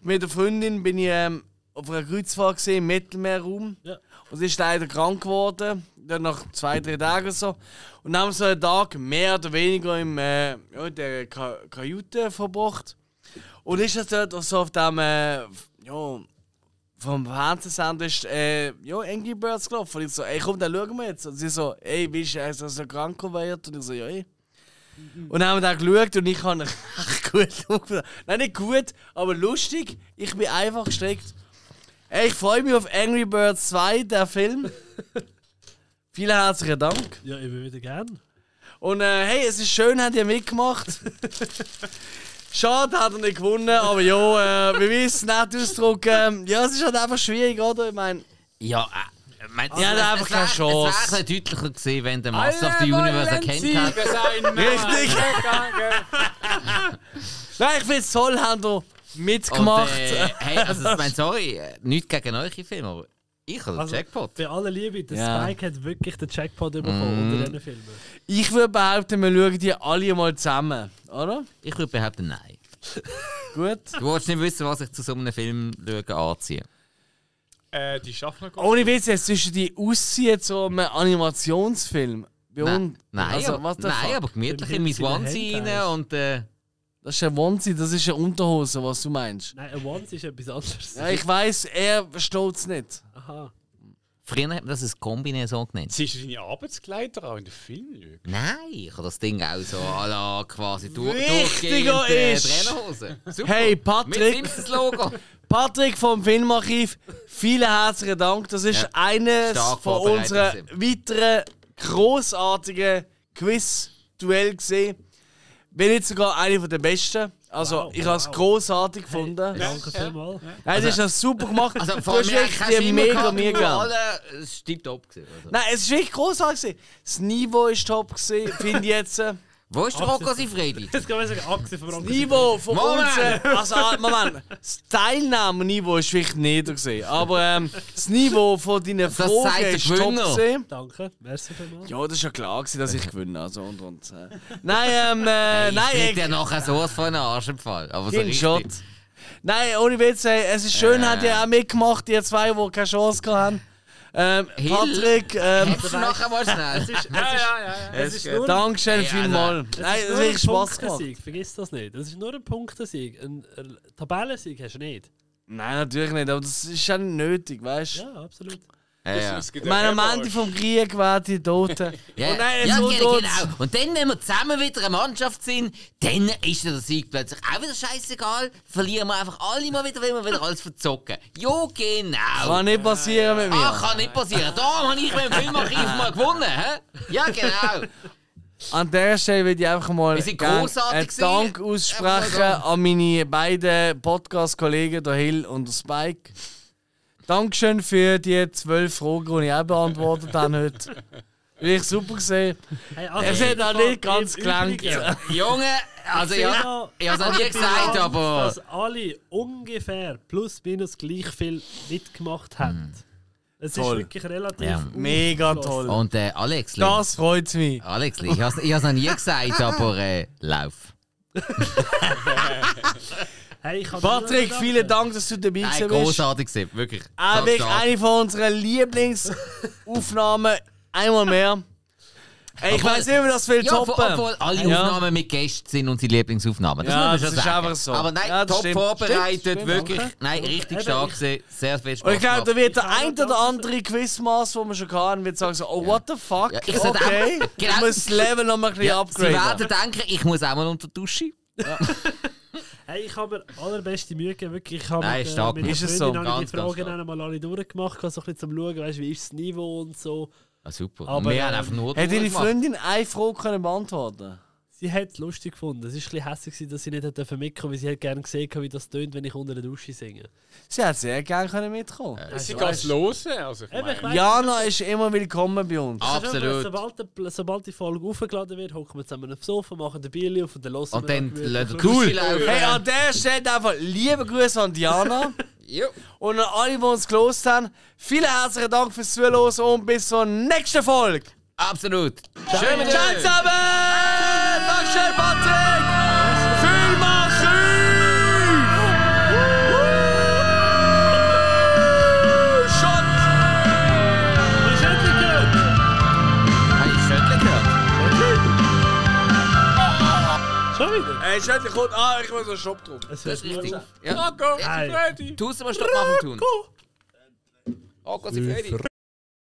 mit der Freundin bin ich ähm, auf einer Kreuzfahrt gesehen, im Mittelmeerraum. Ja. Und sie ist leider krank geworden. Dann nach zwei, drei Tagen so. Und dann haben wir so einen Tag mehr oder weniger im, äh, ja, in der Ka Kajüte verbracht. Und ist das dort so auf dem, äh, ja, vom Fernsehsender ist, äh, ja, Angry Birds gelaufen. Und ich so, ey, komm, dann schauen wir jetzt. Und sie so, ey, wie ist das, dass er krank geworden? Und ich so, ja, ey. Und dann haben wir dann geschaut und ich habe ihn echt gut umgebracht. Nein, nicht gut, aber lustig. Ich bin einfach gestreckt. Ey, ich freue mich auf Angry Birds 2, der Film. Vielen herzlichen Dank. Ja, immer wieder gern. Und äh, hey, es ist schön, habt ihr mitgemacht. Schade, hat er nicht gewonnen, aber ja, äh, wir wissen es nicht ausdrücken. Ja, es ist halt einfach schwierig, oder? Ich meine, Ja, äh, mein, Ja, da einfach keine Chance. Es wäre deutlicher gewesen, wenn der Master of the Universe erkennt hat. Richtig. nein, ich finde es toll, habt ihr mitgemacht. Und, äh, hey, also, ich meine, sorry, äh, nichts gegen euch im Film, aber ich habe den Also, Jackpot. Bei aller Liebe, der Ja. Mhm. Spike hat wirklich den Jackpot bekommen unter diesen Filmen. Ich würde behaupten, wir schauen die alle mal zusammen, oder? Ich würde behaupten, nein. Gut. Du wolltest nicht wissen, was ich zu so einem Film schaue, anziehe. Äh, die Schaffner kommen. Ohne Witz, jetzt zwischen die Aussehen zu einem Animationsfilm. Bei uns. Nein, nein, also, aber, what the nein fuck? aber gemütlich in Im mein Film Onesie sind rein Hentai. und äh, Das ist ein Onesie, das ist eine Unterhose, was du meinst. Nein, ein Once ist etwas anderes. Ja, ich weiß, er versteht es nicht. Aha. früher hat man das ein Kombinaison genannt. Ziehst du deine Arbeitskleider an in den Film? Nein, ich habe das Ding auch so à la quasi durch, Wichtiger durchgehend äh, ist- Trainerhose. Super. Hey, Mit Patrick! Simpsons-Logo. Patrick vom Filmarchiv, vielen herzlichen Dank. Das ist Ja. eines Stark von vorbereitet unseren sind. weiteren großartigen Quiz-Duell gesehen. Wenn nicht sogar einer von den besten. Also, Wow, ich habe es wow. großartig gefunden. Danke vielmals. Nein, das ist ja super gemacht. Also du vor allem hast ich wirklich habe dir es mega, mega. Alle, es ist top gewesen. Also. Nein, es war wirklich großartig. gewesen. Das Niveau war top, gewesen, finde ich jetzt. Das Wo ist der Rocco Sifredi? Jetzt kann man sagen, Axel von Ronken. Niveau von Moment! unseren. Also, ah, Moment. Das Teilnahmeniveau war wirklich nieder. gewesen. Aber ähm, das Niveau von deinen sagt Fragen der war top. Gewinner. gewesen. Danke, merci vielmals. Ja, das war ja klar, gewesen, dass ich gewinne. Also, und, und. Äh. Nein, ähm, äh, nein, ich krieg ich- dir nachher sowas von einem Arschempfall. Aber so Kein richtig. Shot. Nein, ohne Witz, ey, es ist schön, Äh. hat ihr auch mitgemacht, ihr zwei, die keine Chance hatten. Ähm, Hill. Patrick, ähm, Hättest du nachher mal schnell. Es ist nur, Dankeschön Ey, vielmals. es Nein, ist es nur hat wirklich ein Spass gemacht. Punktensieg, vergiss das nicht. Es ist nur ein Punktensieg. Ein äh, Tabellensieg hast du nicht. Nein, natürlich nicht, aber das ist ja nicht nötig, weißt du? Ja, absolut. Ja, ja. Es gibt Ich meine, am einen Ende vom Krieg waren die Toten. Ja, Und nein, es ja tut genau, uns- genau. Und dann, wenn wir zusammen wieder eine Mannschaft sind, dann ist der Sieg plötzlich auch wieder scheißegal. Verlieren wir einfach alle mal wieder, wenn wir wieder alles verzocken. Jo, genau. Kann nicht passieren mit Ah, mir. kann nicht passieren. Da habe ich beim Filmarchiv mal gewonnen. Hä? Ja, genau. An der Stelle würde ich einfach mal Wir sind gern großartig einen gewesen. Dank Einfach mal aussprechen da. an meine beiden Podcast-Kollegen, der Hill und der Spike. Dankeschön für die zwölf Fragen, die ich auch beantwortet habe heute. Wirklich super gesehen. Hey, also, Es hat auch nicht ganz im gelangt. Übrigen- Junge, also ja, ich habe es noch nie gesagt, aber. Dass alle ungefähr plus minus gleich viel mitgemacht haben. Es Mhm. Toll. ist wirklich relativ. Ja. Mega toll. Und äh, Alex, Lee, Das freut mich. Alex, Lee, ich habe es noch nie gesagt, aber äh, lauf. Hey, ich kann dir Patrick, nur vielen danken. Dank, dass du dabei Nein, gewesen bist. großartig gewesen, wirklich. Auch Ah, wirklich Top-Start. eine von unserer Lieblingsaufnahmen. Einmal mehr. Ey, ich Obwohl- weiß immer, dass wir Ja, toppen. obwohl, obwohl alle Ja. Aufnahmen mit Gästen sind unsere Lieblingsaufnahmen. Das Ja, muss man das schon ist sagen. einfach so. Aber nein, Ja, das top stimmt. vorbereitet, Stimmt, stimmt, wirklich. danke. Nein, richtig Eben, stark ich- gewesen. Sehr viel Spaß Und ich glaube, da gemacht. wird der Ich kann ein nur oder das- andere Quizmaß, wo wir schon hatten, wird sagen so, oh, what the fuck? Ja, ich sollte okay, auch- ich muss das Level noch mal ein bisschen Ja, Sie werden upgraden. denken, ich muss auch mal unter die Dusche. Hey, ich habe mir allerbeste Mühe gegeben, wirklich. Ich habe Nein, mit, äh, stark mit der gemacht. Ist es Freundin so? habe ich Ganz, die ganz Fragen stark. dann mal alle durchgemacht, so ein bisschen zum Schauen, weißt, wie ist das Niveau und so. Ah, super. Aber, wir haben ähm, einfach nur Hat deine durchgemacht. Freundin eine Frage können beantworten Sie hat es lustig gefunden. Es war ein bisschen hässlich, gewesen, dass sie nicht hat dürfen mitkommen weil sie hätte gerne gesehen, hat, wie das tönt, wenn ich unter der Dusche singe. Sie hat sehr gerne können mitkommen Äh. Sie kann es hören. Also, ich Eben, ich weiss, meine, Jana ist immer willkommen bei uns. das ist einfach, Absolut. Sobald, die- sobald die Folge hochgeladen wird, hocken wir zusammen auf den Sofa, machen den Bier auf und dann hören Und wir dann gemütlich. lassen wir die Dusche laufen. Hey, an der Stelle einfach liebe Grüße an Diana Jo. und an alle, die uns gelost haben. Vielen herzlichen Dank fürs Zuhören und bis zur nächsten Folge. Absolut. Schön mit Ciao euch. zusammen! Dankeschön, Patrick! Viel machen! Schott! Hey, schön gehört. Schon wieder? Ey, Schöttli kommt. Ah, ich muss einen Stopp drücken. Es Das ist richtig. gut. Ja. Halt. Marco, Nein. Freddy. Tust du mal Stopp machen tun. Oh Gott, sie Freddy.